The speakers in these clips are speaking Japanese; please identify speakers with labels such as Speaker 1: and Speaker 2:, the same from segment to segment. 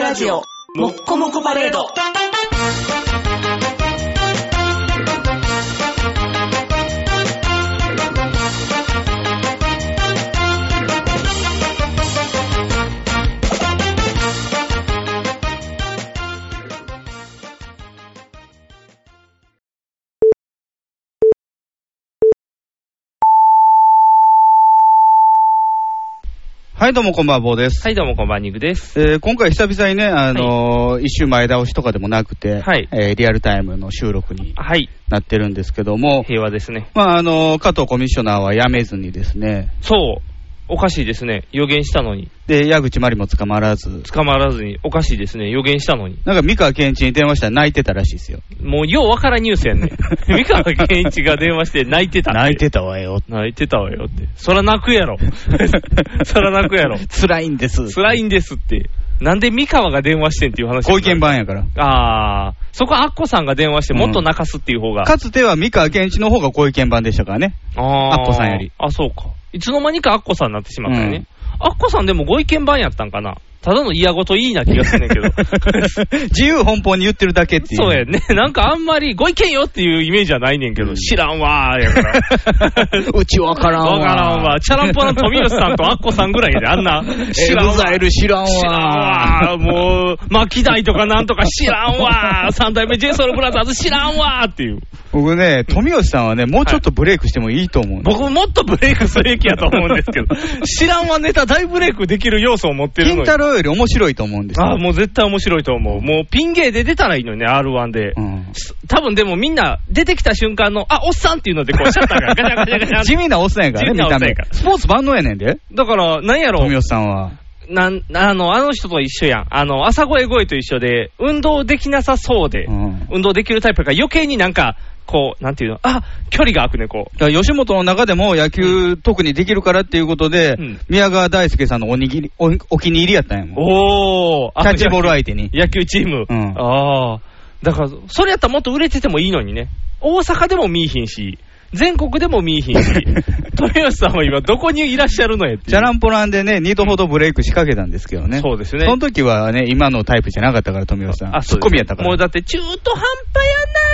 Speaker 1: ラジオ、もっこもこパレード。
Speaker 2: はい、どうもこんばんは、坊です。
Speaker 3: はい、どうもこんばんは、肉です。
Speaker 2: えー今回久々にね、あのー一週前倒しとかでもなくて、
Speaker 3: はい
Speaker 2: えーリアルタイムの収録に
Speaker 3: はい、
Speaker 2: なってるんですけども、
Speaker 3: 平和ですね。
Speaker 2: まあ、あのー加藤コミッショナーは辞めずにですね、
Speaker 3: そう、おかしいですね。予言したのに。
Speaker 2: で、矢口真理も捕まらず、
Speaker 3: 捕まらずに、おかしいですね。予言したのに。
Speaker 2: なんか三河健一に電話したら泣いてたらしいですよ。
Speaker 3: もう、ようわからんニュースやんね。三河健一が電話して泣いてたって。
Speaker 2: 泣いてたわ よ。
Speaker 3: 泣いてたわよって。そら泣くやろ。 そら泣くやろ。
Speaker 2: 辛いんです。
Speaker 3: 辛いんですって。なんで三河が電話してんっていう話。
Speaker 2: ご意見。番やから。
Speaker 3: あー、そこはアッコさんが電話してもっと泣かすっていう方が。
Speaker 2: かつては三河健一の方がご意見番でしたからね。
Speaker 3: あー
Speaker 2: アッコさんより。
Speaker 3: あ、そうか。いつの間にかアッコさんになってしまったよね。アッコさんでもご意見番やったんかなただの嫌ごといいな気がする んだけど。
Speaker 2: 自由奔放に言ってるだけっていう。
Speaker 3: そう やね。なんかあんまりご意見よっていうイメージはないねんけど、知らんわーやから。
Speaker 2: うちわからんわ。
Speaker 3: わからんわ。チャランポラの富吉さんとアッコさんぐらいであ んな。
Speaker 2: エグザイル知らんわ。
Speaker 3: 知らんわー。もう、巻き台とかなんとか知らんわー。三代目 j ソ o ブラザーズ知らんわーっていう。
Speaker 2: 僕ね、富吉さんはね、もうちょっとブレイクしてもいいと思うの、
Speaker 3: 僕もっとブレイクすべきやと思うんです けど、知らんわネタ大ブレイクできる要素を持ってる
Speaker 2: 金
Speaker 3: のに。
Speaker 2: 太郎より面白いと思うんですよ。
Speaker 3: ああ、もう絶対面白いと思う。もうピン芸で出たらいいのにね、R1 で。
Speaker 2: うん
Speaker 3: 多分でもみんな出てきた瞬間の、あ、おっさんっていうので こうシャッターがガチャガチャガチャって
Speaker 2: 地味なおっさんやからね、
Speaker 3: 地味な
Speaker 2: 見
Speaker 3: おったさん
Speaker 2: 目
Speaker 3: やから。
Speaker 2: スポーツ万能やねんで、
Speaker 3: だから、なんやろ
Speaker 2: 富、吉さんは。
Speaker 3: なん、あの、あの人と一緒やん。あの、朝声声と一緒で、運動できなさそうで、
Speaker 2: うんだ
Speaker 3: 運動できるタイプが余計になんか、こう、なんていうの、あ、距離が空くね、こう。
Speaker 2: から吉本の中でも野球、特にできるからっていうことで、
Speaker 3: うん
Speaker 2: 宮川大輔さんのおにぎりおお気に入りやったんやもん、
Speaker 3: おー、
Speaker 2: キャッチボール
Speaker 3: あ
Speaker 2: 相手に。
Speaker 3: 野球チーム。
Speaker 2: うん
Speaker 3: ああ。だから、それやったらもっと売れててもいいのにね。大阪でも見いひんし、全国でも見いひん し、富吉さんは今どこにいらっしゃるのやっていう。
Speaker 2: チャランポランでね、2度ほどブレイク仕掛けたんですけどね、
Speaker 3: そうですね
Speaker 2: その時はね、今のタイプじゃなかったから、富吉さん、ツ
Speaker 3: そ
Speaker 2: ッ
Speaker 3: うです
Speaker 2: コミやったから、
Speaker 3: もうだって、中途半端や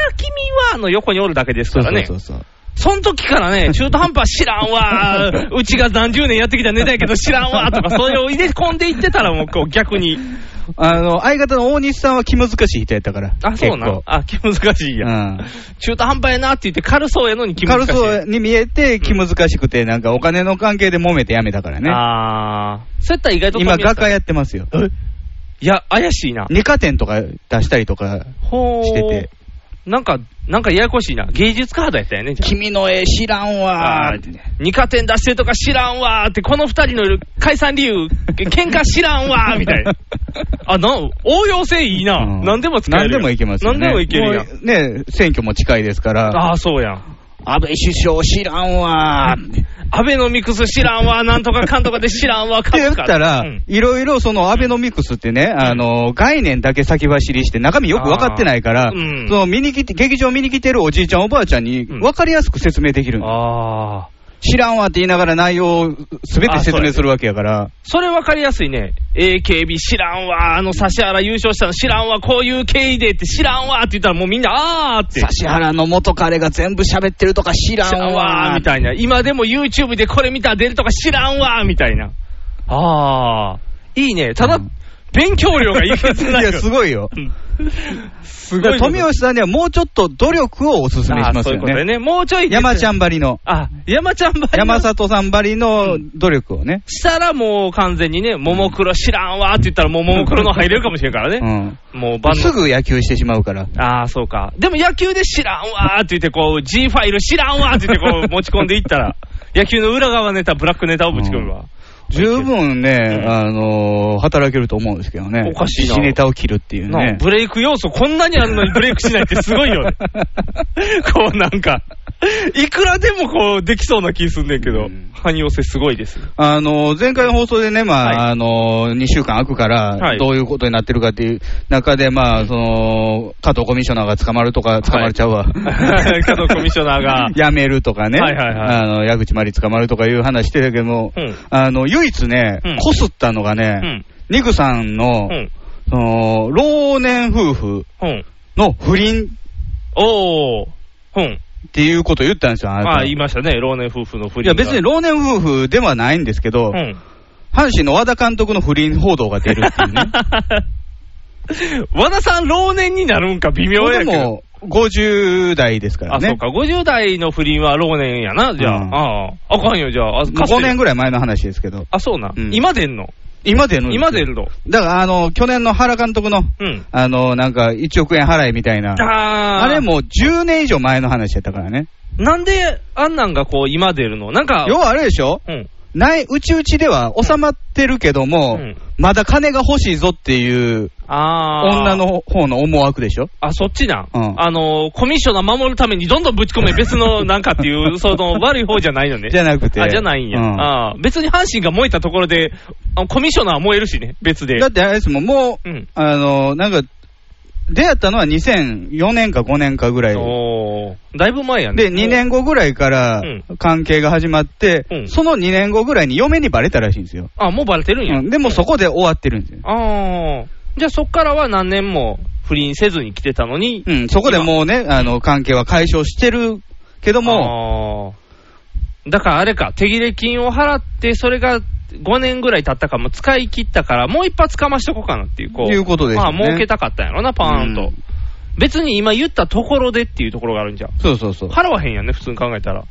Speaker 3: な、君はの横におるだけですからね。
Speaker 2: そうそうそう
Speaker 3: その時から ね、中途半端知らんわ、うちが何十年やってきたネタやけど知らんわとか、それを入れ込んでいってたら、もうこう逆に、
Speaker 2: そうあの相方の大西さんは気難しい人やったから、
Speaker 3: あ、そう
Speaker 2: 結
Speaker 3: なのあ、気難しい
Speaker 2: 構
Speaker 3: や、
Speaker 2: うん
Speaker 3: 中途半端やなって言って、軽そうやのに気難
Speaker 2: 軽
Speaker 3: しい。
Speaker 2: そうに見えて、気難しくて、なんかお金の関係で揉めてやめたからね。
Speaker 3: あー。そうやったら意外と
Speaker 2: 今、画
Speaker 3: 家
Speaker 2: 家やってますよ。
Speaker 3: いや、怪しいな。
Speaker 2: 二課店とか出したりとか
Speaker 3: ほー。
Speaker 2: してて、
Speaker 3: なんか、なんかややこしいな。芸術家肌やったよね、じゃあ。
Speaker 2: 君の絵知らんわーってね。
Speaker 3: 二課点出してるとか知らんわーって、この二人の解散理由、喧嘩知らん わーみたいな。あ、なん、応用性いいな。
Speaker 2: うん
Speaker 3: 何でも使える。
Speaker 2: 何でもいけますよね。
Speaker 3: 何でもいけるやん。
Speaker 2: もうね、選挙も近いですから、
Speaker 3: ああ、そうやん。
Speaker 2: 安倍首相知らんわーって。
Speaker 3: アベノミクス知らんわー、なんとかかんとかで知らんわー、
Speaker 2: って
Speaker 3: か
Speaker 2: 言
Speaker 3: ん
Speaker 2: っ
Speaker 3: とか
Speaker 2: たら
Speaker 3: うん、
Speaker 2: いろいろそのアベノミクスってね、あの、概念だけ先走りして中身よく分かってないから、
Speaker 3: あーうん
Speaker 2: その見に来て、劇場見に来てるおじいちゃんおばあちゃんに
Speaker 3: うん
Speaker 2: 分かりやすく説明できるんです
Speaker 3: ああ。
Speaker 2: 知らんわって言いながら内容をすべて説明するわけやから、
Speaker 3: それ分かりやすいね。AKB 知らんわー、あの指原優勝したの知らんわ、こういう経緯でって知らんわーって言ったらもうみんな、あーって。
Speaker 2: 指原の元彼が全部喋ってるとか知ら
Speaker 3: 知らん
Speaker 2: ん
Speaker 3: わ
Speaker 2: わ
Speaker 3: ーみたいな。今でも YouTube でこれ見たら出るとか知らんわーみたいな。ああ。いいね。ただ、
Speaker 2: うん
Speaker 3: 勉強量がいけてないい。
Speaker 2: や、すごいよ。
Speaker 3: うんす
Speaker 2: だか
Speaker 3: ご
Speaker 2: ら
Speaker 3: いこと。
Speaker 2: 富吉さんにはもうちょっと努力をお勧めし
Speaker 3: あ
Speaker 2: ま
Speaker 3: あ
Speaker 2: す
Speaker 3: そうい
Speaker 2: よ
Speaker 3: うこと
Speaker 2: ね。
Speaker 3: でね。もうちょい。
Speaker 2: 山ちゃ
Speaker 3: ん。
Speaker 2: んばりの、
Speaker 3: あ、山ちゃんばりの
Speaker 2: 山里さんばりの努力をね。
Speaker 3: したらもう完全にね、ももクロ知らんわーって言ったらもうももクロの入れるかもしれんから
Speaker 2: う
Speaker 3: ね。
Speaker 2: ん、
Speaker 3: もう万能
Speaker 2: すぐ野球してしまうから。
Speaker 3: ああ、そうか。でも野球で知らんわーって言って、こう、G ファイル知らんわーって言って、こう、持ち込んでいっ たら、野球の裏側ネタ、ブラックネタをぶち込むわ。
Speaker 2: 十分ね、
Speaker 3: うん
Speaker 2: あのー働けると思うんですけどね。
Speaker 3: おかしい
Speaker 2: 時
Speaker 3: な
Speaker 2: 事ネタを切るっていう
Speaker 3: なあ
Speaker 2: ね。
Speaker 3: ブレイク要素こんなにあるのにブレイクしないってすごい よね。こうなんか、いくらでもこうできそうな気すんねんけ
Speaker 2: う
Speaker 3: ど
Speaker 2: ん、
Speaker 3: 汎用性すごいです。
Speaker 2: あのー前回の放送でね、まあ
Speaker 3: は
Speaker 2: あの2週間空くか
Speaker 3: は
Speaker 2: ら、
Speaker 3: い
Speaker 2: どういうことになってるかっていう中で、まあ、その加藤コミッショナーが捕まるとか、捕まれちゃうわ、
Speaker 3: 加藤コミッショナ ーが
Speaker 2: 辞めるとかね、
Speaker 3: はいはいはい
Speaker 2: あの矢口真理捕まるとかいう話してたけども、
Speaker 3: うん
Speaker 2: あの唯一ね
Speaker 3: うん、
Speaker 2: こすったのが
Speaker 3: う
Speaker 2: ね、
Speaker 3: ん。
Speaker 2: ニクさんの
Speaker 3: う、ん。
Speaker 2: その、老年夫婦
Speaker 3: うん。
Speaker 2: の不倫
Speaker 3: おー。うん。
Speaker 2: っていうことを言ったんですよ、あなた
Speaker 3: ああ、言いましたね。老年夫婦の不倫が。
Speaker 2: いや、別に老年夫婦ではないんですけど、
Speaker 3: うん。
Speaker 2: 阪神の和田監督の不倫報道が出るっていうね。
Speaker 3: 和田さん、老年になるんか微妙や
Speaker 2: で
Speaker 3: けど。
Speaker 2: も、50代ですから
Speaker 3: あ、そう
Speaker 2: ね。
Speaker 3: か。50代の不倫は老年やな、じゃあ。
Speaker 2: うん
Speaker 3: ああ。あかんよ、じゃあ。あかつて
Speaker 2: 5年ぐらい前の話ですけど。
Speaker 3: あ、そうな。
Speaker 2: うん
Speaker 3: 今出んの。
Speaker 2: 今出るんですよ
Speaker 3: 今出るの。
Speaker 2: だから、あの、去年の原監督の、
Speaker 3: うん。
Speaker 2: あの、なんか、1億円払いみたいな。
Speaker 3: あー
Speaker 2: あれ。もう10年以上前の話やったからね。
Speaker 3: なんで、あんなんがこう、今出るのなんか、
Speaker 2: 要はあれでしょ
Speaker 3: うん。
Speaker 2: ない、うちうちでは収まってるけども、
Speaker 3: うん
Speaker 2: まだ金が欲しいぞっていう
Speaker 3: あー
Speaker 2: 女。の方の思惑でしょ
Speaker 3: あ、そっちなん。
Speaker 2: うん
Speaker 3: あの、コミッショナー守るためにどんどんぶち込め、別のなんかっていう、その悪い方じゃないのね。
Speaker 2: じゃなくて。
Speaker 3: あ、じゃないんや。
Speaker 2: うん
Speaker 3: あー別に阪神が燃えたところで、あコミッショナーは燃えるしね、別で。
Speaker 2: だってあれですもん、もう、
Speaker 3: うん
Speaker 2: あの、なんか、出会ったのは2004年か5年かぐらい。
Speaker 3: おーだいぶ前やね。
Speaker 2: で、2年後ぐらいから
Speaker 3: う
Speaker 2: 関係が始まって、
Speaker 3: うん
Speaker 2: その2年後ぐらいに嫁にバレたらしいんですよ。
Speaker 3: あ、もうバレてるんや。
Speaker 2: うんでもそこで終わってるんですよ。
Speaker 3: ああ。じゃあそっからは何年も不倫せずに来てたのに。
Speaker 2: うん、そこでもうね、あの、関係は解消してるけども、
Speaker 3: もう。だからあれか、手切れ金を払って、それが5年ぐらい経ったかも使い切ったから、もう一発かましとこうかなっていう、こう。
Speaker 2: いうことですよね
Speaker 3: まあ、儲けたかったんやろな、パーンと。
Speaker 2: うん
Speaker 3: 別に今言ったところでっていうところがあるんじゃん。
Speaker 2: そうそうそう。
Speaker 3: 払わへんやんね、普通に考えたら。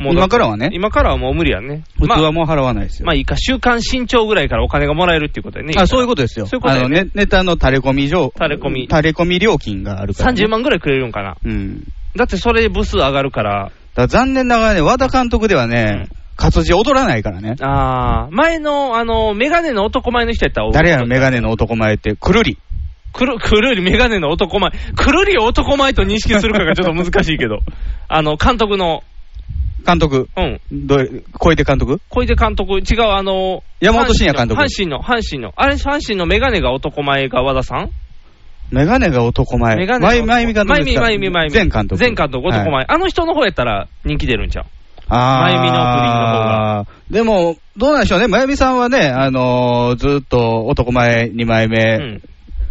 Speaker 3: もうだ
Speaker 2: 今からはね、
Speaker 3: 今からはもう無理やんね。
Speaker 2: 普通
Speaker 3: ま
Speaker 2: は
Speaker 3: あ、
Speaker 2: もう払わないですよ。
Speaker 3: まあいいか、週刊新潮ぐらいからお金がもらえるっていうことやね。。
Speaker 2: あ、そういうこととですよ。
Speaker 3: そういうことだ
Speaker 2: あの
Speaker 3: よね
Speaker 2: ね、ネタの垂れ込み上、
Speaker 3: 垂れ込み
Speaker 2: 垂れ込み料金があるから、
Speaker 3: 30。万ぐらいくれるんかな。
Speaker 2: うん。だ
Speaker 3: だってそれで部数上がるか
Speaker 2: か
Speaker 3: ら。
Speaker 2: ら残念ながらね、和田監督ではね、活字踊らないからね。
Speaker 3: ああ、前の、あの、メガネの男前の人やったら、
Speaker 2: 誰やろ、メガネの男前って、くるり。
Speaker 3: くる、くるり、メガネの男前。くるりを男前と認識するかがちょっと難しい けど。あの、監督の、
Speaker 2: 監督。
Speaker 3: うん。
Speaker 2: どれ小出監督
Speaker 3: 小出監督、違う、あの、
Speaker 2: 山本慎也監督
Speaker 3: 阪神の、阪神の、あれ、阪神のメガネが男前が和田さん
Speaker 2: メガネが男前。
Speaker 3: メガネ
Speaker 2: まゆまゆみ監督ですか
Speaker 3: まゆみまゆみまゆ
Speaker 2: 前
Speaker 3: み
Speaker 2: 監督。
Speaker 3: 前監督男前、
Speaker 2: はい。
Speaker 3: あの人の方やったら人気出るんちゃう
Speaker 2: あー
Speaker 3: まゆみの不
Speaker 2: でも、どうなんでしょうね。まゆみさんはね、あのーずーっと男前、二枚目、
Speaker 3: うん。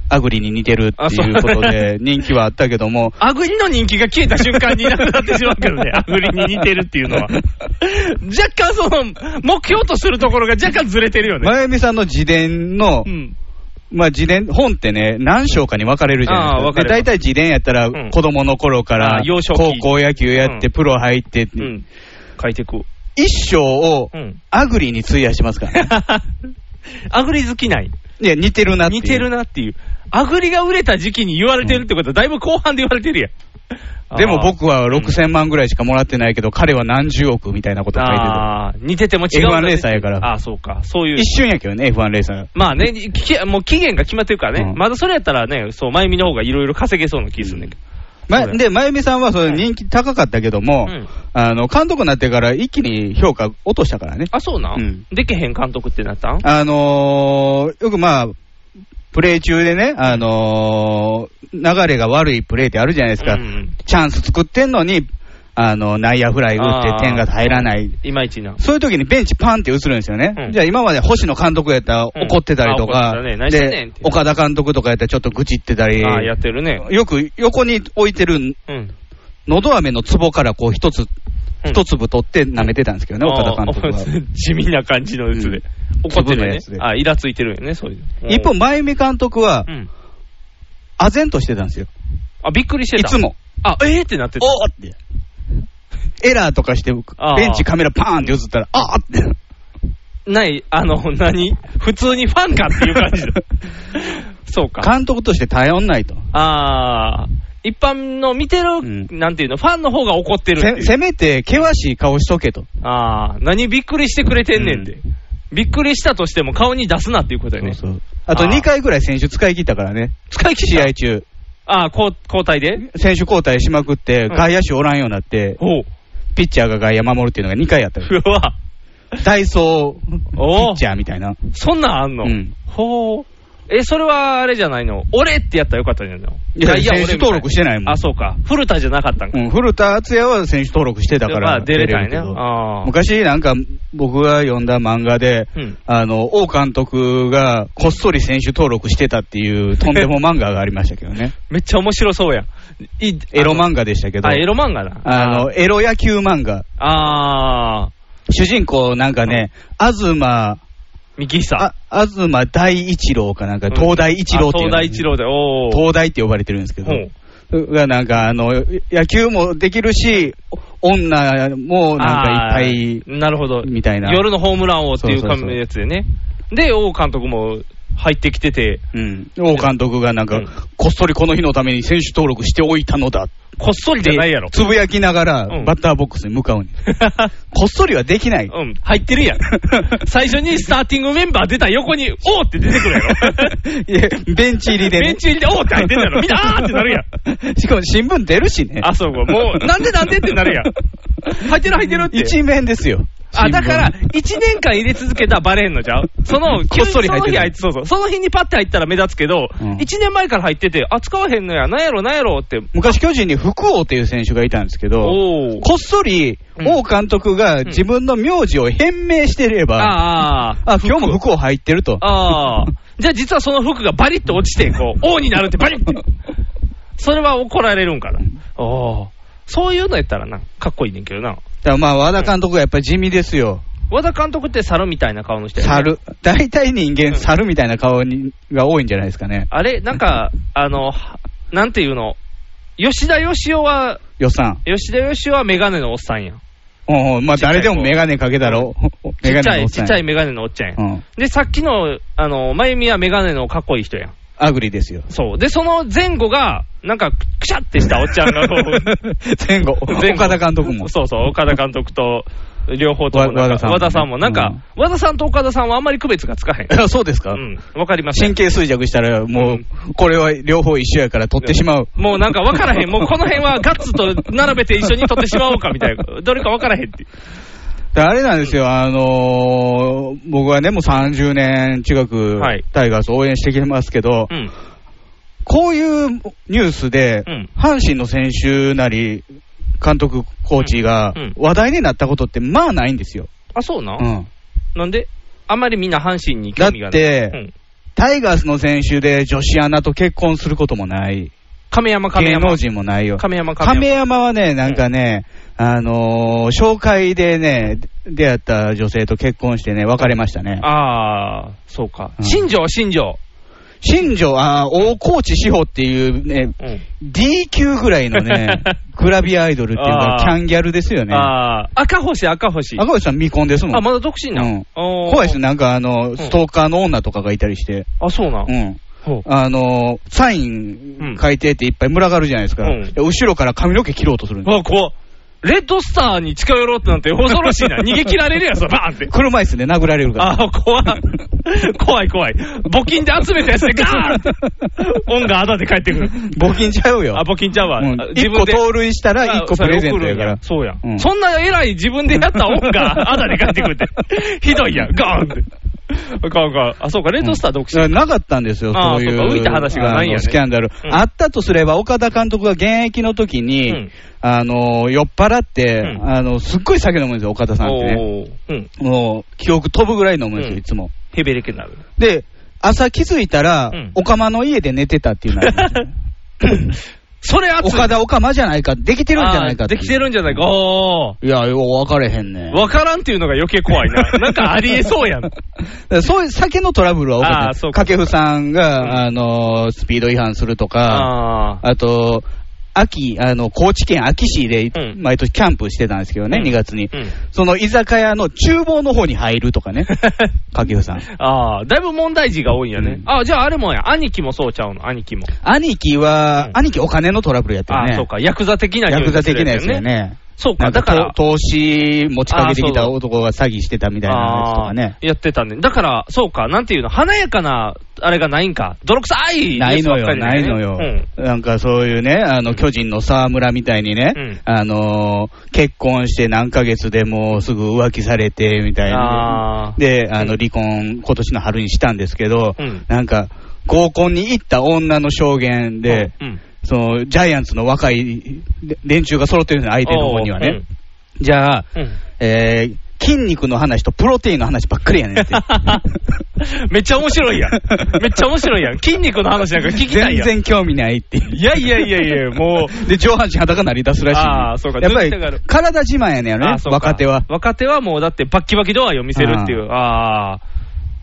Speaker 2: アグリに似てるっていうことで人気はあったけど も、
Speaker 3: アグリの人気が消えた瞬間にいなくなってしまうけど ね、アグリに似てるっていうのは。若干その、目標とするところが若干ずれてるよね。
Speaker 2: まゆみさんの自伝の
Speaker 3: う、ん。
Speaker 2: まあ自伝、本ってね、何章かに分かれるじゃない
Speaker 3: あー
Speaker 2: で
Speaker 3: 分
Speaker 2: す
Speaker 3: か
Speaker 2: か。で、
Speaker 3: れます
Speaker 2: 大体自伝やったら
Speaker 3: うん
Speaker 2: 子供の頃か
Speaker 3: あ
Speaker 2: ら
Speaker 3: ー幼少
Speaker 2: 高
Speaker 3: 期
Speaker 2: 校野球やっ
Speaker 3: う
Speaker 2: てプロ入って、
Speaker 3: うん。書いてく。
Speaker 2: 一生を
Speaker 3: うん。
Speaker 2: アグリに費やしますからね。
Speaker 3: アグリ好きない。
Speaker 2: いや、似てるなっていう。
Speaker 3: 似てるなっていう。アグリが売れた時期に言われてるってことは、だいぶ後半で言われてるやん。
Speaker 2: でも僕は6000万ぐらいしかもらってないけど、彼は何十億みたいなこと書いてる。
Speaker 3: あー似てても違うんだ
Speaker 2: F1 レーサーやから
Speaker 3: ああ、そうか。そういう
Speaker 2: 一。瞬やけどね、F1 レーサー。
Speaker 3: まあね、ききもう期限が決まってるからね、
Speaker 2: うん
Speaker 3: まだそれやったらね、そう、まゆみの方がいろいろ稼げそうな気すんねんけど。
Speaker 2: ま
Speaker 3: そう、だ
Speaker 2: で、まゆみさんはそれ人気高かったけども、
Speaker 3: うん
Speaker 2: あの、監督になってから一気に評価落としたからね。
Speaker 3: あ、そうなん、
Speaker 2: うん
Speaker 3: でけへん監督ってなったん
Speaker 2: あのー、よくまあ、プレー中でね、あのー、流れが悪いプレーってあるじゃないですか。
Speaker 3: うん
Speaker 2: チャンス作ってんのに、あの、内野フライ打って点が入らない。
Speaker 3: いまいちな。
Speaker 2: そういう時にベンチパンって映るんですよね。
Speaker 3: うん
Speaker 2: じゃあ今まで星野監督やったら
Speaker 3: うん
Speaker 2: 怒ってたりと
Speaker 3: あ
Speaker 2: か、
Speaker 3: 怒ってたね何してんねん
Speaker 2: で
Speaker 3: って、
Speaker 2: 岡田監督とかやったらちょっと愚痴ってたり、
Speaker 3: ああ、やってるね。
Speaker 2: よく横に置いてる
Speaker 3: うん。
Speaker 2: のど飴の壺からこう一つ、
Speaker 3: うん
Speaker 2: 一粒取って舐めてたんですけどね、岡田監督
Speaker 3: あ
Speaker 2: は。
Speaker 3: ー 地味な感じのやつで。怒って
Speaker 2: 粒の
Speaker 3: るよね
Speaker 2: やつ。で
Speaker 3: あ、イラついてるよね、そういう。
Speaker 2: 一方、真由美監督は
Speaker 3: う、ん。
Speaker 2: 唖然としてたんですよ。
Speaker 3: あ、びっくりして
Speaker 2: い
Speaker 3: た。
Speaker 2: つ。も。
Speaker 3: あ、えーってなってた。
Speaker 2: おーって。エラーとかして、ベ
Speaker 3: あー
Speaker 2: ンチカメラパーンって映ったら、あーって。
Speaker 3: ない、あの、何普通にファンかっていう感じ だ。そうか。
Speaker 2: 監督として頼んないと。
Speaker 3: ああ、一般の見てる、
Speaker 2: ん
Speaker 3: なんていうの、ファンの方が怒ってるってい
Speaker 2: せ
Speaker 3: う
Speaker 2: せめて、険しい顔しとけと。
Speaker 3: ああ、何びっくりしてくれてんねんって。
Speaker 2: う
Speaker 3: びっくりしたとしても顔に出すなっていうことやね。
Speaker 2: そうそうあと
Speaker 3: あー
Speaker 2: 2回ぐらい選手使い切ったからね。
Speaker 3: 使い切
Speaker 2: 試
Speaker 3: り合
Speaker 2: 合
Speaker 3: い。
Speaker 2: 中。
Speaker 3: ああ、こう交代で
Speaker 2: 選手交代しまくって、
Speaker 3: うん
Speaker 2: 外野手おらんようになって、
Speaker 3: おう。
Speaker 2: ピッチャーが外野守るっていうのが2回やったから。
Speaker 3: うわ。
Speaker 2: ダイソー、ピ
Speaker 3: おー
Speaker 2: ッチャーみたいな。
Speaker 3: そんなんあんの、
Speaker 2: うん
Speaker 3: ほう。え、それはあれじゃないの俺ってやったらよかったんじゃないの
Speaker 2: いや
Speaker 3: 外野俺
Speaker 2: 選手登録してないもん
Speaker 3: あ、そうか。古田じゃなかったんか。
Speaker 2: うん、古田敦也は選手登録してたか
Speaker 3: まあ
Speaker 2: ら
Speaker 3: 出れたんやね
Speaker 2: けど
Speaker 3: あー
Speaker 2: 昔、なんか僕が読んだ漫画で、
Speaker 3: うん
Speaker 2: あの王監督がこっそり選手登録してたっていうとんでも漫画がありましたけど ね、
Speaker 3: めっちゃ面白そうやん。い
Speaker 2: エロ漫
Speaker 3: 画
Speaker 2: 画でしたけど、
Speaker 3: あ、エロ漫画だ。
Speaker 2: あのエロ野球漫画、
Speaker 3: あー、
Speaker 2: 主人公なんかね、東
Speaker 3: 三木久。
Speaker 2: あ東大一郎かなんか、東大一郎っていう
Speaker 3: あ東
Speaker 2: のが
Speaker 3: 大一郎で、おー。
Speaker 2: 東大って呼ばれてるんですけど、がなんかあの野球もできるし、女も
Speaker 3: うん
Speaker 2: なんかいっぱ
Speaker 3: あーなるほど。
Speaker 2: いみたいな。
Speaker 3: 夜のホームラン王っていう
Speaker 2: そうそうそう
Speaker 3: やつでね。で、王監督も入ってきてて、
Speaker 2: うん、王監督がなんか、
Speaker 3: うん
Speaker 2: こっそりこの日のために選手登録しておいたのだっ
Speaker 3: こっそりじ
Speaker 2: て
Speaker 3: ゃないやろ。
Speaker 2: つぶやきながら、
Speaker 3: うん
Speaker 2: バッターボックスに向かうにこっそりはできない、
Speaker 3: うん、入ってるやん。最初にスターティングメンバー出た横に、おーって出てくるやろ。
Speaker 2: いやベンチ入りで、ね、
Speaker 3: ベンチ入りで、おーって入ってんやろ。みんな、あーって なるやん。
Speaker 2: んしかも新聞出るしね
Speaker 3: あ、そうか。もう、なんでなんでってなるやん。入ってる入ってるって。
Speaker 2: 一面ですよ
Speaker 3: あ、だから、
Speaker 2: 新聞
Speaker 3: 1年間入れ続けたらバレへんのじゃうその、
Speaker 2: こっそり入ってる
Speaker 3: 急にその日あいつ、そうそう。その日にパッて入ったら目立つけど、
Speaker 2: うん
Speaker 3: 1年前から入ってて、あ、使わへんのや、なんやろ、なんやろって。
Speaker 2: 昔巨人に福王っていう選手がいたんですけど
Speaker 3: おー。
Speaker 2: こっそり
Speaker 3: うん
Speaker 2: 王監督が自分の名字を変名してれば、
Speaker 3: あー
Speaker 2: あ今日も福王入ってると
Speaker 3: ああ。じゃあ実はその服がバリッと落ちて、こ う、王になるってバリッて。それは怒られるんかな。ああ。そういうのやったらな、かっこいいねんけどな。
Speaker 2: だからまあ和田監督がやっぱり地味ですよ、
Speaker 3: 和田監督って猿みたいな顔の人やね
Speaker 2: 猿、大体人
Speaker 3: うん
Speaker 2: 間、猿みたいな顔にが多いんじゃないですかね、
Speaker 3: あれなんか、あの、はなんていうの吉田義雄は、
Speaker 2: 予算。
Speaker 3: 吉田義雄はメガネのおっさんやん。
Speaker 2: うんうんまあ、
Speaker 3: ちっちゃい
Speaker 2: 誰でもメガネかけたら、
Speaker 3: う
Speaker 2: おお
Speaker 3: ち
Speaker 2: メ
Speaker 3: っ
Speaker 2: ガ
Speaker 3: ちゃ
Speaker 2: ネのおっ
Speaker 3: い、ち
Speaker 2: さ
Speaker 3: っ
Speaker 2: ん
Speaker 3: ちゃ
Speaker 2: や。
Speaker 3: いメガネのおっちゃんやん。
Speaker 2: うん
Speaker 3: で、さっきの、あの、まゆみはメガネのかっこいい人やん。
Speaker 2: アグリですよ。
Speaker 3: そう。で、その前後が、なんか、くしゃってしたおっちゃん がこう、
Speaker 2: 前後、
Speaker 3: 前後
Speaker 2: 岡田監督 も。
Speaker 3: そうそう、岡田監督と、両方ともなんか
Speaker 2: わ和田さんも
Speaker 3: 和田さんも、なんか、和田さんと岡田さんはあんまり区別がつか へん。
Speaker 2: あそうですか、
Speaker 3: うん、わかります。
Speaker 2: 神経衰弱したら、も
Speaker 3: う
Speaker 2: う、これは両方一緒やから取ってしまう。
Speaker 3: もうなんか分からへん、もうこの辺はガッツと並べて一緒に撮ってしまおうかみたいな、どれか分からへんって。
Speaker 2: であれなんですよ、あのー僕はね、もう30年近く
Speaker 3: はい、
Speaker 2: タイガース応援してきてますけど、
Speaker 3: うん。
Speaker 2: こういうニュースで、
Speaker 3: うん
Speaker 2: 阪神の選手なり、監督、コーチが
Speaker 3: うんうん
Speaker 2: 話題になったことって、まあないんですよ、
Speaker 3: あ、そうな、
Speaker 2: うん
Speaker 3: なんであんまりみんな阪神に興味
Speaker 2: だ
Speaker 3: がない。
Speaker 2: って
Speaker 3: うん、
Speaker 2: タイガースの選手で女子アナと結婚することもない、
Speaker 3: 亀山、亀
Speaker 2: 芸
Speaker 3: 山
Speaker 2: 能。人もないよ、
Speaker 3: 亀山、
Speaker 2: 亀
Speaker 3: 亀山。
Speaker 2: 山はね、なんかね、あのー紹介でね、出会った女性と結婚してね、別れましたね、
Speaker 3: ああ、そうか。
Speaker 2: うん
Speaker 3: 新庄、新庄。
Speaker 2: 新庄、あー大河内志保っていうね、
Speaker 3: うん。
Speaker 2: D 級ぐらいの ね、グラビアアイドルっていう
Speaker 3: あ
Speaker 2: か、キ
Speaker 3: ー
Speaker 2: ャンギャルですよね。
Speaker 3: ああ、赤星、赤星。
Speaker 2: 赤星さん未婚ですもん
Speaker 3: あ、まだ独身な、
Speaker 2: うん
Speaker 3: おー
Speaker 2: 怖いですね、なんかあの、
Speaker 3: ん
Speaker 2: ストーカーの女とかがいたりして、
Speaker 3: あ、そうなん
Speaker 2: う。ん。
Speaker 3: ほう
Speaker 2: あの、サイ
Speaker 3: うん
Speaker 2: ン書いてっていっぱい群がるじゃないですか。
Speaker 3: うん
Speaker 2: で後ろから髪の毛切ろうとするんで
Speaker 3: あ、怖っレッドスターに近寄ろうってなんて恐ろし いな。逃げ切られるやつだ、バーンって
Speaker 2: す。。車椅子で殴られるから。
Speaker 3: あ、怖っ怖い怖い。募金で集めたやつでガーン って。音があだで帰ってくる。
Speaker 2: 募金ちゃうよ
Speaker 3: あ、。募金ちゃうわ。
Speaker 2: うん
Speaker 3: あ
Speaker 2: 一個盗塁したら一個プレゼントやから
Speaker 3: あ。それ送るんやそうや、。
Speaker 2: うんん
Speaker 3: そんな偉い自分でやった音があだで帰ってくる って。ひどいやん。ガーンって。あかんあかん。あ、そうか、レッドスター独身。
Speaker 2: うんなかったんですよ、
Speaker 3: あー
Speaker 2: そういう。
Speaker 3: そうか浮いた話がないん
Speaker 2: あ
Speaker 3: やね
Speaker 2: のスキャンダル。
Speaker 3: うん
Speaker 2: あったとすれば、岡田監督が現役の時に、
Speaker 3: うん
Speaker 2: あの、酔っ払って、
Speaker 3: うん
Speaker 2: あの、すっごい酒飲むんですよ、岡田さんってね。
Speaker 3: おーうん。
Speaker 2: もう、記憶飛ぶぐらい飲むんですよ、
Speaker 3: うん
Speaker 2: いつも。
Speaker 3: ヘベレケになる。
Speaker 2: で、朝気づいたら、
Speaker 3: うん
Speaker 2: オカマの家で寝てたっていうのがあ るんですよ
Speaker 3: そ れ熱い。
Speaker 2: 岡田オカマじゃないか、できてるんじゃないか
Speaker 3: あー
Speaker 2: って
Speaker 3: で
Speaker 2: いう
Speaker 3: きてるんじゃないか。おー。
Speaker 2: いや、よう分かれへんね。
Speaker 3: わからんっていうのが余計怖い な。なんかありえそうやん。
Speaker 2: そういう酒のトラブルは多
Speaker 3: あ
Speaker 2: か
Speaker 3: ー
Speaker 2: っ
Speaker 3: そう
Speaker 2: た。
Speaker 3: か
Speaker 2: 掛布さんが、
Speaker 3: うん
Speaker 2: あのースピード違反するとか、
Speaker 3: ああ。
Speaker 2: あと、秋、あの、高知県秋市で
Speaker 3: うん
Speaker 2: 毎年キャンプしてたんですけどね、
Speaker 3: うん
Speaker 2: 2月に。
Speaker 3: うん。
Speaker 2: その居酒屋の厨房の方に入るとか ね、掛布さん。
Speaker 3: ああ、だいぶ問題児が多いんや
Speaker 2: う
Speaker 3: ね。
Speaker 2: ん
Speaker 3: ああ、じゃああれもや。兄貴もそうちゃうの、兄貴も。
Speaker 2: 兄貴は、
Speaker 3: うん
Speaker 2: 兄貴お金のトラブルやってる
Speaker 3: あ
Speaker 2: ね。
Speaker 3: あ、そうか。ヤクザ的な
Speaker 2: ヤ
Speaker 3: 匂い
Speaker 2: ク
Speaker 3: が
Speaker 2: ザ
Speaker 3: する
Speaker 2: 的なやつ
Speaker 3: や
Speaker 2: や
Speaker 3: ね。
Speaker 2: ね。
Speaker 3: そう
Speaker 2: な
Speaker 3: か、
Speaker 2: んか
Speaker 3: だから。
Speaker 2: と投資持ちかけてき
Speaker 3: あー
Speaker 2: た
Speaker 3: そう
Speaker 2: 男が詐欺してたみたいなやつとかね
Speaker 3: あ。あやってたね。だから、そうか、なんていうの、華やかな、あれがないんか。泥臭い
Speaker 2: ないのよ、
Speaker 3: やつばっか
Speaker 2: な
Speaker 3: り
Speaker 2: い
Speaker 3: だ
Speaker 2: のよ
Speaker 3: うん。
Speaker 2: なんかそういうね、あ
Speaker 3: うん
Speaker 2: の、巨人の沢村みたいに
Speaker 3: うん
Speaker 2: ね、あのー、結婚して何ヶ月でもうすぐ浮気されて、みたいな。
Speaker 3: ああ。
Speaker 2: で、あ
Speaker 3: う
Speaker 2: の、
Speaker 3: ん
Speaker 2: 離婚、今年の春にしたんですけど
Speaker 3: うん、
Speaker 2: なんか、合コンに行った女の証言で、
Speaker 3: うん、
Speaker 2: そのジャイアンツの若いで連中が揃ってるんですよ相手の方にはね。じゃあ、
Speaker 3: おー。うんうん
Speaker 2: えー筋肉の話とプロテインの話ばっかりやねんって。
Speaker 3: めっちゃ面白いやん。めっちゃ面白いやん。筋肉の話なんか 聞きた
Speaker 2: 全
Speaker 3: いやん。
Speaker 2: 然興味ないっていう。
Speaker 3: いやいやいやいや、も う。
Speaker 2: で、上半身裸になり出すらしいね。
Speaker 3: あーそうか
Speaker 2: やっぱり
Speaker 3: 脱ぎたがる
Speaker 2: 体自慢やねんやろ
Speaker 3: あ
Speaker 2: ね
Speaker 3: ー、そうか
Speaker 2: 若手は。
Speaker 3: 若手はもうだってバッキバキ度合いを見せるっていう。ああ。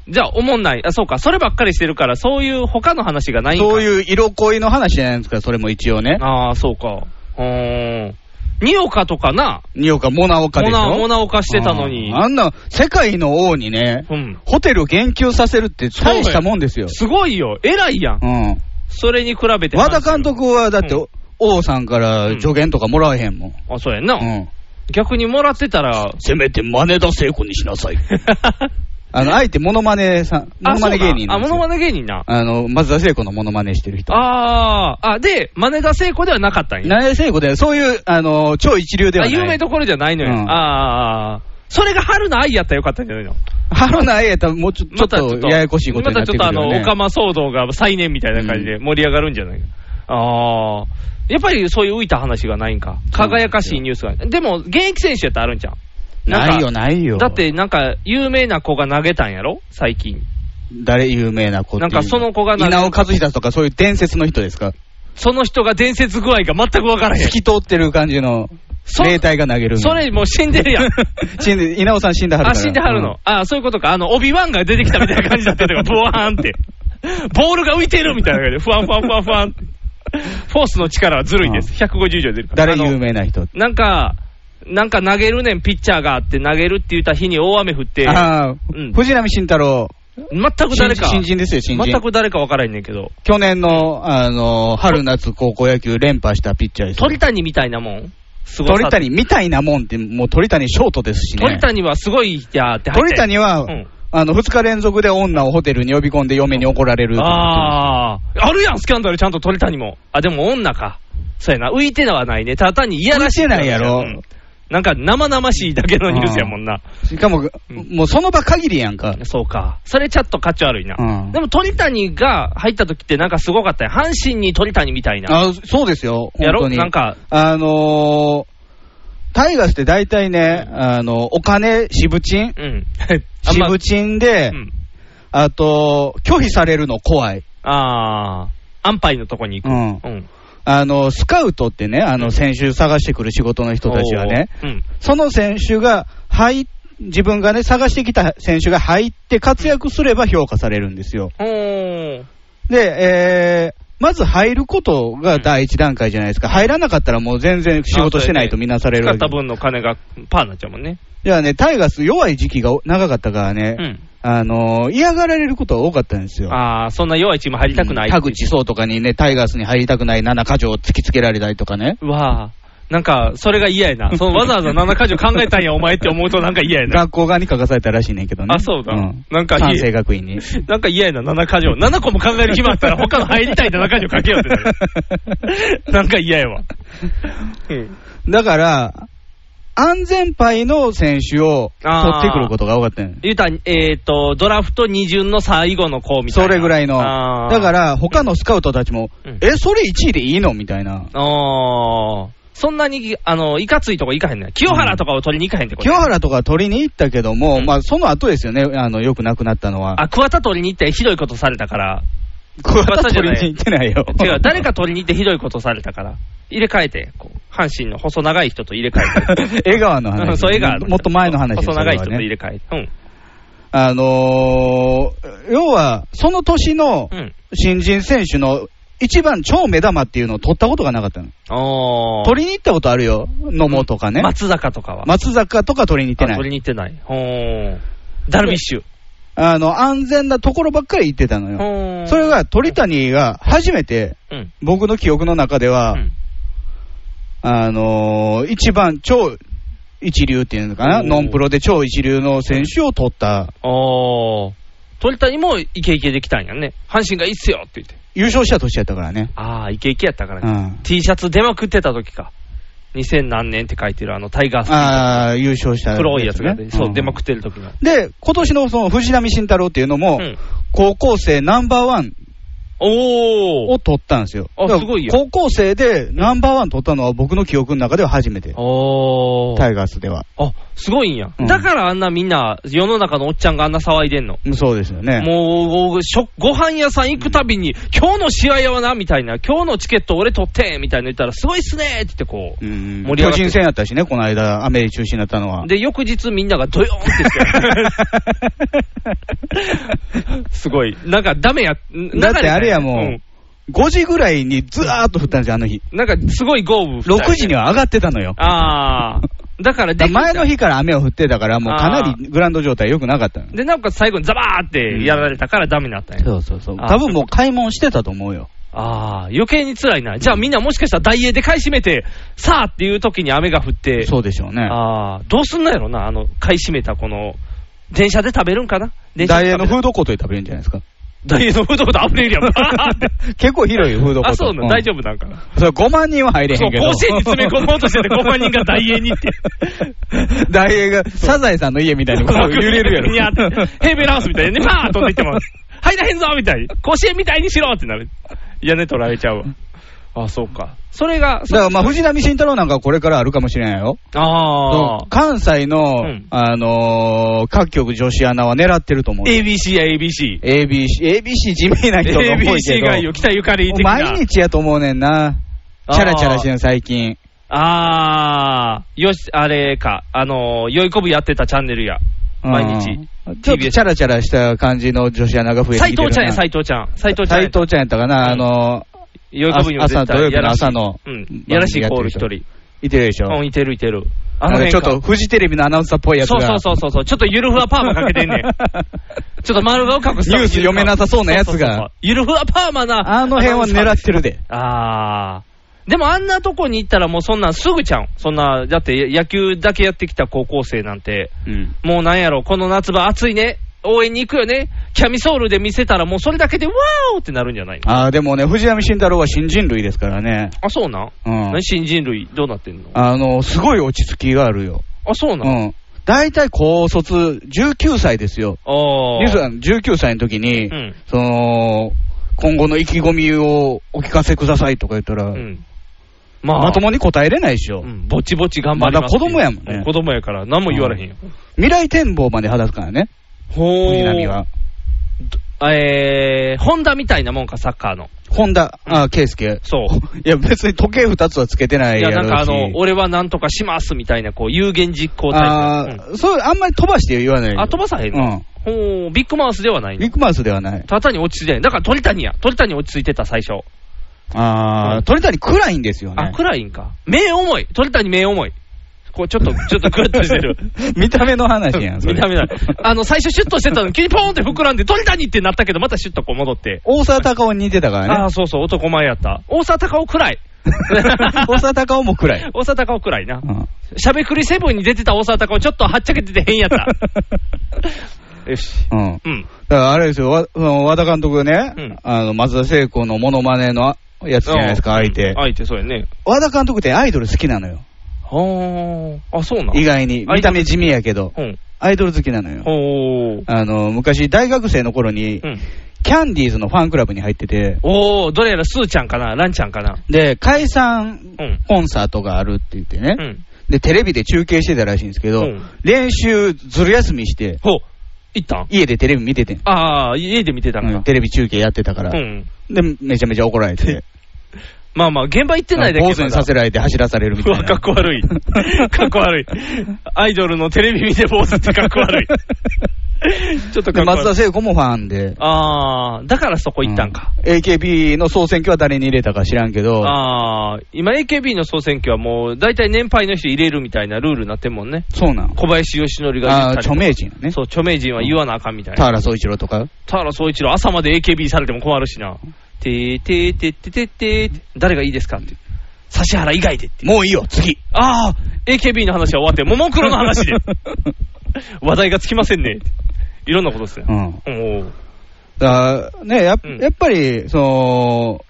Speaker 3: じゃあ、おもんない。あ、そうか。そればっかりしてるから、そういう他の話がないんか。
Speaker 2: そう
Speaker 3: う。
Speaker 2: いう色恋の話じゃないですか、それも一応ね。
Speaker 3: ああ、そうか。うーん。ニオカとかな、
Speaker 2: ニオカ、モナオカでしょ
Speaker 3: モナモナオカしてたのに
Speaker 2: あーあんな、世界の王にね、
Speaker 3: うん。
Speaker 2: ホテルを言及させるって大したもんですよ。
Speaker 3: すごいよ。偉いやん。
Speaker 2: うん。
Speaker 3: それに比べて。
Speaker 2: 和田監。督は、だって、
Speaker 3: うん
Speaker 2: 王さんから助言とかもらえへんもん。
Speaker 3: あ、そうやんな。
Speaker 2: うん。、
Speaker 3: 逆にもらってたら
Speaker 2: せめて真似だ聖子にしなさい。あの、あえてモノマネさん、 モ
Speaker 3: あ
Speaker 2: ノマネ芸人
Speaker 3: そうかあ、モノマ
Speaker 2: ネ。
Speaker 3: ネ芸人な。
Speaker 2: あの、松田聖子のモノマネしてる人。
Speaker 3: ああ、あ、で、マネダ聖子ではなかったんや。
Speaker 2: なえ聖子で、そういう、あの、超一流では
Speaker 3: あ
Speaker 2: ない。
Speaker 3: 有名どころじゃないのよ。
Speaker 2: うん
Speaker 3: ああ、それが春の愛やったらよかったんじゃないの
Speaker 2: 春菜やったらもうちょちょ
Speaker 3: ま
Speaker 2: ったとややこしいことになってくるよね。
Speaker 3: またちょっとあの、オカマ騒動が再燃みたいな感じで盛り上がるんじゃないか。ああ、やっぱりそういう浮いた話がないんか。輝かしいニュースが。でも、現役選手やったらあるんじゃん。なんか
Speaker 2: ないよ、ないよ。
Speaker 3: だっ、てなんか、有名な子が投げたんやろ最近。
Speaker 2: 誰有名な子っていう
Speaker 3: なんかその子がな
Speaker 2: 稲尾和久とかそういう伝説の人ですか
Speaker 3: その人が伝説具合が全くわからへん
Speaker 2: 透。き通ってる感じの
Speaker 3: そ
Speaker 2: 霊体が投げる。
Speaker 3: それもう死んでるやん。
Speaker 2: 死んで、稲尾さん死んではるか
Speaker 3: あ、
Speaker 2: ら。
Speaker 3: 死んではる
Speaker 2: う
Speaker 3: の。あ、そういうことか。あの、オビワンが出てきたみたいな感じだったと か、ボワーンって。ボールが浮いてるみたいな感じで、ふわんふわんふわんふわん。フォースの力はずるいです。150以上出る
Speaker 2: ん
Speaker 3: から。
Speaker 2: 誰有
Speaker 3: あ
Speaker 2: 名な人
Speaker 3: のなんか、なんか投げるねん、ピッチャーがあって、投げるって言った日に大雨降って、
Speaker 2: ああ、
Speaker 3: うん
Speaker 2: 藤浪慎太郎。
Speaker 3: 全く誰か、
Speaker 2: 新人ですよ、新
Speaker 3: 全
Speaker 2: 人。
Speaker 3: く誰か分からへんねんけど、
Speaker 2: 去年の、あの、春夏高校野球連覇したピッチャーです。
Speaker 3: 鳥谷みたいなもん。すごさ
Speaker 2: 鳥谷みたいなもんって、もう鳥谷ショートですしね。
Speaker 3: 鳥谷はすごいやーって入っ
Speaker 2: 鳥
Speaker 3: て。
Speaker 2: 谷は、
Speaker 3: うん
Speaker 2: あの、二日連続で女をホテルに呼び込んで嫁に怒られる。
Speaker 3: ああ、あるやん、スキャンダル、ちゃんと鳥谷も。あ、でも女か。そうやな、浮いてはないね。ただ単に嫌らしい。
Speaker 2: 浮いてないやろ
Speaker 3: うんなんか生々しいだけのニュースやもんな。
Speaker 2: しかも、
Speaker 3: うん
Speaker 2: もうその場限りやんか。
Speaker 3: そうか。それちょっと価値悪いな。
Speaker 2: うん
Speaker 3: でも鳥谷が入った時ってなんかすごかったよ。阪神に鳥谷みたいな。
Speaker 2: あそうですよ、
Speaker 3: や
Speaker 2: 本
Speaker 3: ろ
Speaker 2: 当に。
Speaker 3: なんか、
Speaker 2: あのー、タイガースって大体ね、あの、お金、渋賃
Speaker 3: うん。あんま
Speaker 2: 渋賃で、
Speaker 3: うん
Speaker 2: あと、拒否されるの怖い。
Speaker 3: ああ、安牌のとこに行
Speaker 2: う
Speaker 3: く。
Speaker 2: ん。
Speaker 3: うん。
Speaker 2: あの、スカウトってね、あの、選手探してくる仕事の人たちはね、
Speaker 3: おー。うん。
Speaker 2: その選手が、はい、自分がね、探してきた選手が入って活躍すれば評価されるんですよ。
Speaker 3: おー
Speaker 2: で、えーまず入ることが第一段階じゃないですか。入らなかったらもう全然仕事してないとみなされる
Speaker 3: 使
Speaker 2: わ
Speaker 3: っ
Speaker 2: け
Speaker 3: た。分の金がパーになっちゃうもんね。
Speaker 2: いやね、タイガース弱い時期が長かったからね、
Speaker 3: うん。
Speaker 2: あのー嫌がられることが多かったんですよ。
Speaker 3: ああ、そんな弱いチーム入りたくない。
Speaker 2: 田口壮とかにね、タイガースに入りたくない7か条を突きつけられたりとかね。
Speaker 3: うわあ、なんか、それが嫌 やな。そのわざわざ7か条考えたんや、お前って思うとなんか嫌やな。
Speaker 2: 学校側に書かされたらしいねんけどね。
Speaker 3: あそうだ
Speaker 2: ん
Speaker 3: なんかいい
Speaker 2: 関西学院に。
Speaker 3: なんか嫌やな、7か条。7個も考える暇あったら、他の入りたい7か条書けよってなる。 なんか嫌やわ。うん。
Speaker 2: だから、安全牌の選手を取ってくることが多かったんよ
Speaker 3: 言うたら、えっ、と、ドラフト二巡の最後の子みたい
Speaker 2: そ
Speaker 3: な。
Speaker 2: れぐらいの。
Speaker 3: あー
Speaker 2: だか、ら、他のスカウトたちも、
Speaker 3: うん
Speaker 2: え、それ1位でいいのみたいな。
Speaker 3: あーそんなに、あの、いかついとこ行かへんね。清原とかを取りに行かへんってこと、
Speaker 2: 清原とか取りに行ったけども、
Speaker 3: うん
Speaker 2: まあ、その後ですよね、あの、よく亡くなったのは。
Speaker 3: あ、桑田取りに行ってひどいことされたから。
Speaker 2: 桑
Speaker 3: 桑田
Speaker 2: 田
Speaker 3: じゃ
Speaker 2: 取
Speaker 3: ない
Speaker 2: りに行ってないよ。
Speaker 3: 違う、誰か取りに行ってひどいことされたから、入れ替えて、こう阪神の細長い人と入れ 替えて。
Speaker 2: 江川の
Speaker 3: うん
Speaker 2: 話。
Speaker 3: そう、絵がある
Speaker 2: もっと前の話です
Speaker 3: 細
Speaker 2: よ
Speaker 3: 長い人と
Speaker 2: それは
Speaker 3: 入
Speaker 2: ね
Speaker 3: れ替えて。うん。
Speaker 2: あのー要は、その年の
Speaker 3: うん。
Speaker 2: 新人選手の一番超目玉っていうのを取ったことがなかったの。
Speaker 3: あー
Speaker 2: 取りに行ったことあるよ。野茂とかね。
Speaker 3: 松坂とかは。
Speaker 2: 松坂とか取りに行って
Speaker 3: あ
Speaker 2: な
Speaker 3: 取
Speaker 2: い。
Speaker 3: りに行ってない。ほーダルビッシュ。
Speaker 2: あの、安全なところばっかり行ってたのよ。
Speaker 3: ほー
Speaker 2: それ、が鳥谷が初めて、
Speaker 3: うん。
Speaker 2: 僕の記憶の中では、
Speaker 3: うん
Speaker 2: あのー一番超一流っていうのかな、
Speaker 3: おー
Speaker 2: ノンプロで超一流の選手を取った、
Speaker 3: あー鳥谷もイケイケできたんやね。阪神がいいっすよって言って。
Speaker 2: 優勝した年やったからね。
Speaker 3: ああ、イケイケやったから
Speaker 2: う
Speaker 3: ね。
Speaker 2: ん
Speaker 3: T シャツ出まくってた時か。2000何年って書いてるあのタイガースの
Speaker 2: ああ、優勝した、
Speaker 3: 黒いやつがね。そう、出まく
Speaker 2: っ
Speaker 3: ってる時の。
Speaker 2: で、今年のその藤浪晋太郎っていうのも、
Speaker 3: うん
Speaker 2: 高校生ナンバーワン
Speaker 3: おー
Speaker 2: を取ったんですよ。
Speaker 3: あ
Speaker 2: だから
Speaker 3: すごいやん
Speaker 2: 高校生でナンバーワン取ったのは僕の記憶の中では初めて。
Speaker 3: お
Speaker 2: タ
Speaker 3: ー
Speaker 2: イガースでは。
Speaker 3: あ、すごいんや
Speaker 2: う。ん
Speaker 3: だからあんなみんな、世の中のおっちゃんがあんな騒いでんの。
Speaker 2: うんそうですよね。
Speaker 3: もう、しょご飯屋さん行くたびに、今日の試合はな、みたいな、今日のチケット俺取って、みたいな言ったら、すごいっすねーって言ってこう。
Speaker 2: うん
Speaker 3: 盛り上が
Speaker 2: 巨
Speaker 3: って
Speaker 2: 人戦やったしね、この間、雨中止になったの は。
Speaker 3: で、翌日みんながドヨーンって して。すごい。なんかダメや、
Speaker 2: だってあれやもう、
Speaker 3: ん
Speaker 2: 5時ぐらいにずらーっと降ったんですよ、あの日。
Speaker 3: なんかすごい豪雨。
Speaker 2: 6時には上がってたのよ。
Speaker 3: ああ。だからで
Speaker 2: だ
Speaker 3: き
Speaker 2: か
Speaker 3: た
Speaker 2: ら前の日から雨を降ってたから、もうかなりグラウンド状態良くなかったの。
Speaker 3: で、なおかつ最後にザバーってやられたからダメになったんや。
Speaker 2: そうそうそう。
Speaker 3: あ
Speaker 2: 多分もう買い物してたと思うよ。
Speaker 3: ああ、余計に辛いな。じゃあみんなもしかしたらダイエーで買い占めて、さあっていう時に雨が降って、
Speaker 2: そうでしょうね。
Speaker 3: ああ、どうすんのやろな、あの、買い占めたこの、電車で食べるんかな電車
Speaker 2: 大
Speaker 3: で
Speaker 2: 英
Speaker 3: 食べ
Speaker 2: の
Speaker 3: る
Speaker 2: フードコートで食べるんじゃないですか。
Speaker 3: ダイエーのフードコート溢れるや ん。バーって
Speaker 2: 結構広いよフードコート。
Speaker 3: あ、そうなの、
Speaker 2: ん
Speaker 3: 大丈夫なんかな。
Speaker 2: それ5万人は入れへ
Speaker 3: そ
Speaker 2: ん
Speaker 3: う、
Speaker 2: けど。
Speaker 3: 甲子園に詰め込もうとしてて5万人が大英にって。
Speaker 2: 大英が、サザエさんの家 みたいにこう揺れる
Speaker 3: にゃ
Speaker 2: や
Speaker 3: ーっ
Speaker 2: ろ。
Speaker 3: てヘーベルハウスみたいにね、パーッ飛んでいって ます。入らへんぞみたいに。甲子園みたいにしろってなる。屋根取られちゃうわ。あ、そうか。それが、
Speaker 2: だからまあ藤波慎太郎なんかはこれからあるかもしれないよ。
Speaker 3: ああ。
Speaker 2: 関西の、
Speaker 3: うん
Speaker 2: あのー各局女子アナは狙ってると思う。
Speaker 3: ABC や ABC。
Speaker 2: ABC、ABC 地味な人が多い
Speaker 3: ABC
Speaker 2: け
Speaker 3: 以外
Speaker 2: ど、
Speaker 3: よ、北ゆかり的な。
Speaker 2: 毎日やと思うねんな。
Speaker 3: あー
Speaker 2: チャラチャラしてんの最近。
Speaker 3: あー、よし、あれか、あのー、よいこぶやってたチャンネルや、毎日。
Speaker 2: うんちょっとチャラチャラした感じの女子アナが増えて
Speaker 3: 斎
Speaker 2: きて
Speaker 3: 藤
Speaker 2: る
Speaker 3: ちゃん
Speaker 2: な
Speaker 3: や、斎藤ちゃん。斎藤ちゃん
Speaker 2: 斉
Speaker 3: や。
Speaker 2: 藤ちゃんやったかな、あのー、
Speaker 3: よいこぶにも
Speaker 2: 朝
Speaker 3: 絶
Speaker 2: 土曜日
Speaker 3: 対や
Speaker 2: の
Speaker 3: らしい。
Speaker 2: 朝の
Speaker 3: うん。やらしいコール一人。
Speaker 2: いてるでしょ。
Speaker 3: うん、いてるいてる。あ
Speaker 2: なんか
Speaker 3: の辺
Speaker 2: ちょ
Speaker 3: か
Speaker 2: っとフジテレビのアナウンサーっぽいやつ
Speaker 3: そう
Speaker 2: が。
Speaker 3: そうそうそうそう。ちょっとゆるふわパーマかけてんねん。ちょっと丸顔隠すために
Speaker 2: ニュース読めなさそうなやつが
Speaker 3: そうそうそうゆるふわパーマな。
Speaker 2: あの辺は狙ってるで。
Speaker 3: あー。でもあんなとこに行ったらもうそんなんすぐちゃうん。そんな、だって野球だけやってきた高校生なんて、
Speaker 2: うん。
Speaker 3: もうなんやろ、この夏場暑いね。応援に行くよね。キャミソールで見せたらもうそれだけでわーおってなるんじゃないの
Speaker 2: ああ、でもね、藤波慎太郎は新人類ですからね。
Speaker 3: あ、そうなん、
Speaker 2: うん
Speaker 3: 何。新人類どうなってんのあ
Speaker 2: あの、すごい落ち着きがあるよ。
Speaker 3: そう
Speaker 2: う
Speaker 3: なん、
Speaker 2: ん。大体高卒19歳ですよ。
Speaker 3: あ
Speaker 2: ニュース
Speaker 3: ー。
Speaker 2: は19歳の時に、
Speaker 3: うん
Speaker 2: その、今後の意気込みをお聞かせくださいとか言ったら、
Speaker 3: うん。ま
Speaker 2: まともに答えれないでしょ。
Speaker 3: うん、ぼちぼち頑張りますっていう
Speaker 2: まだ子供やもんね
Speaker 3: う子供やから、何も言われへんよ。
Speaker 2: 未来展望まで話すからね、
Speaker 3: ほ
Speaker 2: 藤波は。
Speaker 3: えー、ホンダみたいなもんか、サッカーの。
Speaker 2: ホンダ、ああ、ケイスケ。
Speaker 3: そう。
Speaker 2: いや、別に時計2つはつけてない
Speaker 3: い
Speaker 2: や
Speaker 3: や、
Speaker 2: ろ
Speaker 3: な
Speaker 2: うし
Speaker 3: んかあの、俺はなんとかしますみたいな、こう、有言実行タ
Speaker 2: あ
Speaker 3: イプ。
Speaker 2: ーそう、あんまり飛ばして言わない
Speaker 3: うん
Speaker 2: よ。
Speaker 3: あ、飛ばさへんの、ほう、ビッグマウスではな
Speaker 2: う
Speaker 3: い
Speaker 2: ん。ビ
Speaker 3: の
Speaker 2: ッグマウスではない。
Speaker 3: ただに落ち着いてない。だから鳥谷や。鳥谷落ち着いてた、最初。
Speaker 2: あ
Speaker 3: う
Speaker 2: あ、
Speaker 3: ん
Speaker 2: 鳥谷暗いんですよね。
Speaker 3: あ、暗いんか。目重い。鳥谷目重い。こう、ちょ っと、ちょっとグッとしてる。
Speaker 2: 見た目の話やん、それ
Speaker 3: 見た目ない。あの、最初シュッとしてたの、急にポーンって膨らんで、鳥谷ってなったけど、またシュッとこう戻って。
Speaker 2: 大沢たかおに似てたか
Speaker 3: あ
Speaker 2: ら
Speaker 3: あ、
Speaker 2: ね。。
Speaker 3: そうそう、男前やった。大沢たかおくらい
Speaker 2: 大沢たかおも暗い。
Speaker 3: 大沢たかおくらいな
Speaker 2: う。ん
Speaker 3: しゃべくりセブンに出てた大沢たかお、ちょっとはっちゃけてて変 やった。よし。
Speaker 2: うん。
Speaker 3: う
Speaker 2: だ
Speaker 3: ん。
Speaker 2: からあれですよ、わその和田監督がね、
Speaker 3: うん
Speaker 2: あの松田聖子のモノマネのやつじゃないですか、相
Speaker 3: う
Speaker 2: 手
Speaker 3: ん。相手、そうやね。
Speaker 2: 和田監督ってアイドル好きなのよ、
Speaker 3: はあ。あ、そうなん。
Speaker 2: 意外に。
Speaker 3: アイドル
Speaker 2: 見た目地味やけど、
Speaker 3: うん。
Speaker 2: アイドル好きなのよ。
Speaker 3: おー。
Speaker 2: あの昔、大学生の頃に、
Speaker 3: うん。
Speaker 2: キャンディーズのファンクラブに入ってて、
Speaker 3: おー、どれやらスーちゃんかな、ランちゃんかな。
Speaker 2: で、解散
Speaker 3: うん
Speaker 2: コンサートがあるって言ってね、
Speaker 3: うん。
Speaker 2: で、テレビで中継してたらしいんですけど、
Speaker 3: うん
Speaker 2: 練習ずる休みして、
Speaker 3: ほう。行ったん
Speaker 2: 家でテレビ見ててん。
Speaker 3: ああ、家で見てたん
Speaker 2: うん
Speaker 3: か。
Speaker 2: テレビ中継やってたから。
Speaker 3: うん。
Speaker 2: で、めちゃめちゃ怒られて。
Speaker 3: まあまあ、現場行ってないだけ
Speaker 2: 坊主にさせられて走らされるみ
Speaker 3: う
Speaker 2: たい
Speaker 3: わ、
Speaker 2: な。
Speaker 3: かっこ悪い。 かっこ悪い。アイドルのテレビ見て坊主ってかっこ 悪い。ちょっとか
Speaker 2: で
Speaker 3: っこ悪
Speaker 2: 松
Speaker 3: い。
Speaker 2: 田聖子もファンで。
Speaker 3: ああ、だからそこ行ったんか。
Speaker 2: うん AKB の総選挙は誰に入れたか知らんけど、
Speaker 3: ああ、今 AKB の総選挙はもう、大体年配の人入れるみたいなルールになってんもんね。
Speaker 2: そうなん。
Speaker 3: 小林義則が言
Speaker 2: あ
Speaker 3: っ
Speaker 2: ー
Speaker 3: たりと
Speaker 2: 著
Speaker 3: か
Speaker 2: 名人やね。
Speaker 3: そう、著名人は言わなあかんみたい
Speaker 2: 田
Speaker 3: な。
Speaker 2: 原総一郎とか。
Speaker 3: 田原総一郎、朝まで AKB されても困るしな。てーてーてーてーてーてーてー誰がいいですかって。指原以外でって。
Speaker 2: もういいよ、 次。
Speaker 3: ああ、AKB の話は終わって、ももクロの 話で。話題がつきませんね。いろんなことですね
Speaker 2: う。ん。
Speaker 3: おー
Speaker 2: だからねやっ
Speaker 3: うん
Speaker 2: やっぱり、その、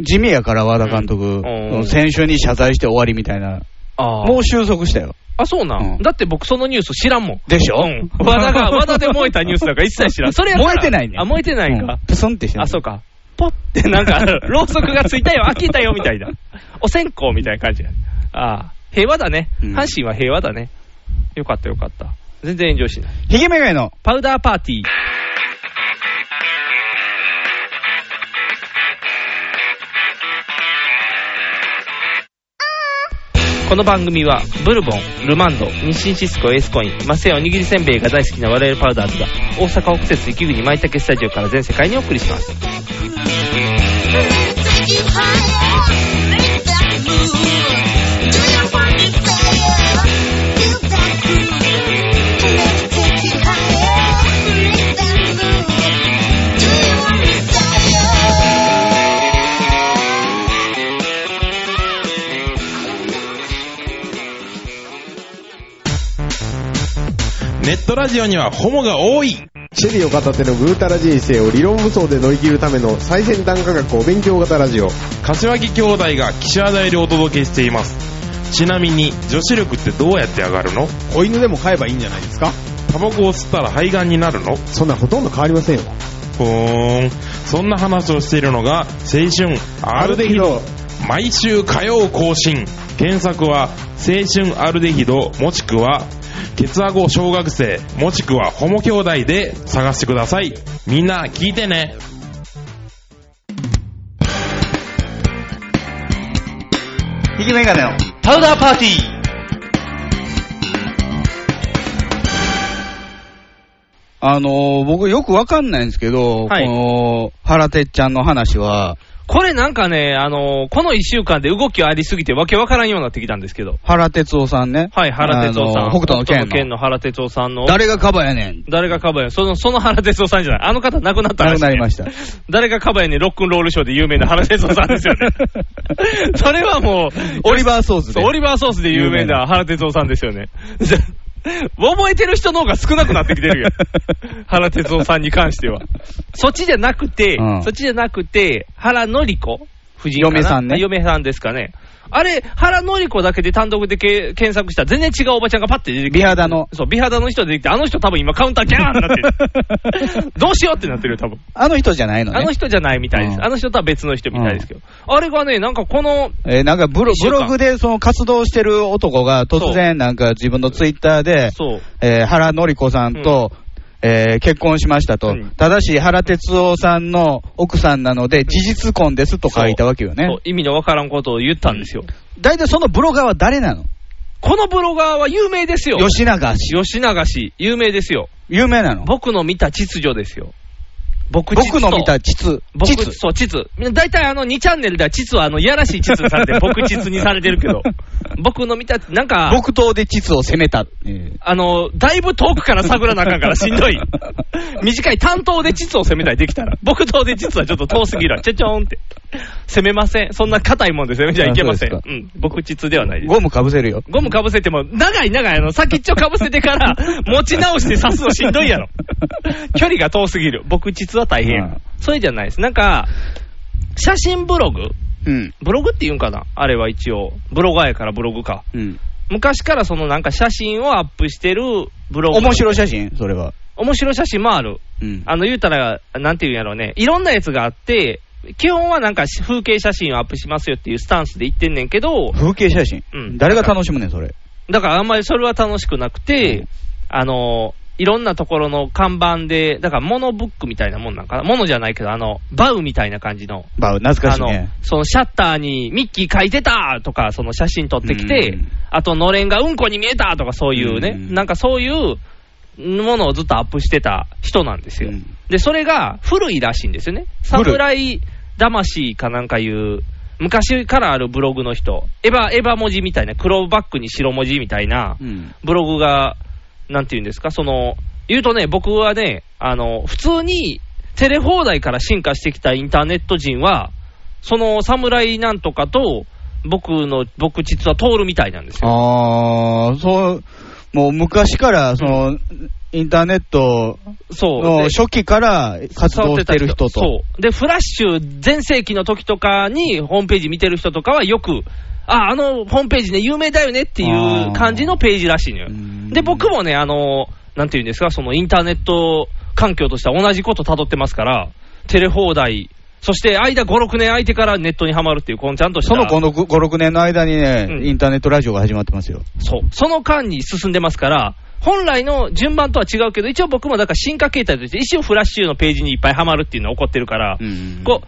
Speaker 2: 地味やから、和田監督、
Speaker 3: うんうん
Speaker 2: 選手に謝罪して終わりみたいな、
Speaker 3: ああ。
Speaker 2: もう収束したよ。
Speaker 3: あ、そうな、
Speaker 2: うん
Speaker 3: ん。だって僕そのニュース知らんもん。
Speaker 2: でしょ
Speaker 3: うん。 和田が、和田で燃えたニュースなんか一切知らん。それやったら
Speaker 2: 燃えてないね。
Speaker 3: あ、燃えてないか。
Speaker 2: うんプスンってしてる
Speaker 3: あ、そうか。ポッてなんか、ろうそくがついたよ、飽きたよ、みたいな。お線香みたいな感じやああ、平和だね。
Speaker 2: うん
Speaker 3: 阪神は平和だね。よかった、よかった。全然炎上しない。
Speaker 2: ヒゲメガネの
Speaker 3: パウダーパーティー。この番組は、ブルボン、ルマンド、日清シスコエースコイン、マセイおにぎりせんべいが大好きな我々パウダーズが、大阪北節雪国舞茸スタジオから全世界にお送りします。
Speaker 4: ネットラジオにはホモが多い
Speaker 5: シェリーを片手のぐうたら人生を理論武装で乗り切るための最先端科学お勉強型ラジオ
Speaker 4: 柏木兄弟が岸和田よりお届けしていますちなみに女子力ってどうやって上がるの
Speaker 5: 子犬でも飼えばいいんじゃないですか
Speaker 4: タバコを吸ったら肺がんになるの
Speaker 5: そんなほとんど変わりませんよ
Speaker 4: ふーんそんな話をしているのが青春アルデヒド毎週火曜更新検索は青春アルデヒドもしくはケツアゴ小学生もしくはホモ兄弟で探してくださいみんな聞いてね
Speaker 2: ヒゲメガネの
Speaker 3: パウダーパーティー
Speaker 2: あのー僕よくわかんないんですけど、
Speaker 3: はい
Speaker 2: この原てっちゃんの話は、
Speaker 3: これなんかね、あのーこの一週間で動きありすぎてわけわからんようになってきたんですけど。
Speaker 2: 原哲夫さんね。
Speaker 3: はい、原哲夫さ
Speaker 2: あ
Speaker 3: ん。
Speaker 2: のー北斗の剣の。
Speaker 3: 原哲夫さんの。
Speaker 2: 誰がカバやねん。
Speaker 3: 誰がカバやねんその、その原哲夫さんじゃない。あの方亡くなった
Speaker 2: な
Speaker 3: 話、
Speaker 2: くなりました。
Speaker 3: 誰がカバやねんロックンロールショーで有名な原哲夫さんですよ ね。それはもう、
Speaker 2: オリバーソーズで
Speaker 3: そうオ。リバーソースで有名な原哲夫さんですよね。 覚えてる人の方が少なくなってき てるよ。原哲夫さんに関しては。そっちじゃなくて、
Speaker 2: うん
Speaker 3: そっちじゃなくて、原紀子夫人かな
Speaker 2: 嫁さんね
Speaker 3: 嫁さんですかね。あれ、原紀子だけで単独でけ検索したら全然違うおばちゃんがパッて出てきて。
Speaker 2: 美肌の。
Speaker 3: そう、美肌の人出てきて、あの人多分今カウンターギャーンってなってる。 どうしようってなってるよ、多分。
Speaker 2: あの人じゃないのね。
Speaker 3: あの人じゃないみたいです。
Speaker 2: うん
Speaker 3: あの人とは別の人みたいですけど。あれがね、なんかこの、
Speaker 2: えーなんかブロ
Speaker 3: 一週
Speaker 2: ブ
Speaker 3: 間
Speaker 2: ログでその活動してる男が突然なんか自分のツイッターで、
Speaker 3: そう。
Speaker 2: えー原紀子さんと、えー結婚しましたと、
Speaker 3: うん
Speaker 2: ただし原哲夫さんの奥さんなので、事実婚ですと書いたわけよね
Speaker 3: そう、意味のわからんことを言ったんですよ。
Speaker 2: 大体そのブロガーは誰なの
Speaker 3: このブロガーは有名ですよ。
Speaker 2: 吉永氏、
Speaker 3: 吉永氏、有名ですよ。
Speaker 2: 有名なの、
Speaker 3: 僕の見た秩序ですよ。僕秩
Speaker 2: 僕の見た
Speaker 3: 秩
Speaker 2: 秩
Speaker 3: 僕
Speaker 2: 秩
Speaker 3: そう、秩序。大体あの2チャンネルでは秩はあの、やらしい秩にされて、僕秩にされてるけ ど、僕の見た、なんか、
Speaker 2: 木刀で秩を攻めた、えー
Speaker 3: あの、だいぶ遠くから探らなあかんからしんどい。短い担当で膣を攻めたいできたら。僕当で膣はちょっと遠すぎるわ。ちょちょーんって。攻めません。そんな硬いもんで攻めちゃいけません。
Speaker 2: あそううで
Speaker 3: ん。僕膣ではないです。
Speaker 2: ゴムかぶせるよ、
Speaker 3: ゴムかぶせても、長い長い、あの、先っちょかぶせ てから、持ち直して刺すのしんどいやろ。距離が遠すぎる。僕実は大変やから
Speaker 2: うん
Speaker 3: それじゃないです。なんか、写真ブログ
Speaker 2: うん
Speaker 3: ブログって言うんかなあれは一応。ブロガーやからブログか。
Speaker 2: うん、
Speaker 3: 昔からそのなんか写真をアップしてるブログ。
Speaker 2: 面白い写真、それは。
Speaker 3: 面白い写真もある。
Speaker 2: うん
Speaker 3: あの、言うたら、なんていうんやろうね。いろんなやつがあって、基本はなんか風景写真をアップしますよっていうスタンスで言ってんねんけど、
Speaker 2: 風景写真、
Speaker 3: うん
Speaker 2: 誰が楽しむねん、それ。
Speaker 3: だからあんまりそれは楽しくなくて、
Speaker 2: うん
Speaker 3: あの、いろんなところの看板で、だからモノブックみたいなもんなんかな、モノじゃないけど、あの、バウみたいな感じの、
Speaker 2: まあ、懐か
Speaker 3: あ
Speaker 2: しい
Speaker 3: の
Speaker 2: ね。
Speaker 3: そのシャッターにミッキー書いてたとか、その写真撮ってき
Speaker 2: う
Speaker 3: て
Speaker 2: ん、
Speaker 3: あとのれんがうんこに見えたとか、そういうね、
Speaker 2: うん
Speaker 3: なんかそういうものをずっとアップしてた人なんですよ。
Speaker 2: うん
Speaker 3: で、それが古いらしいんですよね、
Speaker 2: 古い
Speaker 3: 侍魂かなんかいう、昔からあるブログの人、エヴァエヴァ文字みたいな、黒バックに白文字みたいな
Speaker 2: うん
Speaker 3: ブログが、なんていうんですか、その、言うとね、僕はね、あの普通にテレ放題から進化してきたインターネット人は、その侍なんとかと、僕の、僕実は通るみたいなんですよ。
Speaker 2: ああ、そう、もう昔から、その、インターネット
Speaker 3: そう。
Speaker 2: の
Speaker 3: で
Speaker 2: 初期から活動してる人と。
Speaker 3: そう。で、フラッシュ全盛期の時とかに、ホームページ見てる人とかはよく、あ、あのホームページね、有名だよねっていう感じのページらしいのよ
Speaker 2: う。ん
Speaker 3: で、僕もね、あの、なんていうんですか、そのインターネット環境としては同じこと辿ってますから、テレ放題、そして間5、6年空いてからネットにはまるっていう、このちゃんとした
Speaker 2: そのこの5、6年の間にね、
Speaker 3: うん
Speaker 2: インターネットラジオが始まってますよ。
Speaker 3: そう、その間に進んでますから、本来の順番とは違うけど、一応僕もだから進化形態として、一応フラッシュのページにいっぱいはまるっていうのは起こってるから、
Speaker 2: うん
Speaker 3: こう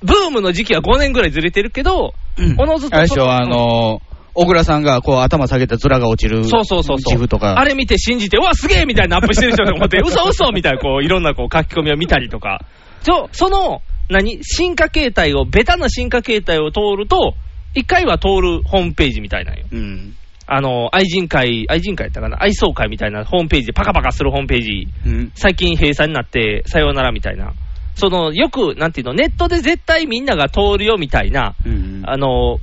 Speaker 3: ブームの時期は5年ぐらいずれてるけど、おのずと
Speaker 2: あれでしょ、あのー小倉さんがこう頭下げた面が落ちる
Speaker 3: そうそうそうそう
Speaker 2: 自負とか。
Speaker 3: あれ見て信じて、うわ、すげえみたいなアップしてる人と思って、嘘嘘みたいな、こう、いろんなこう書き込みを見たりとか、そその、何、進化形態を、ベタな進化形態を通ると、一回は通るホームページみたいなんよ。
Speaker 2: うん。
Speaker 3: あの、愛人会、愛人会やったかな、愛想会みたいなホームページで、パカパカするホームページ、
Speaker 2: うん。
Speaker 3: 最近閉鎖になって、さようならみたいな。その、よく、なんていうの、ネットで絶対みんなが通るよみたいな、
Speaker 2: うん
Speaker 3: あの、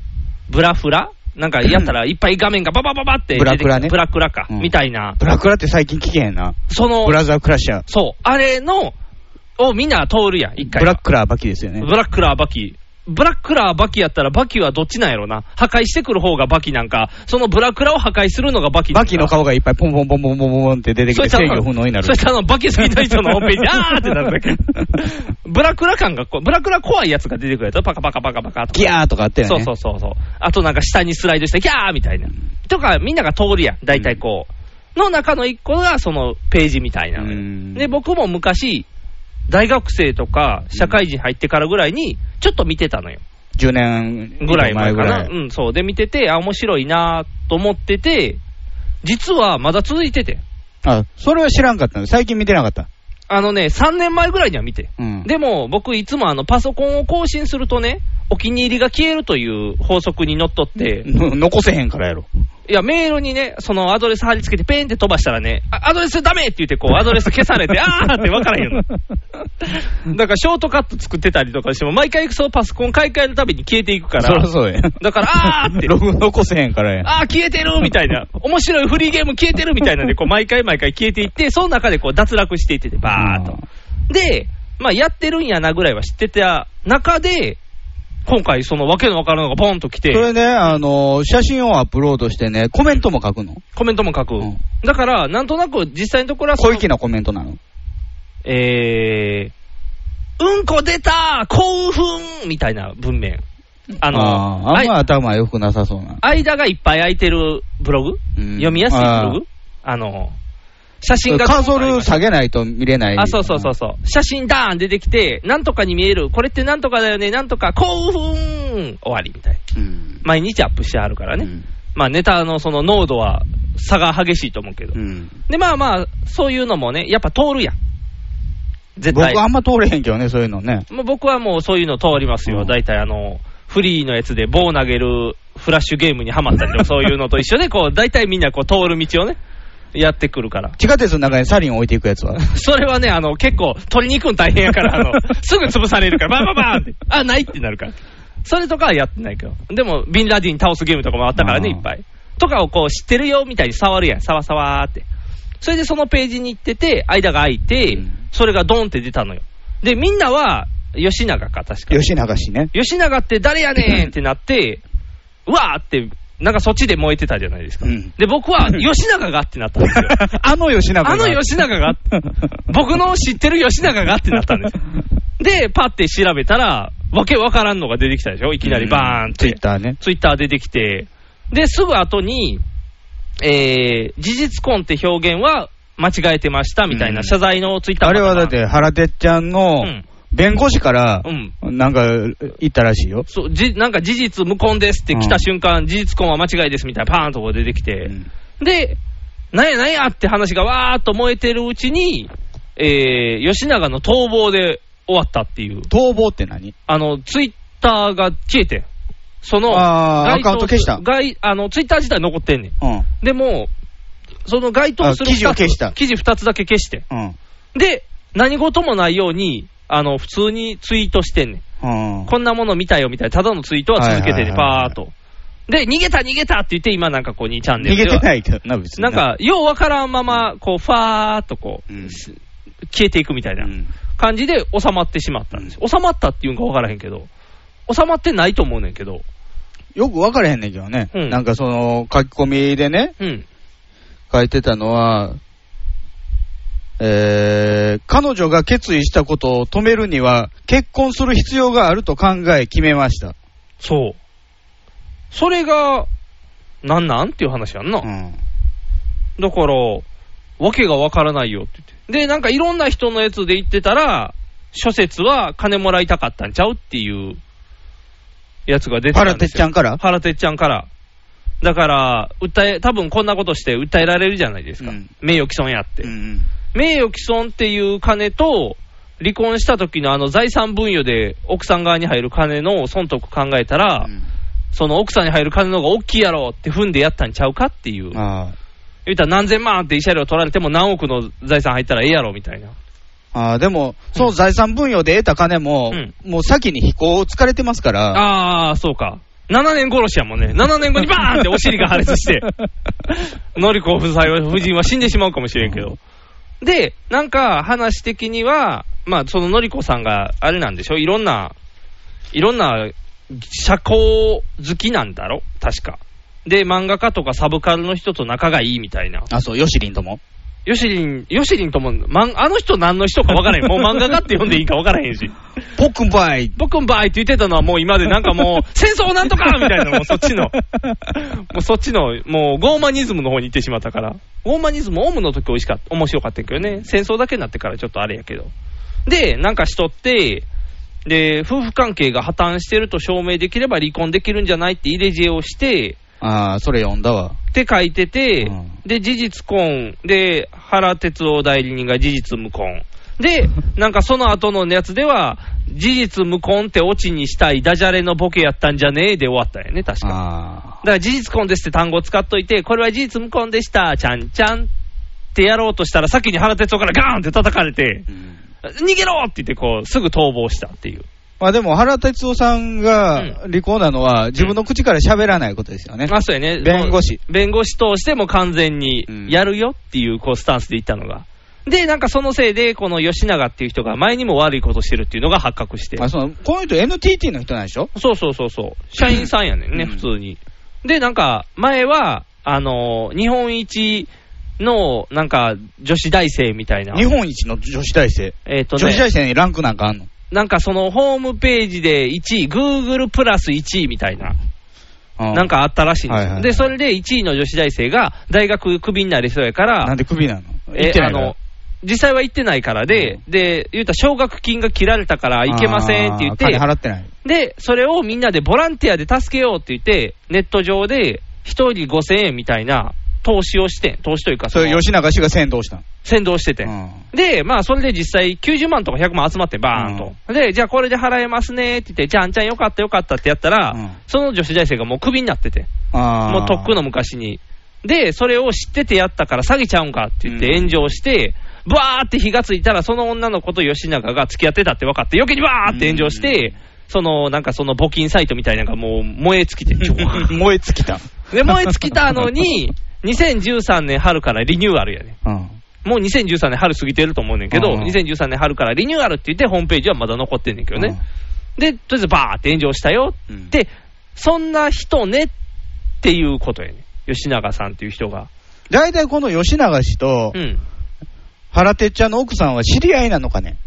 Speaker 3: ブラフラなんかやったらいっぱい画面がババババって出て
Speaker 2: ブラ
Speaker 3: きて
Speaker 2: クラね
Speaker 3: ブラクラか、
Speaker 2: うん
Speaker 3: みたいな。
Speaker 2: ブラクラって最近聞けへんな。
Speaker 3: その
Speaker 2: ブ、ラザークラッシャー。
Speaker 3: そう、あれの、をみんな通るやん、一回
Speaker 2: ブ
Speaker 3: は。
Speaker 2: ラックラーばきですよね。
Speaker 3: ブラックラーバキ。ブラックラーバキやったらバキはどっちなんやろな。破壊してくる方がバキなんか、そのブラクラを破壊するのがバキなんか
Speaker 2: バキの顔がいっぱいポンポンポンポンポンポンって出てきて
Speaker 3: そ
Speaker 2: 制
Speaker 3: いつ
Speaker 2: 御
Speaker 3: あの
Speaker 2: 不能になる
Speaker 3: そ。したらあの、バキ好きな人のホームペ ージ、あーってなるだけ。ブラクラ感がこう、ブラクラ怖いやつが出てくるやつ、パカパカパカパカとか。
Speaker 2: ギャーとかあったよ
Speaker 3: そう
Speaker 2: ね。
Speaker 3: そうそうそう。あとなんか下にスライドして、ギャーみたいな。とか、みんなが通るやん、大体こう。の中の一個が、そのページみたいなの
Speaker 2: う
Speaker 3: よ
Speaker 2: ん
Speaker 3: で、僕も昔、大学生とか社会人入ってからぐらいに、ちょっと見てたのよ。
Speaker 2: 10年
Speaker 3: ぐらい前
Speaker 2: ぐ
Speaker 3: からな。
Speaker 2: い。
Speaker 3: うん、そう。で、見てて、あ、面白いなと思ってて、実はまだ続いてて。
Speaker 2: あ、それは知らんかったの最近見てなかった。
Speaker 3: あのね、3年前ぐらいには見て。
Speaker 2: うん。
Speaker 3: でも、僕、いつもあのパソコンを更新するとね、お気に入りが消えるという法則にのっとって、
Speaker 2: の 残せへんからやろ。
Speaker 3: いや、メールにね、そのアドレス貼り付けて、ペーンって飛ばしたらね、あアドレスダメって言って、こう、アドレス消され て、あーって分からへんように。だから、ショートカット作ってたりとかしても、毎回そのパソコン買い替えるたびに消えていくから、
Speaker 2: そりゃそうや。
Speaker 3: だから、あーって
Speaker 2: ログ 残せへんからや。
Speaker 3: あー、消えてるみたいな、面白いフリーゲーム消えてるみたいなんで、こう毎回毎回消えていって、その中でこう脱落していってて、バーっと。で、まあ、やってるんやなぐらいは知ってた中で、今回、そのわけのわからんのがポンと来
Speaker 2: そ
Speaker 3: て、
Speaker 2: れね、あのー写真をアップロードしてね、コメントも書くの。
Speaker 3: コメントも書く。
Speaker 2: うん
Speaker 3: だから、なんとなく実際のところはそ
Speaker 2: 小
Speaker 3: の、
Speaker 2: 粋なコメントなの。
Speaker 3: えー、うんこ出た興奮みたいな文面。あの、
Speaker 2: あーあんま頭良くなさそうな。
Speaker 3: あい間がいっぱい空いてるブログ、
Speaker 2: うん
Speaker 3: 読みやすいブログあの、写真が
Speaker 2: カーソル下げないと見れない。
Speaker 3: あ、そうそうそうそう。写真ダーン出てきて、なんとかに見える。これってなんとかだよね。なんとか、興奮終わりみたいな。
Speaker 2: うん。
Speaker 3: 毎日アップしてあるからね。
Speaker 2: うん
Speaker 3: まあネタのその濃度は差が激しいと思うけど。
Speaker 2: うん。
Speaker 3: で、まあまあ、そういうのもね、やっぱ通るやん。絶
Speaker 2: 僕
Speaker 3: 対。
Speaker 2: あんま通れへんけどね、そういうのね。
Speaker 3: もう僕はもうそういうの通ります
Speaker 2: う
Speaker 3: よ。
Speaker 2: ん
Speaker 3: 大体あの、フリーのやつで棒投げるフラッシュゲームにハマったり とか、そういうのと一緒で、こう、大体みんなこう通る道をね、やってくるから。
Speaker 2: 地下鉄の中にサリン置いていくやつは。
Speaker 3: それはね、あの、結構、取りに行くの大変やか ら、あの、すぐ潰されるから、バンバンバンって、あ、ないってなるから。それとかはやってないけど。でも、ビンラディン倒すゲームとかもあったからね、
Speaker 2: あ
Speaker 3: い
Speaker 2: ー
Speaker 3: っぱい。とかをこう、知ってるよみたいに触るやん、さわさわーって。それでそのページに行ってて、間が空いて
Speaker 2: うん、
Speaker 3: それがドンって出たのよ。で、みんなは、吉永か、確か。
Speaker 2: 吉永氏ね。
Speaker 3: 吉永って誰やねんってなって、うわーって、なんかそっちで燃えてたじゃないですか。
Speaker 2: うん
Speaker 3: で、僕は、吉永がってなったんですよ。
Speaker 2: あの吉永が
Speaker 3: あの吉永 が、僕の知ってる吉永がってなったんです。で、パって調べたら、わけわからんのが出てきたでしょいきなりバーンって。
Speaker 2: ツイッターね。
Speaker 3: ツイッター出てきて。で、すぐ後に、えー、事実婚って表現は間違えてましたみたいな謝罪のツイッター
Speaker 2: あれはだっ、て、原てっちゃんの
Speaker 3: うん
Speaker 2: 弁護士から
Speaker 3: う、ん。
Speaker 2: なんか、言ったらしいよ。
Speaker 3: そうじなんか事実無根ですって来た瞬間、事実婚は間違いですみたいな、パーンとこう出てきて、
Speaker 2: うん
Speaker 3: で、なんやなんやって話がわーっと燃えてるうちに、えー、吉永の逃亡で終わったっていう、
Speaker 2: 逃亡って何
Speaker 3: あの、ツイッターが消えてん、その、
Speaker 2: あー
Speaker 3: 該当
Speaker 2: アカウント消した
Speaker 3: す該あのツイッター自体残ってんねん。
Speaker 2: うん。
Speaker 3: でも、その該当する
Speaker 2: あ記事を
Speaker 3: 二つ
Speaker 2: 消した
Speaker 3: 記事2つだけ消してん。
Speaker 2: うん。
Speaker 3: で、何事もないように、あの、普通にツイートしてんねん。
Speaker 2: うん。
Speaker 3: こんなもの見たよみたいな、ただのツイートは続けて
Speaker 2: はいはい
Speaker 3: ね、
Speaker 2: はいはい
Speaker 3: パーっと。で、逃げた、逃げたって言って、今なんかこう2チャンネ
Speaker 2: 逃
Speaker 3: ルで
Speaker 2: げ
Speaker 3: は
Speaker 2: てないけどな、別に。
Speaker 3: なん、か、ようわからんまま、こう、ファーっとこう、
Speaker 2: うん
Speaker 3: 消えていくみたいな
Speaker 2: うん
Speaker 3: 感じで収まってしまったんですよ。収まったっていうんかわからへんけど、収まってないと思うねんけど、
Speaker 2: よく分からへんねんけどね。
Speaker 3: うん
Speaker 2: なんかその、書き込みでね、
Speaker 3: うん。
Speaker 2: 書いてたのは、えー彼女が決意したことを止めるには、結婚する必要があると考え決めました。
Speaker 3: そう。それが、なんなんっていう話やんな。
Speaker 2: うん。
Speaker 3: だから、わけがわからないよって言って。で、なんかいろんな人のやつで言ってたら、諸説は金もらいたかったんちゃうっていうやつが出てたん
Speaker 2: 原
Speaker 3: で
Speaker 2: てっ
Speaker 3: す
Speaker 2: ちゃ
Speaker 3: よ。
Speaker 2: んから
Speaker 3: 原てっちゃんから。だから、訴え、多分こんなことして訴えられるじゃないですか。
Speaker 2: うん
Speaker 3: 名誉毀損やって。
Speaker 2: うん
Speaker 3: 名誉毀損っていう金と、離婚した時のあの財産分与で奥さん側に入る金の損得考えたら、その奥さんに入る金の方が大きいやろって踏んでやったんちゃうかっていう
Speaker 2: う。ん。あー
Speaker 3: 言ったら何千万って慰謝料取られても何億の財産入ったらええやろみたいな。
Speaker 2: あーでも、その財産分与で得た金も、
Speaker 3: うん
Speaker 2: もう先に飛行を疲れてますから、
Speaker 3: ああー、そうか。7年殺しやもんね。7年後にバーンってお尻が破裂して、のりこ夫妻は、夫人は死んでしまうかもしれんけど。で、なんか話的には、まあ、そののりこさんがあれなんでしょ、いろんな、いろんな社交好きなんだろ、確か。で、漫画家とかサブカルの人と仲がいいみたいな。
Speaker 2: あ、そう、ヨシリンとも。
Speaker 3: ヨシリン、ヨシリンとも、まんあの人何の人か分からへん。もう漫画家って呼んでいいか分からへんし。
Speaker 2: ポックンバイ
Speaker 3: 僕んばいって言ってたのはもう今でなんかもう、戦争なんとかみたいな、もうそっちの、もうそっちの、もうゴーマニズムの方に行ってしまったから。ゴーマニズム、オウムの時美味しかった、面白かったけどね。戦争だけになってからちょっとあれやけど。で、なんかしとって、で、夫婦関係が破綻してると証明できれば離婚できるんじゃないって入れ知恵をして、
Speaker 2: ああ、それ読んだわ。
Speaker 3: って書いてて、
Speaker 2: うん
Speaker 3: で、事実婚、で、原哲夫代理人が事実無婚。 で、なんかその後のやつでは、事実無婚ってオチにしたいダジャレのボケやったんじゃねえで終わったよね、確か。だか
Speaker 2: あ
Speaker 3: ら事実婚ですって単語使っといて、これは事実無婚でした、ちゃんちゃんってやろうとしたら、先に原哲夫からガーンって叩かれて
Speaker 2: あ、。うん
Speaker 3: 逃げろって言って、こう、すぐ逃亡したっていう。
Speaker 2: まあでも原哲夫さんが
Speaker 3: う
Speaker 2: 離婚なのは自分の口から喋らないことですよね。
Speaker 3: あ、そうやね。
Speaker 2: 弁護士
Speaker 3: もう。弁護士通しても完全に
Speaker 2: うん
Speaker 3: やるよっていうこうスタンスで言ったのが。で、なんかそのせいで、この吉永っていう人が前にも悪いことしてるっていうのが発覚して。
Speaker 2: まあそのこの人 NTT の人なんでしょ
Speaker 3: そうそうそうそう。社員さんやねんね、
Speaker 2: うん
Speaker 3: 普通に。で、なんか前は、あのー日本一の、なんか女子大生みたいな。
Speaker 2: 日本一の女子大生。
Speaker 3: えっ、と
Speaker 2: 女子
Speaker 3: ね
Speaker 2: 大、生にランクなんかあんの
Speaker 3: なんかそのホームページで1位、Google プラス1位みたいな。
Speaker 2: ああ
Speaker 3: なんかあったらしいんですよ、
Speaker 2: はいはい
Speaker 3: で、それで1位の女子大生が大学クビになりそうやから、
Speaker 2: なんでクビなの
Speaker 3: え
Speaker 2: 言ってない
Speaker 3: あ
Speaker 2: の
Speaker 3: の実際は行ってないからで、で、言うたら奨学金が切られたから行けませんって
Speaker 2: あ
Speaker 3: 言っ
Speaker 2: あ金
Speaker 3: て、
Speaker 2: 払ってない。
Speaker 3: で、それをみんなでボランティアで助けようって言って、ネット上で1人5000円みたいな投資をしてん、投資というか
Speaker 2: そ
Speaker 3: その
Speaker 2: れ吉永氏が先導したの。
Speaker 3: 先導してて。
Speaker 2: うん
Speaker 3: で、まあ、それで実際90万とか100万集まってバーンと。で、じゃあこれで払えますねって言って、じゃあんちゃんよかったよかったってやったら、
Speaker 2: うん
Speaker 3: その女子大生がもうクビになってて。
Speaker 2: ああ
Speaker 3: もうとっくの昔に。で、それを知っててやったから詐欺ちゃうんかって言って炎上して、ブワーって火がついたら、その女の子と吉永が付き合ってたって分かって、余計にバーって炎上し
Speaker 2: うんうんう
Speaker 3: て、そのなんかその募金サイトみたいなのがもう燃え 尽きて、ジョワー
Speaker 2: 燃え尽きた。
Speaker 3: で燃え尽きたのに、2013年春からリニューアルやね
Speaker 2: うん
Speaker 3: もう2013年春過ぎてると思うねんけど、
Speaker 2: うんうん
Speaker 3: 2013年春からリニューアルって言って、ホームページはまだ残ってんねんけどね。で、とりあえずバーって炎上したよ
Speaker 2: うん
Speaker 3: で、そんな人ねっていうことやね。吉永さんっていう人が。
Speaker 2: 大体この吉永氏と
Speaker 3: うん。
Speaker 2: 原哲ちゃんの奥さんは知り合いなのかね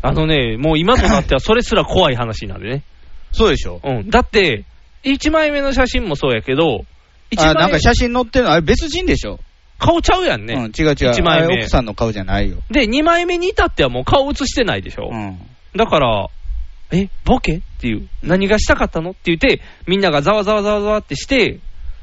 Speaker 3: あのね、もう今となってはそれすら怖い話なんでね。
Speaker 2: そうでしょ
Speaker 3: うん。だって、1枚目の写真もそうやけど、一
Speaker 2: あ
Speaker 3: 枚
Speaker 2: なんか写真載ってるの、あれ別人でしょ
Speaker 3: 顔ちゃうやんね。
Speaker 2: うん、違う違う。
Speaker 3: 一枚目
Speaker 2: あれ奥さんの顔じゃないよ。
Speaker 3: で、2枚目に至ってはもう顔写してないでしょ。
Speaker 2: うん。
Speaker 3: だから、え、ボケっていう、何がしたかったのって言って、みんながざわざわざわざわってして、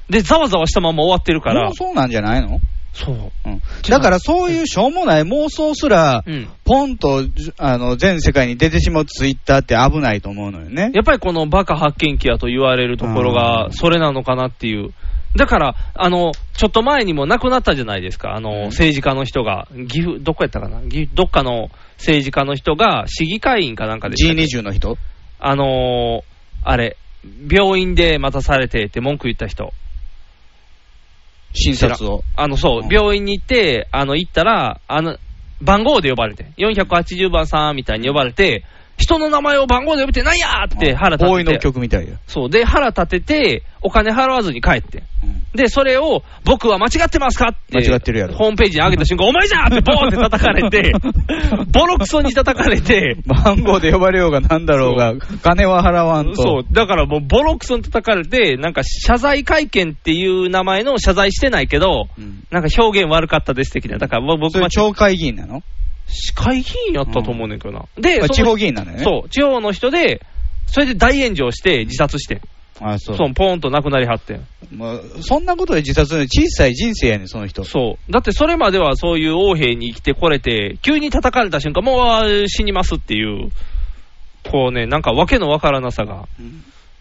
Speaker 3: で、ざわざわしたまま終わってるから
Speaker 2: 妄、想なんじゃないの、
Speaker 3: そう。
Speaker 2: うん、だからそういうしょうもない妄想すら、
Speaker 3: うん。
Speaker 2: ポンとじゅあの全世界に出てしまうツイッターって危ないと思うのよね。
Speaker 3: やっぱりこのバカ発見器やと言われるところ
Speaker 2: う
Speaker 3: が、
Speaker 2: ん
Speaker 3: それなのかなっていう。だから、あの、ちょっと前にも亡くなったじゃないですか。あ
Speaker 2: うん
Speaker 3: の、政治家の人が、岐阜、どこやったかな岐阜、どっかの政治家の人が、市議会員かなんかでしたっけ
Speaker 2: G20 の人
Speaker 3: あのー、あれ、病院で待たされてって文句言った人。
Speaker 2: 診察を。
Speaker 3: あの、そう
Speaker 2: う、ん
Speaker 3: 病院に行って、あの、行ったら、あの、番号で呼ばれて、480番さんみたいに呼ばれて、人の名前を番号で呼べてないやーって腹立
Speaker 2: 大井
Speaker 3: って
Speaker 2: の。曲みたいや。
Speaker 3: そう。で、腹立てて、お金払わずに帰って。で、それを、僕は間違ってますかって、
Speaker 2: 間違ってるやろ
Speaker 3: ホームページに上げた瞬 間、お前じゃーって、ボーンって叩かれて、ボロクソに叩かれて、
Speaker 2: 番号で呼ばれようがなんだろうが、金は払わんと。
Speaker 3: そう、だからもう、ボロクソに叩かれて、なんか謝罪会見っていう名前の謝罪してないけど、
Speaker 2: うん
Speaker 3: なんか表現悪かったです的な、だから僕
Speaker 2: それ
Speaker 3: は
Speaker 2: 町会議員なの
Speaker 3: 市会議員やったと思うねんけどな。で、
Speaker 2: あ
Speaker 3: その
Speaker 2: 地方議員なのよね。
Speaker 3: そう、地方の人で、それで大炎上して自殺してん、
Speaker 2: あ、そ。
Speaker 3: そううポーンと亡くなりはってん。
Speaker 2: もうそんなことで自殺するの小さい人生やねん、その人。
Speaker 3: そう。だってそれまではそういう横兵に生きてこれて、急に叩かれた瞬間、もう死にますっていう、こうね、なんか訳のわからなさが。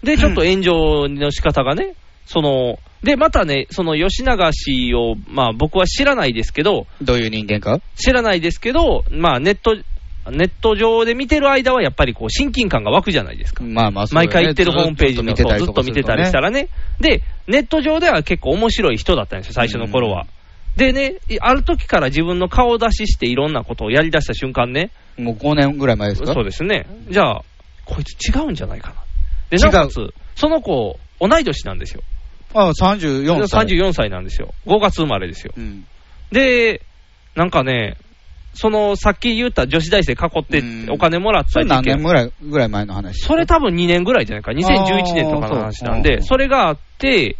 Speaker 3: で、ちょっと炎上の仕方がね、その、で、またね、その吉永氏を、まあ僕は知らないですけど、
Speaker 2: どういう人間か
Speaker 3: 知らないですけど、まあネット、ネット上で見てる間はやっぱりこう親近感が湧くじゃないですか。
Speaker 2: まあまあ、そうだ
Speaker 3: 毎
Speaker 2: よね
Speaker 3: 回行ってるホームページの
Speaker 2: ずっと見てた
Speaker 3: そう
Speaker 2: りと
Speaker 3: ずっと
Speaker 2: かす
Speaker 3: 見
Speaker 2: る
Speaker 3: てたりした
Speaker 2: ね
Speaker 3: らね。で、ネット上では結構面白い人だったんですよ、最初の頃は。でね、いある時から自分の顔出ししていろんなことをやり出した瞬間ね、
Speaker 2: もう5年ぐらい前ですか
Speaker 3: そうですね。じゃあ、こいつ違うんじゃないかな。で、なおかつ、その子、同い年なんですよ。
Speaker 2: あ、34歳。
Speaker 3: 34歳なんですよ。5月生まれですよ。
Speaker 2: うん。
Speaker 3: で、なんかね、その、さっき言った女子大生囲って
Speaker 2: うん
Speaker 3: お金もらっ
Speaker 2: そ
Speaker 3: た
Speaker 2: れ
Speaker 3: り
Speaker 2: 何年ぐらいぐらい前の話
Speaker 3: それ多分2年ぐらいじゃないか、2011年とかの話なん
Speaker 2: あーそうう
Speaker 3: で、
Speaker 2: ん
Speaker 3: それがあって、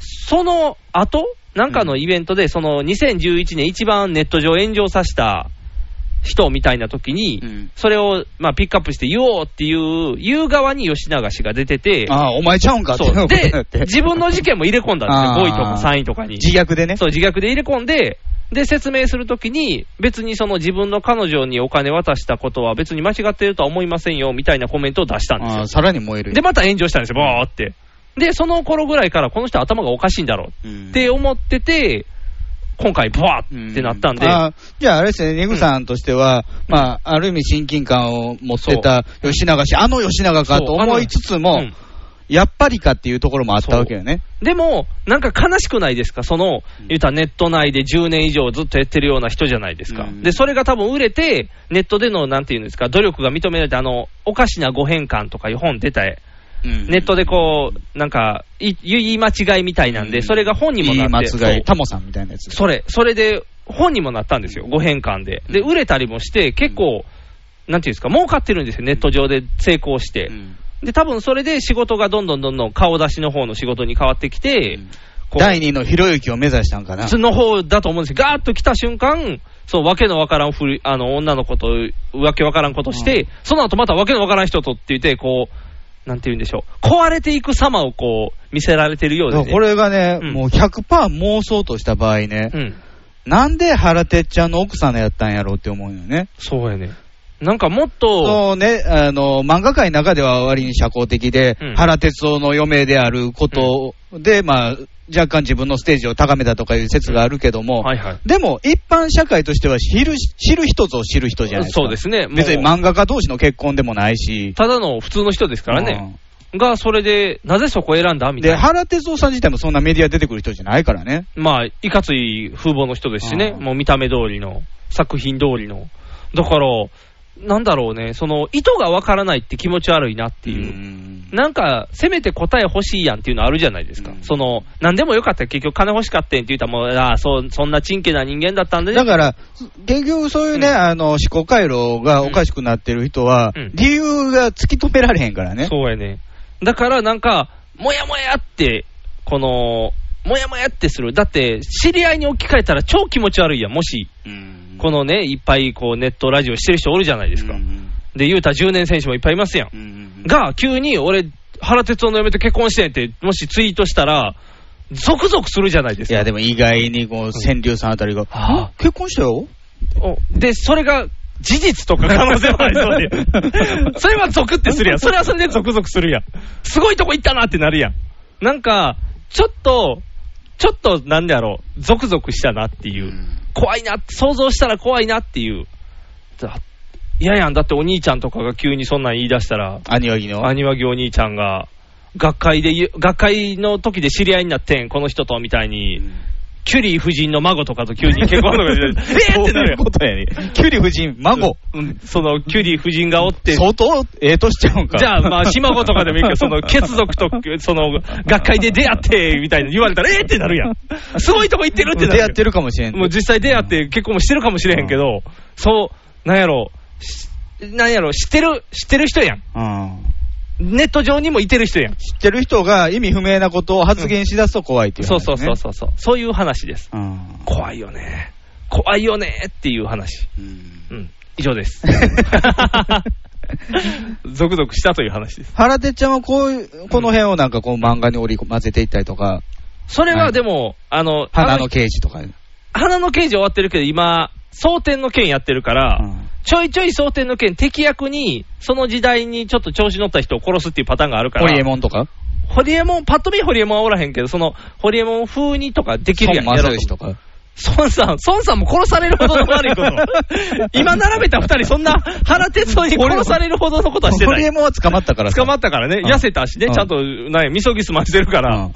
Speaker 3: その後なんかのイベントで、その2011年、一番ネット上炎上させた人みたいな時に
Speaker 2: うん、
Speaker 3: それをまあピックアップして言おうっていう、言う側に吉永氏が出てて、
Speaker 2: ああ、お前ちゃうんかって
Speaker 3: そう
Speaker 2: ことにな
Speaker 3: で
Speaker 2: っ、て
Speaker 3: 自分の事件も入れ込んだんですよ、5位と
Speaker 2: あ
Speaker 3: か
Speaker 2: ー
Speaker 3: 3位とかに。
Speaker 2: 自虐でね。
Speaker 3: そう、自虐で入れ込んで、で、説明するときに、別にその自分の彼女にお金渡したことは別に間違ってるとは思いませんよ、みたいなコメントを出したんです
Speaker 2: あ
Speaker 3: よ
Speaker 2: あ。さらに燃える。
Speaker 3: で、また炎上したんですよ、ボーって。で、その頃ぐらいから、この人頭がおかしいんだろ
Speaker 2: う
Speaker 3: うんって思ってて、今回、ボワーってなったんで、
Speaker 2: うあじゃあ、あれですね、ネグさんとしては、まあ、ある意味親近感を持ってた吉永氏、あの吉永かと
Speaker 3: そうあの
Speaker 2: 思いつつも、
Speaker 3: うん
Speaker 2: やっぱりかっていうところもあったわけよね。
Speaker 3: でも、なんか悲しくないですか、その、言うたらネット内で10年以上ずっとやってるような人じゃないですか、
Speaker 2: うん
Speaker 3: でそれが多分売れて、ネットでのなんていうんですか、努力が認められて、あのおかしなご変換とかいう本出た、ネットでこう、なんか、い言い間違いみたいなんで、それが本にもな
Speaker 2: 言い
Speaker 3: って、
Speaker 2: 間違
Speaker 3: そう
Speaker 2: い、タモさんみたいなやつ。
Speaker 3: それ、それで本にもなったんですよ、ご返還で。で、売れたりもして、結構、なんていうんですか、儲かってるんですよ、ネット上で成功して。
Speaker 2: うん
Speaker 3: で、多分それで仕事がどんどんどんどん顔出しの方の仕事に変わってきて、こう
Speaker 2: 第二のひろゆきを目指したんかな。
Speaker 3: の方だと思うんですよ、ガーッと来た瞬間、そう、わけのわからんふり、あの、女の子と、わけわからんことして、その後またわけのわからん人とって言って、こう、なんて言うんでしょう、壊れていく様をこう、見せられてるよう
Speaker 2: だ
Speaker 3: で、
Speaker 2: から
Speaker 3: ね。
Speaker 2: これがね、
Speaker 3: うん
Speaker 2: もう100%妄想とした場合ね、
Speaker 3: うん。
Speaker 2: なんで原哲ちゃんの奥さんのやったんやろうって思うよね。
Speaker 3: そうやね。なんかもっと、
Speaker 2: そうね、あの、漫画界の中では割に社交的で、
Speaker 3: うん
Speaker 2: 原哲夫の余命であることで、まあ、若干自分のステージを高めたとかいう説があるけども、
Speaker 3: はいはい。
Speaker 2: でも、一般社会としては知る、知る人ぞ知る人じゃないですか。
Speaker 3: そうですね。もう
Speaker 2: 別に漫画家同士の結婚でもないし。
Speaker 3: ただの普通の人ですからね。が、それで、なぜそこ選んだ
Speaker 2: うん
Speaker 3: みたい
Speaker 2: で、
Speaker 3: な。
Speaker 2: 原哲夫さん自体もそんなメディア出てくる人じゃないからね。
Speaker 3: まあ、いかつい風貌の人ですしね。
Speaker 2: うん
Speaker 3: もう見た目通りの、作品通りの。だから、なんだろうね、その、意図がわからないって気持ち悪いなっていう。
Speaker 2: うん
Speaker 3: なんか、せめて答え欲しいやんっていうのあるじゃないですか。
Speaker 2: うん
Speaker 3: その、なんでもよかったら結局金欲しかったんって言ったらもう、ああ、そうそんなちんけな人間だったんでね
Speaker 2: だ。から、結局そういうね、
Speaker 3: うん
Speaker 2: あの、思考回路がおかしくなってる人は、
Speaker 3: うん
Speaker 2: 理由が突き止められへんからね。
Speaker 3: そうやね。だからなんか、もやもやって、この、もやもやってする。だって、知り合いに置き換えたら超気持ち悪いやん。もし、
Speaker 2: うん
Speaker 3: このね、いっぱいこうネットラジオしてる人おるじゃないですか。で、言うたら10年選手もいっぱいいますやん。が、急に俺、原哲夫の嫁と結婚してんって、もしツイートしたら、ゾクゾクするじゃないです
Speaker 2: い
Speaker 3: か。
Speaker 2: や、でも意外にこう、川柳さんあたりが、
Speaker 3: あ
Speaker 2: あ結婚したよ
Speaker 3: おで、それが事実とか可能性もありそう で、それはゾクってするやん、それはそれでゾクゾクするやん、すごいとこ行ったなってなるやん、なんか、ちょっと、ちょっとなんだろう、ゾクゾクしたなっていう、怖いな、想像したら怖いなっていう、だいややん、だってお兄ちゃんとかが急にそんなん言い出したら、
Speaker 2: 兄貴の。
Speaker 3: 兄はぎお兄ちゃんが、学会で言う、学会の時で知り合いになってん、この人とみたいにキュリー夫人の孫とかと急 に結婚とかしてえーって
Speaker 2: そう
Speaker 3: なる
Speaker 2: いう
Speaker 3: よ
Speaker 2: ことやね。キュリー夫人、孫。
Speaker 3: うん、そのキュリー夫人がおって、
Speaker 2: 相当、ええとしちゃうんか。
Speaker 3: じゃあ、まあ、島子とかでも いいけど、その、血族と、その、学会で出会って、みたいな言わ れたら、えーってなるやん。すごいとこ行ってるってなる
Speaker 2: 出
Speaker 3: やん
Speaker 2: 会ってるかもしれん。
Speaker 3: もう実際出会って結婚もしてるかもしれへんけど、そう、なんやろ、しなんやろ、知ってる、知ってる人やん。
Speaker 2: うん
Speaker 3: ネット上にもいてる人やん。
Speaker 2: 知ってる人が意味不明なことを発言しだすと怖いっていう、
Speaker 3: そうそうそうそうそう。そういう話です。
Speaker 2: う。うん。
Speaker 3: 怖いよね。怖いよねっていう話。
Speaker 2: うん
Speaker 3: うん。以上です。 ゾクゾクしたという話です。
Speaker 2: 原哲ちゃんはこういう、この辺をなんかこう漫画に織り混ぜていったりとか、
Speaker 3: それ
Speaker 2: は
Speaker 3: はいでも、あの、
Speaker 2: 花
Speaker 3: あ
Speaker 2: の刑事とか。うん
Speaker 3: 花の刑事終わってるけど、今、蒼天の剣やってるから、ちょいちょい蒼天の剣、敵役に、その時代にちょっと調子乗った人を殺すっていうパターンがあるから、
Speaker 2: ホリエモンとか、
Speaker 3: ホリエモン、パッと見ホリエモンはおらへんけど、その、ホリエモン風にとかできるやん。
Speaker 2: 孫
Speaker 3: やろ
Speaker 2: 正
Speaker 3: う
Speaker 2: 義
Speaker 3: と
Speaker 2: とか。
Speaker 3: 孫さん、孫さんも殺されるほどの悪 いこと。今並べた二人、そんな腹鉄夫に殺されるほどのことはして
Speaker 2: ホ
Speaker 3: な
Speaker 2: リエ
Speaker 3: い。
Speaker 2: モンは捕まったからさ
Speaker 3: 捕まったからね、
Speaker 2: うん
Speaker 3: 痩せたしね、
Speaker 2: うん
Speaker 3: ちゃんと、なんや、みそぎすましてるから、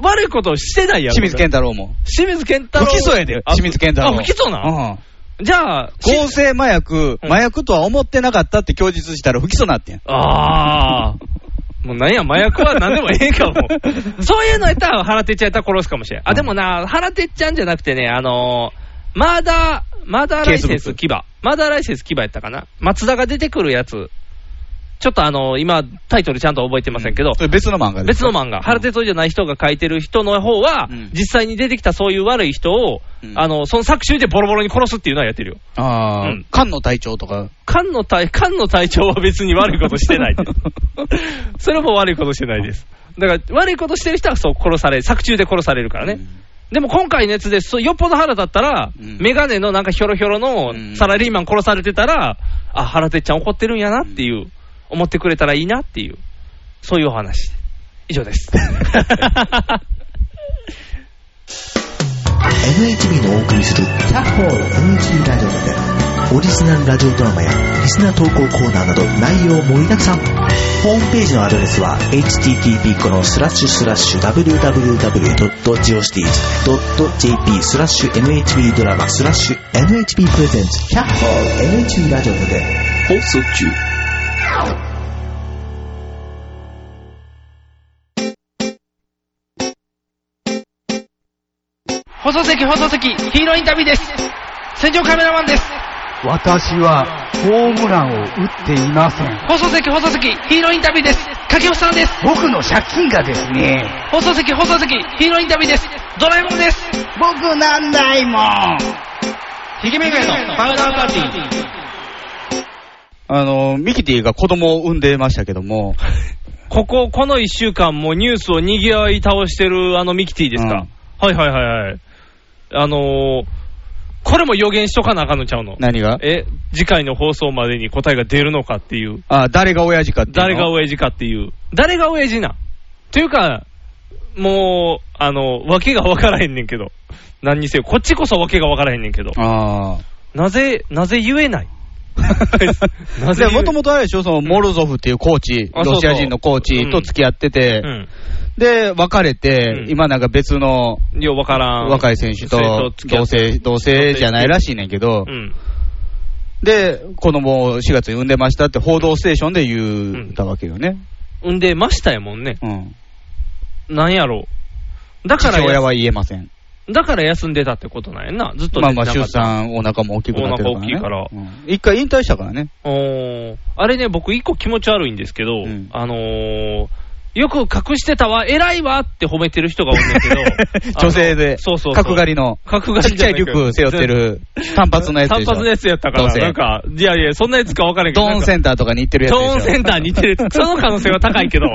Speaker 3: 悪いことしてないやろ。
Speaker 2: 清水健太郎も。
Speaker 3: 清水健太郎。
Speaker 2: 不起訴やで、
Speaker 3: あ
Speaker 2: 清水健太郎。
Speaker 3: あ、不起訴な。
Speaker 2: うん
Speaker 3: じゃあ、
Speaker 2: 合成麻薬、
Speaker 3: うん
Speaker 2: 麻薬とは思ってなかったって供述したら不起訴なってん。
Speaker 3: ああ。 もうなんや、麻薬は何でもええかも。 そういうのやったら、原てっちゃんやったら殺すかもしれん。あ、でもな、原てっちゃんじゃなくてね、あのーマーダー、マーダーライセンス牙。マーダーライセンス牙やったかな。松田が出てくるやつ。ちょっとあのー今、タイトルちゃんと覚えてませんけど、
Speaker 2: それ別の漫画です。
Speaker 3: 別の漫画、原哲夫じゃない人が書いてる人の方は、
Speaker 2: うん
Speaker 3: 実際に出てきたそういう悪い人を、
Speaker 2: うん
Speaker 3: あの、その作中でボロボロに殺すっていうのはやってるよ。
Speaker 2: ああ、
Speaker 3: うん
Speaker 2: 菅野隊長とか。
Speaker 3: 菅の隊、菅の隊長は別に悪いことしてな いです。それも悪いことしてないです。だから、悪いことしてる人はそう殺され、作中で殺されるからね。でも今回のやつです、そうよっぽど腹立ったら、
Speaker 2: うん
Speaker 3: メガネのなんかひょろひょろ
Speaker 2: う
Speaker 3: の
Speaker 2: ん
Speaker 3: サラリーマン殺されてたら、あ、原てっちゃん怒ってるんやなっていう、思ってくれたらいいなっていう、そういうお話。以 上です。
Speaker 6: NHB のお送りする「キャッホール NHB ラジオ」でオリジナルラジオドラマやリスナー投稿コーナーなど内容盛りだくさんホームページのアドレスは http このスラッシュスラッシュ www.geocities.jp スラッシュ NHB ドラマスラッシュ NHB プレゼンツキャッホール NHB ラジオで
Speaker 1: 放送中。
Speaker 3: 放送席、放送席、ヒーローインタビューです。戦場カメラマンです。
Speaker 7: 私はホームランを打っていません。
Speaker 3: 放送席、放送席、ヒーローインタビューです。掛布さんです。
Speaker 7: 僕の借金がですね、
Speaker 3: 放送席、放送席、ヒーローインタビューです。ドラえもんです。
Speaker 7: 僕なんないもん。
Speaker 3: ひげめがねのパウダーパーティー。
Speaker 2: あの、ミキティが子供を産んでましたけども。
Speaker 3: ここ、この一週間もニュースを賑わい倒してるあのミキティですか。はいはいはいはい。あのー、これも予言しとかなあかんのちゃうの。
Speaker 2: 何が
Speaker 3: え、次回の放送までに答えが出るのかっていう。
Speaker 2: あ、誰が親父かっていうの
Speaker 3: 誰が親父かっていう。誰が親父なんというか、もう、あの、わけがわからへんねんけど。何にせよ。こっちこそわけがわからへんねんけど。
Speaker 2: ああ。
Speaker 3: なぜ、なぜ言えない なぜ言え
Speaker 2: もともとあれでしょ、そのモロゾフっていうコーチ、
Speaker 3: あそうそう
Speaker 2: ロシア人のコーチと付き合ってて、
Speaker 3: うん。
Speaker 2: で、別れて、
Speaker 3: うん
Speaker 2: 今なんか別の
Speaker 3: ようわからん。
Speaker 2: 若い選手と
Speaker 3: 付き合
Speaker 2: 同
Speaker 3: って
Speaker 2: 性、同性じゃないらしいねんけど、
Speaker 3: うん。
Speaker 2: で、子供を4月に産んでましたって、報道ステーションで言ったわけよね。
Speaker 3: 産んでましたやもんね。
Speaker 2: うん。
Speaker 3: なんやろう。だか
Speaker 2: 父
Speaker 3: ら
Speaker 2: 親
Speaker 3: や、
Speaker 2: は言えません。
Speaker 3: だから休んでたってことなんやんな。ずっと
Speaker 2: まあ
Speaker 3: 寝
Speaker 2: ま
Speaker 3: てな
Speaker 2: あ、
Speaker 3: かった
Speaker 2: 出産、お腹も大きくなってるから、ね。
Speaker 3: お腹大きいから
Speaker 2: うん一回引退したからね。
Speaker 3: おーあれね、僕、一個気持ち悪いんですけど、
Speaker 2: うん、
Speaker 3: あのー、よく隠してたわ、偉いわって褒めてる人が多いんだけど
Speaker 2: 女性で
Speaker 3: あのそうそうそう
Speaker 2: 角刈りの、
Speaker 3: 角刈り
Speaker 2: ちっちゃいリュック背負って。 る単発のやつで
Speaker 3: 単
Speaker 2: しょ。
Speaker 3: 発のやつやったから、
Speaker 2: どうせ
Speaker 3: なんか、いやいや、そんなやつか分からんけ
Speaker 2: ド
Speaker 3: ど、
Speaker 2: ーンセンターとかに行ってるやつ
Speaker 3: ド
Speaker 2: でしょ。
Speaker 3: ーンセンターに似 てる。その可能性は高いけど、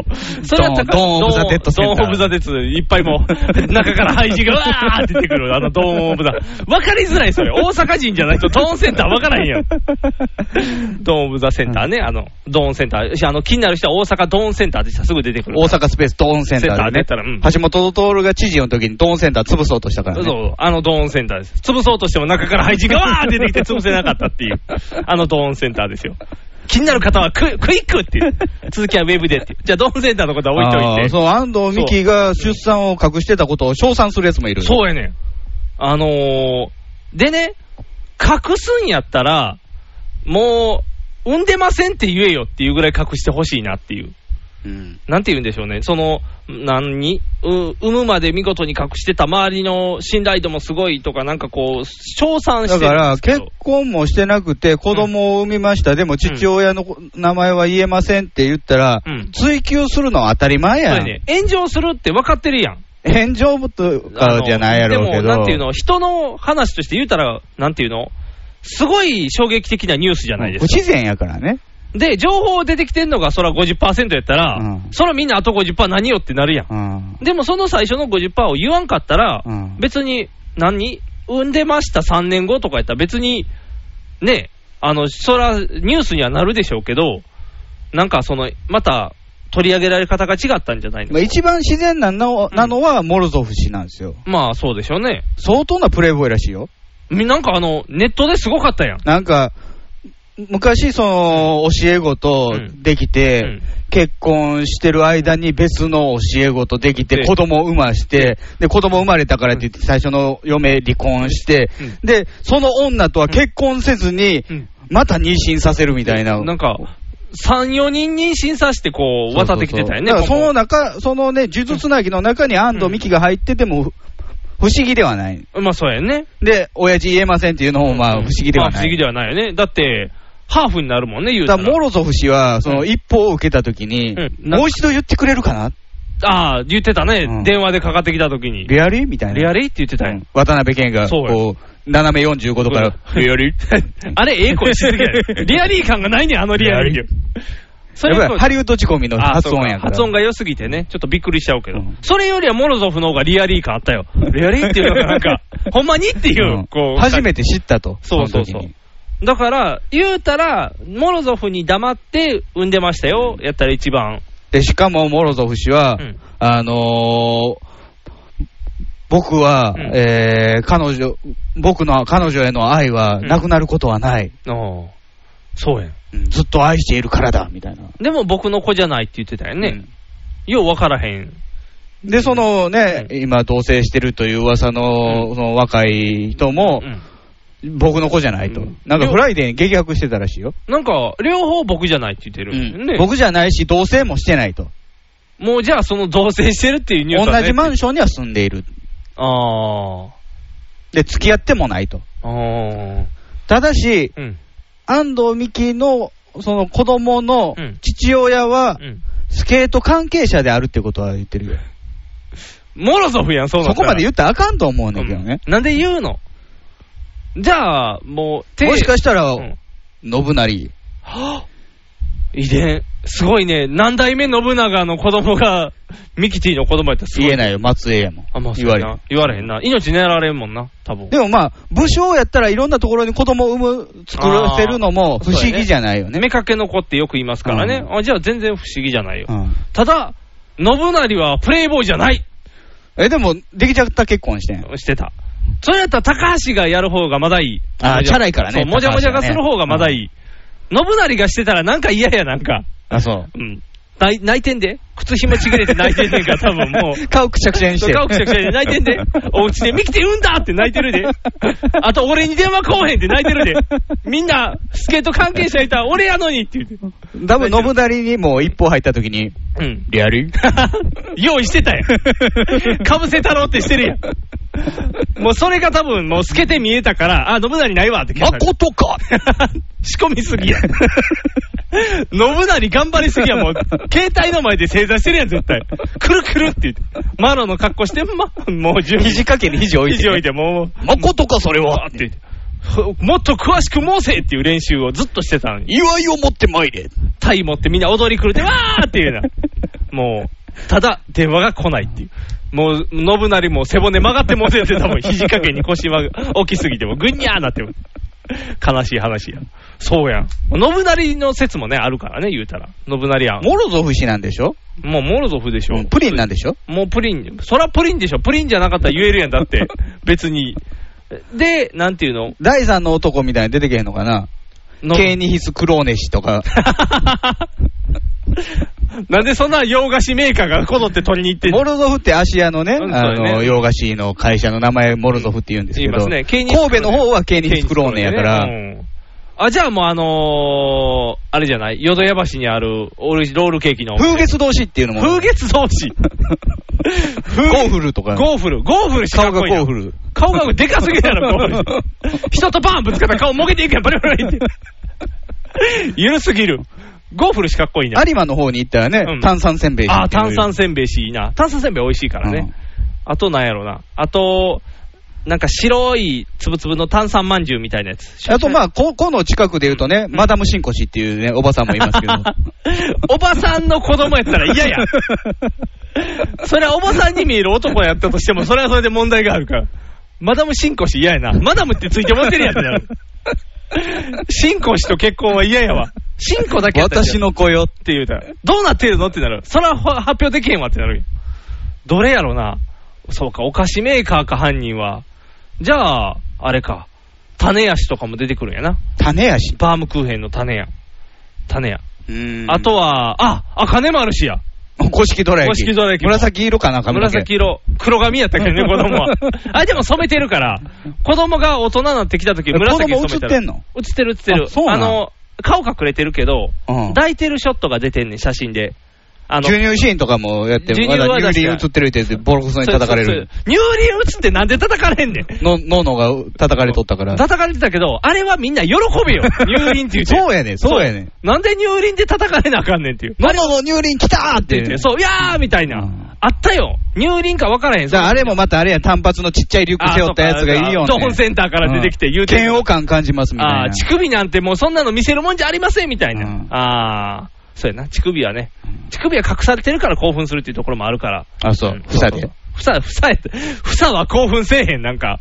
Speaker 3: それは高
Speaker 2: ドー
Speaker 3: い。
Speaker 2: ンドーンオブザデッドセンター
Speaker 3: ドーンオブザデッド、いっぱいもう、 中から廃人がわーって出てくる。あのドーンオブザ。わかりづらい、それ。大阪人じゃないとドーンセンターわからへんや ん。ドーンオブザセンターね、あの、ドーンセンター。しあの、気になる人は大阪ドーンセンターでしたらすぐ出てくる。
Speaker 2: 大阪スペースドーンセンター
Speaker 3: センター
Speaker 2: で、
Speaker 3: でや
Speaker 2: ね
Speaker 3: ったらうん
Speaker 2: 橋本徹が知事の時にドーンセンター潰そうとしたから、
Speaker 3: そ
Speaker 2: ね。
Speaker 3: うそう、あのドーンセンターです。潰そうとしても中から廃人がわーって出てきて潰せなかったっていう、あのドーンセンターですよ。気になる方はククイックっていう。続きはウェブでっていう。じゃあドーンセンターのことは置いとい
Speaker 2: あ
Speaker 3: て
Speaker 2: ー。そう、安藤美希が出産を隠してたことを称賛するやつもいる。
Speaker 3: そうやねん。あのーでね、隠すんやったら、もう、産んでませんって言えよっていうぐらい隠してほしいなっていう。
Speaker 2: うん。
Speaker 3: なんて言うんでしょうね、その、何う産むまで見事に隠してた周りの信頼度もすごいとか、なんかこう、称賛し
Speaker 2: だ
Speaker 3: て
Speaker 2: か
Speaker 3: るん
Speaker 2: ら、
Speaker 3: ですけど
Speaker 2: 結婚もしてなくて、子供を産みました、でも父親の名前は言えませんって言ったら、
Speaker 3: うん
Speaker 2: 追求するのは当たり前
Speaker 3: そ
Speaker 2: や
Speaker 3: れ
Speaker 2: ん。
Speaker 3: ね、炎上するって分かってるやん。
Speaker 2: 炎上と
Speaker 3: あ
Speaker 2: か
Speaker 3: の
Speaker 2: じゃないやろうけど。
Speaker 3: でも、なんていうの、人の話として言うたら、なんていうの、すごい衝撃的なニュースじゃないです
Speaker 2: 不
Speaker 3: か。
Speaker 2: 自然やからね。
Speaker 3: で、情報出てきてんのが、そら50%やったら、
Speaker 2: うん
Speaker 3: そらみんなあと50%何よってなるやん。
Speaker 2: うん。
Speaker 3: でも、その最初の50%を言わんかったら、
Speaker 2: うん
Speaker 3: 別に何、産んでました3年後とかやったら、別に、ね、あの、そらニュースにはなるでしょうけど、なんかその、また取り上げられ方が違ったんじゃないの
Speaker 2: まあ一番自然なのなのは、モロゾフ氏なんですよ。
Speaker 3: まあ、そうでしょうね。
Speaker 2: 相当なプレイボーイらしいよ。
Speaker 3: みなんかあの、ネットですごかったやん。
Speaker 2: なんか、昔、その、教え子と
Speaker 3: うん
Speaker 2: できて、
Speaker 3: うん
Speaker 2: 結婚してる間に別の教え子とでき
Speaker 3: で
Speaker 2: て、子供を産まして、で、子供生まれたからって言って、最初の嫁離婚して、
Speaker 3: う
Speaker 2: で、その女とは結婚せずに
Speaker 3: うん、
Speaker 2: また妊娠させるみたいな。
Speaker 3: なんか、3、4人に審査して、こう、渡ってきてたよね。
Speaker 2: そうそうそう
Speaker 3: こ
Speaker 2: だ
Speaker 3: こ
Speaker 2: からその中、そのね、呪術つなぎの中に安藤美希が入ってても、ふ不思議ではない。
Speaker 3: まあ、そうやね。
Speaker 2: で、親父言えませんっていうのも、まあ、不思議では
Speaker 3: まあ
Speaker 2: な
Speaker 3: 不思議
Speaker 2: い。
Speaker 3: ではないよね。だって、ハーフになるもんね、言う
Speaker 2: だ
Speaker 3: た。
Speaker 2: かららモロゾフ氏は、その
Speaker 3: うん
Speaker 2: 一報を受けたときに、
Speaker 3: うん
Speaker 2: もう一度言ってくれるかな、
Speaker 3: ああ、言ってたね。
Speaker 2: うん
Speaker 3: 電話でかかってきたときに。
Speaker 2: リアリみたいな。
Speaker 3: リアリって言ってたや
Speaker 2: う
Speaker 3: ん
Speaker 2: ん渡辺謙が、
Speaker 3: そうや
Speaker 2: こう、斜め45度から、リアリ
Speaker 3: あれ、ええ声しすぎや でリアリー感がないねんあのリアリー。そ
Speaker 2: やっぱ
Speaker 3: よ
Speaker 2: り
Speaker 3: り
Speaker 2: ハリウッド仕込みの
Speaker 3: あ
Speaker 2: 発
Speaker 3: そう
Speaker 2: 音やから。
Speaker 3: 発音が良すぎてね、ちょっとびっくりしちゃうけど、
Speaker 2: うん
Speaker 3: それよりはモロゾフの方がリアリー感あっ たよ。リアリーっていうのがなんか、 ほんまにっていう、
Speaker 2: うん
Speaker 3: こう。
Speaker 2: 初めて知ったと。
Speaker 3: そうそうそう
Speaker 2: の時に
Speaker 3: だから、言うたら、モロゾフに黙って産んでましたよ、やったら一番。
Speaker 2: で、しかもモロゾフ氏は、
Speaker 3: うん
Speaker 2: あのー僕は、
Speaker 3: うん
Speaker 2: えー彼女、僕の彼女への愛はなくなることはない。
Speaker 3: ああ、そうやん。
Speaker 2: うんずっと愛しているからだ、みたいな。
Speaker 3: でも僕の子じゃないって言ってたよね。よう分からへん。
Speaker 2: うんで、そのね、
Speaker 3: う
Speaker 2: 今同棲してるという噂の、その若い人も、
Speaker 3: うん
Speaker 2: 僕の子じゃないと。
Speaker 3: うん
Speaker 2: なんかフライデーに激白してたらしいよ。
Speaker 3: なんか、両方僕じゃないって言ってる。
Speaker 2: うん
Speaker 3: ね、
Speaker 2: 僕じゃないし、同棲もしてないと。
Speaker 3: もうじゃあその同棲してるっていうニュース
Speaker 2: 同
Speaker 3: はね
Speaker 2: じマンションには住んでいる。
Speaker 3: あ
Speaker 2: で、付き合ってもないと。
Speaker 3: あ。ああ。
Speaker 2: ただし、
Speaker 3: うん。
Speaker 2: 安藤美希のその子供の
Speaker 3: うん
Speaker 2: 父親は
Speaker 3: う、ん。
Speaker 2: スケート関係者であるってことは言ってるよ。
Speaker 3: モロゾフやん、そうな
Speaker 2: そこまで言
Speaker 3: う
Speaker 2: ったらあかんと思うねんだけどね。
Speaker 3: なんで言うのじゃあ、もう、
Speaker 2: もしかしたら、
Speaker 3: うん
Speaker 2: 信成。
Speaker 3: は遺伝、すごいね、何代目信長の子供が、ミキティの子供やったらすごい。。
Speaker 2: 言えないいよ、松江やもん。
Speaker 3: あ、まあ、そう
Speaker 2: 言わ
Speaker 3: や
Speaker 2: れ
Speaker 3: な
Speaker 2: る。
Speaker 3: 言われへんな。命狙われんもんな、多分
Speaker 2: でもまあ、武将やったらいろんなところに子供を産む、作らせるのも不思議じゃないよね。
Speaker 3: 目かけの子ってよく言いますからね。
Speaker 2: うん
Speaker 3: あじゃあ全然不思議じゃないよ。
Speaker 2: うん
Speaker 3: ただ、信成はプレイボーイじゃない
Speaker 2: え、でも、できちゃった結婚してん。
Speaker 3: してた。それやったら高橋がやる方がまだいい。
Speaker 2: あーチャラいからね
Speaker 3: そうもじゃもじゃがする方がまだいい。信成がしてたらなんか嫌や、なんか。
Speaker 2: あ、そう。
Speaker 3: うん。泣い泣いてんで靴ひもちぎれて泣いてんねん から、多分もう。
Speaker 2: 顔くしゃくしゃにして。
Speaker 3: 顔くしゃくしゃで泣いて んで、お家でミキティ産んだって泣いてるで、あと俺に電話こうへんって泣いてるで、みんなスケート関係者いたら俺やのにって言って、
Speaker 2: 多分、信成にもう一歩入った時に、
Speaker 3: うん、
Speaker 2: リアル
Speaker 3: 用意してたやん。 かぶせ太郎ってしてるやん。もうそれが多分、もう透けて見えたから、あ、信成ないわって消された
Speaker 2: 誠か
Speaker 3: 仕込みすぎやん。 信成頑張りすぎやん、もう。携帯の前で正座してるやん、絶対。くるくるって言って。マロの格好して、ま、もう準備。
Speaker 2: 肘掛けに肘置いて
Speaker 3: 肘置いて、もう、
Speaker 2: 誠か、それ
Speaker 3: わーって言って。ふもっと詳しく申せっていう練習をずっとしてたのに、
Speaker 2: 祝いを持って参れ。
Speaker 3: タイ持ってみんな踊り狂って、わーって言う な。もう、ただ、電話が来ないっていう。もう、信成も背骨曲がってもうててたもん。肘掛けに腰は大きすぎても、ぐにゃーなっても悲しい話や。そうやん。信成の説もね、あるからね、言うたら。信成やん。
Speaker 2: モロゾフ氏なんでしょ
Speaker 3: もう、モロゾフでしょ。
Speaker 2: プリンなんでしょ
Speaker 3: もうプリン、そらプリンでしょ。プリンじゃなかったら言えるやん、だ って。別に。で、なんていうの
Speaker 2: 第三の男みたいに出てけへんのかな
Speaker 3: の
Speaker 2: ケーニヒス・クローネ氏とか。
Speaker 3: なんでそんな洋菓子メーカーがこぞって取りに行ってんの
Speaker 2: モルゾフって芦屋のね、
Speaker 3: うん
Speaker 2: あ
Speaker 3: そうだよ
Speaker 2: の、
Speaker 3: ね
Speaker 2: 洋菓子の会社の名前、モルゾフって言うんですけ
Speaker 3: 言いま
Speaker 2: ど、
Speaker 3: すね。
Speaker 2: 神
Speaker 3: ニスクローネ
Speaker 2: 戸の方はケーニスクローネやから、
Speaker 3: うんあ、じゃあもうあのー、あれじゃない、淀屋橋にあるオリジロールケーキのお店。
Speaker 2: 風月同士っていうのも。
Speaker 3: 風月同士。風
Speaker 2: ゴーフルとか。
Speaker 3: ゴーフル。ゴーフルしかか
Speaker 2: 顔
Speaker 3: っ
Speaker 2: が
Speaker 3: こいいな
Speaker 2: ゴーフル。
Speaker 3: 顔がでかすぎるやろ、ゴーフル。 人とバーンぶつかったら顔もげていくやん、バリバリって。ゆるすぎる。ゴーフルしかっこいいな。
Speaker 2: 有馬の方に行ったらね、
Speaker 3: うん
Speaker 2: 炭酸せんべい
Speaker 3: あー、炭酸
Speaker 2: せ
Speaker 3: せんべいしいいな。炭酸せんべい美味しいからね。あとなんやろな。あと、なんか白いつぶつぶの炭酸まんじゅうみたいなやつ。
Speaker 2: あと、まあ、ここの近くで言うとね、マダムシンコシっていうね、おばさんもい ますけど。
Speaker 3: おばさんの子供やったら 嫌や。それはおばさんに見える男やったとしても、それはそれで問題があるから。マダム進行し嫌やな。マダムってついて持ってるやつ やろ。進行しと結婚は嫌やわ。進行だけやったら嫌
Speaker 2: 私の子よ。
Speaker 3: って言うたら、どうなってるのってなる。それは発表できへんわってなるよ。どれやろな。そうか、お菓子メーカーか犯人は。じゃあ、あれか。種足とかも出てくるんやな。
Speaker 2: 種やし。
Speaker 3: バームクーヘンの種や。種や。
Speaker 2: うん
Speaker 3: あと、は、あ、あ、金もあるしや。
Speaker 2: 古式どら焼き。
Speaker 3: 古式どら焼きも
Speaker 2: 紫色かな、髪の毛。
Speaker 3: 紫色。黒髪やっ たけどね、子供は。あ、でも染めてるから。子供が大人になってきた時、
Speaker 2: え
Speaker 3: 紫染めた
Speaker 2: 子供
Speaker 3: ら。
Speaker 2: 映ってんの
Speaker 3: 映ってる映ってる。
Speaker 2: あそうなん
Speaker 3: の、顔隠れてるけど、
Speaker 2: うん
Speaker 3: 抱いてるショットが出てんねん、写真で。あ
Speaker 2: 授乳シーンとかもやって
Speaker 3: 授
Speaker 2: る。
Speaker 3: 乳は
Speaker 2: まだ乳輪映
Speaker 3: 確か
Speaker 2: ってるって言って、ボロクソに叩かれ
Speaker 3: そうそう
Speaker 2: る。
Speaker 3: そう。乳輪打つってなんで叩かれんねん。
Speaker 2: の、ののが叩かれとったから。
Speaker 3: 叩かれてたけど、あれはみんな喜べ よ。乳輪って言うて。
Speaker 2: そうやねんそうやねん
Speaker 3: なんで乳輪で叩かれなあかんねんっていう。
Speaker 2: ののの乳輪来たーって
Speaker 3: 言
Speaker 2: 言
Speaker 3: っ
Speaker 2: う
Speaker 3: て
Speaker 2: ね。
Speaker 3: そう、いやーみたいな。
Speaker 2: うん
Speaker 3: あったよ。乳輪か分からへん。
Speaker 2: じゃあ、あれもまたあれや、単発のちっちゃいリュック背負ったやつがいいよね。
Speaker 3: ドホンセンターから出てきて言うてん
Speaker 2: 嫌悪感感じますみたいな。
Speaker 3: ああー、乳首なんてもうそんなの見せるもんじゃありませんみたいな。
Speaker 2: うん
Speaker 3: ああ、そうやな、乳首はね。乳首は隠されてるから興奮するっていうところもあるから。
Speaker 2: あ、そう。房で。。
Speaker 3: 房、房やって、房は興奮せえへん、なんか。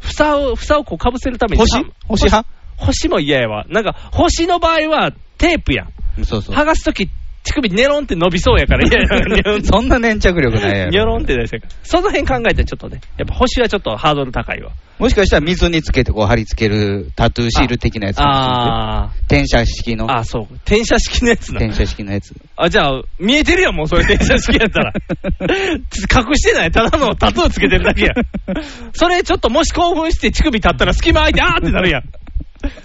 Speaker 3: 房を、房をこうかぶせるために。
Speaker 2: 星星派
Speaker 3: 星も嫌やわ。なんか、星の場合はテープやん。
Speaker 2: そうそう
Speaker 3: 剥。がすとき、乳首ネロンって伸びそうやから 嫌やな。ニョロンって
Speaker 2: そんな粘着力ないや
Speaker 3: ニョロ
Speaker 2: ろ
Speaker 3: ンっ。て出してるその辺考えてちょっとね、やっぱ星はちょっとハードル高いわ。
Speaker 2: もしかしたら水につけてこう貼り付けるタトゥーシール的なやつ。
Speaker 3: あ
Speaker 2: 転写式の
Speaker 3: あ、。あそう。転写式のやつな。
Speaker 2: 転写式のやつ。
Speaker 3: あ、じゃあ、見えてるやん、もうそれ転写式 やったら。隠してない、ただのタトゥーつけてるだけやん。それちょっともし興奮して乳首立ったら隙間空いて、あーってな るやん。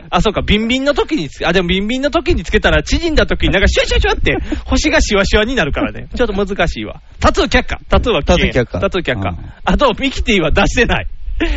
Speaker 3: あ、そうか、ビンビンの時につけ、あ、でもビンビンの時につけたら縮んだ時になんかシュワシュワシュワって星がシワシワになるからね。ちょっと難しいわ。タトゥー却下。タトゥーは禁煙
Speaker 2: タトゥー却下
Speaker 3: タトゥー却
Speaker 2: うん
Speaker 3: 下。あと、ミキティは出してない。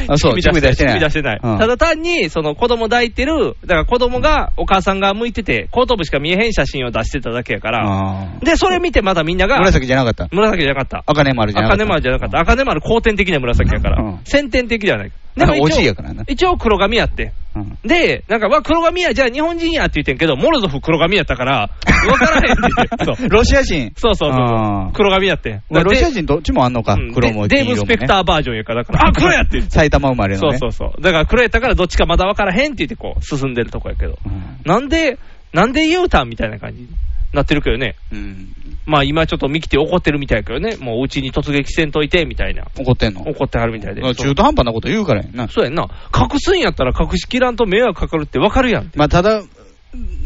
Speaker 2: あそう
Speaker 3: 乳首出してな
Speaker 2: 乳
Speaker 3: い。
Speaker 2: 首出してない
Speaker 3: 乳首出してない
Speaker 2: うん
Speaker 3: ただ単に、その子供抱いてる、だから子供が、お母さんが向いてて、後頭部しか見えへん写真を出してただけやから、
Speaker 2: あー
Speaker 3: で、それ見てまだみんなが、
Speaker 2: 紫じゃなかった
Speaker 3: 紫じゃなかった。
Speaker 2: 茜丸じゃなかった。
Speaker 3: 赤丸じゃなかった。赤丸後天的な紫やか
Speaker 2: うん
Speaker 3: ら、先天的ではない。
Speaker 2: なんか
Speaker 3: 一応
Speaker 2: おじいやからな
Speaker 3: 一応黒髪やって。
Speaker 2: うん
Speaker 3: で、なんか、わ、黒髪や、じゃあ日本人やって言ってんけど、モロゾフ黒髪やっ たから、わからへんって言って。そう
Speaker 2: ロシア人。
Speaker 3: そうそうそう
Speaker 2: あ
Speaker 3: そ
Speaker 2: ー
Speaker 3: う。黒髪やって。
Speaker 2: まあロシア
Speaker 3: で
Speaker 2: 人どっちもあんのか
Speaker 3: う。ん
Speaker 2: 黒も
Speaker 3: で
Speaker 2: 黄
Speaker 3: デーブ・
Speaker 2: 色
Speaker 3: ス
Speaker 2: も
Speaker 3: ペ
Speaker 2: ね
Speaker 3: クターバージョンやから、だ から、あ、黒やって言って
Speaker 2: 埼玉生まれの
Speaker 3: そ
Speaker 2: ね。
Speaker 3: うそうそう。だから黒やったからどっちかまだわからへんって言ってこう、進んでるとこやけど。なんで、なんで言うたんみたいな感じになってるけどね。
Speaker 2: うんうん
Speaker 3: まあ今ちょっとミキティ怒ってるみたいやけどね。もううちに突撃せんといて、みたいな。
Speaker 2: 怒ってんの
Speaker 3: 怒ってはるみたいで。
Speaker 2: あ
Speaker 3: そう
Speaker 2: 中途半端なこと言うからやな。
Speaker 3: そうやんな。隠すんやったら隠しきらんと迷惑かかるってわかるやん。
Speaker 2: まあ、ただ、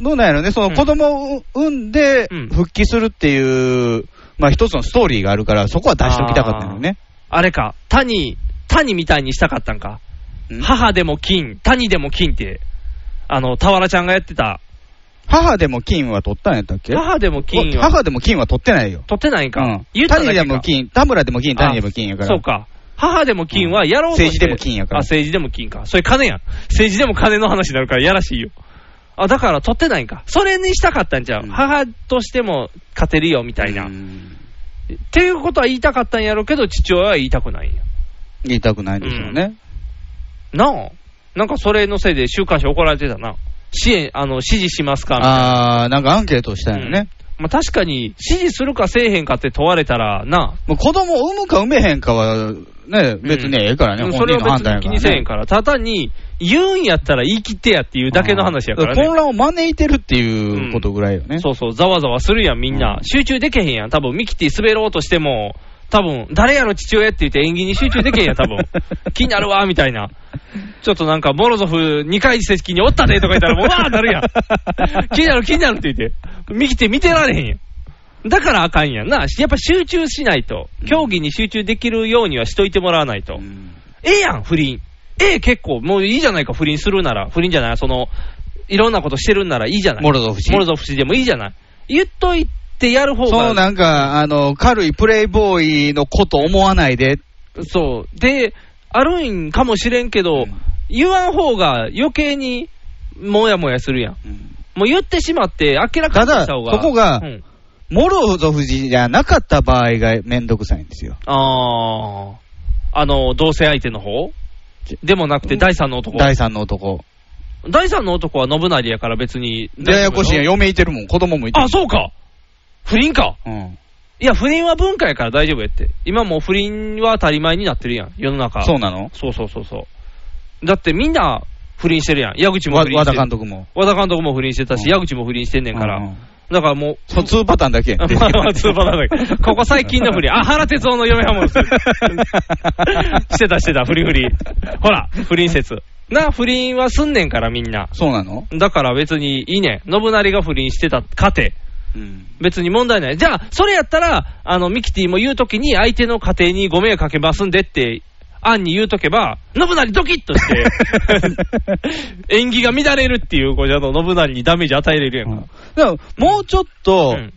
Speaker 2: どうなんやろね、その子供を産んで
Speaker 3: うん
Speaker 2: 復帰するっていう、まあ、一つのストーリーがあるから、そこは出しておきたかったのね。
Speaker 3: あれか。谷、谷みたいにしたかったんか。
Speaker 2: うん
Speaker 3: 母でも金、谷でも金って、あの、俵ちゃんがやってた。
Speaker 2: 母でも金は取ったんやったっけ
Speaker 3: 母でも金
Speaker 2: お
Speaker 3: は
Speaker 2: 母でも金は取ってないよ。
Speaker 3: 取ってないんか。
Speaker 2: うん
Speaker 3: 言っただ
Speaker 2: 谷
Speaker 3: け
Speaker 2: で
Speaker 3: か
Speaker 2: も金、田村でも金、
Speaker 3: あ
Speaker 2: 谷でも金やから。
Speaker 3: そうか。母でも金はやろうとして、
Speaker 2: うん政治でも金やから
Speaker 3: あ、政治でも金か。それ金やん。政治でも金の話になるからやらしいよ。あ、だから取ってないんか。それにしたかったんちゃう、
Speaker 2: うん
Speaker 3: 母としても勝てるよみたいな。
Speaker 2: う
Speaker 3: っ
Speaker 2: ん
Speaker 3: ていうことは言いたかったんやろうけど、父親は言いたくないんや。
Speaker 2: 言いたくないですよね。
Speaker 3: なあなんかそれのせいで週刊誌怒られてたな。支援、あの、支持しますかみたいな。
Speaker 2: あー、なんかアンケートしたんよね。
Speaker 3: まあ、確かに、支持するかせえへんかって問われたら、なあ
Speaker 2: もう子供を産むか産めへんかは、ね、別にええからね、
Speaker 3: うんそ
Speaker 2: 本
Speaker 3: れ
Speaker 2: 人
Speaker 3: を
Speaker 2: の判
Speaker 3: 別
Speaker 2: 断や
Speaker 3: に
Speaker 2: か
Speaker 3: 気
Speaker 2: ら、
Speaker 3: に
Speaker 2: ね。
Speaker 3: せえへんから、ただに、言うんやったら言い切ってやっていうだけの話やから
Speaker 2: うん混
Speaker 3: ね。
Speaker 2: 乱を招いてるっていうことぐらいよね。
Speaker 3: そうそう、ざわざわするやん、みんな
Speaker 2: う。ん
Speaker 3: 集中でけへんやん。多分ミキティ滑ろうとしても、多分誰やろ父親って言って演技に集中でけへんやん、多分気になるわ、みたいな。ちょっとなんか、モロゾフ2回席におったでとか言ったら、もうわーなるやん。気になる気になるって言って。ミキティ見てられへんやん。だからあかんやんな。やっぱ集中しないと。競技に集中できるようにはしといてもらわないと。ええやん、不倫。ええ、結構、もういいじゃないか、不倫するなら。不倫じゃない、その、いろんなことしてるんならいいじゃない。
Speaker 2: モロゾフ氏
Speaker 3: モロゾフ氏でもいいじゃない。言っといてやる方が。
Speaker 2: そうなんか、あの、軽いプレイボーイのこと思わないで。
Speaker 3: そう。で、あるんかもしれんけど、
Speaker 2: うん
Speaker 3: 言わん方が余計にもやもやするやん。もう言ってしまって、明らかにした方が。
Speaker 2: ただそこが
Speaker 3: うん
Speaker 2: モロゾフ氏じゃなかった場合がめんどくさいんですよ。
Speaker 3: あー。あの、同性相手の方でもなくて、第三の男。
Speaker 2: 第三の男。
Speaker 3: 第三の男は信成やから別に。
Speaker 2: ややこしいやん。
Speaker 3: よ。
Speaker 2: 嫁いてるもん。子供もいてる。
Speaker 3: あ、そうか不倫か
Speaker 2: うん。
Speaker 3: いや、不倫は文化やから大丈夫やって。今もう不倫は当たり前になってるやん、世の中。
Speaker 2: そうなの
Speaker 3: そうそうそうそう。だってみんな不倫してるやん。矢口も
Speaker 2: わ
Speaker 3: 不倫し
Speaker 2: 和田
Speaker 3: てる。
Speaker 2: 監督も。
Speaker 3: 和田監督も不倫してたし、
Speaker 2: うん
Speaker 3: 矢口も不倫してんねんから。
Speaker 2: うんうん
Speaker 3: だからもう、
Speaker 2: そう、2パターンだけや
Speaker 3: ま
Speaker 2: ん。
Speaker 3: あまあ、通話なんだけど、ここ最近の振り、あ、原哲夫の嫁はもう、 してたしてた、振り振り。ほら、不倫説。な、不倫はすんねんから、みんな。
Speaker 2: そうなの
Speaker 3: だから別にいいねん。信成が不倫してたかて、
Speaker 2: うん。
Speaker 3: 別に問題ない。じゃあ、それやったら、あの、ミキティも言うときに、相手の家庭にご迷惑かけますんでって、案に言うとけば、信成ドキッとして、 演技が乱れるっていう、こうじゃあの、信成にダメージ与えれるやんか。
Speaker 2: だからもうちょっと、
Speaker 3: うん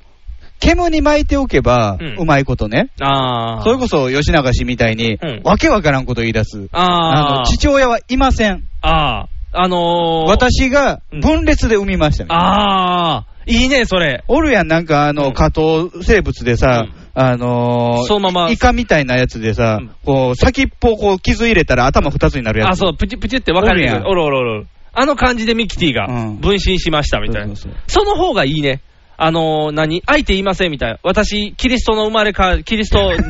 Speaker 2: 煙に巻いておけば、
Speaker 3: うん
Speaker 2: うまいことね。
Speaker 3: ああ。
Speaker 2: それこそ吉永氏みたいに、
Speaker 3: うん
Speaker 2: わけわからんこと言い出す。
Speaker 3: あ
Speaker 2: の
Speaker 3: あ。
Speaker 2: 父親はいません。
Speaker 3: ああ、あのー、、
Speaker 2: 私が分裂で産みましたみたいな、
Speaker 3: ああ、いいね、それ。
Speaker 2: おるやん、なんかあ
Speaker 3: う
Speaker 2: の、
Speaker 3: ん
Speaker 2: 下等生物でさ、
Speaker 3: うん
Speaker 2: あのー
Speaker 3: そのまま
Speaker 2: イカみたいなやつでさ、
Speaker 3: うん
Speaker 2: こう、先っぽをこう、傷入れたら頭二つになるやつ。
Speaker 3: あそう、プチプチって分かれて
Speaker 2: おるや
Speaker 3: る。
Speaker 2: ん
Speaker 3: おるおるおるおる。あの感じでミキティが
Speaker 2: うん
Speaker 3: 分身しましたみたいな。
Speaker 2: そうそう
Speaker 3: その方がいいね。あのー、何相手いませんみたいな。私、キリストの生まれか、キリ スト、処女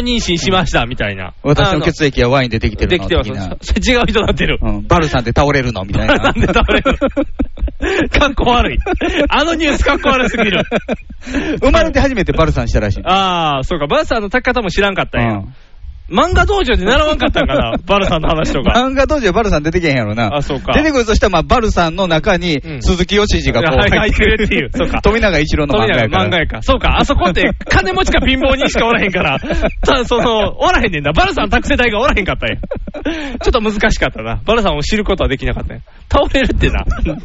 Speaker 3: 妊娠しましたみたいな。
Speaker 2: 私の
Speaker 3: 液
Speaker 2: 血液はワインでできてる
Speaker 3: で
Speaker 2: の
Speaker 3: きてます。
Speaker 2: 的な
Speaker 3: それ違う人になってる。
Speaker 2: うん、バルさんで倒れるのみたいな。
Speaker 3: なんで倒れ るかっこ悪い。あのニュースかっこ悪すぎる。
Speaker 2: 生まれて初めてバルさんしたらしい。
Speaker 3: ああ、そうか、バルさんの高方も知らんかったんや。
Speaker 2: うん
Speaker 3: 漫画道場で習わんかったん かな、バルさんの話とか。
Speaker 2: 漫画当時はバルさん出てけへんやろな。
Speaker 3: あそうか
Speaker 2: 出てくるとしたら、まあ、バルさんの中に
Speaker 3: う、ん
Speaker 2: 鈴木義治がこう
Speaker 3: はい入ってるっていうそうか
Speaker 2: 富永一郎の
Speaker 3: 富
Speaker 2: 漫画
Speaker 3: 永
Speaker 2: やから。
Speaker 3: 漫画やから。そうか、あそこって金持ちか貧乏人しかおらへん から、たその、おらへんねんな。バルさん託世代がおらへんかったんや。ちょっと難しかったな。バルさんを知ることはできなかったんや。倒れるってな。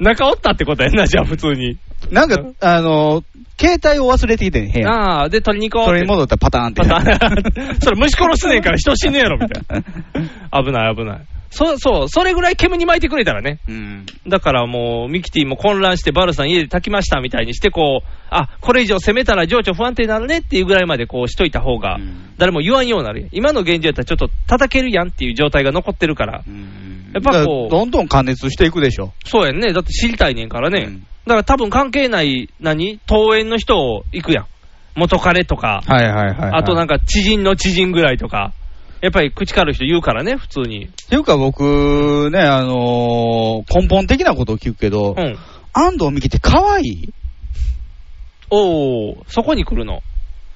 Speaker 3: 中おったってことやんな、じゃあ普通に。
Speaker 2: なんか、あの、携帯を忘れてきてん、部屋に。
Speaker 3: ああ、で、取りに行こう
Speaker 2: そ
Speaker 3: って。
Speaker 2: れに戻ったらパターンって。
Speaker 3: パターン それ虫殺すねんから人死ぬやろ、みたい な。危ない危ない。そうそう、それぐらい煙に巻いてくれたらね。
Speaker 2: うん。
Speaker 3: だからもう、ミキティも混乱して、バルさん家で炊きましたみたいにして、こう、あこれ以上攻めたら情緒不安定になるねっていうぐらいまでこうしといた方が
Speaker 2: うん、
Speaker 3: 誰も言わんようになる、今の現状やったら、ちょっと叩けるやんっていう状態が残ってるから、やっぱこ
Speaker 2: だ
Speaker 3: う
Speaker 2: からどんどん加熱していくでしょ。
Speaker 3: そうやんね、だって知りたいねんからね、
Speaker 2: うん
Speaker 3: だから多分関係ない、何、登園の人を行くやん、元彼とか、
Speaker 2: はいはいはい、
Speaker 3: あとなん
Speaker 2: か。
Speaker 3: か知人の知人ぐらいとか、やっぱり口からる人言うからね、普通に。
Speaker 2: っていうか僕ね、あのー根本的なことを聞くけど、
Speaker 3: うん、
Speaker 2: 安藤美希って可愛い
Speaker 3: おー、そこに来るの、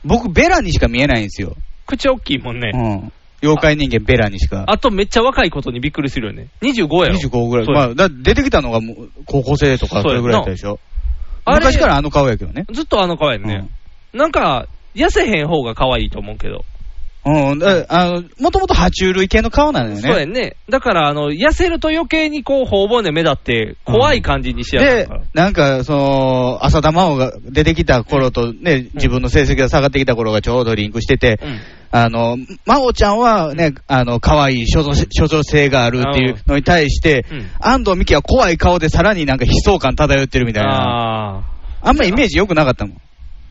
Speaker 2: 僕、ベラにしか見えないんですよ。
Speaker 3: 口大きいもんね。
Speaker 2: うん。妖怪人間ベラにしか。
Speaker 3: あとめっちゃ若いことにびっくりするよね。25やろ。
Speaker 2: 25ぐらい。
Speaker 3: そう
Speaker 2: ま
Speaker 3: や
Speaker 2: あ、だ出てきたのがもう高校生とか、
Speaker 3: そ
Speaker 2: そう
Speaker 3: や
Speaker 2: れぐらいだったでしょ。
Speaker 3: あれ
Speaker 2: 昔からあの顔やけどね。
Speaker 3: ずっとあの可愛いよね。なんか、痩せへん方が可愛いと思うけど。
Speaker 2: うん。うん。だあの、もともと爬虫類系の顔なのよ
Speaker 3: そう
Speaker 2: ね。
Speaker 3: やね。だから、あの、痩せると余計にこう、頬骨目立って、怖い感じにしやすい
Speaker 2: で
Speaker 3: から。、
Speaker 2: なんか、その、浅田真央が出てきた頃とね、自分の成績が下がってきた頃がちょうどリンクしてて、
Speaker 3: うん
Speaker 2: あの、真央ちゃんはね、あの、可愛い所属所属性があるっていうのに対して、
Speaker 3: うん
Speaker 2: 安藤美希は怖い顔でさらになんか悲壮感漂ってるみたいな。
Speaker 3: あ
Speaker 2: あんまイメージ良くなかったもん。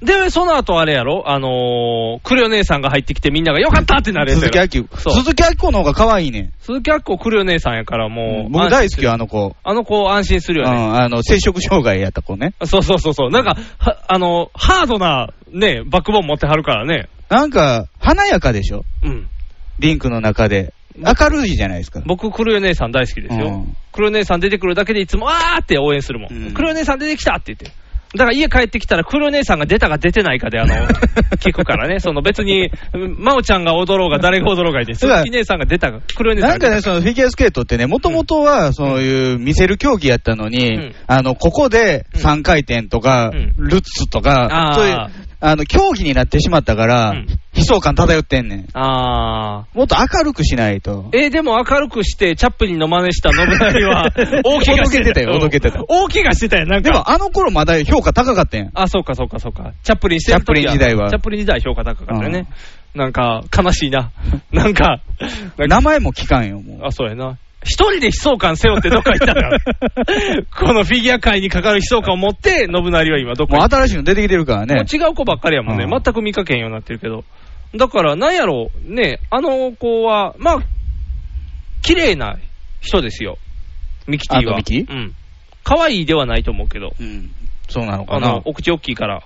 Speaker 3: ーで、その後あれやろあのー、クレヨ姉さんが入ってきてみんながよかったってなるやつ
Speaker 2: 鈴
Speaker 3: や
Speaker 2: 木
Speaker 3: ろ
Speaker 2: 亜希子。
Speaker 3: そう
Speaker 2: 鈴木亜希子の方が可愛いね。
Speaker 3: 鈴木亜希子クレヨ姉さんやからもう。
Speaker 2: 僕大好きよ、
Speaker 3: 安心する
Speaker 2: あの子。
Speaker 3: あの子安心する
Speaker 2: うん、
Speaker 3: よね。
Speaker 2: あの、摂食障害やった子ね。
Speaker 3: そうそうそうそう。なんか、はあの、ハードな、ね、バックボーン持ってはるからね。
Speaker 2: なんか、華やかでしょ
Speaker 3: うん。
Speaker 2: リンクの中で。明るいじゃないですか。
Speaker 3: 僕、クルヨ姉さん大好きですよ。
Speaker 2: うん
Speaker 3: クルヨ姉さん出てくるだけでいつも、あーって応援するもん。
Speaker 2: うん
Speaker 3: クルヨ姉さん出てきたって言って。だから家帰ってきたら、クルー姉さんが出たか出てないかで、あ の、聞くからね。その別に、真央ちゃんが踊ろうが、誰が踊ろうがいいです。
Speaker 2: だから
Speaker 3: 鈴木姉さんが出たか、クルー姉さ
Speaker 2: なんんか
Speaker 3: が
Speaker 2: ね、
Speaker 3: 出た
Speaker 2: そのフィギュアスケートってね、もともとはそういう見せる競技やったのに、
Speaker 3: うん
Speaker 2: あのここで
Speaker 3: うん
Speaker 2: 3回転とか、
Speaker 3: うん
Speaker 2: ルッツと
Speaker 3: あ
Speaker 2: か
Speaker 3: ー、
Speaker 2: そういうあの競技になってしまったから、
Speaker 3: うん
Speaker 2: 悲壮感漂ってんねん。
Speaker 3: あー。
Speaker 2: もっと明るくしないと。、
Speaker 3: えーでも明るくして、チャップリンの真似した信成は 大怪我して
Speaker 2: おどけてたよおどけてた
Speaker 3: 大怪我してたよ、なんか。
Speaker 2: でもあの頃まだ評価高かったやん。
Speaker 3: あ、そうか、そうか、そうか。チャップリンしてる
Speaker 2: チャッ
Speaker 3: 時
Speaker 2: プリン時代は
Speaker 3: チャップリン時代評価高かったよね。なんか、悲しいな。なんか、なんか
Speaker 2: 名前も聞かんよ、もう。
Speaker 3: あ、そうやな。一人で悲壮感背負ってどっか行った から。このフィギュア界にかかる悲壮感を持って、信成は今どっか
Speaker 2: もう
Speaker 3: 行った。
Speaker 2: 新しいの出てきてるからね。
Speaker 3: もう違う子ばっかりやもんね。
Speaker 2: うん
Speaker 3: 全く見かけんようになってるけど。だから、なんやろう、ね、あの子は、まあ、綺麗な人ですよ。ミキティ
Speaker 2: あ
Speaker 3: は。
Speaker 2: のミキ
Speaker 3: うん。可愛いではないと思うけど。
Speaker 2: うん、そうなのか
Speaker 3: あ
Speaker 2: な
Speaker 3: の、。お口大きいから。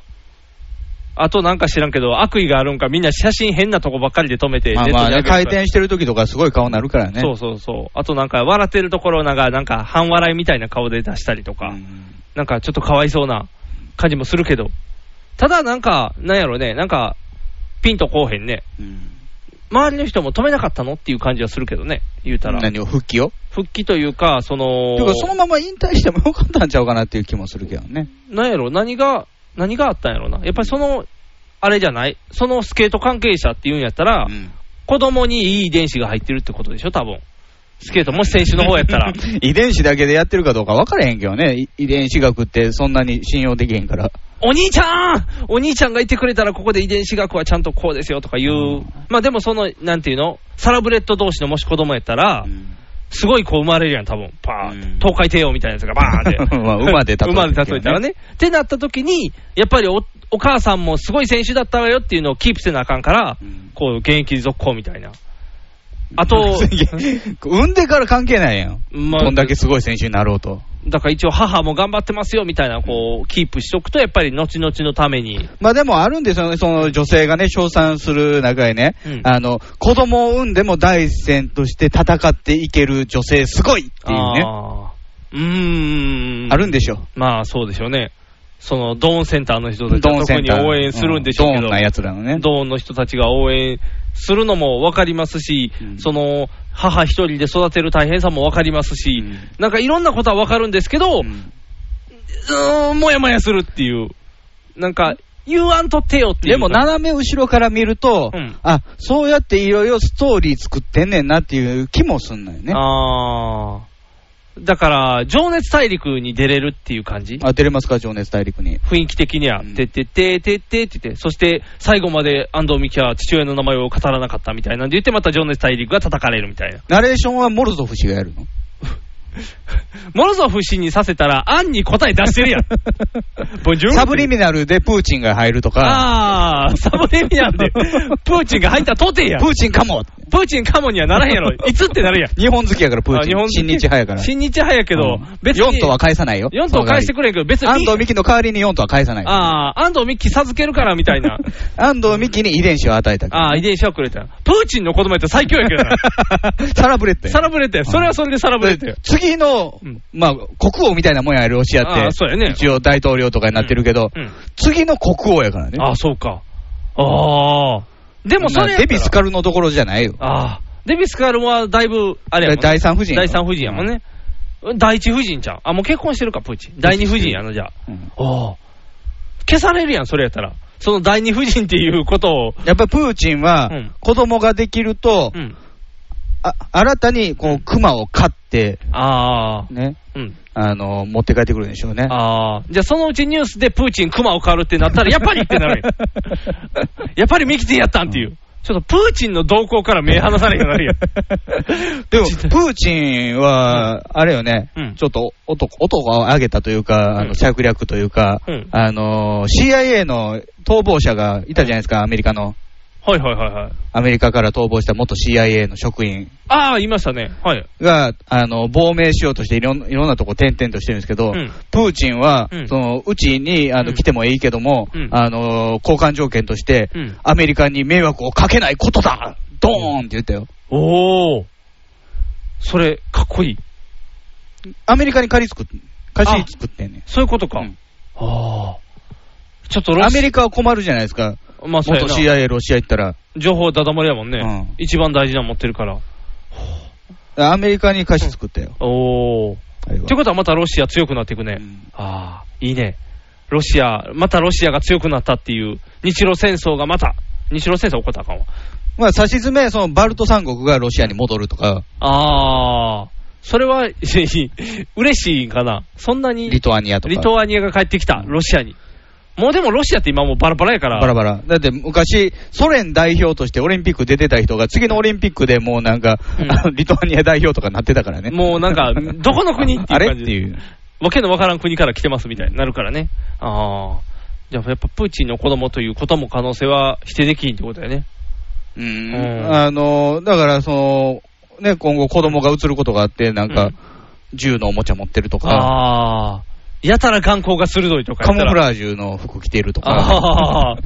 Speaker 3: あとなんか知らんけど、悪意があるんか、みんな写真変なとこばっかりで止めて、
Speaker 2: まあまあ
Speaker 3: ネ
Speaker 2: ね、
Speaker 3: ットに上
Speaker 2: 回
Speaker 3: げる
Speaker 2: 転してる時とかすごい顔なるからね。
Speaker 3: そうそうそう。あとなんか、笑ってるところをなんか、なんか、半笑いみたいな顔で出したりとか、
Speaker 2: うん
Speaker 3: なんかちょっとかわいそうな感じもするけど、ただなんか、なんやろね、なんか、ピンとこうへんね。
Speaker 2: うん
Speaker 3: 周りの人も止めなかったのっていう感じはするけどね、言うたら。
Speaker 2: 何を復帰を
Speaker 3: 復帰というか、その
Speaker 2: ていう、かそのまま引退してもよかったんちゃうかなっていう気もするけどね。
Speaker 3: なんやろ、何が、何があったんやろな。やっぱりその、あれじゃないそのスケート関係者っていうんやったら、
Speaker 2: うん
Speaker 3: 子供にいい遺伝子が入ってるってことでしょ、多分スケート、もし選手の方やったら。
Speaker 2: 遺伝子だけでやってるかどうか分からへんけどね、い遺伝子学ってそんなに信用できへんから、
Speaker 3: お兄ちゃんお兄ちゃんがいてくれたら、ここで遺伝子学はちゃんとこうですよとか言う、まあでもその、なんていうの、サラブレッド同士のもし子供やったら、すごい子生まれるやん、多分パーンって、
Speaker 2: うん、
Speaker 3: 東海帝王みたいなやつがバーンっ て
Speaker 2: まあ馬で例えたらね
Speaker 3: 馬で例えたらね。ってなった時に、やっぱりおお母さんもすごい選手だったわよっていうのをキープせなあかんから、
Speaker 2: うん、
Speaker 3: こう、現役続行みたいな。あと
Speaker 2: 産んでから関係ないやん、
Speaker 3: まあ
Speaker 2: どんだけすごい選手になろうと。
Speaker 3: だから一応、母も頑張ってますよみたいな、こう、キープしとくと、やっぱり後々のために。
Speaker 2: まあでもあるんですよね、その女性がね、称賛する中でね、
Speaker 3: うん
Speaker 2: あの子供を産んでも第一線として戦っていける女性、すごいっていうね、あ
Speaker 3: あーうーん。
Speaker 2: るんでしょ、
Speaker 3: まあそうでしょうね。そのドーンセンターの人たち
Speaker 2: ド
Speaker 3: は
Speaker 2: ンセ
Speaker 3: 特
Speaker 2: ン
Speaker 3: に
Speaker 2: ター
Speaker 3: 応援するんでしょうけ
Speaker 2: うん
Speaker 3: ど、
Speaker 2: ドンなやつらのね。
Speaker 3: ドーンの人たちが応援するのも分かりますし、
Speaker 2: うん
Speaker 3: その母一人で育てる大変さも分かりますし、
Speaker 2: うん
Speaker 3: なんかいろんなことは分かるんですけど、う
Speaker 2: うん
Speaker 3: ーん、もやもやするっていう、なんか、言わんとってよっていう。
Speaker 2: でも斜め後ろから見ると、
Speaker 3: うん
Speaker 2: あそうやっていろいろストーリー作ってんねんなっていう気もすんのよね。
Speaker 3: あーだから、情熱大陸に出れるっていう感じ
Speaker 2: あ、出れますか、情熱大陸に。
Speaker 3: 雰囲気的には、
Speaker 2: うん
Speaker 3: てってっててってって言って、そして最後まで安藤美希は父親の名前を語らなかったみたいなんで言って、また情熱大陸が叩かれるみたいな。
Speaker 2: ナレーションはモルゾフ氏がやるの
Speaker 3: モロゾフ氏にさせたら、アンに答え出してるやん。ボンジュール
Speaker 2: サブリミナルでプーチンが入るとか、
Speaker 3: あー、サブレミアンで、プーチンが入ったとてやん。
Speaker 2: プーチンかも
Speaker 3: プーチンかもにはならへんやろ。いつってなるやん。
Speaker 2: 日本好きやからプーチン。
Speaker 3: あ
Speaker 2: 新日派やから。
Speaker 3: 新日派やけど、別に。
Speaker 2: 4とは返さないよ。
Speaker 3: 4とは返してくれんけど、別に。
Speaker 2: 安藤美希の代わりに4とは返さない。
Speaker 3: あー、安藤美希授けるからみたいな。
Speaker 2: 安藤美希に遺伝子を与え たから
Speaker 3: あー、遺伝子はくれたよ。プーチンの子供やったら最強やけ どな。
Speaker 2: サラブレッドや
Speaker 3: さらぶれて、それはそれでさらぶれて
Speaker 2: で。次の、
Speaker 3: うん
Speaker 2: まあ、国王みたいなもんや、ロシアって。
Speaker 3: ああそうやね
Speaker 2: 一応大統領とかになってるけど、
Speaker 3: うんうん
Speaker 2: 次の国王やからね。
Speaker 3: ああ、そうか。ああ。でもそ
Speaker 2: まあ
Speaker 3: れやった
Speaker 2: デ
Speaker 3: ら
Speaker 2: ビスカルのところじゃないよ。
Speaker 3: ああ。デビスカルはだいぶ、あれやもんね
Speaker 2: 第三夫人よ
Speaker 3: 第三夫人やもんね。第一夫人じゃん。あ、もう結婚してるか、プーチン。第二夫人やな、じゃあ。
Speaker 2: うん
Speaker 3: ああ。消されるやん、それやったら。その第二夫人っていうことを。
Speaker 2: やっぱりプーチンは
Speaker 3: うん、
Speaker 2: 子供ができると、
Speaker 3: うん。
Speaker 2: あ新たにこう熊を飼って、
Speaker 3: ああ。
Speaker 2: ね、
Speaker 3: うん。
Speaker 2: あの持って帰ってくるんでしょうね。
Speaker 3: ああ。じゃあ、そのうちニュースでプーチン、クマを変わるってなったら、やっぱりってなるや ん。やっぱりミキティやったんっていう。ちょっとプーチンの動向から目離されへんようになるやん。
Speaker 2: でも、プーチンは、あれよね、
Speaker 3: うん
Speaker 2: ちょっと男男を上げたというか、あ
Speaker 3: う
Speaker 2: の
Speaker 3: ん
Speaker 2: 策略というか、
Speaker 3: うん
Speaker 2: あの CIA の逃亡者がいたじゃないですか、アメリカの。
Speaker 3: はいはいはいはい。
Speaker 2: アメリカから逃亡した元 CIA の職員
Speaker 3: ああ、いましたね。はい。
Speaker 2: が、あの、亡命しようとしていろん、いろんなとこ転々としてるんですけど、
Speaker 3: うん
Speaker 2: プーチンは、
Speaker 3: うん
Speaker 2: その、うちに、あの、
Speaker 3: うん
Speaker 2: 来てもいいけども、
Speaker 3: うん
Speaker 2: あの、交換条件として、
Speaker 3: うん
Speaker 2: アメリカに迷惑をかけないことだドーンって言ったよ。
Speaker 3: おお。それ、かっこいい。
Speaker 2: アメリカに借り作っ、貸し作ってんねん
Speaker 3: そういうことか。
Speaker 2: うん
Speaker 3: ああ。ちょっとロシ
Speaker 2: アメリカは困るじゃないですか。
Speaker 3: まあ、そうや
Speaker 2: 元
Speaker 3: な
Speaker 2: CIA、ロシア行ったら。
Speaker 3: 情報だだ漏れやもんね、
Speaker 2: うん
Speaker 3: 一番大事なの持ってるから。
Speaker 2: アメリカに歌詞作ったよ。
Speaker 3: おー。
Speaker 2: あれは
Speaker 3: ということはまたロシア強くなっていくね。
Speaker 2: うん
Speaker 3: ああ、いいね。ロシア、またロシアが強くなったっていう、日露戦争がまた、日露戦争起こったらあかんわ。
Speaker 2: まあ、差し詰め、そのバルト三国がロシアに戻るとか、
Speaker 3: ああ、それは、い い嬉しいんかな。そんなに、
Speaker 2: リトアニアとか。
Speaker 3: リトアニアが帰ってきた、ロシアに。もうでもロシアって今もうバラバラやから。
Speaker 2: バラバラ。だって昔、ソ連代表としてオリンピック出てた人が、次のオリンピックでもうなんか、
Speaker 3: うん
Speaker 2: あのリトアニア代表とかなってたからね。
Speaker 3: もうな んか、どこの国っていう感じ
Speaker 2: あれっていう。
Speaker 3: わけのわからん国から来てますみたいになるからね。ああ。じゃあやっぱプーチンの子供ということも可能性は否定できんってことだよね。
Speaker 2: う
Speaker 3: うん
Speaker 2: ん。あの、だから、その、ね、今後子供が移ることがあって、なん
Speaker 3: う
Speaker 2: か
Speaker 3: ん、
Speaker 2: 銃のおもちゃ持ってるとか、
Speaker 3: ああ。やたら眼光が鋭いとかや
Speaker 2: カ
Speaker 3: った
Speaker 2: モ
Speaker 3: ら。
Speaker 2: フラージュの服着てると
Speaker 3: ああ
Speaker 2: か。。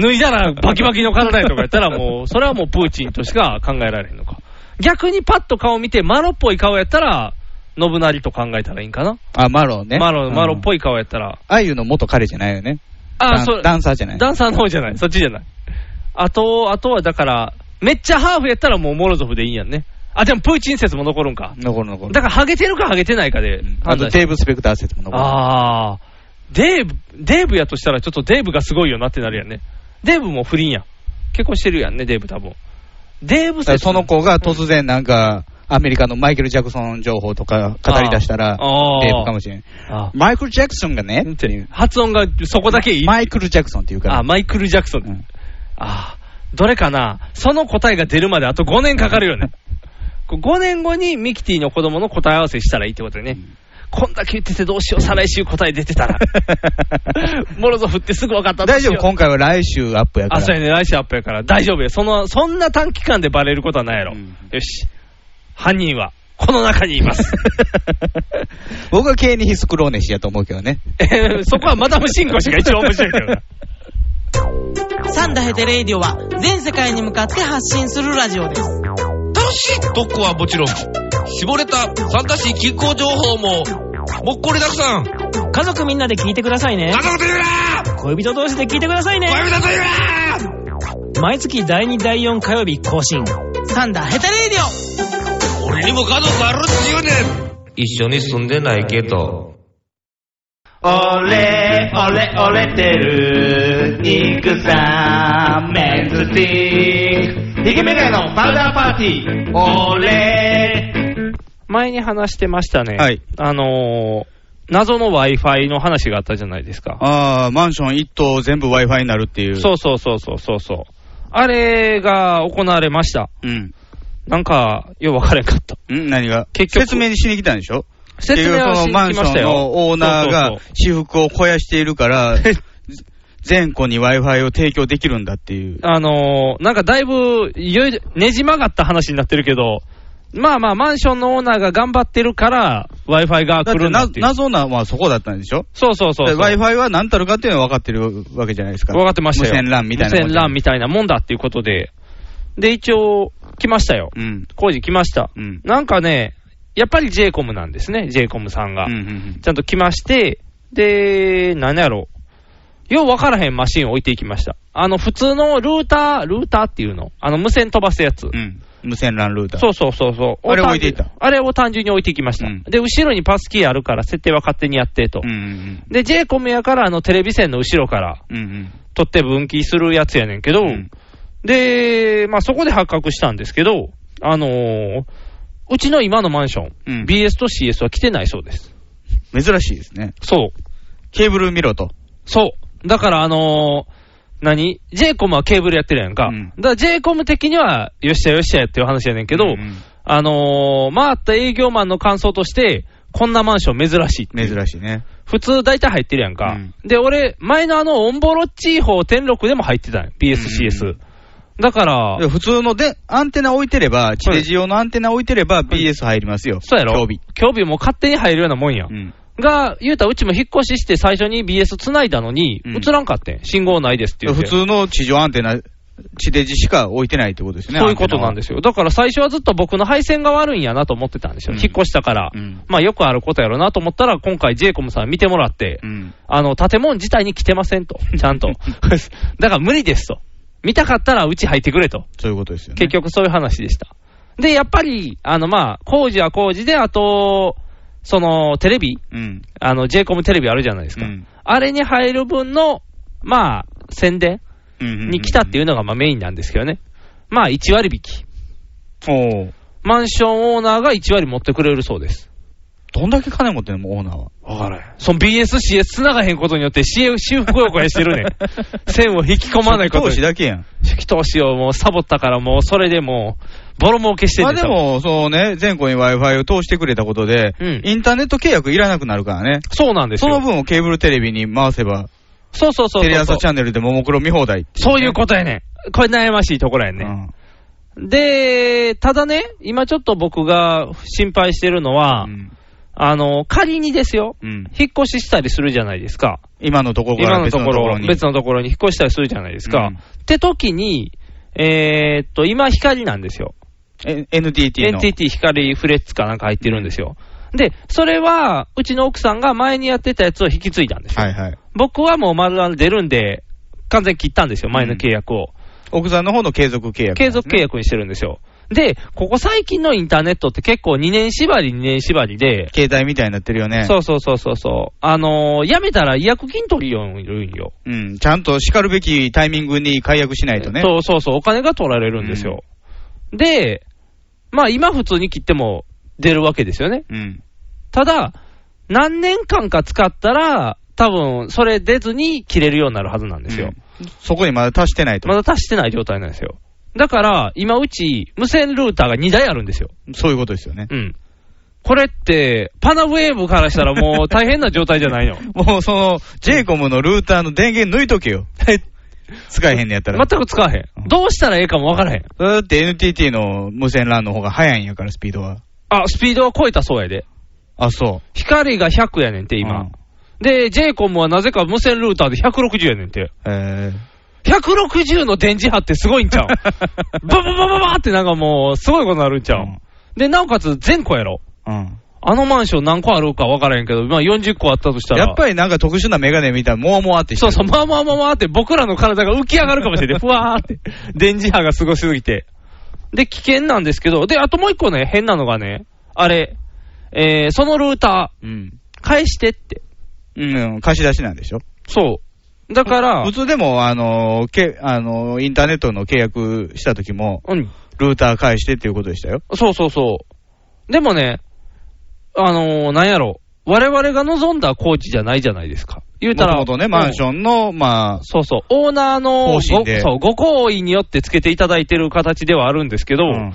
Speaker 3: 脱いだらバキバキの体やとかやったらもう、それはもうプーチンとしか考えられへんのか。逆にパッと顔見て、マロっぽい顔やったら、信成と考えたらいいんかな。
Speaker 2: あ、マロね。
Speaker 3: マロ、マロっ
Speaker 2: い。
Speaker 3: ぽい顔やったら。
Speaker 2: あゆの元彼じゃないよね。
Speaker 3: あ
Speaker 2: ダ
Speaker 3: あ、
Speaker 2: ン
Speaker 3: そう。
Speaker 2: ダンサーじゃない。
Speaker 3: ダンサーの方じゃない、そっちじゃない。あと、あとはだから、めっちゃハーフやったらもうモロゾフでいいんやんね。あ、でもプーチン説も残るんか。
Speaker 2: 残る残る。
Speaker 3: だから、ハゲてるかハゲてないかで
Speaker 2: うんあ
Speaker 3: 判
Speaker 2: と
Speaker 3: 断して
Speaker 2: デーブ・スペクター説も残る。
Speaker 3: ああ、デーブ、デーブやとしたらちょっとデーブがすごいよなってなるやんね。デーブも不倫やん。結婚してるやんね、デーブ多分。デーブ
Speaker 2: だから
Speaker 3: 説
Speaker 2: その子が突然なんか、アメリカのマイケル・ジャクソン情報とか語り出したら、
Speaker 3: あー
Speaker 2: デーブかもしれん。
Speaker 3: あ
Speaker 2: マイケル・ジャクソンがね、っていう
Speaker 3: 発音がそこだけいい。
Speaker 2: マイケル・ジャクソンっていうから。
Speaker 3: あ、マイクル・ジャクソン。
Speaker 2: うん
Speaker 3: ああ、どれかな、その答えが出るまであと5年かかるよね。5年後にミキティの子供の答え合わせしたらいいってことだよね。こんだけ言っててどうしよう、再来週答え出て たら。モロゾフってすぐ分かった
Speaker 2: 大丈夫、
Speaker 3: こ
Speaker 2: 今回は来週アップやから。
Speaker 3: あ、そうやね、来週アップやから。大丈夫よ。その、そんな短期間でバレることはないやろ。
Speaker 2: うん
Speaker 3: よし。犯人は、この中に います。
Speaker 2: 僕は経営にヒスクローネシやと思うけどね。
Speaker 3: えーそこはマダムシンコ氏が一番面白いけどな。
Speaker 8: サンダヘテレイディオは全世界に向かって発信するラジオです。
Speaker 9: 楽しい特攻はもちろん、絞れた参加し気候情報も、もっこりだくさん。な
Speaker 8: 家族みんなで聞いてくださいね。
Speaker 9: んなこと言うな
Speaker 8: 恋人同士で聞いてくださいね。
Speaker 9: 恋人と言うな
Speaker 8: 毎月第2第4火曜日更新。サンダヘテレイディオ
Speaker 9: 俺にも家族あるっちゅうねん一緒に住んでないけど。
Speaker 1: 俺、俺、俺てる、肉さん、メンズティー。ヒゲメガネのパウダーパーティー。俺、
Speaker 3: 前に話してましたね。
Speaker 2: はい
Speaker 3: あのー謎の Wi-Fi の話があったじゃないですか。
Speaker 2: ああ、マンション1棟全部 Wi-Fi になるっていう。
Speaker 3: そうそうそうそうそうそう。あれが行われました。
Speaker 2: う。うん。
Speaker 3: なんか、よう分からんかった。
Speaker 2: ん何が
Speaker 3: 結局
Speaker 2: 説明しに来たんでしょ
Speaker 3: 説明は
Speaker 2: 結局そ
Speaker 3: し
Speaker 2: のマン
Speaker 3: き
Speaker 2: シ
Speaker 3: まし
Speaker 2: ョ
Speaker 3: た
Speaker 2: ン
Speaker 3: よ。
Speaker 2: のオーナー
Speaker 3: そう
Speaker 2: が
Speaker 3: そうそ
Speaker 2: 私
Speaker 3: う
Speaker 2: 服を肥やしている から、全戸に Wi-Fi を提供できるんだっていう。
Speaker 3: あのーなんかだいぶ、いよいよねじ曲がった話になってるけど、まあまあ、マンションのオーナーが頑張ってるから、Wi-Fi が
Speaker 2: だっ
Speaker 3: 来る
Speaker 2: て
Speaker 3: んだ
Speaker 2: な
Speaker 3: っていう。
Speaker 2: 謎なのはそこだったんでしょ
Speaker 3: そうそうそうそう。
Speaker 2: だから Wi-Fi は何たるかっていうのは分かってるわけじゃないですか。
Speaker 3: 分かってましたよ。
Speaker 2: 無線 LAN みたいなもんじゃん。
Speaker 3: 無線 LAN みたいなもんだっていうことで。で、一応、来ましたよ。
Speaker 2: うん。
Speaker 3: 工事来ました。
Speaker 2: うん。
Speaker 3: なんかね、やっぱり j イコムなんですね、j イコムさんが。
Speaker 2: うんうんうん
Speaker 3: ちゃんと来まして、で、何やろう。よう分からへんマシン置いていきました。あの、普通のルーター、ルーターっていうのあの、無線飛ばすやつ。
Speaker 2: うん。無線 LAN ルーター。
Speaker 3: そうそうそうそう。
Speaker 2: あれ置いていた
Speaker 3: あれを単純に置いていきました。
Speaker 2: うん
Speaker 3: で、後ろにパスキーあるから、設定は勝手にやってと。
Speaker 2: うんうん
Speaker 3: で、j イコムやから、あの、テレビ線の後ろから
Speaker 2: うん。うん
Speaker 3: 取って分岐するやつやねんけど、
Speaker 2: うん
Speaker 3: で、まあ、そこで発覚したんですけど、あのーうちの今のマンション、
Speaker 2: うん
Speaker 3: BS と CS は来てないそうです。
Speaker 2: うん。珍しいですね。
Speaker 3: そう。
Speaker 2: ケーブル見ろと。
Speaker 3: そう。だから、あのー何 j イコムはケーブルやってるやんか。
Speaker 2: うん
Speaker 3: だから j イコム的には、よっしゃよっしゃやっていう話やねんけど、
Speaker 2: うん
Speaker 3: あのー回った営業マンの感想として、こんなマンション珍しいっていう。
Speaker 2: 珍しいね。
Speaker 3: 普通大体入ってるやんか。
Speaker 2: うん
Speaker 3: で、俺、前のあの、オンボロッチ法106でも入ってたんよ。BSCS。
Speaker 2: うん
Speaker 3: だから、
Speaker 2: 普通ので、アンテナ置いてれば、地デジ用のアンテナ置いてれば BS 入りますよ。
Speaker 3: そうやろ
Speaker 2: 興味。
Speaker 3: 興味も勝手に入るようなもんや。
Speaker 2: うん。
Speaker 3: が、言うたらうちも引っ越しして最初に BS 繋いだのに、
Speaker 2: うん
Speaker 3: 映らんかってん。信号ないですって言って。
Speaker 2: 普通の地上アンテナ地デジしか置いてないってことですね。。
Speaker 3: そういうことなんですすよ。だから最初はずっと僕の配線が悪いんやなと思ってたんですよ。
Speaker 2: うん
Speaker 3: 引っ越したから。
Speaker 2: うん
Speaker 3: まあよくあることやろなと思ったら、今回 j イコムさん見てもらって、
Speaker 2: うん。
Speaker 3: あの、建物自体に来てません と。ちゃんと。 だから無理ですと。見たかったらうち入ってくれと。
Speaker 2: そういうことですよね。
Speaker 3: 結局そういう話でした。で、やっぱり、あの、まあ、工事は工事で、あと、その、テレビ、
Speaker 2: うん。
Speaker 3: あの、j イコムテレビあるじゃないですか。
Speaker 2: うん
Speaker 3: あれに入る分の、まあ、宣伝
Speaker 2: うん。。
Speaker 3: に来たっていううのが、まあ、メインなんですけどね。まあ、1割引き。
Speaker 2: おう
Speaker 3: マンションオーナーが1割持ってくれるそうです。
Speaker 2: どんだけ金持ってんの、もうオーナーは。
Speaker 3: わからん。その BSCS 繋がへんことによって CF 修復をこやしてるね ん。線を引き込まないこと
Speaker 2: 投
Speaker 3: に
Speaker 2: 資。だけやん。
Speaker 3: 初期投資をもうサボったからもうそれでもう、ボロ儲けして
Speaker 2: ま
Speaker 3: る
Speaker 2: あで、も、そうね、全国に Wi-Fi を通してくれたことで、
Speaker 3: うん
Speaker 2: インターネット契約いらなくなるからね。
Speaker 3: そうなんです
Speaker 2: その
Speaker 3: よ。
Speaker 2: 分をケーブルテレビに回せば、
Speaker 3: そうそうそうそう。
Speaker 2: テレ朝チャンネルでももクロ見放題って
Speaker 3: そういうことやねん。これ悩ましいところや
Speaker 2: ね。
Speaker 3: ね。で、ただね、今ちょっと僕が心配してるのは、
Speaker 2: うん
Speaker 3: あの、仮にですよ、
Speaker 2: うん
Speaker 3: 引っ越ししたりするじゃないですか。
Speaker 2: 今のところか
Speaker 3: 今
Speaker 2: ら
Speaker 3: の
Speaker 2: 別
Speaker 3: と
Speaker 2: の
Speaker 3: こと
Speaker 2: こ
Speaker 3: ろ
Speaker 2: ろ、に。
Speaker 3: 別のところに引っ越したりするじゃないですか。
Speaker 2: うん
Speaker 3: って時に、えーっと、今、光なんですよ。
Speaker 2: え NTT の。
Speaker 3: NTT 光フレッツかなんか入ってるんですよ。で、それは、うちの奥さんが前にやってたやつを引き継いだんですよ。
Speaker 2: はいはい。
Speaker 3: 僕はもう丸々出るんで、完全に切ったんですよ、前の契約を。
Speaker 2: 奥さんの方の継続契約、
Speaker 3: 継続契。約にしてるんですよ。で、ここ最近のインターネットって結構2年縛り、2年縛りで、
Speaker 2: 携帯みたいになってるよね。
Speaker 3: そうそうそうそうそう、あのー、やめたら違約金取りよるんよ。
Speaker 2: うん。ちゃんと叱るべきタイミングに解約しないとね。
Speaker 3: そうそうそう、お金が取られるんですよ。で、まあ今普通に切っても出るわけですよね。
Speaker 2: うん。
Speaker 3: ただ、何年間か使ったら、多分それ出ずに切れるようになるはずなんですよ。
Speaker 2: うんそこにまだ足してないと。
Speaker 3: まだ足してない状態なんですよ。だから、今うち、無線ルーターが2台あるんですよ。
Speaker 2: そういうことですよね。
Speaker 3: うん。これって、パナウェーブからしたらもう大変な状態じゃない の。
Speaker 2: もうその、ジェイコムのルーターの電源抜いとけよ。 使えへんのやったら。
Speaker 3: 全く使わへん。どうしたらええかもわからへん。
Speaker 2: だって NTT の無線 LAN の方が早いんやから、スピードは。
Speaker 3: あ、スピードは超えたそうやで。
Speaker 2: あ、そ
Speaker 3: 光が100やねんて、
Speaker 2: う。
Speaker 3: 今。
Speaker 2: うん
Speaker 3: で、j イコムはなぜか無線ルーターで160やねんて。
Speaker 2: え
Speaker 3: 160の電磁波ってすご いんちゃうババババババってなんかもう、すごいことになるんちゃ
Speaker 2: う
Speaker 3: う、
Speaker 2: ん
Speaker 3: で、なおかつ全個やろ。
Speaker 2: ーうん。
Speaker 3: あのマンション何個あるか分からへんけど、まあ40個あったとしたら。
Speaker 2: やっぱりなんか特殊なメガネみたいな、もわもわってして
Speaker 3: そう
Speaker 2: る
Speaker 3: そう、まあまあまあまあって、僕らの体が浮き上がるかもし れない。ふわーって。電磁波がすごすぎて。で、危険なんですけど、で、あともう一個ね、変なのがね、あれ、えー、そのルータ
Speaker 2: うん。
Speaker 3: ー、返してって。
Speaker 2: うん、貸し出しなんでしょ
Speaker 3: そう。だから
Speaker 2: 普、通でも、あのーけあのーインターネットの契約した時も、
Speaker 3: うん、
Speaker 2: ルーター返してっていうことでしたよ。
Speaker 3: そうそうそう。でもね、あのー、なんやろ、我々が望んだ工事じゃないじゃないですか。言うたら、
Speaker 2: もともとね、マンシ
Speaker 3: ン。
Speaker 2: ョンの、まあ、
Speaker 3: そうそう、オーナーのご
Speaker 2: 方針で
Speaker 3: そうご好意によってつけていただいてる形ではあるんですけど、
Speaker 2: うん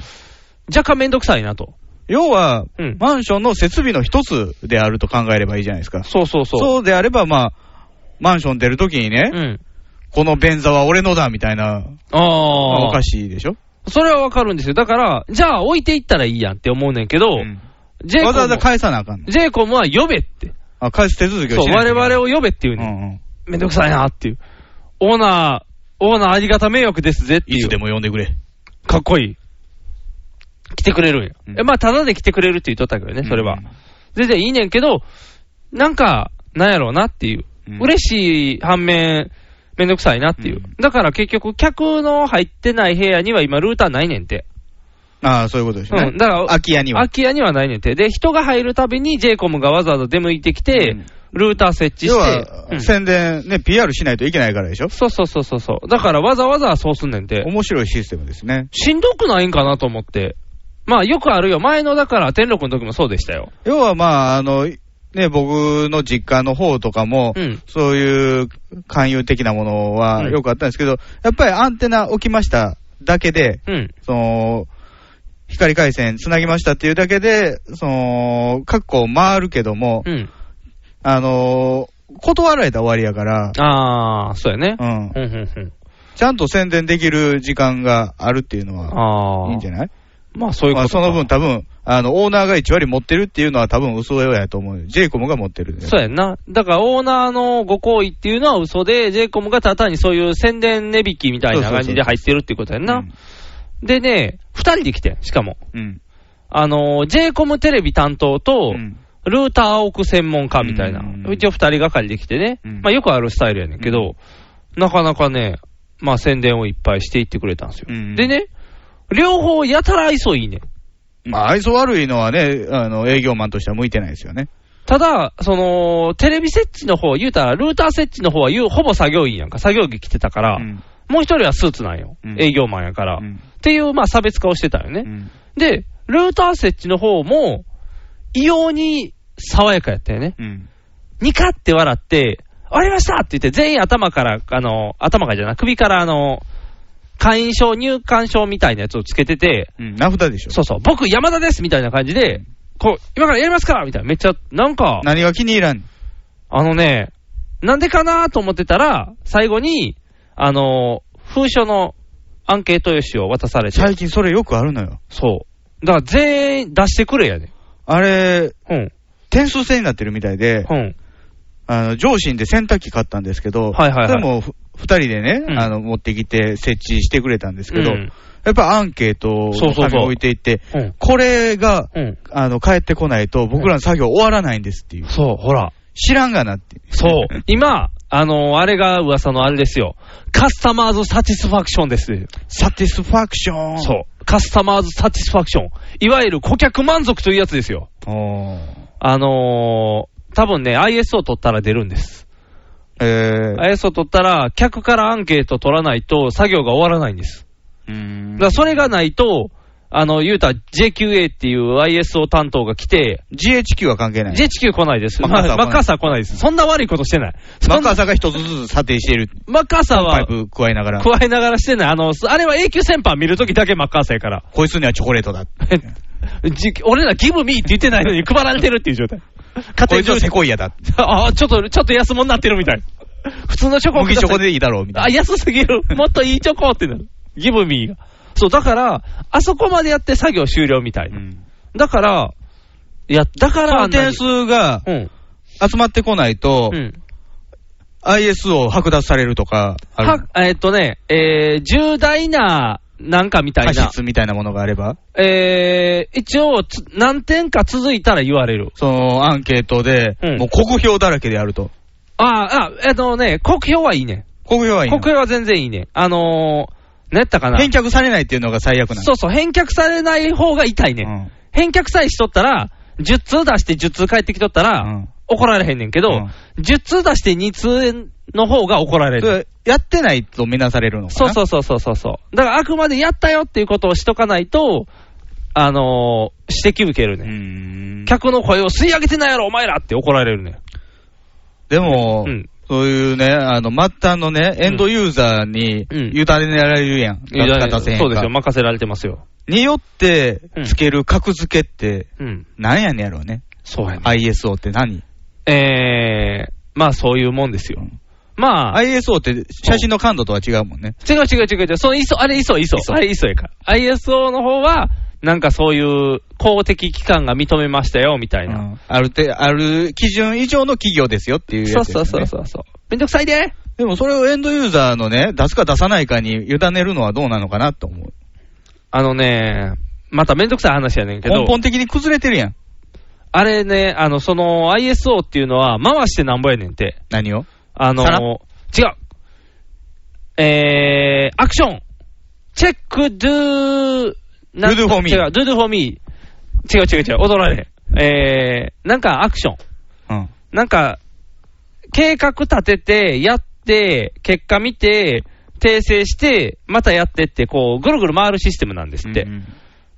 Speaker 3: 若干めんどくさいなと。
Speaker 2: 要は、
Speaker 3: うん
Speaker 2: マンションの設備の一つであると考えればいいじゃないですか。
Speaker 3: そうそうそう。
Speaker 2: そうであれば、まあ、マンション出るときにね、
Speaker 3: うん。
Speaker 2: この便座は俺のだみたいな、
Speaker 3: あ
Speaker 2: お
Speaker 3: あ
Speaker 2: か。しいでしょ、
Speaker 3: それはわかるんですよ。だから、じゃあ置いていったらいいやんって思うねんけど、
Speaker 2: うん
Speaker 3: J コ
Speaker 2: わ
Speaker 3: ム
Speaker 2: ざわざ返さなあかんねん
Speaker 3: ジェイコムは呼べって。
Speaker 2: あ、返す手続きを
Speaker 3: そ
Speaker 2: し
Speaker 3: う、
Speaker 2: ないとい
Speaker 3: 我
Speaker 2: けない
Speaker 3: 々を呼べっていうねん。
Speaker 2: うんうん
Speaker 3: めんどくさいなっていう。オーナー、オーナーありがた迷惑ですぜっていう。
Speaker 2: いつでも呼んでくれ。
Speaker 3: かっこいい。来てくれるんや。
Speaker 2: うん
Speaker 3: えまあ、ただで来てくれるって言っとったけどね、それは。全然いいねんけど、なんか、なんやろうなっていう。
Speaker 2: うん
Speaker 3: 嬉しい反面、めんどくさいなっていう。
Speaker 2: うん
Speaker 3: だから結局、客の入ってない部屋には今、ルーターないねんて。
Speaker 2: ああ、そういうことですね。
Speaker 3: うんだから
Speaker 2: 空き家には
Speaker 3: 空。き家にはないねんて。で、人が入るたびに j イコムがわざわざ出向いてきて、
Speaker 2: うん
Speaker 3: ルーター設置
Speaker 2: 要
Speaker 3: して、
Speaker 2: は、
Speaker 3: うん
Speaker 2: 宣伝、ね、PR しないといけないからでしょ
Speaker 3: そうそうそうそうそう。だからわざわざそうすんねんて。
Speaker 2: 面白いシステムですね。
Speaker 3: しんどくないんかなと思って。まあよくあるよ。前のだから天禄の時もそうでしたよ。
Speaker 2: 要はまあ、あの、ね、僕の実家の方とかも、
Speaker 3: うん
Speaker 2: そういう勧誘的なものは
Speaker 3: うん
Speaker 2: よくあったんですけど、やっぱりアンテナ置きましただけで、
Speaker 3: うん。
Speaker 2: その、光回線つなぎましたっていうだけで、その、各校回るけども、
Speaker 3: うん。
Speaker 2: あのー断られたら終わりやから、
Speaker 3: ああ、そうやね。
Speaker 2: うん
Speaker 3: うん、うん、うん。
Speaker 2: ちゃんと宣伝できる時間があるっていうのは、
Speaker 3: ああ。
Speaker 2: いいんじゃない
Speaker 3: まあそういう
Speaker 2: ま
Speaker 3: こ
Speaker 2: あ、
Speaker 3: とか。
Speaker 2: その分、多分あの、オーナーが1割持ってるっていうのは多分嘘やと思うよ。ジェイコムが持ってるね。
Speaker 3: そうやんな。だからオーナーのご行為っていうのは嘘で、ジェイコムがただ単にそういう宣伝値引きみたいな感じで入ってるっていうことやんな。でね、二人で来てん、しかも。
Speaker 2: うん。
Speaker 3: あの、j イコムテレビ担当と、
Speaker 2: うん
Speaker 3: ルーター置く専門家みたいな
Speaker 2: うん、
Speaker 3: 一応二人がかりで来てね、
Speaker 2: うん
Speaker 3: まあよくあるスタイルやねんけど、なかなかね、まあ宣伝をいっぱいしていってくれたんですよ。
Speaker 2: うん
Speaker 3: でね、両方やたら愛想いいねん。
Speaker 2: まあ、愛想悪いのはね、あの、営業マンとしては向いてないですよね。
Speaker 3: ただ、その、テレビ設置の方、言うたら、ルーター設置の方は言う、ほぼ作業員やんか、作業着着てたから、
Speaker 2: うん
Speaker 3: もう一人はスーツなんよ、
Speaker 2: うん
Speaker 3: 営業マンやから、
Speaker 2: うん
Speaker 3: っていう、まあ差別化をしてたよね。
Speaker 2: うん
Speaker 3: で、ルーター設置の方も、異様に爽やかやったよね。
Speaker 2: うん。
Speaker 3: ニカって笑って、終わりましたって言って、全員頭から、あの、頭からじゃない、首から、あの、会員証、入館証みたいなやつをつけてて、
Speaker 2: うん。名札でしょ。
Speaker 3: そうそう、僕、山田ですみたいな感じで、こう、今からやりますからみたいな、めっちゃ、なんか、
Speaker 2: 何が気に入らん
Speaker 3: あのね、なんでかなと思ってたら、最後に、あの、封書のアンケート用紙を渡されて、
Speaker 2: 最近それよくあるのよ。
Speaker 3: そう。だから全員出してくれやね。
Speaker 2: あれ、
Speaker 3: うん。
Speaker 2: 点数制になってるみたいで、
Speaker 3: うん。
Speaker 2: あの、上信で洗濯機買ったんですけど、
Speaker 3: はいはいはい
Speaker 2: それもふ二人でね、
Speaker 3: うん
Speaker 2: あの、持ってきて設置してくれたんですけど、
Speaker 3: うん
Speaker 2: やっぱアンケートを
Speaker 3: そうそうそう
Speaker 2: 置いていって、
Speaker 3: うん
Speaker 2: これが、
Speaker 3: うん。
Speaker 2: あの、帰ってこないと僕らの作業終わらないんですっていう。
Speaker 3: そう、ほら。
Speaker 2: 知らんがなって。
Speaker 3: そう。今、あのあれが噂のあれですよ。カスタマーズサティスファクションです。
Speaker 2: サティスファクション。
Speaker 3: そう。カスタマーズサティスファクション。いわゆる顧客満足というやつですよ。
Speaker 2: う。おー
Speaker 3: あのー、多分ね、ISO 取ったら出るんです。
Speaker 2: えー、
Speaker 3: ISO 取ったら、客からアンケート取らないと作業が終わらないんです。
Speaker 2: うーん
Speaker 3: だからそれがないと、あの、言うたら JQA っていう ISO 担当が来て、
Speaker 2: GHQ は関係ない。
Speaker 3: JHQ 来ないです。
Speaker 2: マ
Speaker 3: マ
Speaker 2: ッカーサー来ない
Speaker 3: ッカーサー来ないです。そんな悪いことしてない。
Speaker 2: マッカーサーが一つずつ査定している。
Speaker 3: マッカーサー
Speaker 2: パイ
Speaker 3: は、
Speaker 2: プ加えながら。
Speaker 3: 加えながらしてない。あの、あれは永久戦犯見るときだけマッカーサーやから。
Speaker 2: こいつにはチョコレートだ。
Speaker 3: じ俺らギブミーって言ってないのに配られてるっていう状態。勝
Speaker 2: こいつはセ
Speaker 3: に。
Speaker 2: コイアだ。
Speaker 3: ああ、ちょっと、ちょっと安物になってるみたい。普通のチョコをく
Speaker 2: 麦
Speaker 3: だ
Speaker 2: チ
Speaker 3: さい
Speaker 2: ョコでいいだろう、みたい
Speaker 3: あ、安すぎる。もっといいチョコってなる。ギブミーが。そう、だから、あそこまでやって作業終了みたい
Speaker 2: な。
Speaker 3: な。
Speaker 2: うん
Speaker 3: だから、いや、だか
Speaker 2: そ
Speaker 3: らあ
Speaker 2: の
Speaker 3: んな
Speaker 2: 点
Speaker 3: に、
Speaker 2: 数が
Speaker 3: うん。
Speaker 2: 集まってこないと
Speaker 3: う、ん。
Speaker 2: ISO 剥奪されるとか、ある
Speaker 3: はえーっとね、えー、重大な、なんかみたい
Speaker 2: 過
Speaker 3: な。
Speaker 2: 失みたいなものがあれば、
Speaker 3: えー、一応つ、何点か続いたら言われる。
Speaker 2: そのアンケートで
Speaker 3: う、ん
Speaker 2: もう国評だらけであると。
Speaker 3: あーあ、えっとね、国評はいいね。
Speaker 2: 国評はいいの
Speaker 3: 国評は全然いいね。あのー、何やったかな。
Speaker 2: 返却されないっていうのが最悪なの。
Speaker 3: そうそう、返却されない方が痛いね。
Speaker 2: うん
Speaker 3: 返却さえしとったら、10通出して10通返ってきとったら、
Speaker 2: うん
Speaker 3: 怒られへんねんけど、
Speaker 2: う
Speaker 3: 10通出して2通の方が怒られ
Speaker 2: そ
Speaker 3: る。
Speaker 2: れやってないとみなされるのか
Speaker 3: そう
Speaker 2: な
Speaker 3: そううそうそうそうそう。だからあくまでやったよっていうことをしとかないと、あのー、指摘受ける
Speaker 2: うー
Speaker 3: ね。
Speaker 2: ん。
Speaker 3: 客の声を吸い上げてないやろ、お前らって怒られるね。
Speaker 2: でも
Speaker 3: うん、
Speaker 2: そういうね、あの、末端のね、エンドユーザーに
Speaker 3: うん
Speaker 2: 委ねられるやん。
Speaker 3: いや
Speaker 2: 方せへんか
Speaker 3: そうですよ、任せられてますよ。
Speaker 2: によってつける格付けって、
Speaker 3: うん。
Speaker 2: なんやねんやろうね。
Speaker 3: そうやね。
Speaker 2: ISO って何
Speaker 3: えー、まあそういうもんですよ。まあ、
Speaker 2: ?ISO って写真の感度とは違うもんね。
Speaker 3: 違う違う違う違う、その ISO、あれ ISO、ISO、あれ ISO やから。ISO の方は、なんかそういう公的機関が認めましたよ、みたいな。
Speaker 2: うんあるて、ある基準以上の企業ですよっていう
Speaker 3: そ
Speaker 2: や
Speaker 3: う
Speaker 2: つ、ね。
Speaker 3: そうそうそうそう。めんどくさいで
Speaker 2: でもそれをエンドユーザーのね、出すか出さないかに委ねるのはどうなのかなと思う。
Speaker 3: あのね、まためんどくさい話やねんけど
Speaker 2: 根、本的に崩れてるやん。
Speaker 3: あれね、あの、その ISO っていうのは回してなんぼやねんって。
Speaker 2: 何を
Speaker 3: あの、
Speaker 2: 皿
Speaker 3: 違う。えー、アクション。チェック、ドゥー、
Speaker 2: Do for me
Speaker 3: 違う、ドゥドゥフォーミー。違う違う違う、踊られへん。えー、なんかアクション。
Speaker 2: うん。
Speaker 3: なんか、計画立てて、やって、結果見て、訂正して、またやってって、こう、ぐるぐる回るシステムなんですって。
Speaker 2: うん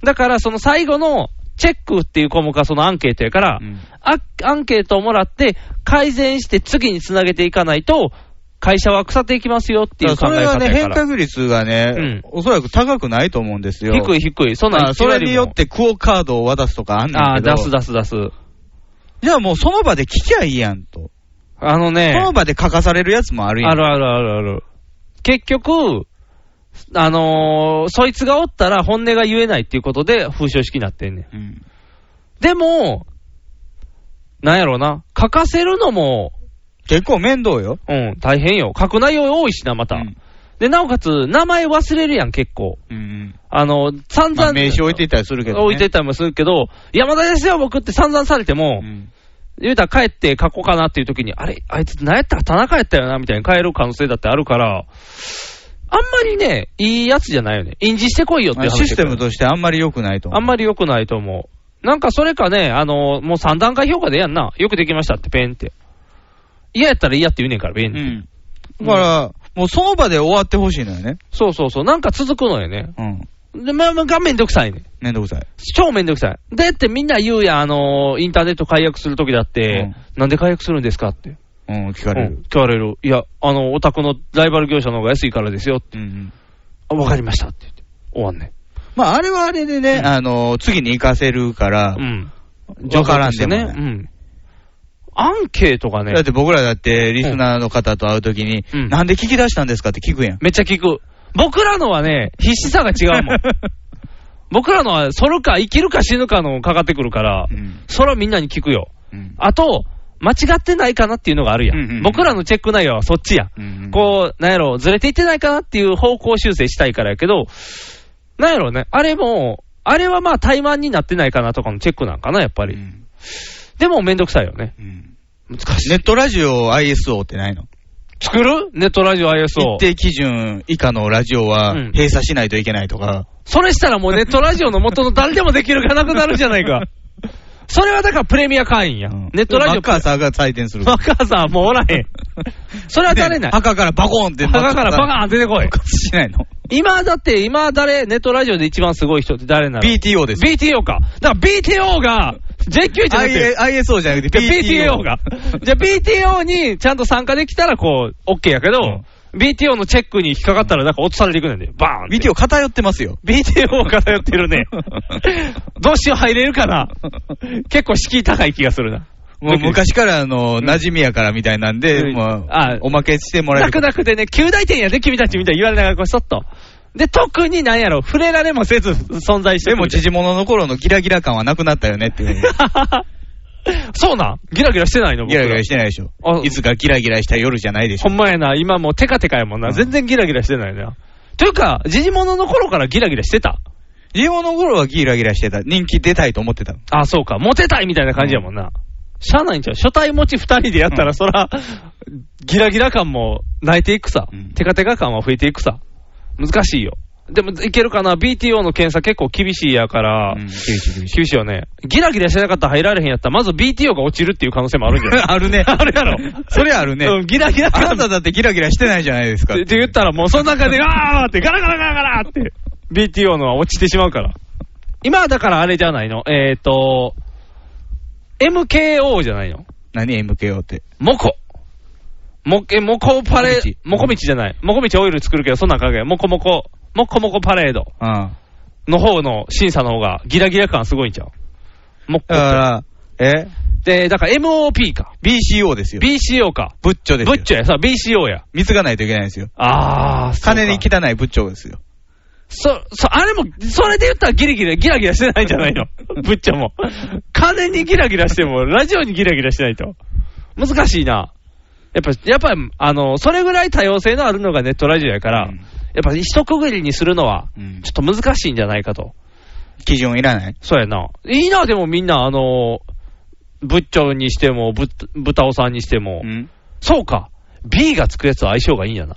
Speaker 3: だから、その最後の、チェックっていう項目がそのアンケートやから、
Speaker 2: うん
Speaker 3: あアンケートをもらって、改善して次につなげていかないと、会社は腐っていきますよっていう考
Speaker 2: そ
Speaker 3: え
Speaker 2: れは
Speaker 3: 方
Speaker 2: ね、
Speaker 3: やか
Speaker 2: 変
Speaker 3: ら。
Speaker 2: 革率がね、おそらく高くないと思うんですよ。
Speaker 3: 低い低い。そんなん
Speaker 2: あそれ
Speaker 3: 1割も
Speaker 2: によってクオカードを渡すとかあんねん
Speaker 3: あ
Speaker 2: け
Speaker 3: あ、
Speaker 2: ど。
Speaker 3: 出す出す出す。
Speaker 2: じゃあもうその場で聞きゃいいやんと。
Speaker 3: あのね。
Speaker 2: その場で書かされるやつもあるやん。
Speaker 3: あるあるあるある。結局、あのーそいつがおったら本音が言えないっていうことで、風習式になってんねん。
Speaker 2: うん
Speaker 3: でも、なんやろな、書かせるのも、
Speaker 2: 結構面倒よ。
Speaker 3: うん、大変よ。書く内容多いしな、また。
Speaker 2: うん
Speaker 3: で、なおかつ、名前忘れるやん、結構。
Speaker 2: うん。
Speaker 3: あの、散々、
Speaker 2: まあ、名刺置いていったりするけど、ね。
Speaker 3: 置いてたりもするけど、山田ですよ、僕って散々されても、
Speaker 2: うん
Speaker 3: 言うたら帰って書こうかなっていう時に、あれ、あいつ何やったら田中やったよな、みたいに変える可能性だってあるから、あんまりね、いいやつじゃないよね。印字してこいよって
Speaker 2: ま
Speaker 3: い
Speaker 2: あ
Speaker 3: う話だ
Speaker 2: シ
Speaker 3: け
Speaker 2: ス
Speaker 3: ど。
Speaker 2: テムとしてあんまり良くないと思う。
Speaker 3: あんまり良くないと思う。なんかそれかね、あの、もう3段階評価でええやんな。よくできましたって、ペンって。嫌やったら嫌って言うねんから、ペンって。
Speaker 2: うん。だから、もうその場で終わってほしいのよね。
Speaker 3: そうそうそう。なんか続くのよね。
Speaker 2: うん。
Speaker 3: で、まあまあ、がめんどくさいね。
Speaker 2: めんどくさい。
Speaker 3: 超めんどくさい。でってみんな言うやん、あのーインターネット解約するときだって、なんで解約するんですかって。
Speaker 2: うん、聞かれ
Speaker 3: うん
Speaker 2: る。
Speaker 3: 聞かれる。いや、あの、お宅のライバル業者の方が安いからですよって。
Speaker 2: うんうん。
Speaker 3: あわかりましたって言って。終わんね。
Speaker 2: まあ、あれはあれでね、あの、次に行かせるから
Speaker 3: う、ん。
Speaker 2: わからんでも
Speaker 3: ね。
Speaker 2: な
Speaker 3: う
Speaker 2: い。
Speaker 3: ん。アンケートがね
Speaker 2: だっ、て僕らだって、リスナーの方と会うときに
Speaker 3: う、ん
Speaker 2: なんで聞き出したんですかって聞くやん。
Speaker 3: めっちゃ聞く。僕らのはね、必死さが違う もん。僕らのは、そるか生きるか死ぬかのかかってくるから、
Speaker 2: うん
Speaker 3: それはみんなに聞くよ。
Speaker 2: うん
Speaker 3: あと、間違ってないかなっていうのがあるやん。
Speaker 2: うんうんうん
Speaker 3: 僕らのチェック内容はそっちやん。
Speaker 2: うん
Speaker 3: こう、なんやろ、ずれていってないかなっていう方向修正したいからやけど、なんやろね、あれも、あれはまあ怠慢になってないかなとかのチェックなんかな、やっぱ
Speaker 2: う
Speaker 3: り。
Speaker 2: ん
Speaker 3: でもめんどくさいよね。
Speaker 2: うん
Speaker 3: 難しい。
Speaker 2: ネットラジオ ISO ってないの
Speaker 3: 作るネットラジオ ISO
Speaker 2: 一。定基準以下のラジオは
Speaker 3: うん
Speaker 2: 閉鎖しないといけないとか、
Speaker 3: それしたらもうネットラジオの元の誰でもできるがなくなるじゃな いか。それはだからプレミア会員や。
Speaker 2: うん
Speaker 3: ネットラジオ。
Speaker 2: マッカーサーが採点する。
Speaker 3: マッカーサーもうお らへん。それは誰ない。
Speaker 2: 赤からバコーンって。
Speaker 3: 墓からバカン出てこい。
Speaker 2: しないの
Speaker 3: 今だって、今誰、ネットラジオで一番すごい人って誰なの
Speaker 2: ?BTO です。
Speaker 3: BTO か。だから BTO が、JQ じゃなくて、
Speaker 2: I- ISO じゃなくて BTO
Speaker 3: BTO が。じゃあ BTO にちゃんと参加できたら、こう、OK やけど、BTO のチェックに引っかかったら、なんか落とされていくねんで、バーンって
Speaker 2: BTO 偏ってますよ。
Speaker 3: BTO を偏って るね。どうしよう入れるかな。結構敷居高い気がするな。
Speaker 2: もう昔からあの、馴染みやからみたいなんで、
Speaker 3: うん
Speaker 2: もう
Speaker 3: あ、
Speaker 2: おまけしてもらえ
Speaker 3: 泣
Speaker 2: る
Speaker 3: く。泣くでね、旧大点やで、君たちみたいに言われながら、こうそっと。で、特になんやろ、触れられもせず存在して
Speaker 2: で
Speaker 3: る
Speaker 2: も、
Speaker 3: みたい
Speaker 2: 縮物の頃のギラギラ感はなくなったよねって いう。
Speaker 3: な そうなんギラギラしてないの
Speaker 2: ギラギラしてないでしょ
Speaker 3: あ。
Speaker 2: いつかギラギラした夜じゃないでし
Speaker 3: ほ
Speaker 2: ょ。
Speaker 3: んまやな、今もうテカテカやもんな。
Speaker 2: うん
Speaker 3: 全然ギラギラしてないな。というか、時事物の頃からギラギラしてた。
Speaker 2: 縮物の頃はギラギラしてた。人気出たいと思ってた。
Speaker 3: あ、そうか。モテたいみたいな感じやもんな。しゃあないんちゃう初対持ち二人でやったら、そら、ギラギラ感も泣いていくさ。
Speaker 2: うん
Speaker 3: テカテカ感は増えていくさ。難しいよ。でも、いけるかな ?BTO の検査結構厳しいやから、
Speaker 2: うん厳しい厳しい
Speaker 3: 厳しいよね。ギラギラしてなかったら入られへんやったら、まず BTO が落ちるっていう可能性もあるんじゃない
Speaker 2: あるね。
Speaker 3: あるやろ。
Speaker 2: それあるね。
Speaker 3: うんギラギラ
Speaker 2: あな
Speaker 3: 感
Speaker 2: ただってギラギラしてないじゃないですか。
Speaker 3: って言ったら、もうその中で、あーって、ガラガラガラガラって、BTO のは落ちてしまうから。今はだからあれじゃないの、えっ、ー、と、MKO じゃないの、
Speaker 2: 何 MKO って。
Speaker 3: モコ。モケ、モコパレ
Speaker 2: モコ道、
Speaker 3: モコ道じゃない。モコ道オイル作るけど、そんなん関係ない。モコモコ、モコモコパレード
Speaker 2: うん。
Speaker 3: の方の審査の方がギラギラ感すごいんちゃうモコ
Speaker 2: だから、え
Speaker 3: で、だから MOP か。
Speaker 2: ?BCO ですよ。
Speaker 3: BCO か。
Speaker 2: ブッチョです
Speaker 3: ブ
Speaker 2: よ。
Speaker 3: ッチョや、さ、BCO や。
Speaker 2: 水がないといけないんですよ。
Speaker 3: あー、そうか
Speaker 2: 金に汚いブッチョですよ。
Speaker 3: そ、そ、あれも、それで言ったらギリギリ、ギラギラしてないんじゃないの ぶっちゃも。金にギラギラしても、ラジオにギラギラしてないと。難しいな。やっぱ、やっぱ、あの、それぐらい多様性のあるのがネットラジオやから、
Speaker 2: うん
Speaker 3: やっぱ一区切りにするのは
Speaker 2: うん、
Speaker 3: ちょっと難しいんじゃないかと。
Speaker 2: 基準いらない
Speaker 3: そうやな。いいな、でもみんな、あの、ぶっちょにしても、ぶっ、ぶたおさんにしても、
Speaker 2: うん。
Speaker 3: そうか。B がつくやつは相性がいいんやな。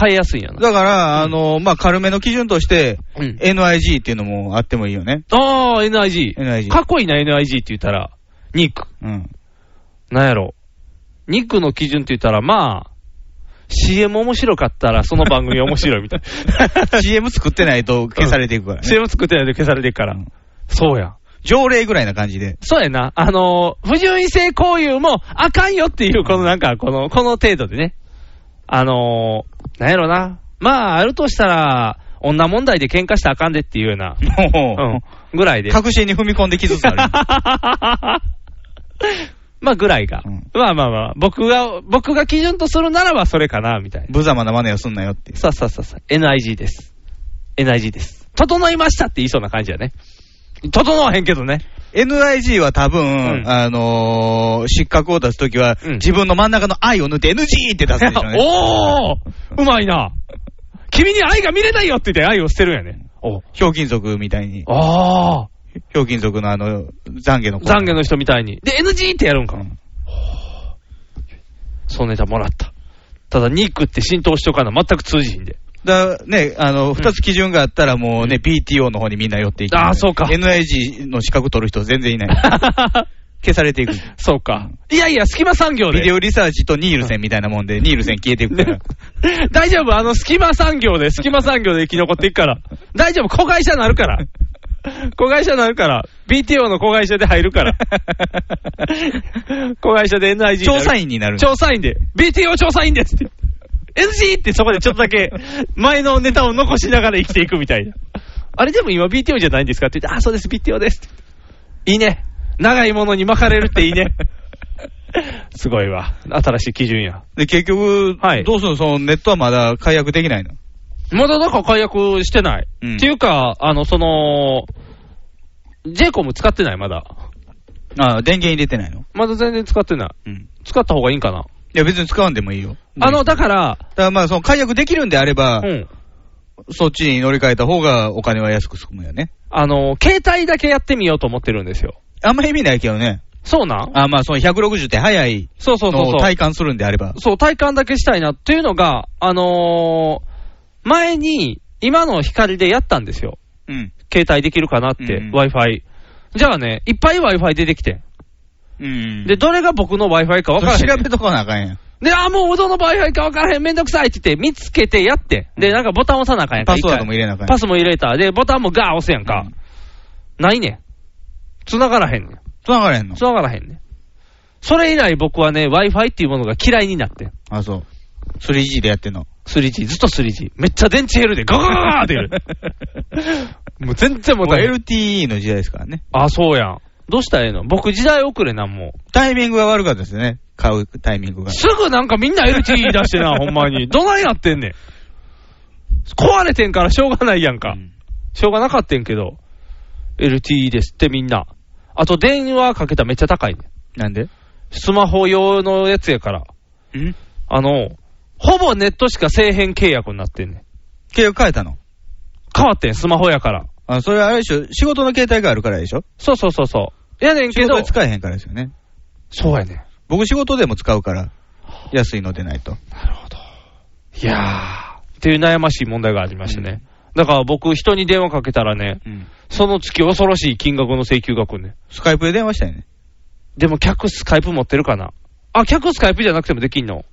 Speaker 3: 変えやすいんやな。
Speaker 2: だから、あの、まあ、軽めの基準として、
Speaker 3: うん。
Speaker 2: NIG っていうのもあってもいいよね。
Speaker 3: ああ、NIG。
Speaker 2: NIG
Speaker 3: かっこいいな、NIG って言ったら、ニック。
Speaker 2: うん。
Speaker 3: なんやろ。ニックの基準って言ったら、まあ、CM 面白かったら、その番組面白いみたい な。
Speaker 2: CM 作ってないと消されていくからね。
Speaker 3: CM 作ってないと消されていくから。
Speaker 2: うん
Speaker 3: そうや。
Speaker 2: 条例ぐらいな感じで。
Speaker 3: そうやな。あのー不純異性交友もあかんよっていう、このなんか、この、この程度でね。あのーなんやろな。まあ、あるとしたら、女問題で喧嘩したらあかんでっていうような、
Speaker 2: も、
Speaker 3: うん、ぐらいうで。
Speaker 2: 確信に踏み込んできつつ ある。
Speaker 3: まあぐらいが、
Speaker 2: うん
Speaker 3: まあまあまあ、僕が、僕が基準とするならばそれかな、みたいな。
Speaker 2: 無様な真似をすんなよっていう。
Speaker 3: さあさあさあさあ、NIG です。NIG です。整いましたって言いそうな感じだね。整わへんけどね。
Speaker 2: NIG は多分、
Speaker 3: うん
Speaker 2: あのー失格を出すときは、
Speaker 3: うん
Speaker 2: 自分の真ん中の愛を縫って NG って出すんでしょうね。
Speaker 3: おーうまいな。君に愛が見れないよって言って愛を捨てるんやね。お
Speaker 2: ひょうきん族みたいに。
Speaker 3: ああ。
Speaker 2: ひょうきん族のあの、懺悔の子。
Speaker 3: 懺悔の人みたいに。で、NG ってやるんか。
Speaker 2: うん
Speaker 3: そうネタもらった。ただ、肉って浸透しとかな、全く通じひんで。
Speaker 2: だね、あの、二つ基準があったらもうね、BTO の方にみんな寄っていく。
Speaker 3: あーそうか
Speaker 2: NIG の資格取る人全 然いない。消されていく。
Speaker 3: そうか。いやいや、隙間産業で。
Speaker 2: ビデオリサーチとニールセンみたいなもんで、ニールセン消えていくから
Speaker 3: ね。 大丈夫、あの隙間産業で、隙間産業で生き残っていくから。大丈夫、子会社になるから。子会社になるから。BTO の子会社で入 るから。子会社で NIG にな
Speaker 2: 調
Speaker 3: る
Speaker 2: 査員になる。
Speaker 3: 調査員で、BTO 調査員ですって。NG ってそこでちょっとだけ前のネタを残しながら生きていくみたいな。あれでも今 BTO じゃないんですかって言って、あ、そうです、BTO ですって。いいね。長いものに巻かれるってい いね。すごいわ。新しい基準や。
Speaker 2: で、結局、
Speaker 3: はい
Speaker 2: どうするのそのネットはまだ解約できないの
Speaker 3: まだなんか解約してない。
Speaker 2: うん
Speaker 3: っていうか、あの、その、j コム使ってない、まだ。
Speaker 2: ああ、電源入れてないの
Speaker 3: まだ全然使ってな
Speaker 2: う
Speaker 3: い。
Speaker 2: ん。
Speaker 3: 使った方がいいんかな。
Speaker 2: いや、別に使うんでもいいよ。
Speaker 3: あの、だから、
Speaker 2: だからまあ、その解約できるんであれば、
Speaker 3: うん。
Speaker 2: そっちに乗り換えた方がお金は安く済むよね。
Speaker 3: あの、携帯だけやってみようと思ってるんですよ。
Speaker 2: あんま意味ないけどね。
Speaker 3: そうなん
Speaker 2: あまあ、その160って早い
Speaker 3: そうそうそう
Speaker 2: の
Speaker 3: そ
Speaker 2: を
Speaker 3: う。
Speaker 2: 体感するんであれば。
Speaker 3: そう、体感だけしたいなっていうのが、あのー前に、今の光でやったんですよ。
Speaker 2: うん。
Speaker 3: 携帯できるかなって、
Speaker 2: うん
Speaker 3: Wi-Fi。じゃあね、いっぱい Wi-Fi 出てきてん。
Speaker 2: うん。
Speaker 3: で、どれが僕の Wi-Fi か分からへん。
Speaker 2: 調べとかなあかんやん。
Speaker 3: で、あ、もうどの場合はいいか分からへん、めんどくさいって言って、見つけてやって、で、なんかボタン押さなあかんやんか。
Speaker 2: パスワードも入れなあ
Speaker 3: 一
Speaker 2: かん
Speaker 3: 回
Speaker 2: や
Speaker 3: パ
Speaker 2: ん。
Speaker 3: スも入れた。で、ボタンもガー押せやんか。ないねん。繋がらへんねん。
Speaker 2: 繋がれへんの
Speaker 3: 繋がらへんねん。それ以来僕はね、Wi-Fi っていうものが嫌いになってん。
Speaker 2: あ、そう。3G でやってんの。
Speaker 3: 3G、ずっと 3G。めっちゃ電池減るで、ガガガガー って減る。もう全然も
Speaker 2: も
Speaker 3: う
Speaker 2: う LTE の時代ですからね。
Speaker 3: あ、そうやん。どうしたらええの僕時代遅れなんも
Speaker 2: タイミングが悪かったですね。買うタイミングが
Speaker 3: う。。すぐなんかみんな LTE 出し てな、ほんまに。どないなってんねん。壊れてんからしょうがないやんか。
Speaker 2: うん
Speaker 3: しょうがなかったんけど、LTE ですってみんな。あと電話かけたらめっちゃ高いね。
Speaker 2: なんで
Speaker 3: スマホ用のやつやから。
Speaker 2: うん
Speaker 3: あの、ほぼネットしかせえへん契約になってんねん。
Speaker 2: 契約変えたの
Speaker 3: 変わってん、スマホやから。
Speaker 2: あ、それあれでしょ仕事の携帯があるからでしょ
Speaker 3: そうそうそうそう。やねん
Speaker 2: 仕
Speaker 3: けど
Speaker 2: 事で、使えへんからですよね。
Speaker 3: そうやねん。
Speaker 2: 僕仕事でも使うから、安いのでないと。
Speaker 3: いやー、っていう悩ましい問題がありましてね。だから僕、人に電話かけたらね、
Speaker 2: うん。
Speaker 3: その月恐ろしい金額の請求が来るね。
Speaker 2: スカイプで電話したよね。
Speaker 3: でも客スカイプ持ってるかなあ、客スカイプじゃなくてもできんの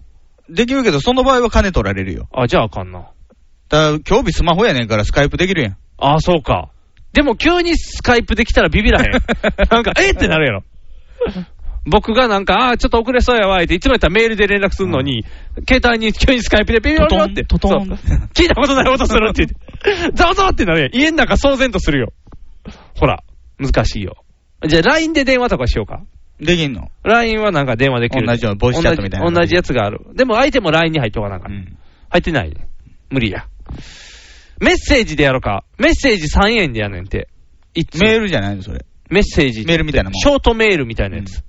Speaker 2: できるけど、その場合は金取られるよ。
Speaker 3: あ、じゃああかんな。
Speaker 2: だから、今日日スマホやねんからスカイプできるやん。
Speaker 3: あ、そうか。でも急にスカイプできたらビビら へん。なんか、えーってなるやろ。僕がなんか、あーちょっと遅れそうやわ、って、いつもやったらメールで連絡するのに、携帯に急にスカイプでビビビビって、
Speaker 2: トトン
Speaker 3: そう
Speaker 2: トトン
Speaker 3: 聞いたことない音するって 言って、ざわざわってなるやん。家の中騒然とするよ。ほら、難しいよ。じゃあ LINE で電話とかしようか。
Speaker 2: できんの
Speaker 3: LINE はなんか電話できる。
Speaker 2: 同じようなボイスチャットみたいな
Speaker 3: 同じ同じやつがある。でも相手も LINE に入っとかなんか、
Speaker 2: うん。
Speaker 3: 入ってないね。無理や。メッセージでやろうか。メッセージ3円でやんねんて。いつ
Speaker 2: メールじゃないの、それ。
Speaker 3: メッセージ。
Speaker 2: メールみたいなもん
Speaker 3: ショートメールみたいなやつ。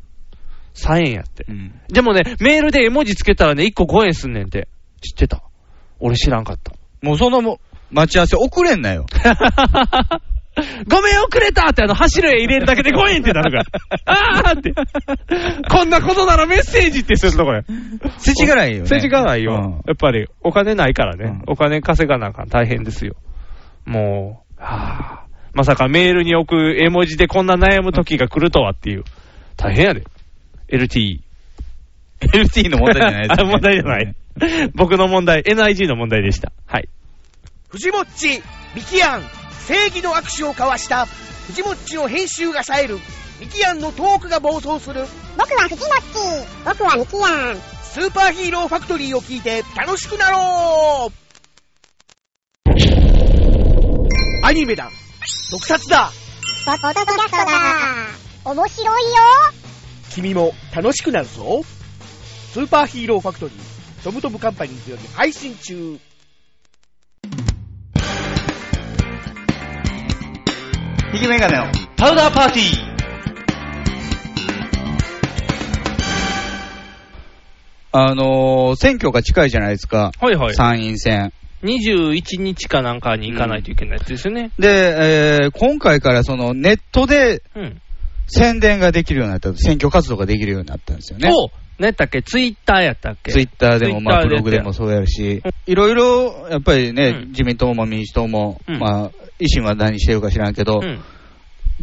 Speaker 3: 3円やって
Speaker 2: う。ん。
Speaker 3: でもね、メールで絵文字つけたらね、1個5円すんねんて。知ってた俺知らんかった。
Speaker 2: もうそのも、待ち合わせ遅れんなよ。
Speaker 3: ごめん遅れたってあの走る絵入れるだけで5円ってな るから。あーって。こんなことならメッセージってするのこれ。
Speaker 2: 世知辛いよね。
Speaker 3: 世知辛いよ、
Speaker 2: うん
Speaker 3: やっぱりお金ないからね、
Speaker 2: うん
Speaker 3: お金稼がなあかん、大変ですよ、もう、はあ、まさかメールに置く絵文字でこんな悩む時が来るとはっていう、大変やで、LTE。
Speaker 2: LT の問題じゃないです、
Speaker 3: あ 問題じゃない。。僕の問題、NIG の問題でした。はい。
Speaker 10: 藤もっち、ミキアン、正義の握手を交わした、藤もっちの編集が冴える、ミキアンのトークが暴走する、
Speaker 11: 僕はフジモッチ僕はミキヤン
Speaker 10: スーパーヒーローファクトリーを聞いて楽しくなろうアニメだ特撮だ
Speaker 11: ポッドキャストだ面白いよ
Speaker 10: 君も楽しくなるぞスーパーヒーローファクトリー、トムトムカンパニーズより配信中
Speaker 2: 引きメガネの
Speaker 1: パウダーパーティー。
Speaker 2: あのー選挙が近いじゃないですか。
Speaker 3: はいはい
Speaker 2: 参院選。
Speaker 3: 21日かなんかに行かないといけないやつですよね。
Speaker 2: で、えー今回からそのネットで
Speaker 3: うん。
Speaker 2: 宣伝ができるようになった、選挙活動ができるようになったんですよね。
Speaker 3: お何やったっけツイッターやったっけ
Speaker 2: ツイッターでも、まあ、ブ
Speaker 3: ツイ
Speaker 2: ロ
Speaker 3: ッタ
Speaker 2: グ
Speaker 3: ーや
Speaker 2: でもそうやるし、いろいろやっぱりね、自民党も民主党も、
Speaker 3: うん
Speaker 2: まあ、維新は何してるか知らんけど、
Speaker 3: うん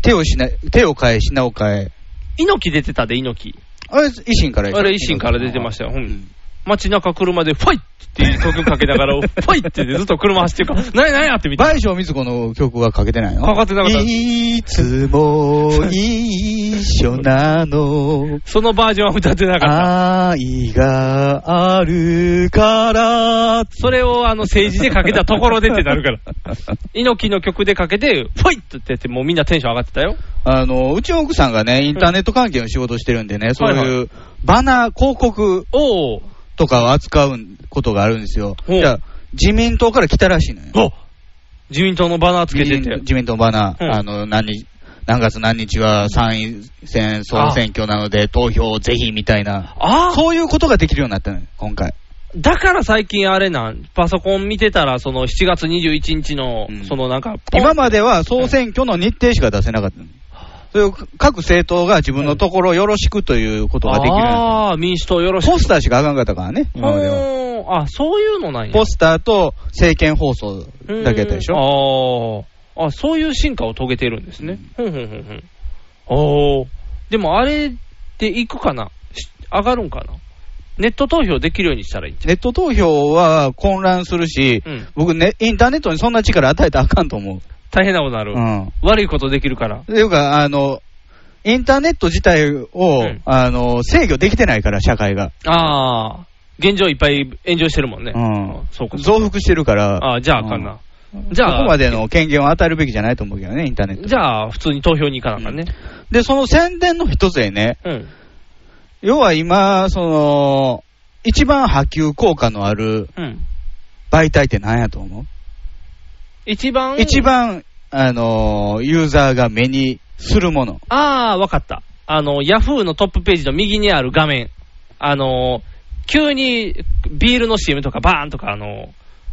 Speaker 2: 手をしな手を変え、品を変え、
Speaker 3: 猪木出てたで、猪木。
Speaker 2: あれ、維新から
Speaker 3: あれ、維新から出てましたよ。うん。街中車で、ファイっていう曲かけなが ら、ファイってずっと車走ってるから、何や何やって見て。
Speaker 2: 倍賞美津子の曲はかけてないの
Speaker 3: かかってなかった
Speaker 2: いつも一緒なの。
Speaker 3: そのバージョンは歌ってなかった。
Speaker 2: 愛があるから。
Speaker 3: それをあの政治でかけたところでってなるから。猪木の曲でかけて、ファイってやって、もうみんなテンション上がってたよ。
Speaker 2: あの、うちの奥さんがね、インターネット関係の仕事してるんでね、そう
Speaker 3: はい
Speaker 2: いうバナー、広告
Speaker 3: おー
Speaker 2: とかを扱うことがあるんですよ。
Speaker 3: ほう
Speaker 2: じゃあ、自民党から来たらしいのよ。
Speaker 3: 自民党のバナーつけて
Speaker 2: 自民
Speaker 3: て。
Speaker 2: 自民党バナー、
Speaker 3: うん
Speaker 2: あの、何日、何月何日は参院選総選挙なので投票をぜひみたいな。
Speaker 3: ああ
Speaker 2: そういうことができるようになったのよ、今回。
Speaker 3: だから最近あれなん、パソコン見てたら、その7月21日の、そのなんか、ポン
Speaker 2: 今までは総選挙の日程しか出せなかったの。それを各政党が自分のところをよろしくということができるようになった。
Speaker 3: ああ、民主党よろしく。
Speaker 2: ポスターしかあかんかったからね、今までは。
Speaker 3: おーあ、そういうのなんや。
Speaker 2: ポスターと政見放送だけやったでしょ。
Speaker 3: ょあーあ、そういう進化を遂げてるんですね。ふんふんふんふん。おーでもあれで行くかなし上がるんかなネット投票できるようにしたらいいんちゃ
Speaker 2: ネット投票は混乱するし、
Speaker 3: ううん。
Speaker 2: 僕ね、インターネットにそんな力与えたらあかんと思う。
Speaker 3: 大変なことになる。
Speaker 2: うん。
Speaker 3: 悪いことできるから。
Speaker 2: というか、あの、インターネット自体を、
Speaker 3: ん
Speaker 2: あの、制御できてないから、社会が。
Speaker 3: ああ、現状いっぱい炎上してるもんね。
Speaker 2: うん。
Speaker 3: そうか。
Speaker 2: 増幅してるから。
Speaker 3: あーじゃああかんな。じゃあ、
Speaker 2: ここまでの権限を与えるべきじゃないと思うけどね、インターネット。
Speaker 3: じゃあ、普通に投票に行かなあかんね。
Speaker 2: で、その宣伝の一つでね、
Speaker 3: うん。
Speaker 2: 要は今、その、一番波及効果のある
Speaker 3: うん。
Speaker 2: 媒体って何やと思う
Speaker 3: 一番。
Speaker 2: 一。番、あのーユーザーが目にするもの。
Speaker 3: ああ、わかった。あの、ヤフーのトップページの右にある画面。あの、急にビールの CM とかバーンとか、あの、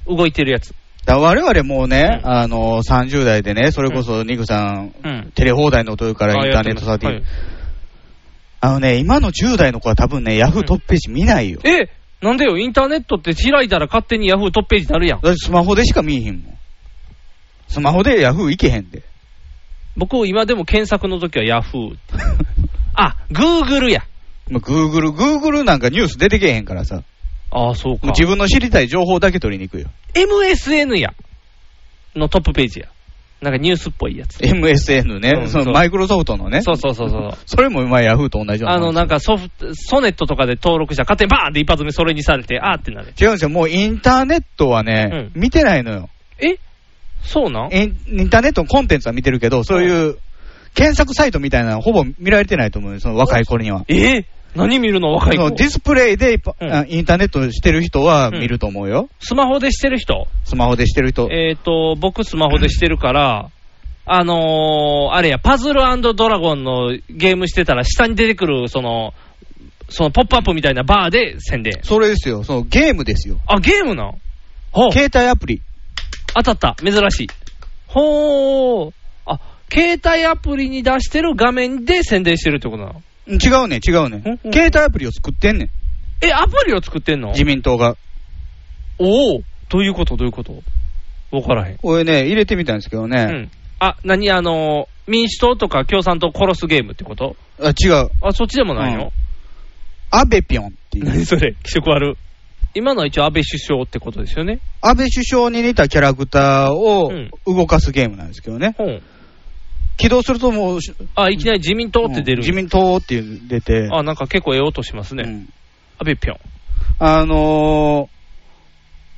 Speaker 3: 動いてるやつ。
Speaker 2: だから我々もうね、あのー30代でね、それこそニグさん、
Speaker 3: うん。
Speaker 2: テレ放題のというからインターネットサーティ
Speaker 3: はい
Speaker 2: あのね、今の10代の子は多分ね、ヤフートップページ見ないよ。
Speaker 3: え、なんでよ、インターネットって開いたら勝手にヤフートップページになるやん。
Speaker 2: だってスマホでしか見えへんもん。スマホでヤフー行けへんで。
Speaker 3: 僕、今でも検索の時はヤフー。 あ、グーグルや。
Speaker 2: もう Google、Google なんかニュース出てけへんからさ。
Speaker 3: ああ、そうか。
Speaker 2: もう自分の知りたい情報だけ取りに行くよ。
Speaker 3: MSN や。のトップページや。なんかニュースっぽいやつ。
Speaker 2: MSN ね、
Speaker 3: うん
Speaker 2: そ
Speaker 3: そ
Speaker 2: の
Speaker 3: う
Speaker 2: マイクロソフトのね。
Speaker 3: そうそうそうそう。
Speaker 2: それも今ヤフーと同じような
Speaker 3: あ
Speaker 2: もん
Speaker 3: の、なんかソフト、ソネットとかで登録したら勝手にバーンって一発目それにされて、あーってなる。
Speaker 2: 違うんですよ、もうインターネットはね、見てないのよ
Speaker 3: えそうなん
Speaker 2: イン、インターネットのコンテンツは見てるけど、そういう検索サイトみたいなのほぼ見られてないと思うよ、その若い頃には。
Speaker 3: えー何見るの若い
Speaker 2: そ
Speaker 3: 子
Speaker 2: の。ディスプレイでパ
Speaker 3: うん
Speaker 2: あインターネットしてる人は見ると思うよ、
Speaker 3: スマホでしてる人
Speaker 2: スマホでしてる人。
Speaker 3: えっ、と、僕スマホでしてるから、あのー、あれや、パズルドラゴンのゲームしてたら下に出てくる、その、そのポップアップみたいなバーで宣伝。
Speaker 2: それですよ、そのゲームですよ。
Speaker 3: あ、ゲームなんほう
Speaker 2: 携帯アプリ。
Speaker 3: 当たった。珍しい。ほー。あ、携帯アプリに出してる画面で宣伝してるってことなの
Speaker 2: うん違うね、違うね。携帯アプリを作ってんねん、
Speaker 3: え、アプリを作ってんの
Speaker 2: 自民党が。
Speaker 3: おおどういうことどういうことわからへん。
Speaker 2: これね、入れてみたんですけど
Speaker 3: う
Speaker 2: ね、
Speaker 3: ん。あ、何あのー、民主党とか共産党殺すゲームってこと
Speaker 2: あ違う、
Speaker 3: あ、そっちでもないの、
Speaker 2: 安倍ぴょんっていう。
Speaker 3: 何それ気色悪。今のは一応安倍首相ってことですよね。
Speaker 2: 安倍首相に似たキャラクターを
Speaker 3: うん
Speaker 2: 動かすゲームなんですけどね、
Speaker 3: ほん。
Speaker 2: 起動するともう、し
Speaker 3: あ、いきなり自民党って出る。
Speaker 2: 自民党っていう出て、
Speaker 3: あ、なんか結構ええ音しますね。
Speaker 2: うん
Speaker 3: 安倍ぴょん。
Speaker 2: あの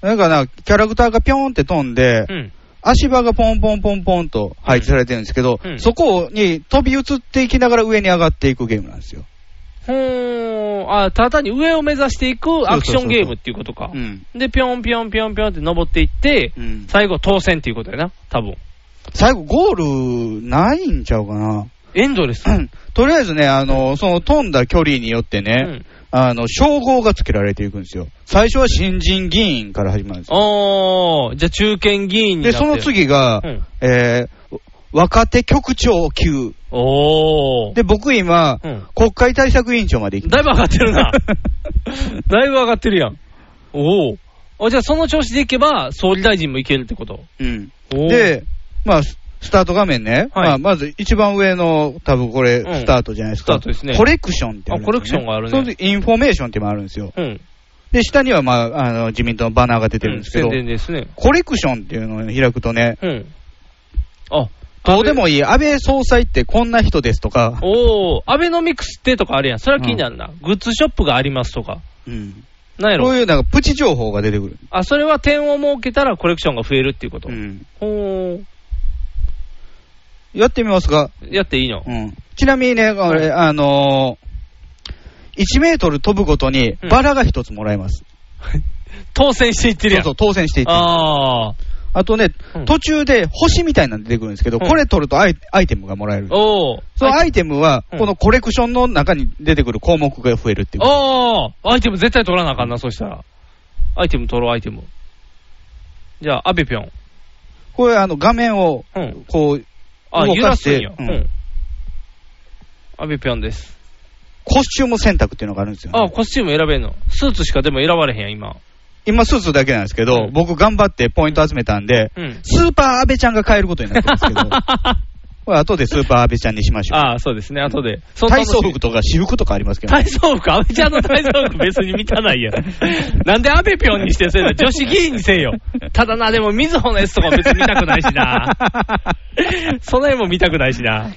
Speaker 2: ー、なんかな、キャラクターがぴょんって飛んで、
Speaker 3: うん。
Speaker 2: 足場がポンポンポンポンと配置されてるんですけど、
Speaker 3: うんうん
Speaker 2: そこに飛び移っていきながら上に上がっていくゲームなんですよ。
Speaker 3: ほーん。あ、ただに上を目指していくアクションゲームっていうことか。
Speaker 2: うん
Speaker 3: で、ぴょんぴょんぴょんぴょんって登っていって、
Speaker 2: うん
Speaker 3: 最後当選っていうことやな、多分
Speaker 2: 最後ゴールないんちゃうかな。
Speaker 3: エンドレス。
Speaker 2: とりあえずね、あの、その飛んだ距離によってね、あの、称号が付けられていくんですよ。最初は新人議員から始まるんですよ。
Speaker 3: おー、じゃあ中堅議員にな
Speaker 2: で、
Speaker 3: って
Speaker 2: その次が、
Speaker 3: うん
Speaker 2: えー若手局長級。
Speaker 3: おー。
Speaker 2: で、僕今、
Speaker 3: うん
Speaker 2: 国会対策委員長まで行き
Speaker 3: だいぶ上がってる な。だいぶ上がってるやん。おー。あじゃあその調子でいけば、総理大臣もいけるってこと。
Speaker 2: うん。
Speaker 3: おー、
Speaker 2: で、まあ、ススタート画面ね、
Speaker 3: はい
Speaker 2: まあ、まず一番上の、多分これ、
Speaker 3: うん
Speaker 2: スタートじゃないです
Speaker 3: スタ
Speaker 2: か、
Speaker 3: ートですね
Speaker 2: コレクションってあるんですよ、
Speaker 3: あコレクションがあるね
Speaker 2: その時インフォメーションっていうのもあるんですよ、
Speaker 3: うん。
Speaker 2: で下には、まあ、あの自民党のバナーが出てるんですけど、
Speaker 3: 宣伝ですね。
Speaker 2: コレクションっていうのを開くとね、
Speaker 3: うん。あ、
Speaker 2: どうでもいい、安倍総裁ってこんな人ですとか、
Speaker 3: おー、アベノミクスってとかあるやん。それは気になるな。グッズショップがありますとか。
Speaker 2: うん、
Speaker 3: なんやろ
Speaker 2: そういうなんかプチ情報が出てくる、
Speaker 3: あ、それは点を設けたらコレクションが増えるっていうこと。
Speaker 2: うん、
Speaker 3: ほー。
Speaker 2: やってみますか、
Speaker 3: やっていいの
Speaker 2: うん、ちなみにね、これ、あのー、1メートル飛ぶごとにバラが一つもらえます。
Speaker 3: 当選していってるやん。
Speaker 2: そうそう、当選していってる
Speaker 3: あー。
Speaker 2: あとね、
Speaker 3: ん
Speaker 2: 途中で星みたいなの出てくるんですけど、
Speaker 3: うん
Speaker 2: これ取るとアイアイテムがもらえる。
Speaker 3: おー。
Speaker 2: そのアイテムは、
Speaker 3: うん
Speaker 2: このコレクションの中に出てくる項目が増えるっていう。
Speaker 3: ああ、アイテム絶対取らなあかんな、そしたら。アイテム取ろう、アイテム。じゃあ、アベぴょん。
Speaker 2: これ、あの、画面を
Speaker 3: うん、
Speaker 2: こう、
Speaker 3: あ、
Speaker 2: 動
Speaker 3: 揺ら
Speaker 2: かし
Speaker 3: す
Speaker 2: て
Speaker 3: んや。う
Speaker 2: うん
Speaker 3: ん。アベぴょんです。
Speaker 2: コスチューム選択っていうのがあるんですよね、
Speaker 3: あ、コスチューム選べんの。スーツしかでも選ばれへんやん、今。
Speaker 2: 今、スーツだけなんですけど、
Speaker 3: うん
Speaker 2: 僕頑張ってポイント集めたんで、
Speaker 3: うん。
Speaker 2: スーパー安倍ちゃんが買えることになってるんですけど、これ後でスーパー安倍ちゃんにしましょう。
Speaker 3: ああ、そうですね、後で。その
Speaker 2: 体操服とか私服とかありますけど、
Speaker 3: 体操服、安倍ちゃんの体操服別に満た ないやん。なんで安倍ぴょんにしてせえな、女子議員にせえよ。ただな、でも、みずほのやつとか別に見たくないし な。その絵も見たくないしな。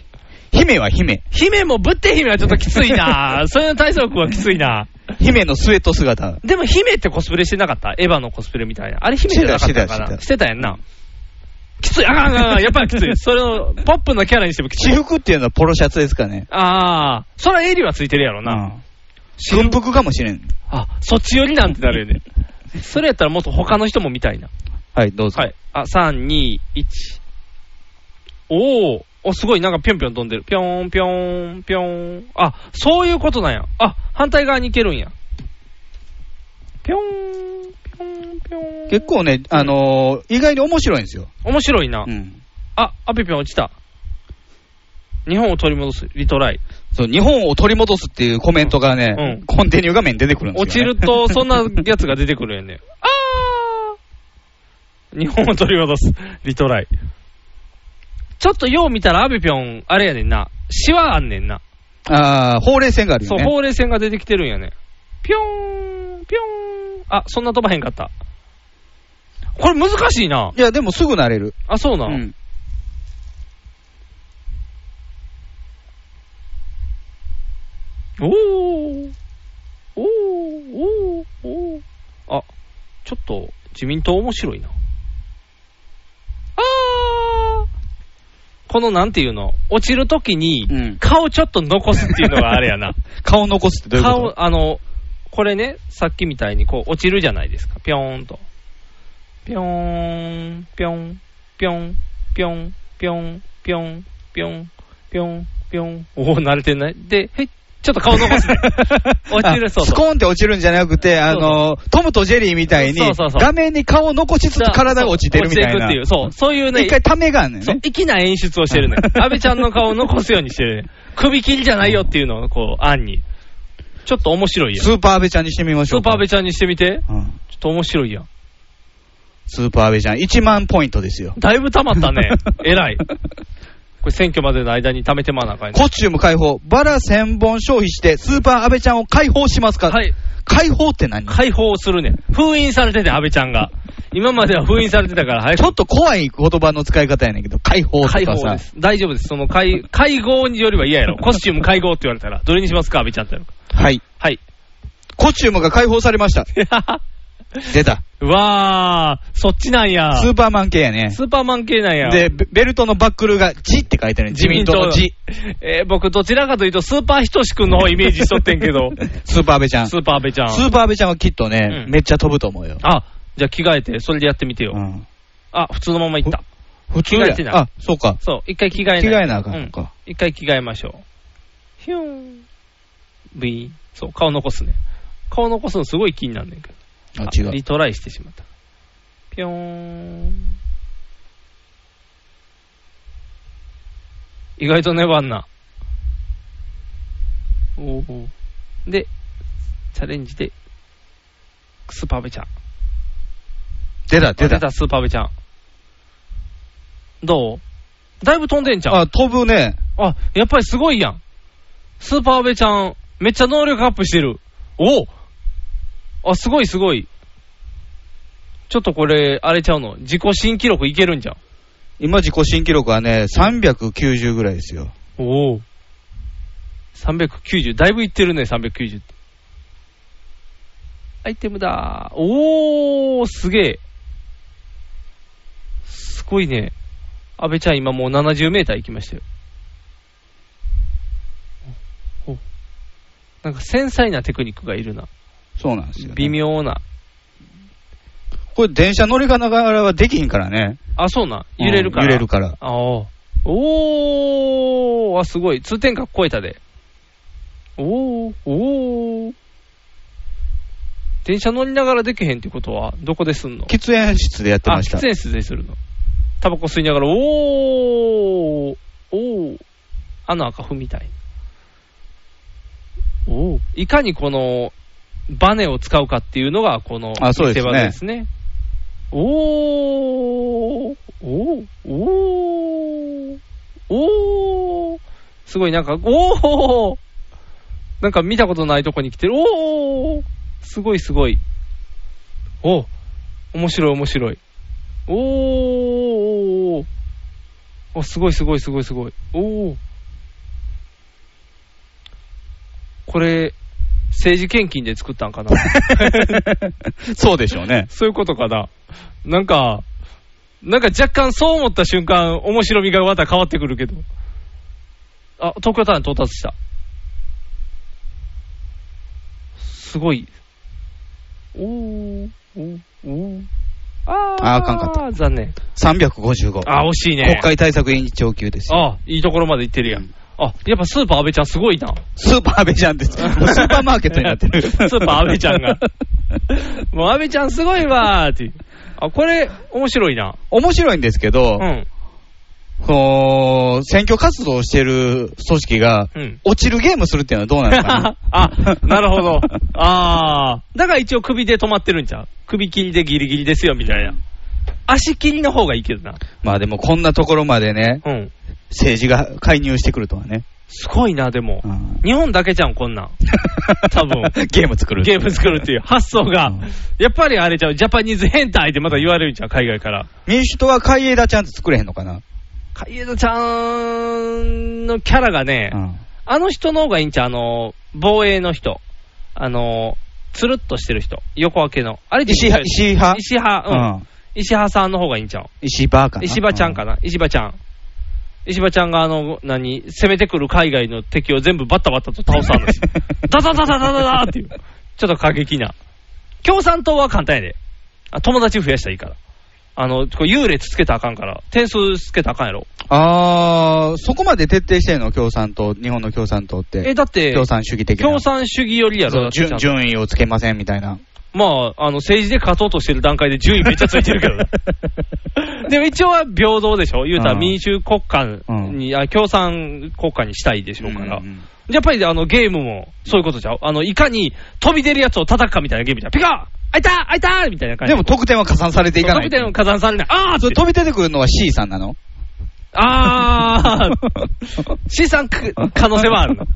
Speaker 2: 姫は姫。
Speaker 3: 姫もぶって姫はちょっときついな。それの体操服はきついな。
Speaker 2: 姫のスウェット姿。
Speaker 3: でも姫ってコスプレしてなかったエヴァのコスプレみたいな。あれ姫じゃなかったのか
Speaker 2: して
Speaker 3: な
Speaker 2: た
Speaker 3: してたやんな。きつい、あかんあかんあかん、やっぱりきつい。それを、ポップのキャラにしてもきつ
Speaker 2: 私
Speaker 3: い。
Speaker 2: 服っていうのはポロシャツですかね。
Speaker 3: ああ、そら襟はついてるやろな。
Speaker 2: うん軍服かもしれん。
Speaker 3: あ、そっち寄りなんてなるよね。 それやったらもっと他の人も見たいな。
Speaker 2: はい、どうぞ。
Speaker 3: はい。あ、3、2、1。おーお、すごい、なんかぴょんぴょん飛んでる。ぴょんぴょん、ぴょん。あ、そういうことなんや。あ、反対側に行けるんや。ぴょん、ぴょん、ぴょん。
Speaker 2: 結構ね、あのー意外に面白いんですよ。
Speaker 3: 面白いな。
Speaker 2: うん。
Speaker 3: あ、アペぴょん落ちた。日本を取り戻す、リトライ。
Speaker 2: そう、日本を取り戻すっていうコメントがね、
Speaker 3: うん
Speaker 2: コンティニュー画面に出てくるんですよ、ね。
Speaker 3: 落ちると、そんなやつが出てくるよね。あー日本を取り戻す、リトライ。ちょっとよう見たら、アベぴょん、あれやねんな。シワあんねんな。
Speaker 2: ああ、ほうれい線があるよ
Speaker 3: そう、
Speaker 2: ね。
Speaker 3: ほうれい線が出てきてるんやね。ぴょーん、ぴょーん。あ、そんな飛ばへんかった。これ難しいな。
Speaker 2: いや、でもすぐ慣れる。
Speaker 3: あ、そうな。
Speaker 2: うん。
Speaker 3: おーおーおーおーあ、ちょっと自民党面白いな。あーこのなんていうの、落ちるとき
Speaker 2: う
Speaker 3: に
Speaker 2: ん
Speaker 3: 顔ちょっと残すっていうのがあれやな。
Speaker 2: 顔残すってどういうこと
Speaker 3: 顔、あの、これね、さっきみたいにこう落ちるじゃないですか。ぴょーんと。ぴょーん、ぴょん、ぴょん、ぴょん、ぴょん、ぴょん、ぴょん、ぴょん、ぴょん。おお、慣れてない。で、へいちょっと顔残す ね。落ちる、そう
Speaker 2: あス
Speaker 3: そう。
Speaker 2: コーンって落ちるんじゃなくて、あのートムとジェリーみたいに
Speaker 3: そうそうそう
Speaker 2: 画面に顔を残しつつ体が落ちてるみたい
Speaker 3: 落ちていく
Speaker 2: な。
Speaker 3: っていう、そう、そういうね、
Speaker 2: 一回ためがあんねん
Speaker 3: そう
Speaker 2: ね。
Speaker 3: 粋な演出をし てるね。安倍ちゃんの顔を残すようにしてるね。首切りじゃないよっていうのを、こう、案に。ちょっと面白いやん。
Speaker 2: スーパー安倍ちゃんにしてみまし
Speaker 3: ス
Speaker 2: ょう
Speaker 3: ーパー
Speaker 2: か。
Speaker 3: 安倍ちゃんにしてみて。
Speaker 2: うん
Speaker 3: ちょっと面白いやん。
Speaker 2: スーパー安倍ちゃん、1万ポイントですよ。
Speaker 3: だいぶ溜まったね。 偉い。これ選挙までの間に溜めてまわなあかんね。
Speaker 2: コスチューム解放、バラ1000本消費して、スーパー安倍ちゃんを解放しますか、
Speaker 3: はい。
Speaker 2: 解放って何
Speaker 3: 解放するね。封印されてて、安倍ちゃんが。今までは封印されてたから、早
Speaker 2: ちょ
Speaker 3: く
Speaker 2: っと怖い言葉の使い方やねんけど、解放と
Speaker 3: 解
Speaker 2: か
Speaker 3: 放
Speaker 2: さ
Speaker 3: で。す。大丈夫です。その会、会合によりは嫌やろ。コスチューム会合って言われたら、どれにしますか安倍ちゃんってなるか
Speaker 2: はい。
Speaker 3: はい。
Speaker 2: コスチュームが解放されました。出た。
Speaker 3: うわー、そっちなんや。
Speaker 2: スーパーマン系やね。
Speaker 3: スーパーマン系なんや。
Speaker 2: で、ベベルトのバックルが、じって書いてあるね。自民党のじ。
Speaker 3: えー僕、どちらかというと、スーパーひとしくんの方イメージしとってんけ ど、
Speaker 2: スーパー安倍ちゃん。
Speaker 3: ス
Speaker 2: ス
Speaker 3: ーパー安倍ちゃん。
Speaker 2: ーパー安倍ちゃんはきっとね、
Speaker 3: うん
Speaker 2: めっちゃ飛ぶと思うよ。
Speaker 3: あ、じゃあ着替えて、それでやってみてよ。
Speaker 2: うん
Speaker 3: あ、普通のまま行った。
Speaker 2: 普通
Speaker 3: 着替え
Speaker 2: や
Speaker 3: てない。
Speaker 2: あ、そうか。
Speaker 3: そう、一回着替えない。
Speaker 2: 着替えなあかんの
Speaker 3: うん
Speaker 2: か。
Speaker 3: 一回着替えましょう。ひゅーん。ブイーン。そう、顔残すね。顔残すのすごい気になんねんけど。
Speaker 2: あ、違う。
Speaker 3: リトライしてしまった。ぴょーん。意外と粘んな。おーで、チャレンジで、スーパーベちゃん。
Speaker 2: 出た、出
Speaker 3: 出
Speaker 2: た。
Speaker 3: た、スーパーベちゃん。どうだいぶ飛んでんじゃん。
Speaker 2: あ、飛ぶね。
Speaker 3: あ、やっぱりすごいやん。スーパーベちゃん、めっちゃ能力アップしてる。おおあ、すごいすごい。ちょっとこれ、あれちゃうの。自己新記録いけるんじゃん。
Speaker 2: 今自己新記録はね、390ぐらいですよ。
Speaker 3: おお。390。だいぶいってるね、390って。アイテムだー。おー、すげえ。すごいね。阿部ちゃん今もう70メーター行きましたよ。おおなんか繊細なテクニックがいるな。
Speaker 2: そうなんですよ、
Speaker 3: 微妙な。
Speaker 2: これ電車乗りながらはできひんからね。
Speaker 3: あ、そうなん。揺れるから。
Speaker 2: うん揺れるから。
Speaker 3: あおおーあ、すごい。通天閣超えたで。おー、おー。電車乗りながらできへんってことは、どこですんの
Speaker 2: 喫煙室でやって
Speaker 3: あ、
Speaker 2: ました
Speaker 3: 喫。煙室でするの。タバコ吸いながら、おー、おー。あの赤踏みたい。おー。いかにこの、バネを使うかっていうのが、この、
Speaker 2: あそうですね
Speaker 3: 見せ場ですね。おー、おー、おー、おー、すごいなんか、おー、なんか見たことないとこに来てる、おー、すごいすごい。おー、面白い面白い。おー、お、すごいすごいすごいすごい。おー。これ、政治献金で作ったんかな
Speaker 2: そうでしょうね。
Speaker 3: そういうことかな。なんか、なんか若干そう思った瞬間、面白みがまた変わってくるけど。あ、東京タワーに到達した。すごい。おー、おー、おー。あー、。
Speaker 2: ああかんかった
Speaker 3: 残念。
Speaker 2: 355。
Speaker 3: あ、惜しいね。
Speaker 2: 国会対策委員長級ですよ。
Speaker 3: あいいところまで行ってるやん。あ、やっぱスーパーアベちゃんすごいな。
Speaker 2: スーパー安倍ちゃんです。スーパーマーケットになってる。
Speaker 3: スーパーアベちゃ んが。もうアベちゃんすごいわーって。あ、これ、面白いな。
Speaker 2: 面白いんですけど、
Speaker 3: うん。
Speaker 2: こう、選挙活動をしてる組織が、
Speaker 3: うん。
Speaker 2: 落ちるゲームするっていうのはどうなのかな
Speaker 3: あ、なるほど。あー。だから一応首で止まってるんちゃう首切りでギリギリですよ、みたいな。足切りの方がいいけどな。
Speaker 2: まあでもこんなところまでね、
Speaker 3: うん。
Speaker 2: 政治が介入してくるとはね。
Speaker 3: すごいな、でも
Speaker 2: う。ん
Speaker 3: 日本だけじゃん、こ んなん。多分。
Speaker 2: ゲーム作る。
Speaker 3: ゲーム作るっていう発想が、やっぱりあれちゃう、ジャパニーズ変態ってまた言われるんちゃう、海外から。
Speaker 2: 民主党は海江田ちゃんって作れへんのかな、
Speaker 3: 海江戸ちゃんのキャラがね、
Speaker 2: うん
Speaker 3: あの人の方がいいんちゃう、あの、防衛の人、あの、つるっとしてる人、横分けの。あれ
Speaker 2: 石派石派
Speaker 3: 石派、うん。
Speaker 2: うん
Speaker 3: 石派さんの方がいいんちゃう。
Speaker 2: 石破かな
Speaker 3: 石破ちゃんか
Speaker 2: な、
Speaker 3: な、石破ちゃん。石破ちゃんがあの、何、攻めてくる海外の敵を全部バッタバッタと倒す 話。ダダダダダダダーっていう。ちょっと過激な。共産党は簡単やで。あ友達増やしたらいいから。あの、こう優劣つけたらあかんから。点数つけたらあかんやろ。
Speaker 2: あー、そこまで徹底してんの共産党、日本の共産党って。
Speaker 3: え、だって、
Speaker 2: 共産主義的な。
Speaker 3: 共産主義よりや
Speaker 2: そう
Speaker 3: ろ。だってちゃ
Speaker 2: 順
Speaker 3: んと
Speaker 2: 順位をつけませんみたいな。
Speaker 3: まあ、あの、政治で勝とうとしてる段階で順位めっちゃついてる けどね。でも一応は平等でしょ言うたら
Speaker 2: うん
Speaker 3: 民主国家に、あ共産国家にしたいでしょうから。
Speaker 2: うんうん
Speaker 3: やっぱりあのゲームもそういうことちゃうあの、いかに飛び出るやつを叩くかみたいなゲームじゃん。ピカー開いたー開いたーみたいな感じ
Speaker 2: でも得点は加算されていかない。
Speaker 3: 得点を加算されない。あー
Speaker 2: それ飛び出てくるのは C さんなの
Speaker 3: あー 資産く可能性はあ るの。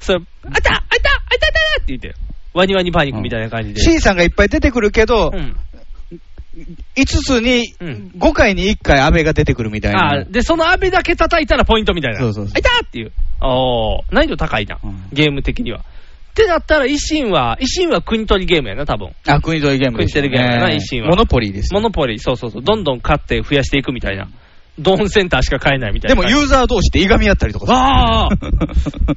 Speaker 3: それ、あいたあいたあいたあいたあいたって言って、ワニワニパニックみたいな感じで。
Speaker 2: C さんがいっぱい出てくるけど、
Speaker 3: うん
Speaker 2: 5つに、
Speaker 3: うん
Speaker 2: 5回に1回安倍が出てくるみたいな。
Speaker 3: あーで、その雨だけ叩いたらポイントみたいな。
Speaker 2: そうそうそう
Speaker 3: あいたっていう。おー難易度高いな、
Speaker 2: うん
Speaker 3: ゲーム的には。ってなったら、維新は、維新は国取りゲームやな、多分。
Speaker 2: あ、国取りゲームですよね。
Speaker 3: 国取りゲームやな維新は
Speaker 2: モノポリーですよ
Speaker 3: モノポリー、そうそうそう。どんどん勝って増やしていくみたいな。ドンセンターしか買えないみたい
Speaker 2: で
Speaker 3: な
Speaker 2: も
Speaker 3: 感じ。
Speaker 2: ユーザー同士でいがみ合ったりとかさ
Speaker 3: ああ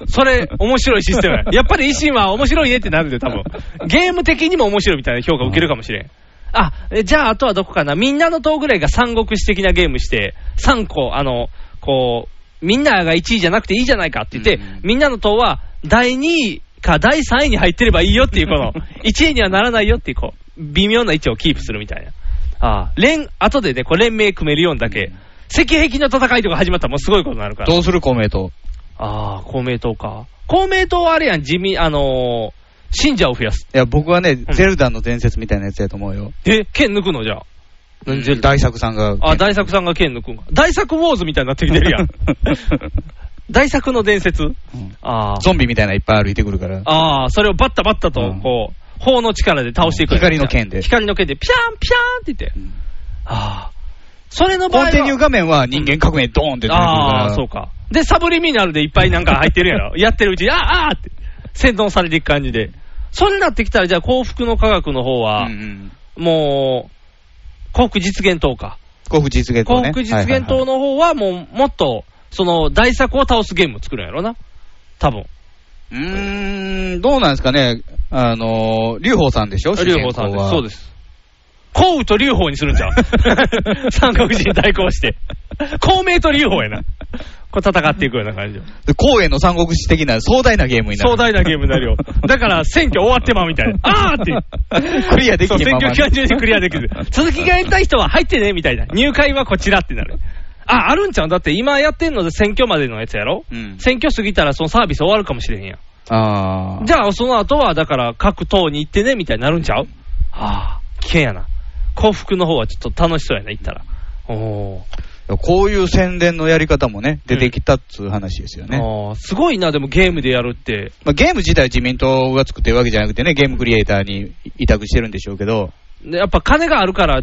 Speaker 3: そ れ、面白いシステムや。やっぱり維新は面白いねってなるで、多分。ゲーム的にも面白いみたいな評価を受けるかもしれん。あ、えじゃああとはどこかな、みんなの党ぐらいが三国志的なゲームして、3個、あの、こう、みんなが1位じゃなくていいじゃないかって言って、みんなの党は第2位か第3位に入ってればいいよっていう、こ の、1位にはならないよっていう、こう、微妙な位置をキープするみたいな。ああ、連、後でね、こう連盟組めるようにだけ、赤壁の戦いとか始まったらもうすごいことになるから。
Speaker 2: どうする公明党。
Speaker 3: ああ、公明党か。公明党はあれやん、地味、あのー信者を増やす。
Speaker 2: いや、僕はね、ゼルダの伝説みたいなやつやと思うよ。
Speaker 3: え、剣抜くのじゃあ。
Speaker 2: 大作さんが。
Speaker 3: あ、大作さんが剣抜くんか。大作ウォーズみたいになってきて るやん。大作の伝説、あ
Speaker 2: ゾンビみたいないっぱい歩いてくるから。
Speaker 3: ああ、それをバッタバッタと、こう、砲の力で倒していくやつ。
Speaker 2: 光の剣で
Speaker 3: 光の剣で、ピャーンピャーンって言って。ああ。それの
Speaker 2: コ
Speaker 3: 場合は
Speaker 2: ンティニュー画面は人間革命ドーンって出てくるから。
Speaker 3: ああ、そうか。で、サブリミナルでいっぱいなんか入ってるや ろ。やってるうちに、ああ、ああって、洗脳されていく感じで。それになってきたら、じゃあ幸福の科学の方は、もう、幸福実現党か。
Speaker 2: 幸福実現党
Speaker 3: 幸
Speaker 2: ね。
Speaker 3: 福実現
Speaker 2: はいはいは
Speaker 3: 党の方は、もう、もっと、その、大作を倒すゲームを作るんやろな。多分。
Speaker 2: い。うーん、どうなんですかね。あのー、劉邦さんでしょ。
Speaker 3: 劉邦さんです。そうですす。幸福と劉邦にするん じゃん。三国志に対抗して。公明と劉邦やな。こう戦っていくような感じよ。
Speaker 2: で公園の三国志的な壮大なゲームになる。
Speaker 3: 壮大なゲームになる よ。だから選挙終わってまうみたいな。あーって。
Speaker 2: クリアできひ
Speaker 3: そ
Speaker 2: ん
Speaker 3: う選
Speaker 2: まま
Speaker 3: 挙期間中にクリアできる。 続きがやりたい人は入ってね、みたいな。入会はこちらってなる。あ、あるんちゃうんだって今やってんので選挙までのやつやろ、
Speaker 2: うん
Speaker 3: 選挙過ぎたらそのサービス終わるかもしれへんやん。
Speaker 2: ああ。
Speaker 3: じゃあその後はだから各党に行ってね、みたいになるんちゃうああ、危険やな。幸福の方はちょっと楽しそうやな、行ったら。おー。
Speaker 2: こういう宣伝のやり方もね、出てきたっつう話ですよね。
Speaker 3: あーすごいな、でもゲームでやるって。
Speaker 2: まあ、ゲーム自体自民党が作ってるわけじゃなくてね、ゲームクリエイターに委託してるんでしょうけど、
Speaker 3: でやっぱ金があるから、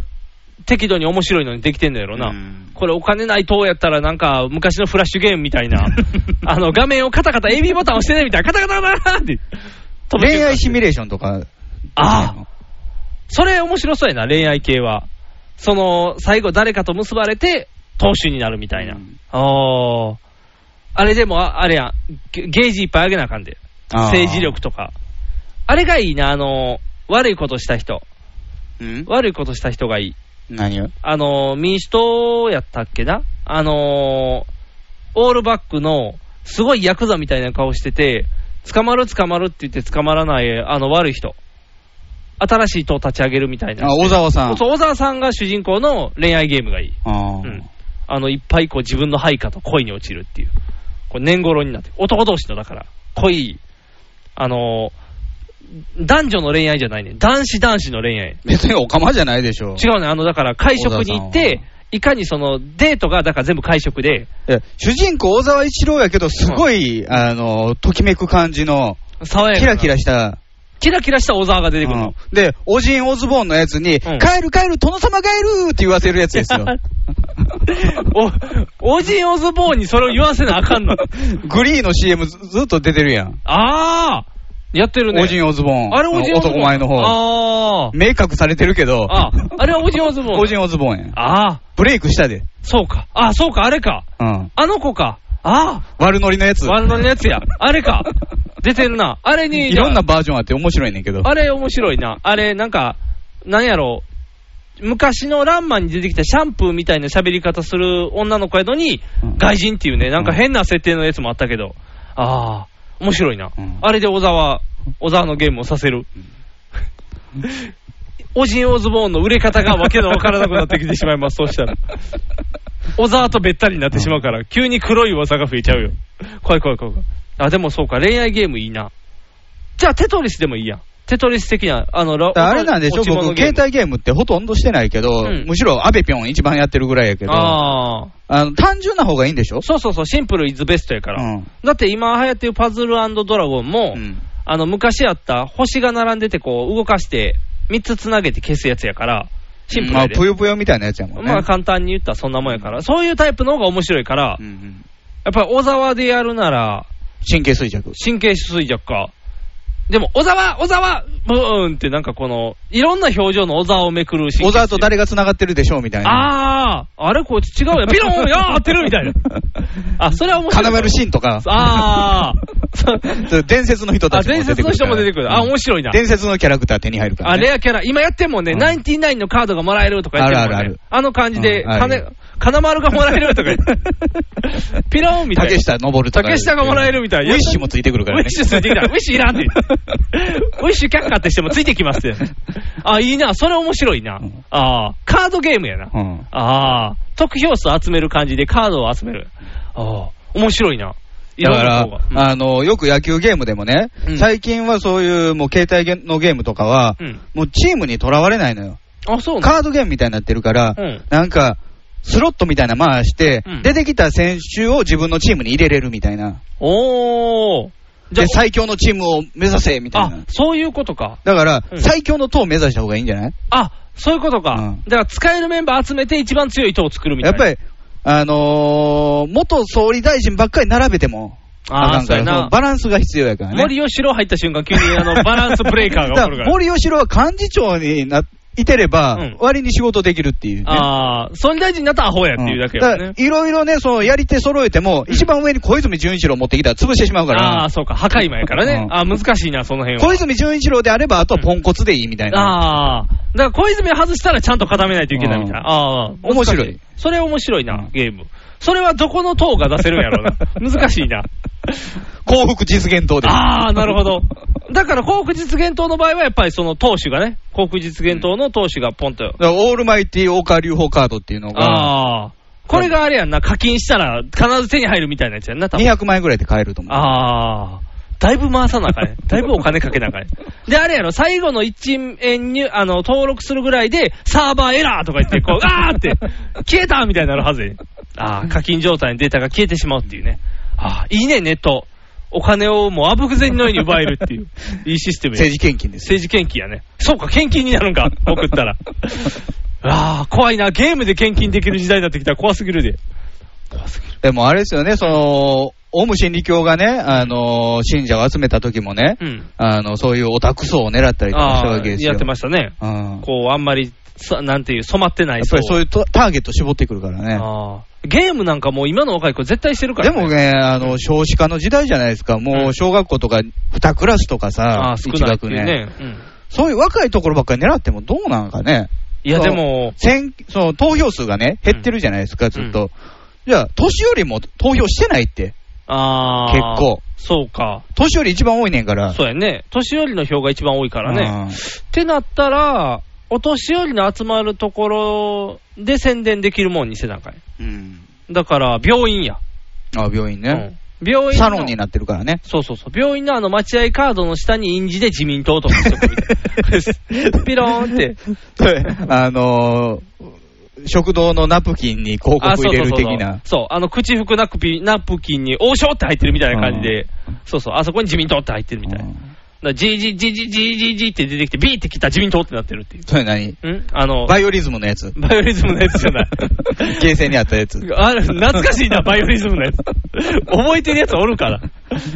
Speaker 3: 適度に面白いのにできてんだやろな、これ、お金ない党やったら、なんか昔のフラッシュゲームみた いな、あの画面をカタカタ、AB ボタン押してねみたいな、カタカタカタカタって、
Speaker 2: 恋愛シミュレーションとか、
Speaker 3: ああ、それ面白そうやな、恋愛系は、その最後、誰かと結ばれて、党首になるみたいな、あーあれでも、ああれやん、ゲゲージいっぱい上げなあかんで、
Speaker 2: あー
Speaker 3: 政治力とか、あれがいいな、あの悪いことした人、悪いことした人がいい。
Speaker 2: 何を
Speaker 3: あのー民主党やったっけな、あのーオールバックのすごいヤクザみたいな顔してて、捕まる、捕まるって言って捕まらない、あの悪い人、新しい党立ち上げるみたいな、
Speaker 2: あ小沢さん
Speaker 3: そう小沢さんが主人公の恋愛ゲームがいい、
Speaker 2: あー
Speaker 3: うんあのいっぱいこう自分の配下と恋に落ちるっていう、こう年頃になって、男同士のだから、恋、あのー男女の恋愛じゃないね、男子男子の恋愛。
Speaker 2: 別にオカマじゃないでしょ
Speaker 3: 違うね、あの、だから会食に行って、いかにそのデートが、だから全部会食で、
Speaker 2: いや主人公、小沢一郎やけど、すごい、あの、ときめく感じの、
Speaker 3: 爽やか
Speaker 2: キ
Speaker 3: な
Speaker 2: ラキラした。
Speaker 3: キラキラした小沢が出てくるの。
Speaker 2: で、オジン・オズボーンのやつに、帰る帰る、殿様帰るって言わせるやつです よ。
Speaker 3: お、オジン・オズボーンにそれを言わせな あかんの。
Speaker 2: グリーの CM ずずっと出てるやん。
Speaker 3: あー、やってるね。
Speaker 2: オジン・オズボーン。
Speaker 3: あれオジンオズボー
Speaker 2: 男
Speaker 3: ン
Speaker 2: 前の
Speaker 3: 方。
Speaker 2: 明確されてるけど。
Speaker 3: あー、あれはオジン・オズボー ン。
Speaker 2: オジン・オズボーンやん。
Speaker 3: ああ。
Speaker 2: ブレイクしたで。
Speaker 3: そうか。あー、そうか、あれか。
Speaker 2: うん。
Speaker 3: あの子か。あ
Speaker 2: 悪ノリのやつ。
Speaker 3: ー、ワンドのやつや。あれ か。出てるな。あれに、
Speaker 2: いろんなバージョンあって面白いねんけど。
Speaker 3: あれ面白いな。あれ、なんか、なんやろう。昔のランマに出てきたシャンプーみたいな喋り方する女の子やのに、外人っていうね、なんか変な設定のやつもあったけど、ああ、面白いな。あれで小沢、小沢のゲームをさせる。 オジン・オズボーンの売れ方がわけのわからなくなってきてしまいます、そうしたら。小沢とべったりになってしまうから、急に黒い噂が増えちゃうよ。怖い怖い怖い怖い。あ、でもそうか、恋愛ゲームいいな。じゃあ、テトリスでもいいやん。テトリス的な、あの、ラ
Speaker 2: だからあれなんでしょ、
Speaker 3: 落ち
Speaker 2: 僕
Speaker 3: 物、ゲーム
Speaker 2: 携帯ゲームってほとんどしてないけど、
Speaker 3: うん
Speaker 2: むしろアベピョン一番やってるぐらいやけど、
Speaker 3: ああ。
Speaker 2: あの単純な方がいいんでしょ
Speaker 3: そうそうそう、シンプルイズベストやから。
Speaker 2: うん
Speaker 3: だって今流行ってるパズルドラゴンも、あの、昔あった星が並んでて、こう、動かして、3つつなげて消すやつやから、シンプル
Speaker 2: ま
Speaker 3: や
Speaker 2: あ、
Speaker 3: で
Speaker 2: ぷよぷよみたいなやつやもんね。
Speaker 3: まあ簡単に言ったらそんなもんやから、そういうタイプの方が面白いから、やっぱり小沢でやるなら、
Speaker 2: 神経衰弱。
Speaker 3: 神経衰弱か、でも、小沢、小沢、ブーンってなんかこの、いろんな表情の小沢をめくるし。
Speaker 2: 小沢と誰が繋がってるでしょうみたいな。
Speaker 3: あー、あれこいつ違うや ん。ピローンやー合ってるみたいな。あ、それは面白い。
Speaker 2: 金丸シンとか。
Speaker 3: あー。
Speaker 2: そう伝説の人た
Speaker 3: あ、
Speaker 2: ちも出
Speaker 3: 伝
Speaker 2: てくる
Speaker 3: 説
Speaker 2: から。
Speaker 3: の人も出てくる。あ、面白いな。
Speaker 2: 伝説のキャラクター手に入るから、
Speaker 3: あ、
Speaker 2: ね。
Speaker 3: レアキャラ。今やってんもんね。ナインティナインのカードがもらえるとか言ってもんね。
Speaker 2: あるあるある
Speaker 3: の感じで、
Speaker 2: うんある
Speaker 3: 金、金丸がもらえるとか言って。 ピローンみたいな。
Speaker 2: 竹下登るとか。
Speaker 3: 竹下がもらえるみたい
Speaker 2: ウィッシュもついてくるから
Speaker 3: ウ
Speaker 2: ね。
Speaker 3: ィッシュついてきた。ウィッシュいらんって。 ウィッシュ却下ってしてもついてきますって。あ、いいな。それ面白いな。ああ、カードゲームやな。
Speaker 2: うん。
Speaker 3: ああ、得票数集める感じでカードを集める。ああ、面白いな。い
Speaker 2: だ
Speaker 3: ろん
Speaker 2: か
Speaker 3: な
Speaker 2: ら
Speaker 3: 方が。、うん
Speaker 2: あの、よく野球ゲームでもね、
Speaker 3: うん
Speaker 2: 最近はそういう、もう携帯ゲのゲームとかは、
Speaker 3: うん
Speaker 2: もうチームにとらわれないのよ。
Speaker 3: あ、そうな
Speaker 2: カードゲームみたいになってるから、
Speaker 3: うん
Speaker 2: なんか、スロットみたいな回して、
Speaker 3: うん
Speaker 2: 出てきた選手を自分のチームに入れれるみたいな。
Speaker 3: おー。じ
Speaker 2: で、
Speaker 3: ゃあ、
Speaker 2: 最強のチームを目指せみたい
Speaker 3: あ
Speaker 2: な、。
Speaker 3: そういうことか。
Speaker 2: だから、
Speaker 3: うん
Speaker 2: 最強の党を目指した方がいいんじゃない
Speaker 3: あ、そういうことか。
Speaker 2: うん
Speaker 3: だから、使えるメンバー集めて一番強い党を作るみた
Speaker 2: や
Speaker 3: い
Speaker 2: っ
Speaker 3: な。
Speaker 2: ぱり、あのー元総理大臣ばっかり並べても、
Speaker 3: あ
Speaker 2: かん
Speaker 3: ー
Speaker 2: から
Speaker 3: そうやな
Speaker 2: そのバランスが必要やからね。
Speaker 3: 森吉郎入った瞬間、急にあのバランスブレーカーが起こるか
Speaker 2: だ
Speaker 3: ら。
Speaker 2: 森吉郎は幹事長にないてれば、
Speaker 3: うん
Speaker 2: 割に仕事できるっていうね。
Speaker 3: ああ、総理大臣になったらアホやっていうだけ
Speaker 2: だ
Speaker 3: や
Speaker 2: から
Speaker 3: ね。
Speaker 2: いろいろね、そのやり手揃えても、一番上に小泉純一郎持ってきたら潰してしまうか
Speaker 3: ああ、
Speaker 2: ら、
Speaker 3: そうか、破壊魔やからね。
Speaker 2: うん
Speaker 3: ああ、難しいな、その辺
Speaker 2: 小
Speaker 3: は。
Speaker 2: 泉純一郎であれば、あとはポンコツでいいみたいな。
Speaker 3: ああ、だから小泉外したらちゃんと固めないといけないみたいな。ああ、
Speaker 2: 面白い
Speaker 3: 難し。それ面白いな、ゲーム。それはどこの党が出せるんやろう な。難しいな。
Speaker 2: 幸福実現党で。
Speaker 3: ああ、なるほど。だから、幸福実現党の場合は、やっぱりその党首がね、幸福実現党の党首がポンと。
Speaker 2: だからオールマイティー大川隆法カードっていうのが、
Speaker 3: ああ、これがあれやんな、課金したら必ず手に入るみたいなやつやんな、多分
Speaker 2: 200万円ぐらいで買えると思う。
Speaker 3: ああ、だいぶ回さなあかんね。だいぶお金かけなあかんね。で、あれやろ、最後の一円に、あの、登録するぐらいで、サーバーエラーとか言って、こう、あーって、消えたみたいになるはずやねああ、課金状態のデータが消えてしまうっていうね。ああ、いいね、ネット。お金をもうあぶく銭のように奪えるっていう、いいシステムや
Speaker 2: 政治献金ですよ。
Speaker 3: 政治献金やね。そうか、献金になるんか、送ったら。ああ、怖いな。ゲームで献金できる時代になってきたら怖すぎるで。
Speaker 2: でもあれですよね、その、オウム真理教がね、あの、信者を集めた時もね、
Speaker 3: うん。
Speaker 2: あの、そういうオタク層を狙ったりとかした
Speaker 3: あ
Speaker 2: わ
Speaker 3: あ、
Speaker 2: けですよ。
Speaker 3: やってましたね。
Speaker 2: うん
Speaker 3: こう、あんまり、さなんていう、染まってな
Speaker 2: や
Speaker 3: い
Speaker 2: っぱりそう
Speaker 3: い
Speaker 2: いうとターゲット絞ってくるからね。
Speaker 3: あーゲームなんかもう今の若い子絶対してるから、
Speaker 2: でも、ね、あの、少子化の時代じゃないですか。もう小学校とか2クラスとか
Speaker 3: あ
Speaker 2: さ
Speaker 3: あ、少
Speaker 2: 1
Speaker 3: ないって
Speaker 2: 学
Speaker 3: いうね。
Speaker 2: 年。
Speaker 3: うん
Speaker 2: そういう若いところばっかり狙ってもどうなんかね。
Speaker 3: いや、
Speaker 2: そう
Speaker 3: でも、
Speaker 2: 選その投票数がね、減ってるじゃないですか、ずっと。じゃあ、年寄りも投票してないって。
Speaker 3: ああ、
Speaker 2: 結構。
Speaker 3: そうか。
Speaker 2: 年寄り一番多いねんから。
Speaker 3: そうやね。年寄りの票が一番多いからね。
Speaker 2: うん
Speaker 3: ってなったら、お年寄りの集まるところで宣伝できるもんにせなあかんや
Speaker 2: うん。
Speaker 3: だから、病院や。
Speaker 2: あ、病院ね。
Speaker 3: うん病院の
Speaker 2: サロンになってるからね。
Speaker 3: そうそうそう。病院のあの待合カードの下に印字で自民党とかにしとくみ たいな ピローンって。
Speaker 2: あのー食堂のナプキンに広告入れる的な
Speaker 3: あ。そうそうそうそうそうあの口服ナプキンナプキンに王将って入ってるみたいな感じで、そうそう、あそこに自民党って入ってるみたいな。だ
Speaker 2: うん
Speaker 3: から GGGGGG って出てきて、ビーって来た自民党ってなってるっていう。
Speaker 2: それ何
Speaker 3: んあの、バ
Speaker 2: バイオリズムのや つ。
Speaker 3: イオリズムのやつじゃない。
Speaker 2: ゲーセンにあったやつ。
Speaker 3: あれ懐かしいな、バイオリズムのやつ。覚えてるやつおるから。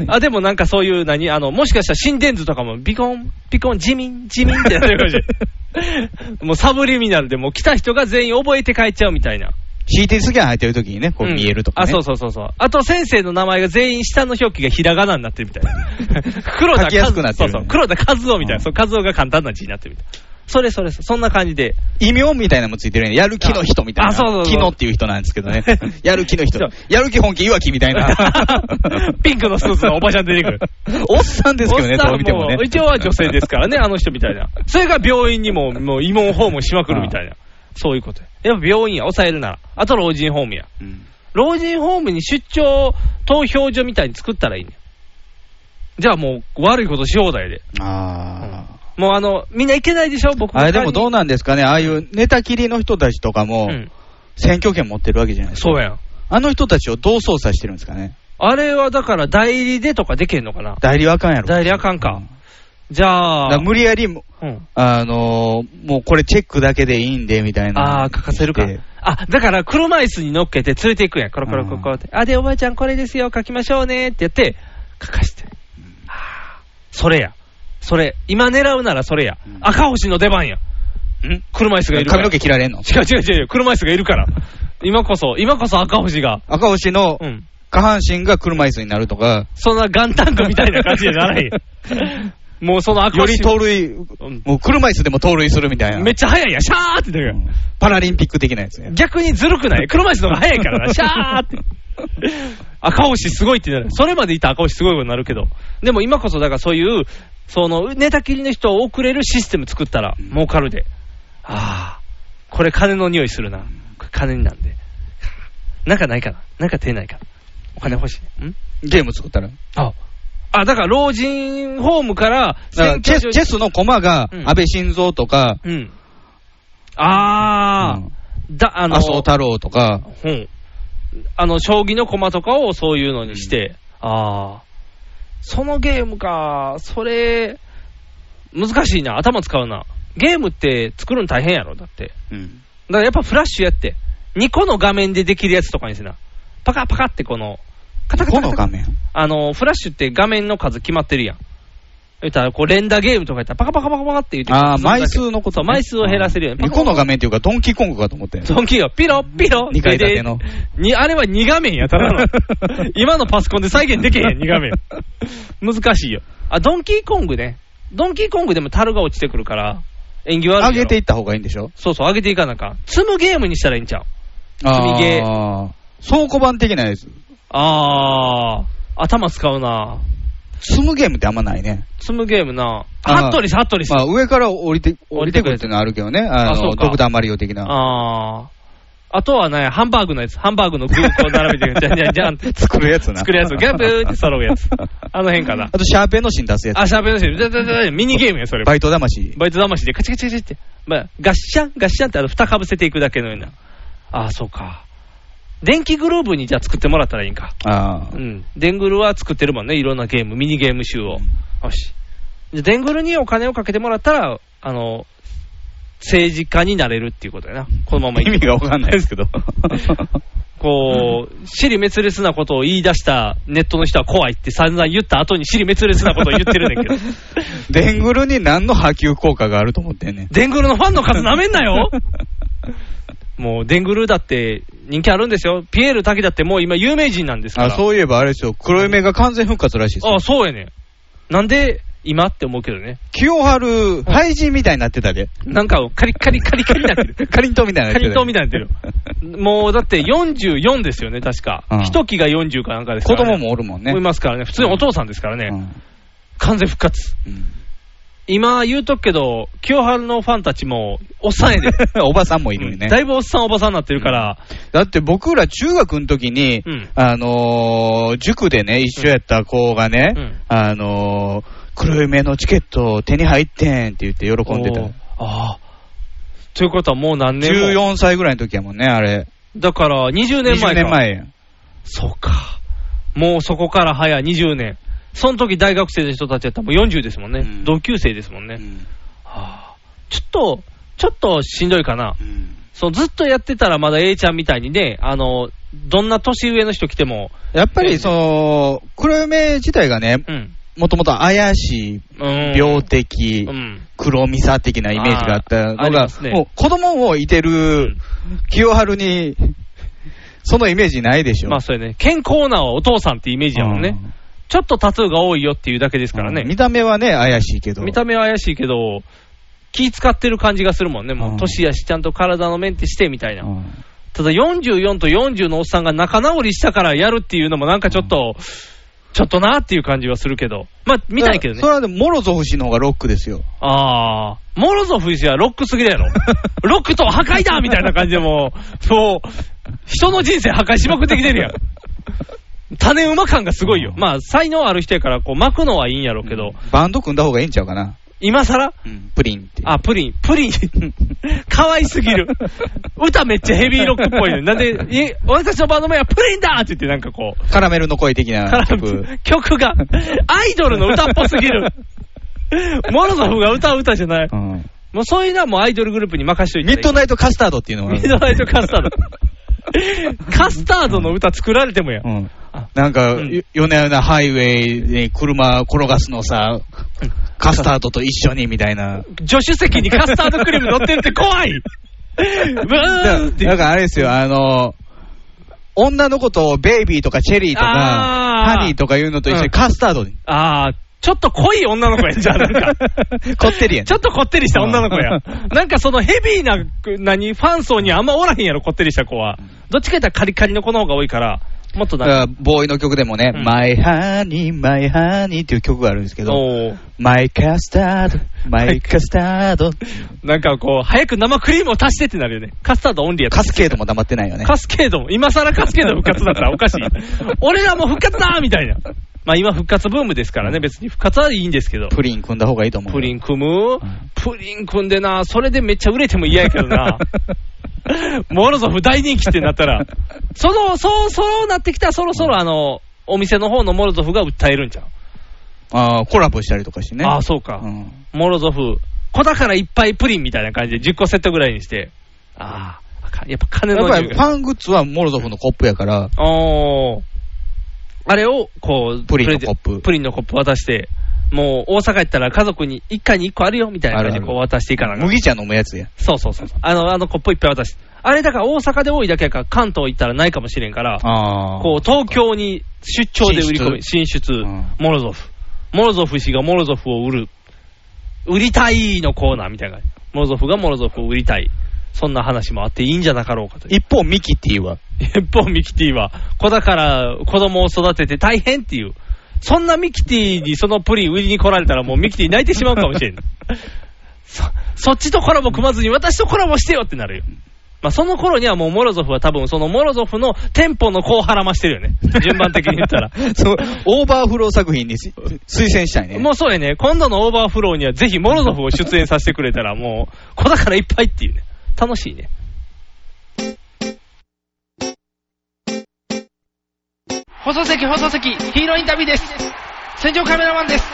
Speaker 3: あ、でもなんかそういう、何、あの、もしかしたら心電図とかも、ビコン、ビコン、自民、自民ってなってるかもし れない。もうサブリミナルで、もう来た人が全員覚えて帰っちゃうみたいな。
Speaker 2: CT スキャン入ってる時にね、こう見えるとか、ね
Speaker 3: うんあ、そうそうそうそう。あと先生の名前が全員下の表記がひらがなになってるみたいな。 黒田
Speaker 2: 書きやすくなってる
Speaker 3: そうそう。黒田和夫みたいな。そう、和夫が簡単な字になってるみたいな。それそれそれ、そんな感 じで。
Speaker 2: 異名みたいなのもついてるよね。やる気の人みたいな。
Speaker 3: あそうそうそう。
Speaker 2: 気のっていう人なんですけどね やる気の人
Speaker 3: そう。。
Speaker 2: やる気本気いわきみたいな
Speaker 3: ピンクのスーツのおばちゃん出てくる。
Speaker 2: おっさんですけどね、
Speaker 3: おっさん
Speaker 2: どう見てもね。
Speaker 3: 一応は女性ですからね、あの人みたいな。それが病院にも、もう慰問訪問しまくるみたいな。そういうことや。やっぱ病院や、抑えるなら。あと老人ホームや。
Speaker 2: うん
Speaker 3: 老人ホームに出張投票所みたいに作ったらいいねんじゃあもう悪いことし放題で。
Speaker 2: あー
Speaker 3: もうあの、みんな行けないでしょ僕
Speaker 2: あれでもどう
Speaker 3: な
Speaker 2: なんですかね、ああいうネタ切りの人たちとかも、
Speaker 3: うん。
Speaker 2: 選挙権持ってるわけじゃないですか。
Speaker 3: そうやん。
Speaker 2: あの人たちをどう操作してるんですかね。
Speaker 3: あれはだから代理でとかできへんのかな
Speaker 2: 代理はあかんやろ。
Speaker 3: 代理あかん
Speaker 2: う
Speaker 3: か
Speaker 2: ん。
Speaker 3: じゃ
Speaker 2: だ
Speaker 3: あ、
Speaker 2: から無理やりも、
Speaker 3: うん
Speaker 2: あのーもうこれチェックだけでいいんで、みたいな。
Speaker 3: ああ、書かせるか
Speaker 2: で。
Speaker 3: あ、だから車椅子に乗っけて連れて行くんやん。コロコロコロコロって。あ、で、おばあちゃんこれですよ、書きましょうねってやって、書かして。あーそれや。それ、今狙うならそれや、赤星の出番や、ん車椅子がいるから
Speaker 2: 髪の毛切られんの
Speaker 3: 違う違う違う、車椅子がいるから、今こそ、今こそ赤星が、
Speaker 2: 赤星の下半身が車椅子になるとか、
Speaker 3: そんなガンタンクみたいな感じじゃな いよもうその赤
Speaker 2: より
Speaker 3: 星
Speaker 2: 盗塁、もう車椅子でも盗塁するみたいな。
Speaker 3: めっちゃ速いやん、シャーって出るやん
Speaker 2: パラリンピック的なやつね。
Speaker 3: 逆にずるくない車椅子の方が早いから な、シャーって。赤星すごいってなる。それまでいた赤星すごいことになるけど。でも今こそ、だからそういう、その、寝たきりの人を送れるシステム作ったら、儲かるで。ああ、これ金の匂いするな。これ金になんで。なんかないかななんか手ないかなお金欲しい。ん
Speaker 2: ゲーム作ったら。
Speaker 3: あ、あ、だから老人ホームから、
Speaker 2: だからチェスチェスの駒が
Speaker 3: う、ん
Speaker 2: 安倍晋三とか、
Speaker 3: うん。ああ、だ、あの、
Speaker 2: 麻生太郎とか、
Speaker 3: うん、あの将棋の駒とかをそういうのにして、ああ、そのゲームか、それ、難しいな、頭使うな、ゲームって作るの大変やろ、だって、
Speaker 2: うん
Speaker 3: だからやっぱフラッシュやって、2個の画面でできるやつとかにせな、パカパカってこの、カタカタ
Speaker 2: この
Speaker 3: カタ
Speaker 2: 画面。
Speaker 3: あのフラッシュって画面の数決まってるやん。言ったらこう連打ゲームとかやったらパカパカパカパカって言って
Speaker 2: ああ、枚数のこと、
Speaker 3: そう枚数を減らせるように
Speaker 2: 2個の画面っていうか、ドンキーコングかと思って。
Speaker 3: ドンキーがピロピロ
Speaker 2: 2階建ての。
Speaker 3: にあれは2画面や、ただ の。今のパソコンで再現できへん、2画面。難しいよ。あ、ドンキーコングね。ドンキーコングでも樽が落ちてくるから、縁起悪いやろ
Speaker 2: 上げていった方がいいんでしょ
Speaker 3: そうそう、上げていかなあかん。積むゲームにしたらいいんちゃう積みゲー
Speaker 2: ああ、倉庫版的なやつ。
Speaker 3: あー、頭使うな
Speaker 2: 積むゲームってあんまないね。
Speaker 3: 積むゲームな
Speaker 2: あー
Speaker 3: ハットリス、ハットリス。
Speaker 2: まあ、
Speaker 3: あ
Speaker 2: 上から降りて、降りてくるっていうのはあるけどね。あ
Speaker 3: あそ
Speaker 2: の、
Speaker 3: うか
Speaker 2: ドクターマリオ的な。
Speaker 3: あー。あとはね、ハンバーグのやつ。ハンバーグのグーを並べて、じゃんじゃんじゃん って
Speaker 2: 作るやつな。
Speaker 3: 作るやつをギャブーって揃う やつ。あの辺かな
Speaker 2: あ。と、シャーペンの芯出すや
Speaker 3: あ、しゃべるし、だだだだミニゲームや、それ
Speaker 2: つ。
Speaker 3: も。
Speaker 2: バイト魂。
Speaker 3: バイト魂でカチカチカチって、まあ、ガッシャン、ガッシャンってあの蓋かぶせていくだけのような。ああ、そうか。電気グルーブにじゃあ作ってもらったらいいんか。
Speaker 2: ああ
Speaker 3: う。ん。デングルは作ってるもんね、いろんなゲーム、ミニゲーム集を。よし。じゃあデングルにお金をかけてもらったら、あの、政治家になれるっていうことやな。このままい
Speaker 2: 意
Speaker 3: く
Speaker 2: 味がわかんないですけ ど。
Speaker 3: こう、尻滅裂なことを言い出したネットの人は怖いって散々言った後に尻滅裂なことを言ってるね んけど。
Speaker 2: デングルに何の波及効果があると思ってんねん。
Speaker 3: デングルのファンの数なめん なよもうデングルだって人気あるんですよ。ピエール滝だってもう今有名人なんですから。
Speaker 2: あ、そういえばあれですよ。黒夢が完全復活らしいですよ
Speaker 3: あ、。そうやねん。なんで今って思うけどね。
Speaker 2: 清春、廃人みたいになってた で。
Speaker 3: なんかカリカリカリカリになって る。
Speaker 2: かりんとうみたいにな
Speaker 3: カ
Speaker 2: って
Speaker 3: リ
Speaker 2: た
Speaker 3: ントンみたいになってる。もうだって44ですよね、確か
Speaker 2: うん。
Speaker 3: 一、期が40かなんかですか
Speaker 2: 子
Speaker 3: ら、ね。
Speaker 2: 供もおるもんね。
Speaker 3: いますからね。普通にお父さんですからね。
Speaker 2: うん
Speaker 3: 完全復活。
Speaker 2: うん
Speaker 3: 今言うとくけど、清春のファンたちも、おっさんやで。
Speaker 2: おばさ んもいるよね。
Speaker 3: だいぶおっさんおばさんになってるから、
Speaker 2: だって僕ら中学の時に、
Speaker 3: うん
Speaker 2: あのー塾でね、一緒やった子がね、
Speaker 3: うん
Speaker 2: あのー黒夢のチケット手に入ってんって言って喜んで
Speaker 3: おー
Speaker 2: た。
Speaker 3: ああ。ということはもう何年も
Speaker 2: 14歳ぐらいの時やもんね、あれ。
Speaker 3: だから20年前か。
Speaker 2: 20年。前やん。
Speaker 3: そうか。もうそこから早20年。その時大学生の人たちやったらもう40ですもんね。
Speaker 2: うん
Speaker 3: 同級生ですもんね。
Speaker 2: うん
Speaker 3: はあちょっと、ちょっとしんどいかな。
Speaker 2: うん
Speaker 3: そうずっとやってたらまだ A ちゃんみたいにね、あの、どんな年上の人来ても、
Speaker 2: やっぱり、その、黒夢自体がね
Speaker 3: う、ん。
Speaker 2: もともと怪しい、
Speaker 3: うん
Speaker 2: 病的、
Speaker 3: うん。
Speaker 2: 黒ミサ的なイメージがあった
Speaker 3: あーあ
Speaker 2: の
Speaker 3: り
Speaker 2: が、
Speaker 3: ますね
Speaker 2: もう子供をいてる清春に、そのイメージないでしょ。
Speaker 3: まあそうやね。健康なお父さんってイメージやもんね
Speaker 2: う。ん
Speaker 3: ちょっとタトゥーが多いよっていうだけですからね。
Speaker 2: 見た目はね、怪しいけど。
Speaker 3: 見た目は怪しいけど、気使ってる感じがするもんね、
Speaker 2: う
Speaker 3: も
Speaker 2: ん
Speaker 3: う、年やし、ちゃんと体のメンテしてみたいな、
Speaker 2: うん
Speaker 3: ただ44と40のおっさんが仲直りしたからやるっていうのも、なんかちょっと、ちょっとなっていう感じはするけど、まあ、見たいけど
Speaker 2: そ
Speaker 3: ね、
Speaker 2: れはでも、モロゾフ氏の方がロックですよ。
Speaker 3: あー、モロゾフ氏はロックすぎるや ろ、ロックと破壊だみたいな感じでもう、そう、人の人生破壊しまくってきてるやん。種馬感がすごいよ。まあ、才能ある人やから、こう、巻くのはいいんやろうけど、
Speaker 2: バンド組んだ方がいいんちゃうかな。
Speaker 3: 今さら
Speaker 2: プリンって。
Speaker 3: あ、プリン、プリン、 かわいすぎる。歌めっちゃヘビーロックっぽいのになんで、い俺たちのバンド名はプリンだって言ってなんかこう、
Speaker 2: カラメルの声的な曲。
Speaker 3: 曲が、アイドルの歌っぽすぎ る。モロゾフが歌う歌じゃない。
Speaker 2: うん
Speaker 3: もうそういうのはもうアイドルグループに任しといて。
Speaker 2: ミッドナイトカスタードっていうのがあ
Speaker 3: ミ
Speaker 2: る
Speaker 3: ッドナイトカスタード。 カスタードの歌作られてもや。
Speaker 2: うんなんか、
Speaker 3: うん
Speaker 2: よ夜な夜なハイウェイで車転がすのさ、カスタードと一緒にみたいな。
Speaker 3: 助手席にカスタードクリーム乗ってるって怖 いブーンって。
Speaker 2: なんかあれですよ、あの、女の子とベイビーとかチェリーとか、
Speaker 3: あー
Speaker 2: ハニーとかいうのと一緒
Speaker 3: うん
Speaker 2: にカスタードに、
Speaker 3: あー、ちょっと濃い女の子やんじゃん、なんか。
Speaker 2: こってりやん。
Speaker 3: ちょっとこってりした女の子や
Speaker 2: う。
Speaker 3: なんかそのヘビーな、何、ファン層にあんまおらへんやろ、こってりした子は。どっちか言ったらカリカリの子の方が多いから、もっと
Speaker 2: だ
Speaker 3: な
Speaker 2: からボーイの曲でもね、
Speaker 3: うん
Speaker 2: My Honey, My Honey っていう曲があるんですけど、
Speaker 3: おー
Speaker 2: My Custard, My Custard、
Speaker 3: なんかこう、早く生クリームを足してってなるよね。カスタードオンリーやった
Speaker 2: カスケードも黙ってないよね。
Speaker 3: カスケードも、今更カスケード復活だったらお かしい。俺らも復活だみたいな。まあ今復活ブームですからね、別に復活はいいんですけど。
Speaker 2: プリン組んだ方がいいと思う。
Speaker 3: プリン組むプリン組んでな、それでめっちゃ売れても嫌やけど な。モロゾフ大人気ってなったら、その、そう、そうなってきたらそろそろあの、お店の方のモロゾフが訴えるんちゃう
Speaker 2: あーコラボしたりとかしてね。
Speaker 3: ああ、そうか。
Speaker 2: うん
Speaker 3: モロゾフ、子だからいっぱいプリンみたいな感じで10個セットぐらいにして。ああ、あかんやっぱ金
Speaker 2: や
Speaker 3: の
Speaker 2: っ
Speaker 3: 匂
Speaker 2: ぱ
Speaker 3: い
Speaker 2: りフ
Speaker 3: が。
Speaker 2: ァングッズはモロゾフのコップやから、
Speaker 3: おーあれを、こう、
Speaker 2: プリンのコッ
Speaker 3: プレゼプリンのコップ渡して、もう大阪行ったら家族に1回に1個あるよみたいな感じでこう渡していかなあかん
Speaker 2: 麦茶飲むやつや。
Speaker 3: そうそうそうそう。あの、あのコップいっぱい渡して。あれだから大阪で多いだけやから関東行ったらないかもしれんから、
Speaker 2: あー
Speaker 3: こう東京に出張で売り込み、進出、モロゾフ。モロゾフ氏がモロゾフを売る。売りたいのコーナーみたいな。モロゾフがモロゾフを売りたい。そんな話もあっていいんじゃなかろうかという。
Speaker 2: 一方、ミキティは、
Speaker 3: 一方、ミキティは、子だから子供を育てて大変っていう。そんなミキティにそのプリン売りに来られたらもうミキティ泣いてしまうかもし れん。そ、そっちとコラボ組まずに私とコラボしてよってなるよ。まあ、その頃にはもうモロゾフは多分そのモロゾフの店舗の子をはらましてるよね。順番的に言った ら。
Speaker 2: そう、オーバーフロー作品にし推薦したいね。
Speaker 3: もうそうやね。今度のオーバーフローにはぜひモロゾフを出演させてくれたらもう、子だからいっぱいっていうね。楽しいね。
Speaker 12: 放送席、放送席、ヒーローインタビューです。戦場カメラマンです。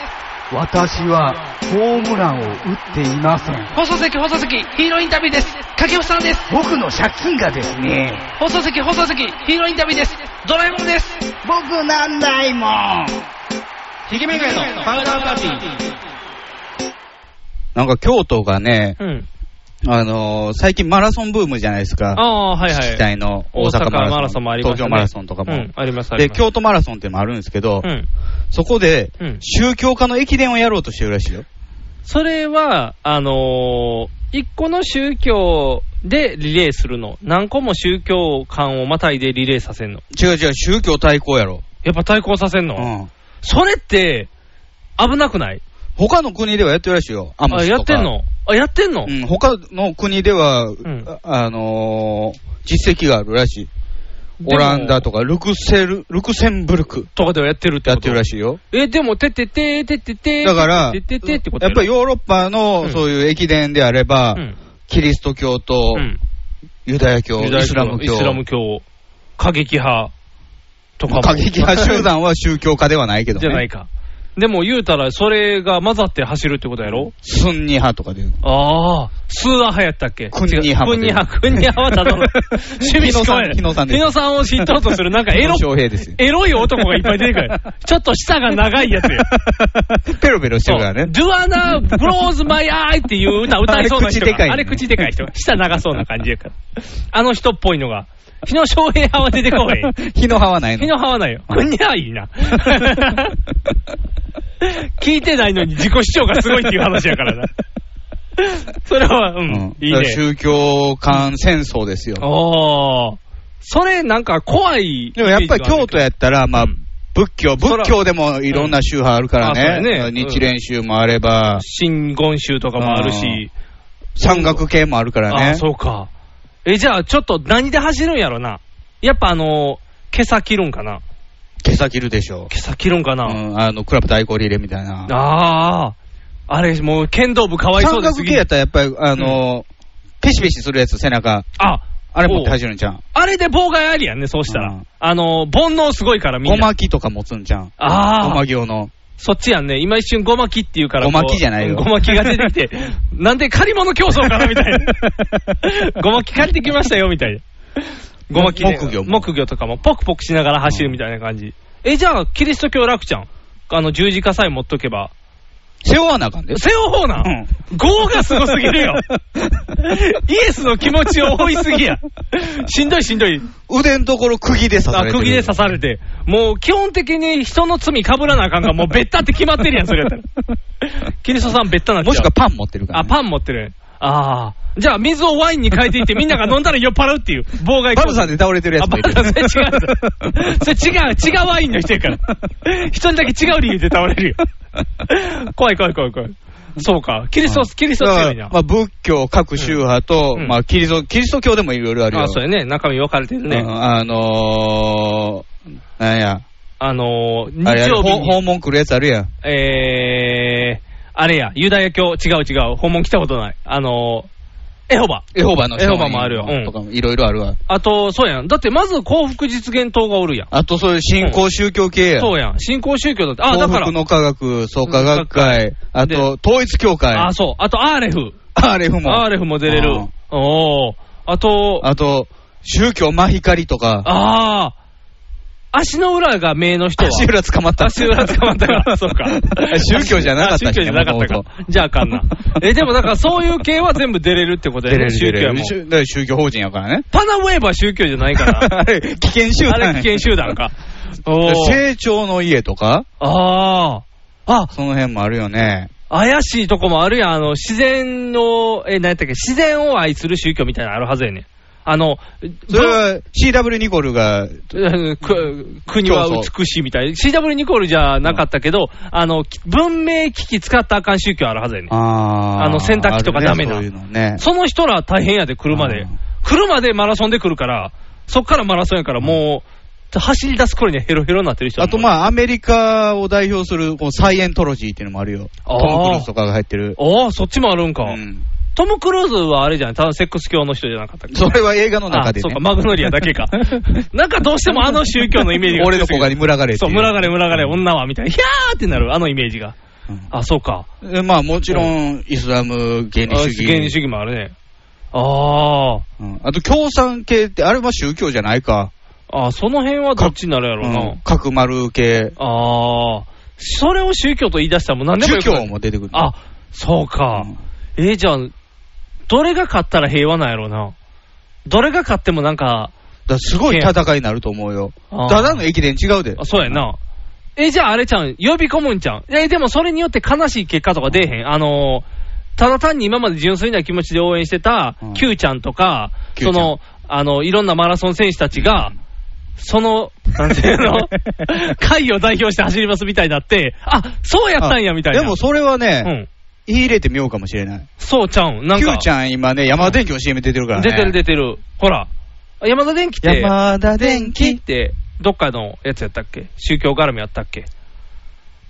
Speaker 7: 私はホームランを打っていません。
Speaker 12: 放送席、放送席、ヒーローインタビューです。掛布さんです。
Speaker 7: 僕の借金がですね、
Speaker 12: 放送席、放送席、ヒーローインタビューです。ドラえもんです。僕なんないもん。ひげめがのパウダーパーティー。
Speaker 2: なんか京都がね、
Speaker 3: うん。
Speaker 2: あのー最近マラソンブームじゃないですか。
Speaker 3: ああー、はいはい。
Speaker 2: 自治体の大阪マラソン
Speaker 3: 大阪もありましたね
Speaker 2: 東京マラソンとかも
Speaker 3: うんありますあり
Speaker 2: で、
Speaker 3: ます
Speaker 2: 京都マラソンっていうのもあるんですけど、
Speaker 3: うん
Speaker 2: そこで
Speaker 3: うん、
Speaker 2: 宗教家の駅伝をやろうとしてるらしいよ。
Speaker 3: それは、あのー一個の宗教でリレーするの。何個も宗教間をまたいでリレーさせんの。
Speaker 2: 違う違う、宗教対抗やろ。
Speaker 3: やっぱ対抗させんの、それって、危なくない
Speaker 2: 他の国ではやってるらしいよ。アモ
Speaker 3: あ、
Speaker 2: ス
Speaker 3: や
Speaker 2: と
Speaker 3: っ
Speaker 2: か
Speaker 3: てんのあ、やってんの、
Speaker 2: うん、他の国では、ああのー実績があるらしい。
Speaker 3: でも
Speaker 2: オランダとか、ルクセル、ルクセンブルク。
Speaker 3: とかではやってるって
Speaker 2: やってるらしいよ。
Speaker 3: え、でも、てててててて
Speaker 2: だから、
Speaker 3: てててってこと
Speaker 2: やっぱりヨーロッパのそういう駅伝であれば、キリスト教と、ユダヤ教、
Speaker 3: ユダヤ
Speaker 2: イスラム教。
Speaker 3: イスラム教、過激派とかも。
Speaker 2: 過激派集団は宗教家ではないけどね。
Speaker 3: じゃないか。でも言うたら、それが混ざって走るってことやろ
Speaker 2: スンニ派とかで。
Speaker 3: ああ、スーア派やったっけ
Speaker 2: クンニ派も
Speaker 3: 違うクンニ派、クンニ派はただの 趣味思考や。
Speaker 2: 日野さん日野さんです
Speaker 3: 日野さんを知っとうとする、なんかエロ
Speaker 2: 日野翔平ですよ、
Speaker 3: エロい男がいっぱい出てくる。ちょっと舌が長い やつや。
Speaker 2: ペロペロしてるからね。
Speaker 3: Do wanna close my eye っていう歌歌いそうな人
Speaker 2: あれ口でかい
Speaker 3: が。
Speaker 2: ね
Speaker 3: あれ口でかい人。舌長そうな感じやから。あの人っぽいのが。日野翔平派は出てこい。
Speaker 2: 日野派はないの
Speaker 3: 日野派はないよ。
Speaker 2: うん
Speaker 3: クンニ派はいいな。 聞いてないのに自己主張がすごいっていう話やからな。それは、うん、いい
Speaker 2: だか
Speaker 3: ね
Speaker 2: ら。宗教間戦争ですよ。
Speaker 3: ああ。それなんか怖い。
Speaker 2: でもやっぱり京都やったら、まあ、仏教、仏教でもいろんな宗派あるから
Speaker 3: うんあそうや
Speaker 2: ね。
Speaker 3: ね
Speaker 2: 日蓮宗もあれば、
Speaker 3: 真言宗とかもあるし。
Speaker 2: 山岳系もあるから
Speaker 3: あ
Speaker 2: ね。
Speaker 3: あ、そうか。え、じゃあちょっと何で走るんやろな。やっぱあのー、今朝切るんかな。
Speaker 2: 毛先いるでしょ。
Speaker 3: 毛先いるんかな。
Speaker 2: うん、あの、クラブ大交流レみたいな。
Speaker 3: ああ。あれ、もう剣道部かわいそう
Speaker 2: 三
Speaker 3: で
Speaker 2: 角
Speaker 3: す
Speaker 2: 形やったらやっぱり、あの、ペシペシするやつ、背中。
Speaker 3: あ、
Speaker 2: あれ持って走るんじゃん。
Speaker 3: あれで妨害ありやんね、そうしたら。あのー、煩悩すごいからみん
Speaker 2: ご
Speaker 3: な。
Speaker 2: まきとか持つんじゃん。
Speaker 3: あー
Speaker 2: ごま行の。
Speaker 3: そっちやんね。今一瞬ごまきって言うからこう。
Speaker 2: ごまきじゃないよ
Speaker 3: ごまきが出てき て、なんで借り物競争かなみたいな。ごまき借りてきましたよ、みたいな。ごまきで。
Speaker 2: 木魚
Speaker 3: 木魚とかもポクポクしながら走るみたいな感じ。え、じゃあ、キリスト教楽ちゃん。あの、十字架さえ持っとけば。
Speaker 2: 背負わなあかんで。。
Speaker 3: 背負う方なんゴーがすごすぎる よ。イエスの気持ちを追い すぎや。しんどいしんどい。
Speaker 2: 腕のところ釘で刺され
Speaker 3: あ
Speaker 2: てる。
Speaker 3: 釘で刺されて。もう基本的に人の罪被らなあか んが、もうベッタって決まってるやん、それやったら。キリストさんベッタなっちゃう
Speaker 2: もしくはパン持ってるから、
Speaker 3: あ、
Speaker 2: ね。
Speaker 3: パン持ってる。ああ。じゃあ、水をワインに変えていって、みんなが飲んだら酔っ払うっていう、妨害行為
Speaker 2: バブさんで倒れてるや
Speaker 3: あ、
Speaker 2: つ
Speaker 3: バ
Speaker 2: もいる。
Speaker 3: カそれ違う。それ違う、違うワインの人やから。人にだけ違う理由で倒れるよ。怖い怖い怖い怖い。そうか、キリスト、キリスト強い
Speaker 2: だから
Speaker 3: な。
Speaker 2: まあ、仏教各宗派と、
Speaker 3: うんうん
Speaker 2: まあ、キリスト、キリスト教でもいろいろあるよ。
Speaker 3: あ、そうやね。中身分かれてる
Speaker 2: うん
Speaker 3: ね。
Speaker 2: あのー、なんや。
Speaker 3: あのー、
Speaker 2: あれ
Speaker 3: 日
Speaker 2: や
Speaker 3: 曜日
Speaker 2: 訪
Speaker 3: に、
Speaker 2: 訪問来るやつあるやん。
Speaker 3: えー、あれや、ユダヤ教、違う違う、訪問来たことない。あのー、エホバ。
Speaker 2: エホバの
Speaker 3: エホバもあるよ。う
Speaker 2: と
Speaker 3: ん。
Speaker 2: かもいろいろあるわ。
Speaker 3: あと、そうやん。だって、まず幸福実現党がおるやん。
Speaker 2: あとそういう信仰宗教系や。
Speaker 3: そうやん。信仰宗教だって。あ、だ
Speaker 2: 幸
Speaker 3: から
Speaker 2: 福。の科学、創価学会、あと統一教会、
Speaker 3: あ、そう。あと、アーレフ。
Speaker 2: アーレフも。
Speaker 3: アーレフも出れ
Speaker 2: う
Speaker 3: る
Speaker 2: ん。
Speaker 3: おー。あと、
Speaker 2: あと、宗教真光とか、
Speaker 3: あー。足の裏が目の人は。
Speaker 2: 足裏捕まった。。
Speaker 3: 足裏捕まったから、そうか
Speaker 2: 宗教じゃなかった
Speaker 3: あ
Speaker 2: し
Speaker 3: 宗教じゃなかった
Speaker 2: も
Speaker 3: か
Speaker 2: と。
Speaker 3: じゃああかんな。え、でもだからそういう系は全部出れるってこと
Speaker 2: 出
Speaker 3: や
Speaker 2: れ
Speaker 3: ね、
Speaker 2: る
Speaker 3: 宗
Speaker 2: 出
Speaker 3: 教
Speaker 2: れ
Speaker 3: や
Speaker 2: る
Speaker 3: もん。
Speaker 2: 宗だから宗教法人やからね。
Speaker 3: パナウェーバー宗教じゃないから。
Speaker 2: あれ、危険集団
Speaker 3: あ
Speaker 2: や。
Speaker 3: れ危険集団 か。おー。
Speaker 2: 成長の家とか、
Speaker 3: あー。あ、
Speaker 2: その辺もあるよね。
Speaker 3: 怪しいとこもあるやん。あの、自然の、え、何やったっけ、自然を愛する宗教みたいなのあるはずやねん。あの、
Speaker 2: それは CW ニコルが、
Speaker 3: ぶんく国は美しいみたいな。CW ニコルじゃなかったけど、あの、き文明機器使ったらあかん宗教あるはずやねん。
Speaker 2: あー
Speaker 3: あの洗濯機とかダメな
Speaker 2: あるねそういうのね。
Speaker 3: その人ら大変やで、車
Speaker 2: う
Speaker 3: で
Speaker 2: ん。
Speaker 3: 車でマラソンで来るから、そっからマラソンやから、もう、走り出す頃にはヘロヘロになってる人
Speaker 2: あと
Speaker 3: あ、
Speaker 2: まあ、アメリカを代表するこうサイエントロジーっていうのもあるよ。
Speaker 3: あ
Speaker 2: ト
Speaker 3: ー
Speaker 2: ム・クルーズとかが入ってる。
Speaker 3: おーそっちもあるんか。
Speaker 2: うん
Speaker 3: トム・クルーズはあれじゃないただセックス教の人じゃなかったっけ
Speaker 2: それは映画の中で
Speaker 3: あそう
Speaker 2: ね
Speaker 3: か、。マグノリア だけか。なんかどうしてもあの宗教のイメージが
Speaker 2: 俺
Speaker 3: 強
Speaker 2: の
Speaker 3: すぎ
Speaker 2: 子
Speaker 3: る
Speaker 2: がに群がれって
Speaker 3: そ、
Speaker 2: いうう。
Speaker 3: 群がれ群がれ、女は、みたいな。ひゃーってなる、あのイメージが。あ、そうか。
Speaker 2: でまあ、もちろん、イスラム原理主
Speaker 3: あ原理
Speaker 2: 義。
Speaker 3: 主義もあるね。あー。
Speaker 2: うんあと、共産系って、あれは宗教じゃないか。
Speaker 3: あ、その辺はどっちになるやろうな。
Speaker 2: うん角丸系。
Speaker 3: あー。それを宗教と言い出したらもう何でも
Speaker 2: 儒
Speaker 3: よくな
Speaker 2: 教
Speaker 3: い。
Speaker 2: も出てくる。
Speaker 3: あ、そうか。えーじゃあ、どれが勝ったら平和なんやろうな。どれが勝ってもなんか、
Speaker 2: だからすごい戦いになると思うよ。
Speaker 3: あー
Speaker 2: ただの駅伝違うで
Speaker 3: あ。そうやな。え、じゃああれちゃん、呼び込むんちゃん。え、でもそれによって悲しい結果とか出えへん。あのーただ単に今まで純粋な気持ちで応援してた
Speaker 2: うん、
Speaker 3: Q ちゃんとか、
Speaker 2: Q ちゃ
Speaker 3: そ
Speaker 2: ん
Speaker 3: の、あの、いろんなマラソン選手たちが、その、なんていうの会を代表して走りますみたいになって、あ、そうやったんやみたいな。
Speaker 2: あでも、それは
Speaker 3: う
Speaker 2: ね、
Speaker 3: ん。
Speaker 2: 言い入れてみようかもしれない。
Speaker 3: そうちゃうん。なん
Speaker 2: Q
Speaker 3: か、
Speaker 2: ちゃん今ね、山田電機の CM 出てるからね。
Speaker 3: 出てる出てる。ほら、山田電機って、
Speaker 2: 山田電
Speaker 3: 電気っ
Speaker 2: 機。
Speaker 3: て、どっかのやつやったっけ宗教絡みやったっけ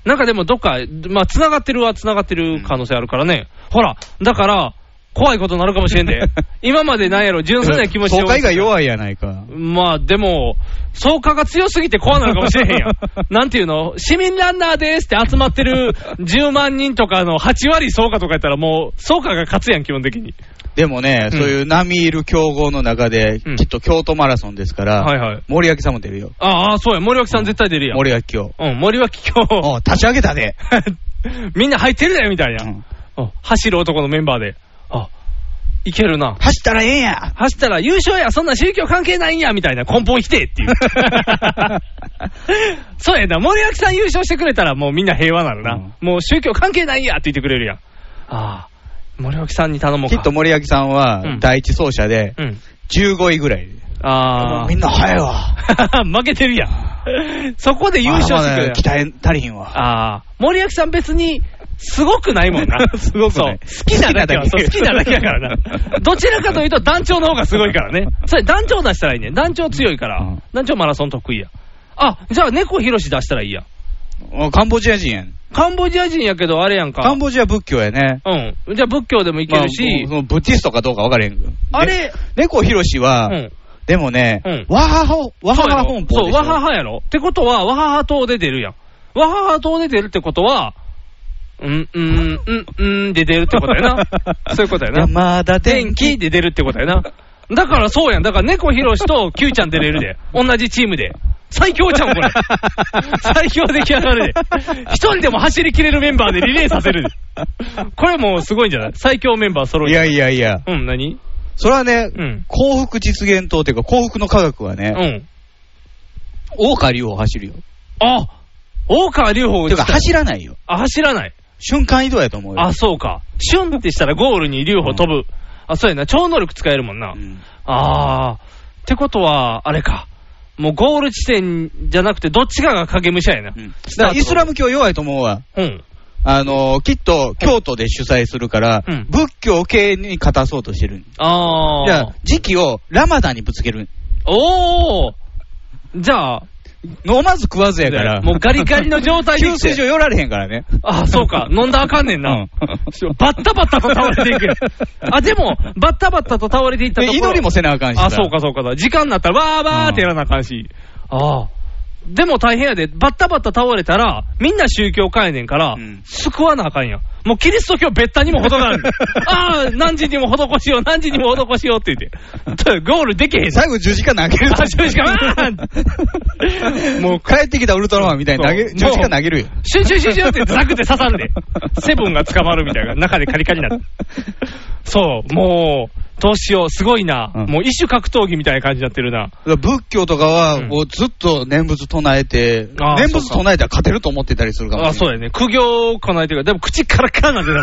Speaker 3: なんかでもどっか、まあ、つながってるはつながってる可能性あるからね。ほら、だから、怖いことになるかもしれん で。今までなんやろ、純粋な気持ち
Speaker 2: 総会が弱いやないか。
Speaker 3: まあ、でも、創価が強すぎて怖なるかもしれへ んやん。なんていうの市民ランナーですって集まってる10万人とかの8割創価とかやったらもう、創価が勝つやん、基本的に。
Speaker 2: でもね、
Speaker 3: うん
Speaker 2: そういう並みいる競合の中で、
Speaker 3: うん
Speaker 2: きっと京都マラソンですから、
Speaker 3: はいはい
Speaker 2: 森脇さんも出るよ。
Speaker 3: ああ、そうや、森脇さん絶対出るやん。
Speaker 2: 森脇を。
Speaker 3: うん、森脇今日。
Speaker 2: おう立ち上げたで。
Speaker 3: みんな入ってるねみたいな、
Speaker 2: うん
Speaker 3: お走る男のメンバーで、あいけるな、
Speaker 2: 走ったらええんや
Speaker 3: 走ったら優勝や、そんな宗教関係ないんやみたいな、根本否定 っていう、そうやな、森脇さん優勝してくれたら、もうみんな平和なるな、もう宗教関係ないんやって言ってくれるやん、ああ、森脇さんに頼もう
Speaker 2: き
Speaker 3: か、
Speaker 2: っと森脇さん
Speaker 3: う
Speaker 2: は
Speaker 3: ん、
Speaker 2: 第一走者で、
Speaker 3: うん、
Speaker 2: 15位ぐらいで。も
Speaker 3: あ
Speaker 2: うみんな早いわ。
Speaker 3: あ、 負けてるやん、そこで優勝してくれるや
Speaker 2: ま
Speaker 3: ん
Speaker 2: だまだ鍛え足りひんわ。
Speaker 3: ああ、森脇さん別に、すごくないもんな。
Speaker 2: すごくない
Speaker 3: そう好きなだけは、そう、好きなだけやからな。どちらかというと団長の方がすごいからね。 それ団長出したらいいね。団長強いから。
Speaker 2: うん
Speaker 3: 団長マラソン得意や。あ、じゃあ猫ひろし出したらいいや。
Speaker 2: おカンボジア人やん。
Speaker 3: カンボジア人やけどあれやんか。
Speaker 2: カンボジア仏教やね。
Speaker 3: うん。じゃあ仏教でもいけるし
Speaker 2: まあ、そのブティストかどうか分からへんけど。
Speaker 3: あれ、
Speaker 2: 猫ひろしは、
Speaker 3: うん。
Speaker 2: でもね、
Speaker 3: うん
Speaker 2: わはほ、わはは本
Speaker 3: そ
Speaker 2: 邦でしょ。
Speaker 3: うやろそう、ワハハやろ。ってことは、ワハハ島で出るやん。ワハハ島で出るってことは、うん、うん、うん、うんで出るってことやな そういうことやな。
Speaker 2: 山田電
Speaker 3: 天
Speaker 2: 機
Speaker 3: 気で出るってことやな。だからそうやん。だから猫ひろしと Q ちゃん出れるで。同じチームで。最強ちゃうん、これ。最強出来上がるで。一人でも走り切れるメンバーでリレーさせるで。これもうすごいんじゃない最強メンバー揃い。
Speaker 2: いやいやいや。
Speaker 3: うん、何
Speaker 2: それはね、幸福実現党というか、幸福の科学はね、大川隆法走るよ。
Speaker 3: あ大川隆法
Speaker 2: てか、走らないよ。
Speaker 3: あ、走らない。
Speaker 2: 瞬間移動やと思うよ。
Speaker 3: あ、そうか。シュンってしたらゴールに竜歩飛ぶ。あ、そうやな。超能力使えるもんな。あー。ってことは、あれか。もうゴール地点じゃなくて、どっちかが影武者やな。
Speaker 2: だからイスラム教弱いと思うわ。
Speaker 3: うん。
Speaker 2: あのーきっと京都で主催するから、仏教系に勝たそうとしてる。
Speaker 3: あー。
Speaker 2: じゃあ、時期をラマダンにぶつける。
Speaker 3: おーじゃあ、
Speaker 2: 飲まず食わずやから。
Speaker 3: もうガリガリの状態で
Speaker 2: 給水所 寄られへんからね。
Speaker 3: あ、そうか。飲んだらあかんねんな。バッタバッタと倒れてい くよ。あ、でも、バッタバッタと倒れていったところ。
Speaker 2: で祈りもせなあかんしさ
Speaker 3: あ、そうかそうか。時間になったら、わーわーってやらなあかんし。ああ。でも大変やで、バッタバッタ倒れたら、みんな宗教変えねんから、救わなあかんやん。もうキリスト教べったにも程があ る。ああ、何時にも施しよう、何時にも施しようって言 って。ゴールできへん。
Speaker 2: 最後十字架投げる
Speaker 3: あ、十字架、わー
Speaker 2: もう帰ってきたウルトラマンみたいに投げ、
Speaker 3: そう
Speaker 2: 十字架投げるよ。
Speaker 3: シュンシュンシュンシュンってザクって刺さん で、セブンが捕まるみたいな、中でカリカリ になって。そう、もう、どうしよう、すごいな。もう一種格闘技みたいな感じになってるな。
Speaker 2: 仏教とかは、もうずっと念仏唱えて、
Speaker 3: あー
Speaker 2: 念仏唱えたら勝てると思ってたりするかも
Speaker 3: あ、そうだよね。苦行をこないというか、でも口からかんなんてな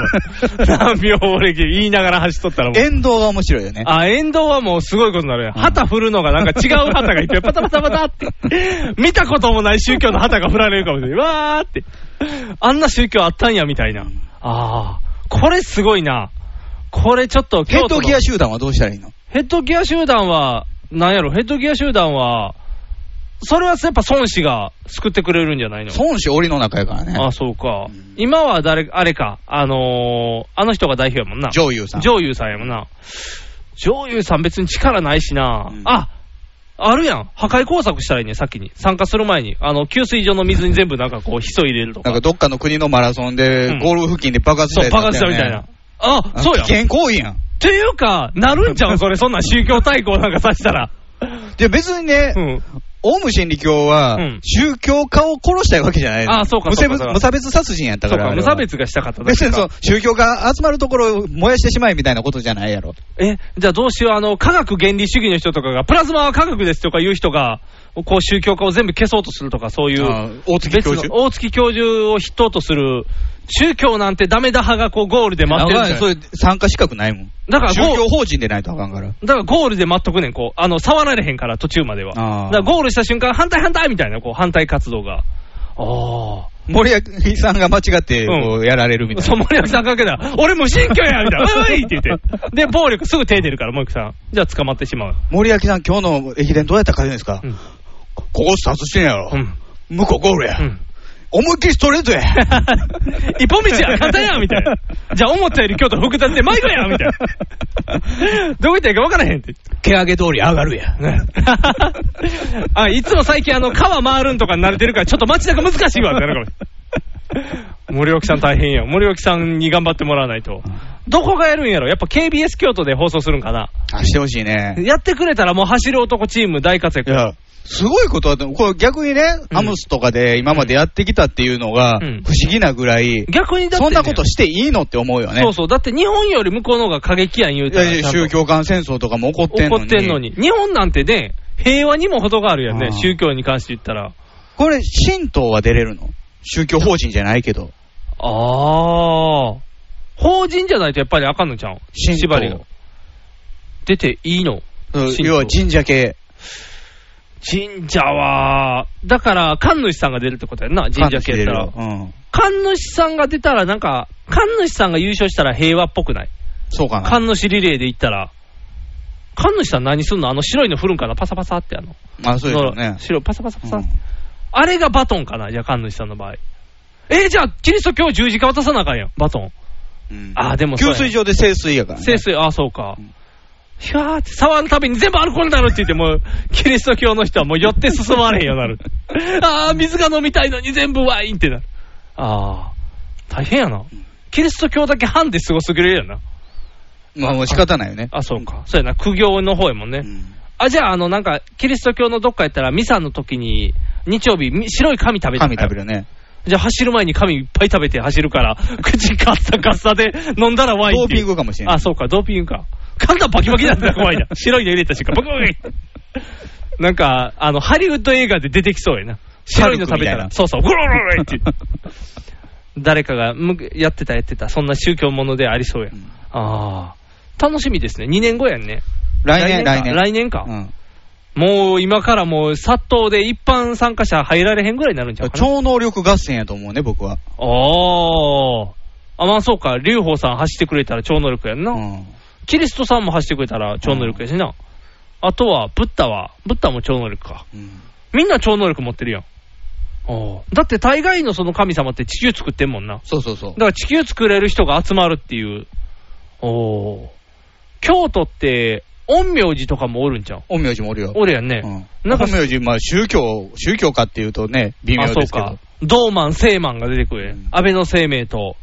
Speaker 3: もん。何秒俺言いながら走っとったらもう。
Speaker 2: 沿道が面白いよね。
Speaker 3: あ、沿道はもうすごいことになるやん。旗振るのがなんか違う旗がいっぱいパタパタパタって。見たこともない宗教の旗が振られるかもしれない。わーって。あんな宗教あったんや、みたいな。あー、これすごいな。これちょっと
Speaker 2: ヘッドギア集
Speaker 3: 団。
Speaker 2: 団はどうしたらいいの
Speaker 3: ヘッドギア集団は、なんやろ、ヘッドギア集団は、それはやっぱ孫子が救ってくれるんじゃないの
Speaker 2: 孫子檻の中やからね。
Speaker 3: あ、そうか。今は誰、あれか、あのー、あの人が代表やもんな。
Speaker 2: 上優さん
Speaker 3: 上優さんやもんな。上優さん別に力ないしな。あ、あるやん。破壊工作したらいいね、先に。参加する前に。あの、給水所の水に全部なんかこう、ヒ素入れるとか。
Speaker 2: なんかどっかの国のマラソンで、ゴール付近で爆発した
Speaker 3: そ
Speaker 2: や
Speaker 3: う、
Speaker 2: つあ
Speaker 3: バ
Speaker 2: っ
Speaker 3: カ
Speaker 2: よね
Speaker 3: したみたいな。。あ、そうや。
Speaker 2: 危険行為やん。
Speaker 3: というか、なるんちゃうそれ、そんな宗教対抗なんかさし たら。
Speaker 2: で、別にね、オウム真理教は、宗教家を殺したいわけじゃないの
Speaker 3: あそうか
Speaker 2: 無差
Speaker 3: そう
Speaker 2: 別
Speaker 3: か
Speaker 2: 無差別殺人やったか
Speaker 3: そう
Speaker 2: ら。
Speaker 3: か、
Speaker 2: あ
Speaker 3: 無
Speaker 2: れは
Speaker 3: 差別がしたかっただけ
Speaker 2: 別
Speaker 3: か
Speaker 2: にその宗教が集まるところを燃やしてしまえみたいなことじゃないやろ。
Speaker 3: え、じゃあどうしよう、あの、科学原理主義の人とかが、プラズマは科学ですとかいう人が、こう、宗教家を全部消そうとするとか、そういう、
Speaker 2: 大月教授
Speaker 3: 別の大月教授を筆頭とする、宗教なんてダメだ派がこう、ゴールで待ってる
Speaker 2: あそれ
Speaker 3: だ
Speaker 2: 参加資格ないもん。
Speaker 3: だから
Speaker 2: 宗教法人でないとあかんから。
Speaker 3: からゴールで待っとくねん、こう、あの、触られへんから、途中までは。だ
Speaker 2: あー
Speaker 3: からゴールした瞬間、反対反対みたいな、こう、反対活動が。あ
Speaker 2: 森脇さんが間違ってこうやられるみたいな。
Speaker 3: そう、森脇さんかけたら、俺無神教やみたいな、おいおいって言って。で、暴力すぐ手出るから、森脇さん。じゃあ捕まってしまう。
Speaker 2: 森脇さん、今日の駅伝どうやったら勝てるんですか、ここスタートしてんやろ。向こうゴールや。思いっきりストレートや。
Speaker 3: 一本道や、勝たやみたいな。じゃあ思ったより京都複雑で迷子やみたいな。どこ行ったらいいか分からへんって。
Speaker 2: 毛上げ通り上がるや。
Speaker 3: あ、いつも最近あの、川回るんとかに慣れてるから、ちょっと街中難しいわってなるかもしれん森脇さん大変や。森脇さんに頑張ってもらわないと。どこがやるんやろやっぱ KBS 京都で放送するんかな
Speaker 2: あ、してほしいね。
Speaker 3: やってくれたらもう走る男チーム大活躍。
Speaker 2: いや、すごいことだと思うこれ逆にね、アムスとかで今までやってきたっていうのが、不思議なぐらい、
Speaker 3: 逆にだってね
Speaker 2: そんなことしていいのって思うよね。
Speaker 3: そうそう。だって日本より向こうの方が過激やん言う
Speaker 2: い
Speaker 3: たら。
Speaker 2: やい
Speaker 3: ちゃ
Speaker 2: や
Speaker 3: んと
Speaker 2: 宗教間戦争とかも起こってんの
Speaker 3: 怒
Speaker 2: に。
Speaker 3: ってんのに。日本なんてね、平和にも程があるやんね、
Speaker 2: あー
Speaker 3: 宗教に関して言ったら。
Speaker 2: これ、神道は出れるの宗教法人じゃないけど。
Speaker 3: ああ。法人じゃないとやっぱりあかんのちゃうん
Speaker 2: 神道
Speaker 3: 縛りが。出ていいの
Speaker 2: うん
Speaker 3: 神道
Speaker 2: 要は神社系。
Speaker 3: 神社は、だから、神主さんが出るってことやんな、神社系やったら。
Speaker 2: うん。
Speaker 3: 神主さんが出たら、なんか、神主さんが優勝したら平和っぽくない
Speaker 2: そうかな。
Speaker 3: 神主リレーで行ったら、神主さん何すんのあの白いの振るんかなパサパサってあの。
Speaker 2: あ、そうですよね。
Speaker 3: 白、パサパサパサ。あれがバトンかな、じゃあ、神主さんの場合。えー、じゃあ、キリスト教十字架渡さなあかんやん、バトン。あーでもそ
Speaker 2: 給
Speaker 3: うや
Speaker 2: 水場で聖水やからね。
Speaker 3: 聖水、あー、そうか。ひゃーって触るたびに全部アルコールになるって言って、もう、キリスト教の人はもう寄って進まれへんように なる。あー、水が飲みたいのに全部ワインってなる。あー、大変やな。キリスト教だけ半ですごすぎるやな。
Speaker 2: まあもう仕方ないよね。
Speaker 3: あ、そうか。そうやな、苦行の方やもんね。あ、じゃあ、あの、なんか、キリスト教のどっかやったら、ミサの時に、日曜日、み白い紙食べて
Speaker 2: 紙食べるね。
Speaker 3: じゃあ、走る前に紙いっぱい食べて走るから、 口カッサカッサで飲んだらワインってい
Speaker 2: ドーピ
Speaker 3: う。
Speaker 2: ングかもしれない
Speaker 3: あ、そうか、ドーピングか。体バキバキなんだ、怖いな。白いの入れた瞬間、バキバキなんか、あの、ハリウッド映画で出てきそうやな。白いの
Speaker 2: シャル
Speaker 3: 食べた
Speaker 2: クみたい
Speaker 3: ら、
Speaker 2: な
Speaker 3: そうそう、ゴロゴロゴロって。 誰かがむやってた、やってた、そんな宗教ものでありそうや。ああ、楽しみですね。2年後やんね。
Speaker 2: 来年、来
Speaker 3: か
Speaker 2: 年。
Speaker 3: 来年か。
Speaker 2: うん
Speaker 3: もう今からもう殺到で一般参加者入られへんぐらいになるんちゃうかな。
Speaker 2: 超能力合戦やと思うね、僕は。
Speaker 3: ああ。あ、まあそうか。劉邦さん走ってくれたら超能力やんな。キリストさんも走ってくれたら超能力やしな。あとは、ブッダは、ブッダも超能力か。みんな超能力持ってるやん。だって大概のその神様って地球作ってんもんな。
Speaker 2: そうそうそう
Speaker 3: だ。から地球作れる人が集まるっていう。おー京都って、陰陽師とかもおるんちゃう
Speaker 2: 陰陽師もおるよ。
Speaker 3: おるやんね。なんか
Speaker 2: 陰陽師、まあ宗教、宗教かっていうとね、微妙ですけ
Speaker 3: あそ
Speaker 2: ど
Speaker 3: うか。ドーマン、セーマンが出てくる、安倍の生命と、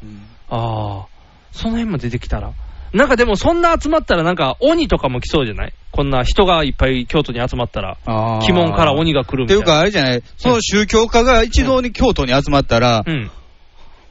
Speaker 3: ああ、その辺も出てきたら、なんかでも、そんな集まったら、なんか鬼とかも来そうじゃないこんな人がいっぱい京都に集まったら、
Speaker 2: あー
Speaker 3: 鬼門から鬼が来
Speaker 2: っ
Speaker 3: るみ
Speaker 2: て
Speaker 3: た
Speaker 2: い
Speaker 3: いうな。
Speaker 2: か、あれじゃない、その宗教家が一堂に京都に集まったら、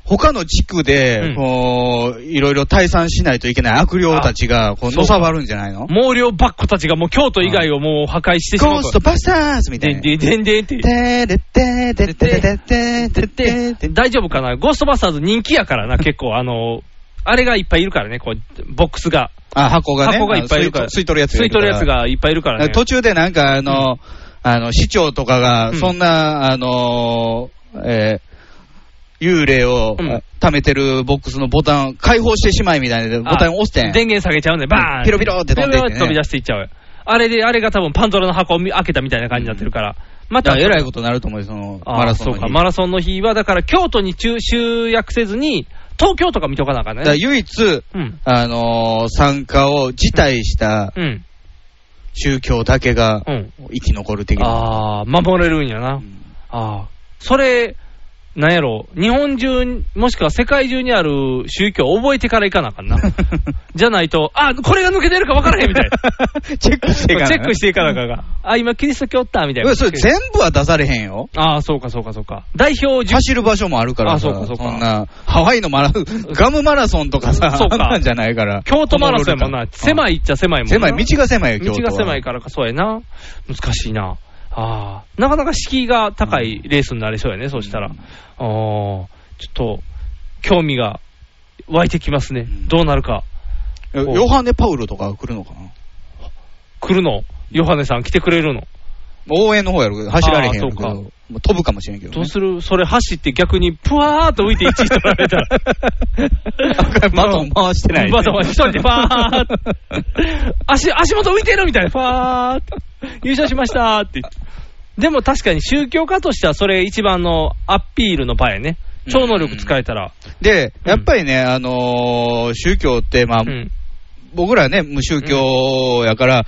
Speaker 2: 他の地区で、こう、いろいろ退散しないといけない悪霊たちが、こう、
Speaker 3: そう
Speaker 2: の
Speaker 3: か
Speaker 2: さばるんじゃないの
Speaker 3: 毛量バッコたちがもう京都以外をもう破壊してしま
Speaker 2: ゴ
Speaker 3: う
Speaker 2: ー
Speaker 3: と
Speaker 2: ストバスターズみたいな。
Speaker 3: ででんでんって。
Speaker 2: てれてれてれてれてれてれてれてれ
Speaker 3: 大丈夫かなゴーストバスターズ人気やか らな、結構、あの、あれがいっぱいいるからね、こう、ボックスが。
Speaker 2: あ、箱がね。
Speaker 3: 箱がいっぱいいるから。
Speaker 2: 吸い取るやつ
Speaker 3: 吸い取るやつ
Speaker 2: がいるから。
Speaker 3: がいっぱいいるからね。
Speaker 2: 途中でなんか、あの、あの、市長とかが、
Speaker 3: うん
Speaker 2: そんな、あの、えー幽霊を
Speaker 3: ん
Speaker 2: 溜めてるボックスのボタンを解放してしまいみたいなボタンを押してん。
Speaker 3: 電源下げちゃうんで、バーン
Speaker 2: ピロピロって飛んでいってね
Speaker 3: ピロピロ飛び出していっちゃうよ。あれで、あれが多分パンドラの箱を見開けたみたいな感じになってるから。ま
Speaker 2: だ
Speaker 3: た、
Speaker 2: からえらいことになると思うよ、その、
Speaker 3: あー
Speaker 2: マラソンの
Speaker 3: そう
Speaker 2: 日
Speaker 3: か、マラソンの日は、だから京都に中集約せずに、東京とか見とかなあかん
Speaker 2: だから
Speaker 3: ね。
Speaker 2: 唯一、
Speaker 3: うん。
Speaker 2: あのー参加を辞退した
Speaker 3: うん。
Speaker 2: 宗教だけが
Speaker 3: うん。
Speaker 2: 生き残る的な。
Speaker 3: ああ、守れるんやな。ああ。それ、なんやろ、日本中に、もしくは世界中にある宗教を覚えてから行かな あかんな。じゃないと、あ、これが抜けてるか分からへんみた いな。
Speaker 2: チェックしていかな
Speaker 3: チェックしていかなあかんが。あ、今キリスト教おったみたい
Speaker 2: い
Speaker 3: な。
Speaker 2: やそれ全部は出されへんよ。
Speaker 3: ああ、そうかそうかそうか。代表10
Speaker 2: 走る場所もあるからさ、
Speaker 3: あそうかそうか
Speaker 2: んな、ハワイのマラ、 ガムマラソンとかさ、
Speaker 3: そうか
Speaker 2: あんなんじゃないから。
Speaker 3: 京都マラソンやもんな。狭いっちゃ狭いもんな。
Speaker 2: 狭い道が狭いよ京都は
Speaker 3: 道が狭いからか、そうやな。難しいな。ああ。なかなか敷居が高いレースになりそうやね、そうしたら。ああ。ちょっと、興味が湧いてきますね。どうなるか。
Speaker 2: ヨヨハネ・パウロとか来るのかな
Speaker 3: 来るのヨハネさん来てくれるの
Speaker 2: 応援の方やるけど、走られへんやろうけ
Speaker 3: あーそ
Speaker 2: ど、
Speaker 3: う
Speaker 2: もう飛ぶかもしれんけど、ね。
Speaker 3: どうするそれ走って逆に、ぷわーっと浮いて1位取られたら。
Speaker 2: バトン回してない。
Speaker 3: バトン回して、一人でファ ーって。足、足元浮いてるみたいな、ファーって。優勝しましたって言って。でも確かに宗教家としてはそれ一番のアピールの場やね。超能力使えたら。
Speaker 2: で、やっぱりね、あのー宗教って、まあ、僕らね、無宗教やから、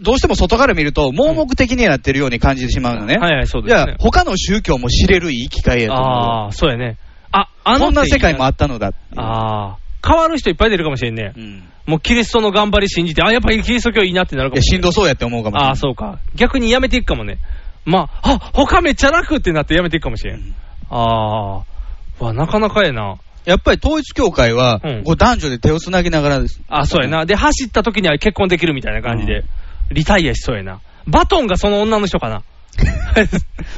Speaker 2: どうしても外から見ると、盲目的になってるように感じてしまうのね。
Speaker 3: はいはい、そうで
Speaker 2: じ
Speaker 3: す
Speaker 2: ゃ
Speaker 3: ね
Speaker 2: あ、。他の宗教も知れるいい機会やと思
Speaker 3: ああ、そうやね。あ、あ
Speaker 2: う。
Speaker 3: の
Speaker 2: こんな世界もあ
Speaker 3: あ
Speaker 2: ったのだ。
Speaker 3: あー変わる人いっぱい出るかもしれんね。
Speaker 2: ん
Speaker 3: もうキリストの頑張り信じて、あ、やっぱりキリスト教いいなってなるか
Speaker 2: い
Speaker 3: も
Speaker 2: や、
Speaker 3: しれ
Speaker 2: しん
Speaker 3: ん
Speaker 2: どそうやって思うかもしれ
Speaker 3: あ
Speaker 2: な
Speaker 3: あ、
Speaker 2: い。
Speaker 3: そうか。逆にやめていくかもね。まあ、あ、他めっちゃ楽ってなってやめていくかもしれん。ああ、わ、なかなかやな。
Speaker 2: やっぱり統一教会は、こう男女で手をつなぎながらです。
Speaker 3: あそうやな。で、走った時には結婚できるみたいな感じで、リタイアしそうやな。バトンがその女の人かな。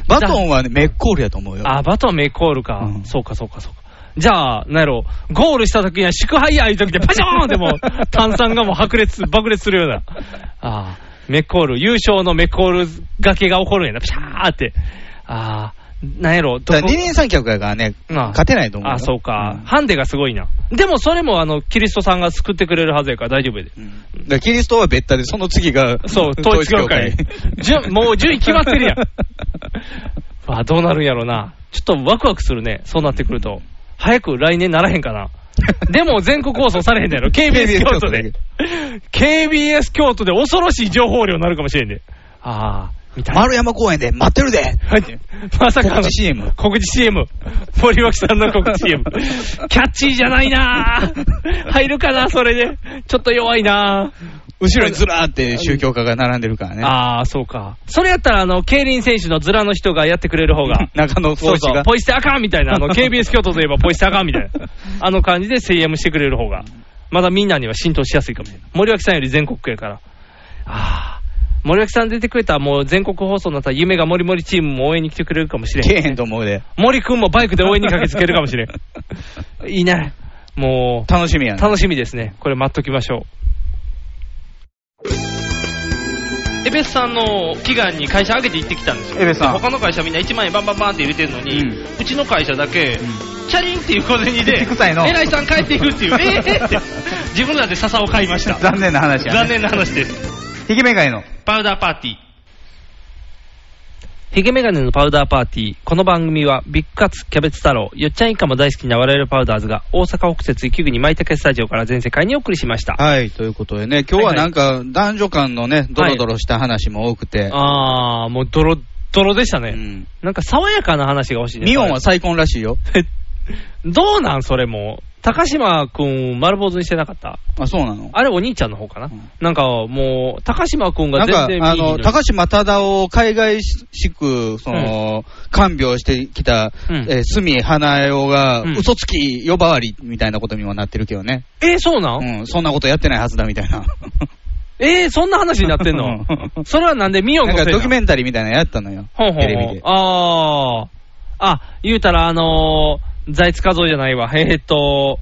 Speaker 2: バトンはね、メッコールやと思うよ。
Speaker 3: あ、バトンメイクオールか。そうか、そうか、そうか。じゃあ、なんやろ、ゴールした時には祝杯やいう時でパショーンっても う、炭酸がもう白裂、爆裂するような。ああ、メッコール、優勝のメッコールがけが起こるんやな。ピシャーって。ああ、なんやろ、ど
Speaker 2: だ
Speaker 3: こ
Speaker 2: から二人三脚やからね、
Speaker 3: ああ
Speaker 2: 勝てないと思うよ。
Speaker 3: あ、そうか、ハンデがすごいな。でもそれもあの、キリストさんが救ってくれるはずやから大丈夫やで。
Speaker 2: だからキリストは別多で、その次が、
Speaker 3: そう、統一教会。順もう順位決まってるや ん。わあ、どうなるんやろうな。ちょっとワクワクするね。そうなってくると。早く来年ならへんかな。でも全国放送されへんだ ろ。KBS 京都で。KBS 京都で恐ろしい情報量になるかもしれんで、ああ、みたいな。
Speaker 2: 丸山公園で待ってるで
Speaker 3: はい。まさかの。
Speaker 2: 告知 CM。
Speaker 3: 告知 CM。森脇さんの告知 CM。キャッチーじゃないなぁ入るかな、それで。ちょっと弱いなぁ
Speaker 2: 後ろにずらーって宗教家が並んでるからね。。
Speaker 3: ああ、そうか。それやったら、あの、競輪選手のズラの人がやってくれる方が
Speaker 2: 中野
Speaker 3: そ
Speaker 2: 総
Speaker 3: う
Speaker 2: 一
Speaker 3: そう
Speaker 2: が。、
Speaker 3: ポイ捨てあかんみたいな、あ の、KBS 京都といえばポイ捨てあかんみ たいな、あの感じで CM してくれる方が、まだみんなには浸透しやすいかもしれない。森脇さんより全国区やから。ああ、森脇さん出てくれたらもう全国放送になったら夢がもりもりチームも応援に来てくれるかもしれん。
Speaker 2: けえへんと思うで。
Speaker 3: 森くんもバイクで応援に駆けつけるかもしれ ん。いいね。もう、
Speaker 2: 楽しみやね。
Speaker 3: 楽しみですね。これ待っときましょう。エベスさんの祈願に会社上げて行ってきたんですよ。
Speaker 2: エベスさん
Speaker 3: で他の会社みんな1万円バンバンバンって入れてるのに、うちの会社だけ、チャリンっていう小銭で、
Speaker 2: 口臭いの
Speaker 3: 偉いさん帰っていくっていう、 えーって、自分らで笹を買いました。
Speaker 2: 残念な話や、ね。
Speaker 3: 残念な話です。
Speaker 2: ひげメガネの。
Speaker 3: パウダーパーティー。ヒゲメガネのパウダーパーティー。この番組は、ビッグカツ、キャベツ太郎、よっちゃん一家も大好きな我々パウダーズが、大阪北節雪国舞茸スタジオから全世界にお送りしました。
Speaker 2: はい、ということでね、今日はなんか男女間のね、ドロドロした話も多くて、
Speaker 3: あー、もうドロッドロでしたね。なんか爽やかな話が欲しいね
Speaker 2: ミオンは再婚らしいよ。
Speaker 3: どうなんそれも。高島くん、丸坊主にしてなかった
Speaker 2: あ、そうなの
Speaker 3: あれお兄ちゃんの方かな、なんかもう、高島くん
Speaker 2: な
Speaker 3: が
Speaker 2: んか
Speaker 3: 全然、
Speaker 2: あ
Speaker 3: 見えへん
Speaker 2: の、
Speaker 3: のに
Speaker 2: 高島忠夫を海外しく、その、看病してきた、
Speaker 3: うん
Speaker 2: えー、隅花代が、嘘つき呼ばわりみたいなことにもなってるけどね。
Speaker 3: えー、そうなん
Speaker 2: うん、そんなことやってないはずだみたい な。
Speaker 3: えー、そんな話になってん のそれはなんでミオン
Speaker 2: な
Speaker 3: の
Speaker 2: ん
Speaker 3: せい
Speaker 2: か
Speaker 3: な
Speaker 2: ドキュメンタリーみたいなのやったのよ。
Speaker 3: ほんほんほん
Speaker 2: テレビで。
Speaker 3: あー。あ、言うたら、あのー、財津和夫じゃないわ。 えーっと、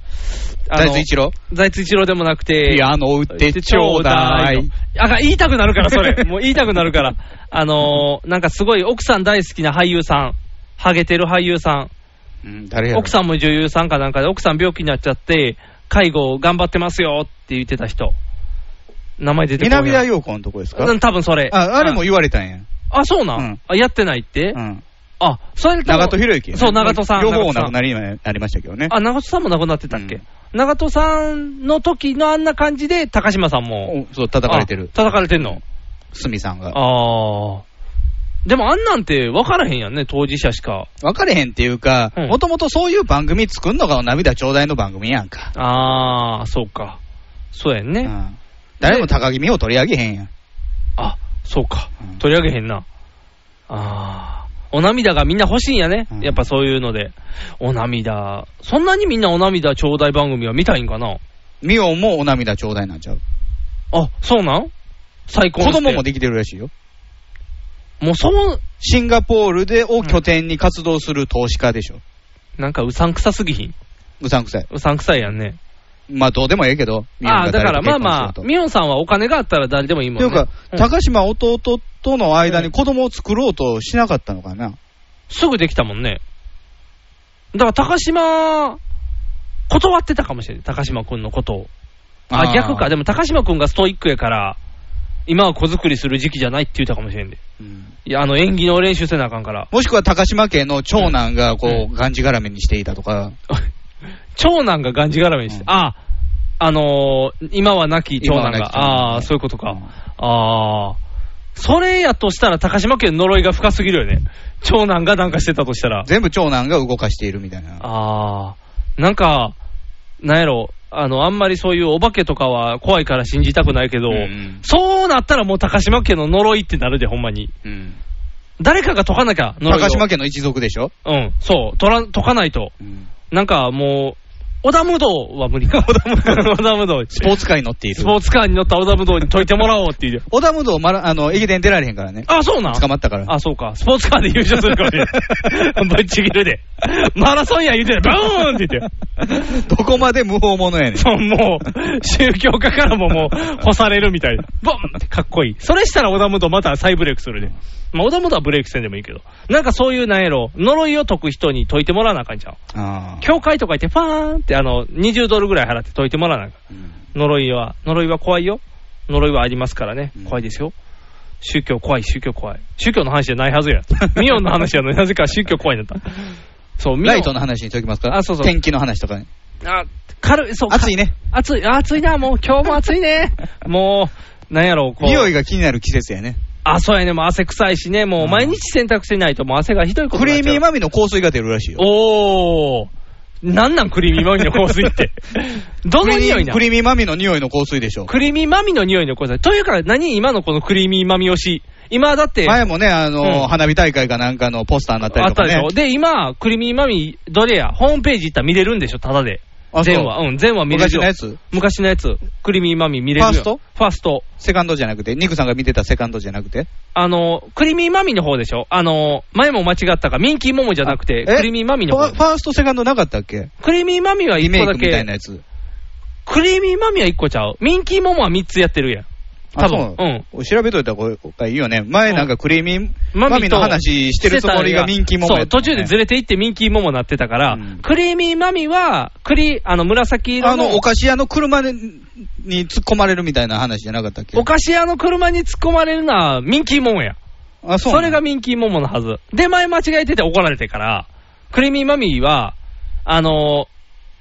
Speaker 3: あ
Speaker 2: 財
Speaker 3: の
Speaker 2: 津一郎
Speaker 3: 財津一郎でもなくて。
Speaker 2: ピアノ売ってちょうだい。
Speaker 3: あかん、言いたくなるから、そ れ。もう言いたくなるから。あのー、なんかすごい奥さん大好きな俳優さん。ハゲてる俳優さん。
Speaker 2: うん誰やろ
Speaker 3: 奥さんも女優さんかなんかで、奥さん病気になっちゃって、介護頑張ってますよって言ってた人。名前出てこない。
Speaker 2: 南田陽子のとこですか
Speaker 3: うん多分それ。
Speaker 2: あ、あれも言われたんや。
Speaker 3: あ、そうなん、あやってないって、あ、それ
Speaker 2: 長門博之やね
Speaker 3: そう、長門さん。
Speaker 2: 両方お
Speaker 3: 長門
Speaker 2: 亡
Speaker 3: さ
Speaker 2: く
Speaker 3: ん
Speaker 2: なりになりましたけどね。
Speaker 3: あ、長門さんも亡くなってたっけ、長門さんの時のあんな感じで、高島さんも。
Speaker 2: そう、叩かれてる。
Speaker 3: 叩かれてんの
Speaker 2: 鷲見さんが。
Speaker 3: あー。でもあんなんて分からへんやんね、当事者しか。
Speaker 2: 分かれへんっていうか、もともとそういう番組作んのが涙ちょうだいの番組やんか。
Speaker 3: あー、そうか。そうやんね。
Speaker 2: 誰も高木美を取り上げへんやん。
Speaker 3: あ、そうか。取り上げへんな。あー。お涙がみんな欲しいんやね。やっぱそういうので。お涙。そんなにみんなお涙ちょうだい番組は見たいんかな
Speaker 2: 美音もお涙ちょうだいなんちゃう。
Speaker 3: あ、そうなん最高
Speaker 2: 子供もできてるらしいよ。
Speaker 3: もうその、
Speaker 2: シンガポールでを拠点に活動する投資家でしょ。
Speaker 3: なんかうさんくさすぎひん。
Speaker 2: うさんくさい。
Speaker 3: うさんくさいやんね。
Speaker 2: まあどうでもええけど。ミオン
Speaker 3: ああ、
Speaker 2: が
Speaker 3: だ
Speaker 2: 誰
Speaker 3: から
Speaker 2: と
Speaker 3: まあ
Speaker 2: 結婚す
Speaker 3: ま
Speaker 2: る
Speaker 3: あ、
Speaker 2: と
Speaker 3: ミオンさんはお金があったら誰でもいいもん
Speaker 2: とい
Speaker 3: ね。
Speaker 2: うか、
Speaker 3: ん
Speaker 2: 高島弟との間に子供を作ろうとしなかったのかな。
Speaker 3: すぐできたもんね。だから高島、断ってたかもしれない。高島くんのことを。あ
Speaker 2: あー
Speaker 3: 逆か。でも高島くんがストイックやから、今は子作りする時期じゃないって言ったかもしれんで。いや、あの、演技の練習せなあかんから。
Speaker 2: もしくは高島家の長男がこう、がんじがらめにしていたとか、
Speaker 3: 長男ががんじがらめにして、ああ、あのー今は亡き長男が、
Speaker 2: 今は亡き長男
Speaker 3: ああ、そういうことか、ああ、それやとしたら、高島家の呪いが深すぎるよね、長男がなんかしてたとしたら、
Speaker 2: 全部長男が動かしているみたいな。
Speaker 3: ああ、なんか、なんやろ、あの、あんまりそういうお化けとかは怖いから信じたくないけど、そうなったらもう高島家の呪いってなるで、ほんまに。誰かが解かなきゃ、呪いを
Speaker 2: 高島家の一族でしょ
Speaker 3: うん、そう、とら解かないと、なんかもう、織田無道は無理 か、織田無道織田無道
Speaker 2: スポーツカーに乗っている
Speaker 3: ス。ポーツカーに乗った織田無道に解いてもらおうっていう、
Speaker 2: 小田無道、まら、あの、駅伝出られへんからね。
Speaker 3: あ、そうなん
Speaker 2: 捕まったから。
Speaker 3: あ、そうか、スポーツカーで優勝するかもしれない、ぶっちぎるで、マラソンや言うてたら、ブーンって言って、
Speaker 2: どこまで無法者やねん。
Speaker 3: そうもう、宗教家からももう、干されるみたいな、ボンってかっこいい、それしたら織田無道、また再ブレイクするで、まあ、織田無道はブレイクせんでもいいけど、なんかそういう、なんやろ、呪いを解く人に解いてもらわなあかんちゃう。
Speaker 2: あ
Speaker 3: 教会とか行って、パーンってあの20ドルぐらい払って解いてもらわないか、呪いは、呪いは怖いよ、呪いはありますからね、怖いですよ、宗教怖い、宗教怖い、宗教の話じゃないはず や、ミオンの話やのになぜか宗教怖いんだった、そう、ミオン
Speaker 2: ライトの話にしときますか。
Speaker 3: あそうそう
Speaker 2: 天気の話とかね。
Speaker 3: あ軽い、そう
Speaker 2: 暑いね、
Speaker 3: か暑い、暑いな、もう今日も暑 いね、もう、なんやろう、こう、
Speaker 2: 匂いが気になる季節やね。
Speaker 3: あ、そうやね、もう汗臭いしね、もう毎日洗濯しないと、もう汗がひどいこと
Speaker 2: ク
Speaker 3: になっ
Speaker 2: レ
Speaker 3: ちゃ
Speaker 2: ー
Speaker 3: う
Speaker 2: ミーマミの香水が出るらしいよ。
Speaker 3: おー。なんなんクリーミーマミの香水 って。どの匂いな
Speaker 2: クリーミーマミの匂いの香水でしょ。
Speaker 3: クリーミーマミの匂いの香水。というか、何今のこのクリーミーマミ推し。今だって。
Speaker 2: 前もね、あの、
Speaker 3: うん
Speaker 2: 花火大会かなんかのポスターになった
Speaker 3: あ
Speaker 2: りと
Speaker 3: った
Speaker 2: か
Speaker 3: で
Speaker 2: ね。
Speaker 3: しょ。で、今、クリーミーマミ、どれや、ホームページ行ったら見れるんでしょ、ただで。
Speaker 2: あそう
Speaker 3: 全話。うん、全話見れる
Speaker 2: 昔
Speaker 3: よ。
Speaker 2: のやつ
Speaker 3: 昔のやつ。クリーミーマミ見れるよ。
Speaker 2: ファースト
Speaker 3: ファースト。
Speaker 2: セカンドじゃなくて、ニクさんが見てたセカンドじゃなくて。
Speaker 3: あの、クリーミーマミの方でしょあの、前も間違ったか、ミンキーモモじゃなくて、
Speaker 2: え
Speaker 3: クリーミーマミの
Speaker 2: フ
Speaker 3: 方
Speaker 2: ァ。ファースト、セカンドなかったっけ
Speaker 3: クリーミーマミは
Speaker 2: リ
Speaker 3: 1
Speaker 2: メイ
Speaker 3: 個
Speaker 2: ク
Speaker 3: だ
Speaker 2: みたいな
Speaker 3: け。
Speaker 2: やつ。
Speaker 3: クリーミーマミは1個ちゃう。ミンキーモモは3つやってるやん。多分。
Speaker 2: あそう
Speaker 3: うん。
Speaker 2: 調べといた方がいいよね。前なんかクリーミーマミ
Speaker 3: と
Speaker 2: の話してるつもりがミンキーモモ
Speaker 3: そ
Speaker 2: や
Speaker 3: う、
Speaker 2: った
Speaker 3: 途
Speaker 2: ね
Speaker 3: 中でずれていってミンキーモモなってたから、クリーミーマミは、クリ、あの、紫色
Speaker 2: あ
Speaker 3: の
Speaker 2: の、お菓子屋の車にに突っ込まれるみたいな話じゃなかったっけ
Speaker 3: お菓子屋の車に突っ込まれるのはミンキーモモや。
Speaker 2: あ、そう
Speaker 3: それがミンキーモモのはず。で、前間違えてて怒られてから、クリーミーマミーは、あのー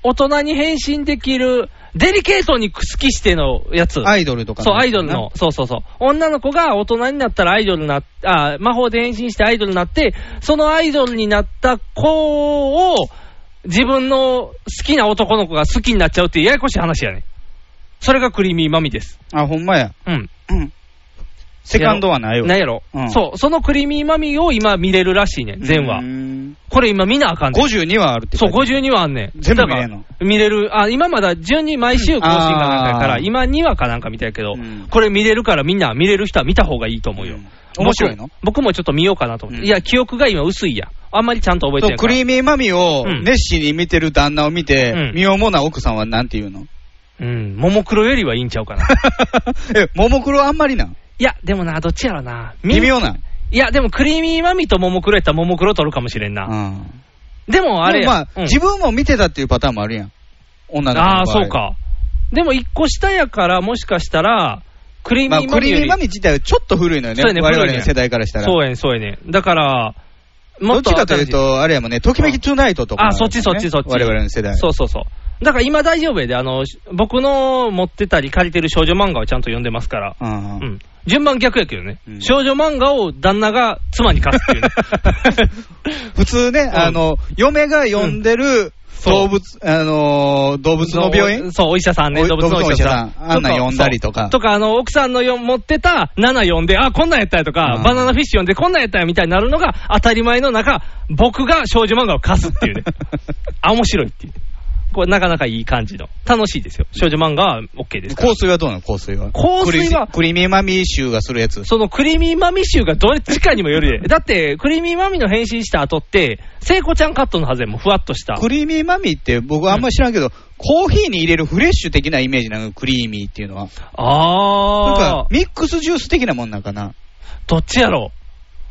Speaker 3: 大人に変身できる、デリケートに好きしてのやつ。
Speaker 2: アイドルとかの
Speaker 3: そう、アイドルの。そうそうそう。女の子が大人になったらアイドルになっあ、魔法で変身してアイドルになって、そのアイドルになった子を、自分の好きな男の子が好きになっちゃうっていうややこしい話やね。それがクリーミーマミです。
Speaker 2: あ、ほんまや。
Speaker 3: うん。
Speaker 2: セカンドはないよ。
Speaker 3: なんやろ、
Speaker 2: うん
Speaker 3: そう、そのクリーミーマミーを今見れるらしいねん、全話。これ今見なあかんねん。
Speaker 2: 52はあるって書
Speaker 3: そう、
Speaker 2: いてある。
Speaker 3: 52話あんねん。
Speaker 2: 全部見れんの
Speaker 3: だから見れる。あ、今まだ順に毎週更新かなんかやから、
Speaker 2: うんあー
Speaker 3: 今2話かなんか見たやけど、これ見れるからみんな見れる人は見た方がいいと思うよ。
Speaker 2: 面白いの
Speaker 3: 僕僕もちょっと見ようかなと思って。いや、記憶が今薄いや。あんまりちゃんと覚えて
Speaker 2: そう
Speaker 3: ないか
Speaker 2: ク
Speaker 3: ら。
Speaker 2: リーミーマミを
Speaker 3: うん
Speaker 2: 熱心に見てる旦那を見て、
Speaker 3: うん
Speaker 2: 身をもな奥さんはなんて言うの
Speaker 3: うん、ももクロよりはいいんちゃうかな。
Speaker 2: え、ももクロあんまりなん
Speaker 3: いや、でもな、どっちやろな。み
Speaker 2: 微妙なん
Speaker 3: いや、でもクリーミーマミとももクロやったらももクロ取るかもしれんな。でもあれ
Speaker 2: で
Speaker 3: や
Speaker 2: もまあ、
Speaker 3: うん
Speaker 2: 自分も見てたっていうパターンもあるやん。女の子の場合
Speaker 3: ああー、そう。か。でも一個下やから、もしかしたら、クリーミ
Speaker 2: まあ、
Speaker 3: ーマ
Speaker 2: ク
Speaker 3: ミ
Speaker 2: リ
Speaker 3: よ
Speaker 2: ーミ
Speaker 3: り
Speaker 2: ーマミ自体はちょっと古いのよね。
Speaker 3: そうやね
Speaker 2: 我
Speaker 3: 古い
Speaker 2: 々
Speaker 3: ね
Speaker 2: の世代からしたら。
Speaker 3: そうやねん、そうやねん。だから、
Speaker 2: ど
Speaker 3: も
Speaker 2: っ
Speaker 3: っと
Speaker 2: ちかというと、あれやもんね、ときめきトゥナイトとか、
Speaker 3: あ、そっちそっちそっち。
Speaker 2: 我々の世代。
Speaker 3: そうそうそう。だから今大丈夫やで、あの、僕の持ってたり借りてる少女漫画をちゃんと読んでますから。
Speaker 2: うん
Speaker 3: うん。順番逆やけどね。少女漫画を旦那が妻に貸す っていうね。
Speaker 2: 普通ね、あの、嫁が呼んでる動物、あのー、動物の病院
Speaker 3: そう、お医者さんね、
Speaker 2: お
Speaker 3: 動物のお医
Speaker 2: 動
Speaker 3: 者さ
Speaker 2: 物のお医者さ
Speaker 3: ん。
Speaker 2: んあんなん呼んだりとか
Speaker 3: そうとか、あの、奥さんのよ持ってた7呼んで、あ、こんなんやったやとか、バナナフィッシュ呼んで、こんなんやったやみたいになるのが当たり前の中、僕が少女漫画を貸すって いうね。あ、面白いっていう。これ、なかなかいい感じの。楽しいですよ。少女漫画は OK ですから
Speaker 2: 香水はどうなの香水は。
Speaker 3: 香水は
Speaker 2: クリクリーミーマミー臭がするやつ。
Speaker 3: そのクリーミーマミ臭がどっちかにもよる で。だって、クリーミーマミの変身した後って、聖子ちゃんカットのはずやもんふわっとした。
Speaker 2: クリーミーマミーって僕あんまり知らんけど、コーヒーに入れるフレッシュ的なイメージなのクリーミーっていうのは。なん
Speaker 3: あー
Speaker 2: か、。ミックスジュース的なもんなんかな。
Speaker 3: どっちやろう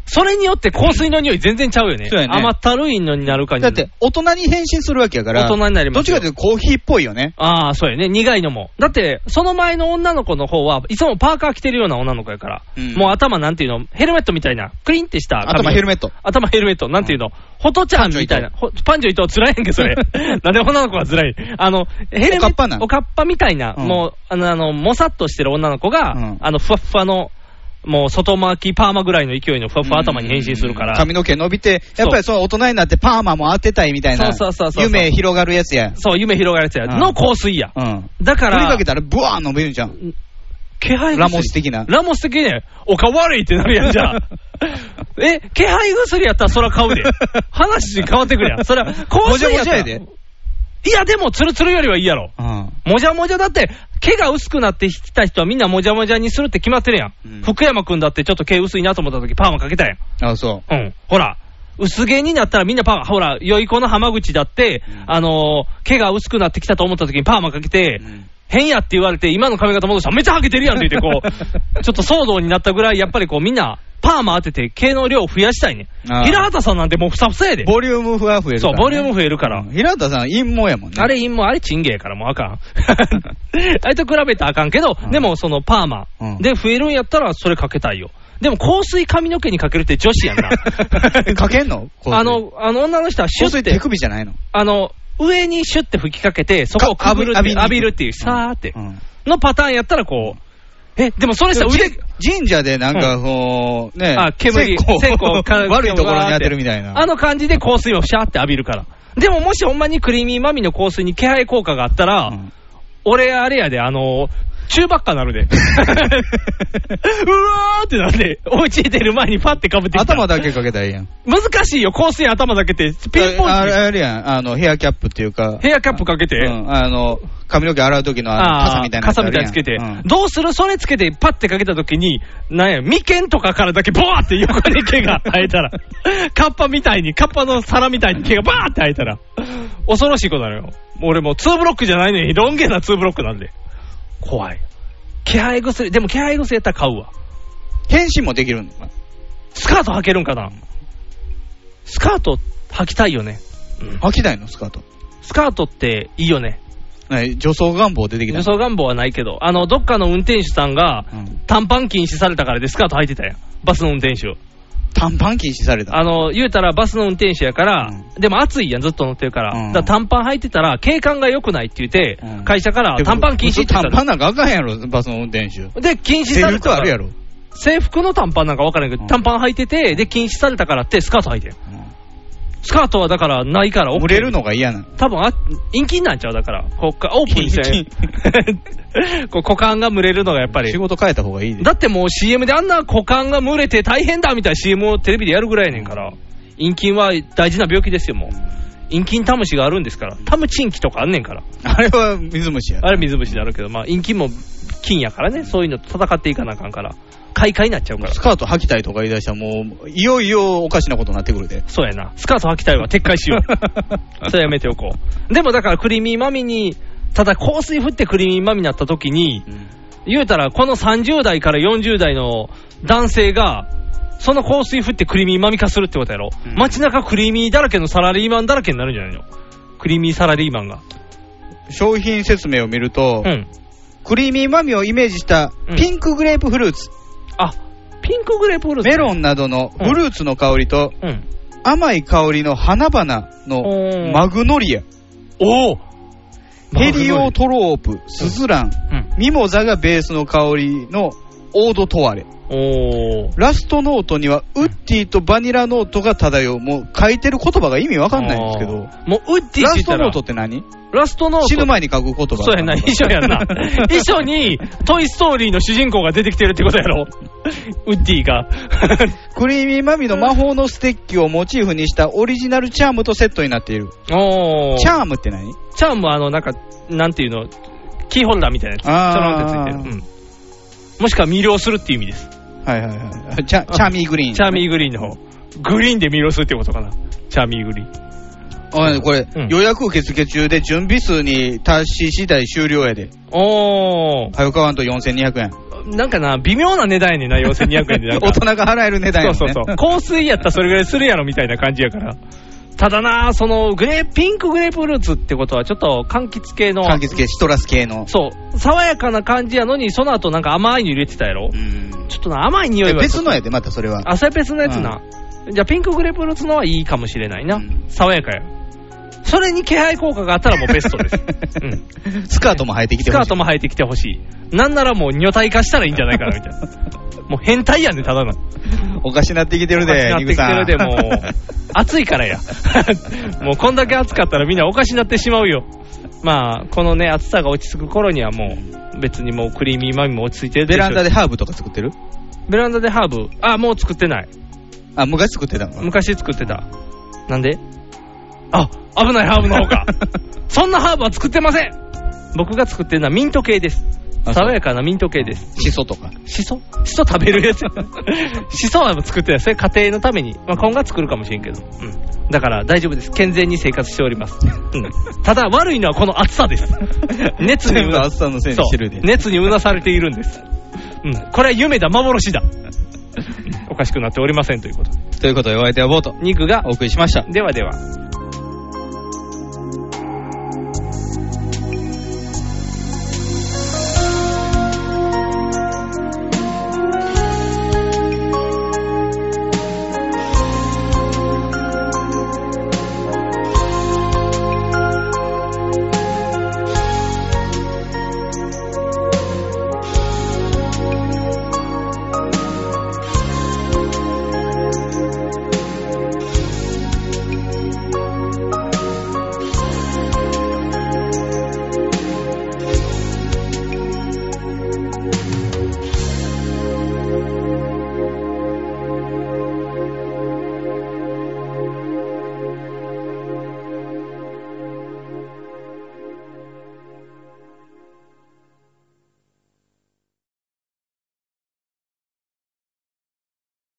Speaker 3: それによって香水の匂い全然ちゃうよね。
Speaker 2: そうやね
Speaker 3: 甘ったるいのになるかに
Speaker 2: だって、大人に変身するわけやから、
Speaker 3: 大人になります
Speaker 2: ど
Speaker 3: よ
Speaker 2: っちかというとコーヒーっぽいよね。
Speaker 3: ああ、そうやね。苦いのも。だって、その前の女の子の方は、いつもパーカー着てるような女の子やから、
Speaker 2: うん
Speaker 3: もう頭なんていうの、ヘルメットみたいな、クリンってした髪。
Speaker 2: 頭ヘルメット。
Speaker 3: 頭ヘルメット、なんていうの、ホトちゃんみたいな。ほパンジョイとつらいやん け、それ。なんで女の子がつらいあの、ヘ
Speaker 2: お
Speaker 3: ルメット。
Speaker 2: かっぱな
Speaker 3: おかっぱみたいな、
Speaker 2: うん
Speaker 3: もう、あの、あの、もさっとしてる女の子が、あの、ふわっふわの、もう外巻きパーマぐらいの勢いのふわっふわ頭に変身するから。
Speaker 2: 髪の毛伸びて、やっぱりその大人になってパーマも当てたいみたいな。
Speaker 3: そうそうそうそう
Speaker 2: 夢広がるやつや。
Speaker 3: そう、夢広がるやつや。
Speaker 2: うん
Speaker 3: の香水や。
Speaker 2: うん。
Speaker 3: だから、
Speaker 2: 振りかけたらブワーン伸びるじゃん。
Speaker 3: 気配薬
Speaker 2: ラモス的な。
Speaker 3: ラモス的におか悪いってなるやん、じ ゃあ。え、気配薬やったらそら買 うで。話変わってくるやん。そら、香
Speaker 2: もじゃ
Speaker 3: 水や
Speaker 2: も
Speaker 3: っ
Speaker 2: じ
Speaker 3: た
Speaker 2: ゃ
Speaker 3: ら
Speaker 2: やで。
Speaker 3: いや、でも、ツルツルよりはいいやろ。
Speaker 2: うん。
Speaker 3: もじゃもじゃだって、毛が薄くなってきた人はみんなもじゃもじゃにするって決まってるやん。福山くんだってちょっと毛薄いなと思った時パーマかけたやん。
Speaker 2: あ、そう。
Speaker 3: うん。ほら。薄毛になったらみんなパーマ、ほら、良い子の浜口だって、あのー毛が薄くなってきたと思った時にパーマかけて、変やって言われて、今の髪型戻したらめっちゃハゲてるやんって言って、こ う、ちょっと騒動になったぐらい、やっぱりこうみんな、パーマ当てて毛の量を増やしたいね。
Speaker 2: あー
Speaker 3: 平畑さんなんてもうふさふさやで。
Speaker 2: ボリュームが増えるから、ね。
Speaker 3: そう、ボリューム増えるから。
Speaker 2: 平田さん、陰謀やもんね。
Speaker 3: あれ陰謀、あれチンゲやからもう あかん。あれと比べたらあかんけど、でもそのパーマ
Speaker 2: うん
Speaker 3: で増えるんやったらそれかけたいよ。でも香水髪の毛にかけるって女 子やんな。
Speaker 2: かけんの
Speaker 3: あ、の、あの女の人はシ
Speaker 2: 香
Speaker 3: ュッ
Speaker 2: 水
Speaker 3: て
Speaker 2: 手、首じゃないの
Speaker 3: あの、上にシュッて吹きかけて、そこをかぶるっていう
Speaker 2: か
Speaker 3: 浴
Speaker 2: 浴
Speaker 3: び
Speaker 2: び
Speaker 3: るっていう、さーって。のパターンやったらこう、え、でもそれしたら腕
Speaker 2: で、神社でなんか、こう、ね、
Speaker 3: あ、
Speaker 2: 線
Speaker 3: 煙、
Speaker 2: 香
Speaker 3: 線香か
Speaker 2: 悪いところに当てるみたいな。
Speaker 3: あの感じで香水をシャーって浴びるから。でももしほんまにクリーミーマミの香水に気配効果があったら、俺、あれやで、あの、中ばっかなるで。 うわーってなんで、お家出る前にパッてかぶってきた
Speaker 2: 頭だけかけたらいいやん。
Speaker 3: 難しいよ、香水頭だけって、ピンポ
Speaker 2: ああれ
Speaker 3: ン
Speaker 2: あれやん、あの、ヘアキャップっていうか、
Speaker 3: チ、ヘアキャップかけて、
Speaker 2: うんあの、髪の毛洗う時のあの傘みたいなやつ
Speaker 3: 傘みたいなつけて、
Speaker 2: あるやんうん
Speaker 3: どうするそれつけて、パッてかけたときに、なんや、眉間とかからだけ、ボワーって横に毛が生 えたら、カッパみたいに、カッパの皿みたいに毛がバーって生えたら、恐ろしいことなのよ。俺もう2ブロックじゃないのに、ロン毛な2ブロックなんで。怖い。気配薬、でも気配薬やったら買うわ。
Speaker 2: 変身もできるんだ。
Speaker 3: スカート履けるんかなスカート履きたいよね。
Speaker 2: 履きたいの、スカート。
Speaker 3: スカートっていいよね。
Speaker 2: はい、女装願望出てきた
Speaker 3: 女。装願望はないけど、あの、どっかの運転手さんが、短パン禁止されたからでスカート履いてたやん。バスの運転手。
Speaker 2: 短パン禁止された。
Speaker 3: あの、言うたらバスの運転手やから、でも暑いやん、ずっと乗ってるから。
Speaker 2: うん
Speaker 3: だから短パン履いてたら、景観が良くないって言って、会社から短パン禁止って言った
Speaker 2: 短パンな
Speaker 3: ら。
Speaker 2: んかあかんやろ、バスの運転手。
Speaker 3: で、禁止され
Speaker 2: 制服
Speaker 3: たから。
Speaker 2: あるやろ。
Speaker 3: 制服の短パンなんか分からんけど、短パン履いてて、で、禁止されたからって、スカート履いてる。スカートはだからないから、
Speaker 2: 蒸れるのが嫌なの。
Speaker 3: 多分あ、陰気になんちゃうだから、こうかオープンして、 こう股間が蒸れるのがやっぱり。仕
Speaker 2: 事変えた方がいい
Speaker 3: だってもう CM であんな股間が蒸れて大変だみたいな CM をテレビでやるぐらいやねんから、陰菌は大事な病気ですよ、もう。陰菌タムシがあるんですから、タムチンキとかあんねんから。
Speaker 2: あれは水虫や。
Speaker 3: あれ水虫であるけど、まあ陰菌も菌やからね、そういうのと戦っていかなあかんから、快快になっちゃうから
Speaker 2: ス。カート履きたいとか言い出したらもう、いよいよおかしなことになってくるで。
Speaker 3: そうやな。スカート履きたいわ。撤回しよ う。それやめておこう。でもだから、クリーミーマミに、ただ香水振ってクリーミーマミになった時に、言うたら、この30代から40代の男性が、その香水振ってクリーミーマミ化するってことやろ。街中クリーミーだらけのサラリーマンだらけになるんじゃないのクリーミーサラリーマンが。
Speaker 2: 商品説明を見ると、
Speaker 3: うん
Speaker 2: クリーミーマミをイメージしたピンクグレープフルーツ、
Speaker 3: あピンクグレープフルーツ
Speaker 2: メロンなどのフルーツの香りと、
Speaker 3: うん。
Speaker 2: 甘い香りの花々のマグノリア
Speaker 3: お
Speaker 2: ヘリオトロープスズラン、ミモザがベースの香りのオードトワレ
Speaker 3: お
Speaker 2: ラストノートにはウッディとバニラノートが漂うもう書いてる言葉が意味わかんないんですけど
Speaker 3: もうウッディ
Speaker 2: ラ
Speaker 3: って言
Speaker 2: ス
Speaker 3: った
Speaker 2: ト
Speaker 3: ら
Speaker 2: ノートって何
Speaker 3: ラストノート。
Speaker 2: 死ぬ前に書く言葉
Speaker 3: そうやな、一緒や な。一緒に、トイ・ストーリーの主人公が出てきてるってことやろ。ウッ ディが。
Speaker 2: クリーミーマミの魔法のステッキをモチーフにしたオリジナルチャームとセットになっている
Speaker 3: お
Speaker 2: チャームって何
Speaker 3: チャームはあの、なんか、なんていうの、キーホルダーみたいなやつ。ちょ
Speaker 2: あー
Speaker 3: ろんってついてる。うんもしくは魅了するっていう意味です。
Speaker 2: はいはいはいチャチャーミーグリーン
Speaker 3: チャーミーグリーンの方。グリーンで魅了するってことかな。チャーミーグリーン。
Speaker 2: あこれ、予約受付中で準備数に達し次第終了やで。
Speaker 3: おー。
Speaker 2: はよ買わんと4200円。
Speaker 3: なんかな、微妙な値段やねんな、4200円 でなん か。
Speaker 2: 大人が払える値段やもんね。
Speaker 3: そうそうそう。香水やったらそれぐらいするやろみたいな感じやから。ただなあ、そのグレー、ピンクグレープフルーツってことは、ちょっと柑橘系の、
Speaker 2: 柑橘系、シトラス系の。
Speaker 3: そう、爽やかな感じやのに、その後なんか甘いの入れてたやろ。ちょっとな、甘い匂いは。
Speaker 2: 別のやで、またそれは。
Speaker 3: あ、それ別のやつな。じゃあ、ピンクグレープフルーツのはいいかもしれないな。爽やかや。それに気配効果があったらもうベス トです。
Speaker 2: スカートも生えてきて
Speaker 3: スカ
Speaker 2: ほし
Speaker 3: ー
Speaker 2: い。
Speaker 3: トも生えてきてほしい。なんならもう女体化したらいいんじゃないかな、みたいな。 もう変態やんね、ただの。
Speaker 2: おかしなってきてるで、
Speaker 3: おかし
Speaker 2: ニグさ
Speaker 3: なっ
Speaker 2: ん。
Speaker 3: てきてるで、もう。暑いからや。 もうこんだけ暑かったらみんなおかしになってしまうよ。まあ、このね、暑さが落ち着く頃にはもう、別にもうクリーミーマミも落ち着いてる
Speaker 2: ベランダでハー
Speaker 3: ブ
Speaker 2: ブとか作ってる
Speaker 3: ベランダでハーブ。あ、もう作ってない。
Speaker 2: あ、昔作ってたの
Speaker 3: 昔作ってた。なんであ、危ないハーブの方か。 そんなハーブは作ってません僕が作ってるのはミント系です。爽やかなミント系です。
Speaker 2: シソとか。
Speaker 3: シソシソ食べるやつ シソは作ってない。それ家庭のために。まあ、今後は作るかもしれんけど。うん。だから大丈夫です。健全に生活しております。うん。ただ悪いのはこの暑 さです。熱に
Speaker 2: 全部暑さのせいにしてるで
Speaker 3: そう熱にうなされているんです。うん。これは夢だ、幻だ。おかしくなっておりませんということ。
Speaker 2: ということで、お相手はボート。
Speaker 3: 肉が
Speaker 2: お送りしました。
Speaker 3: ではでは。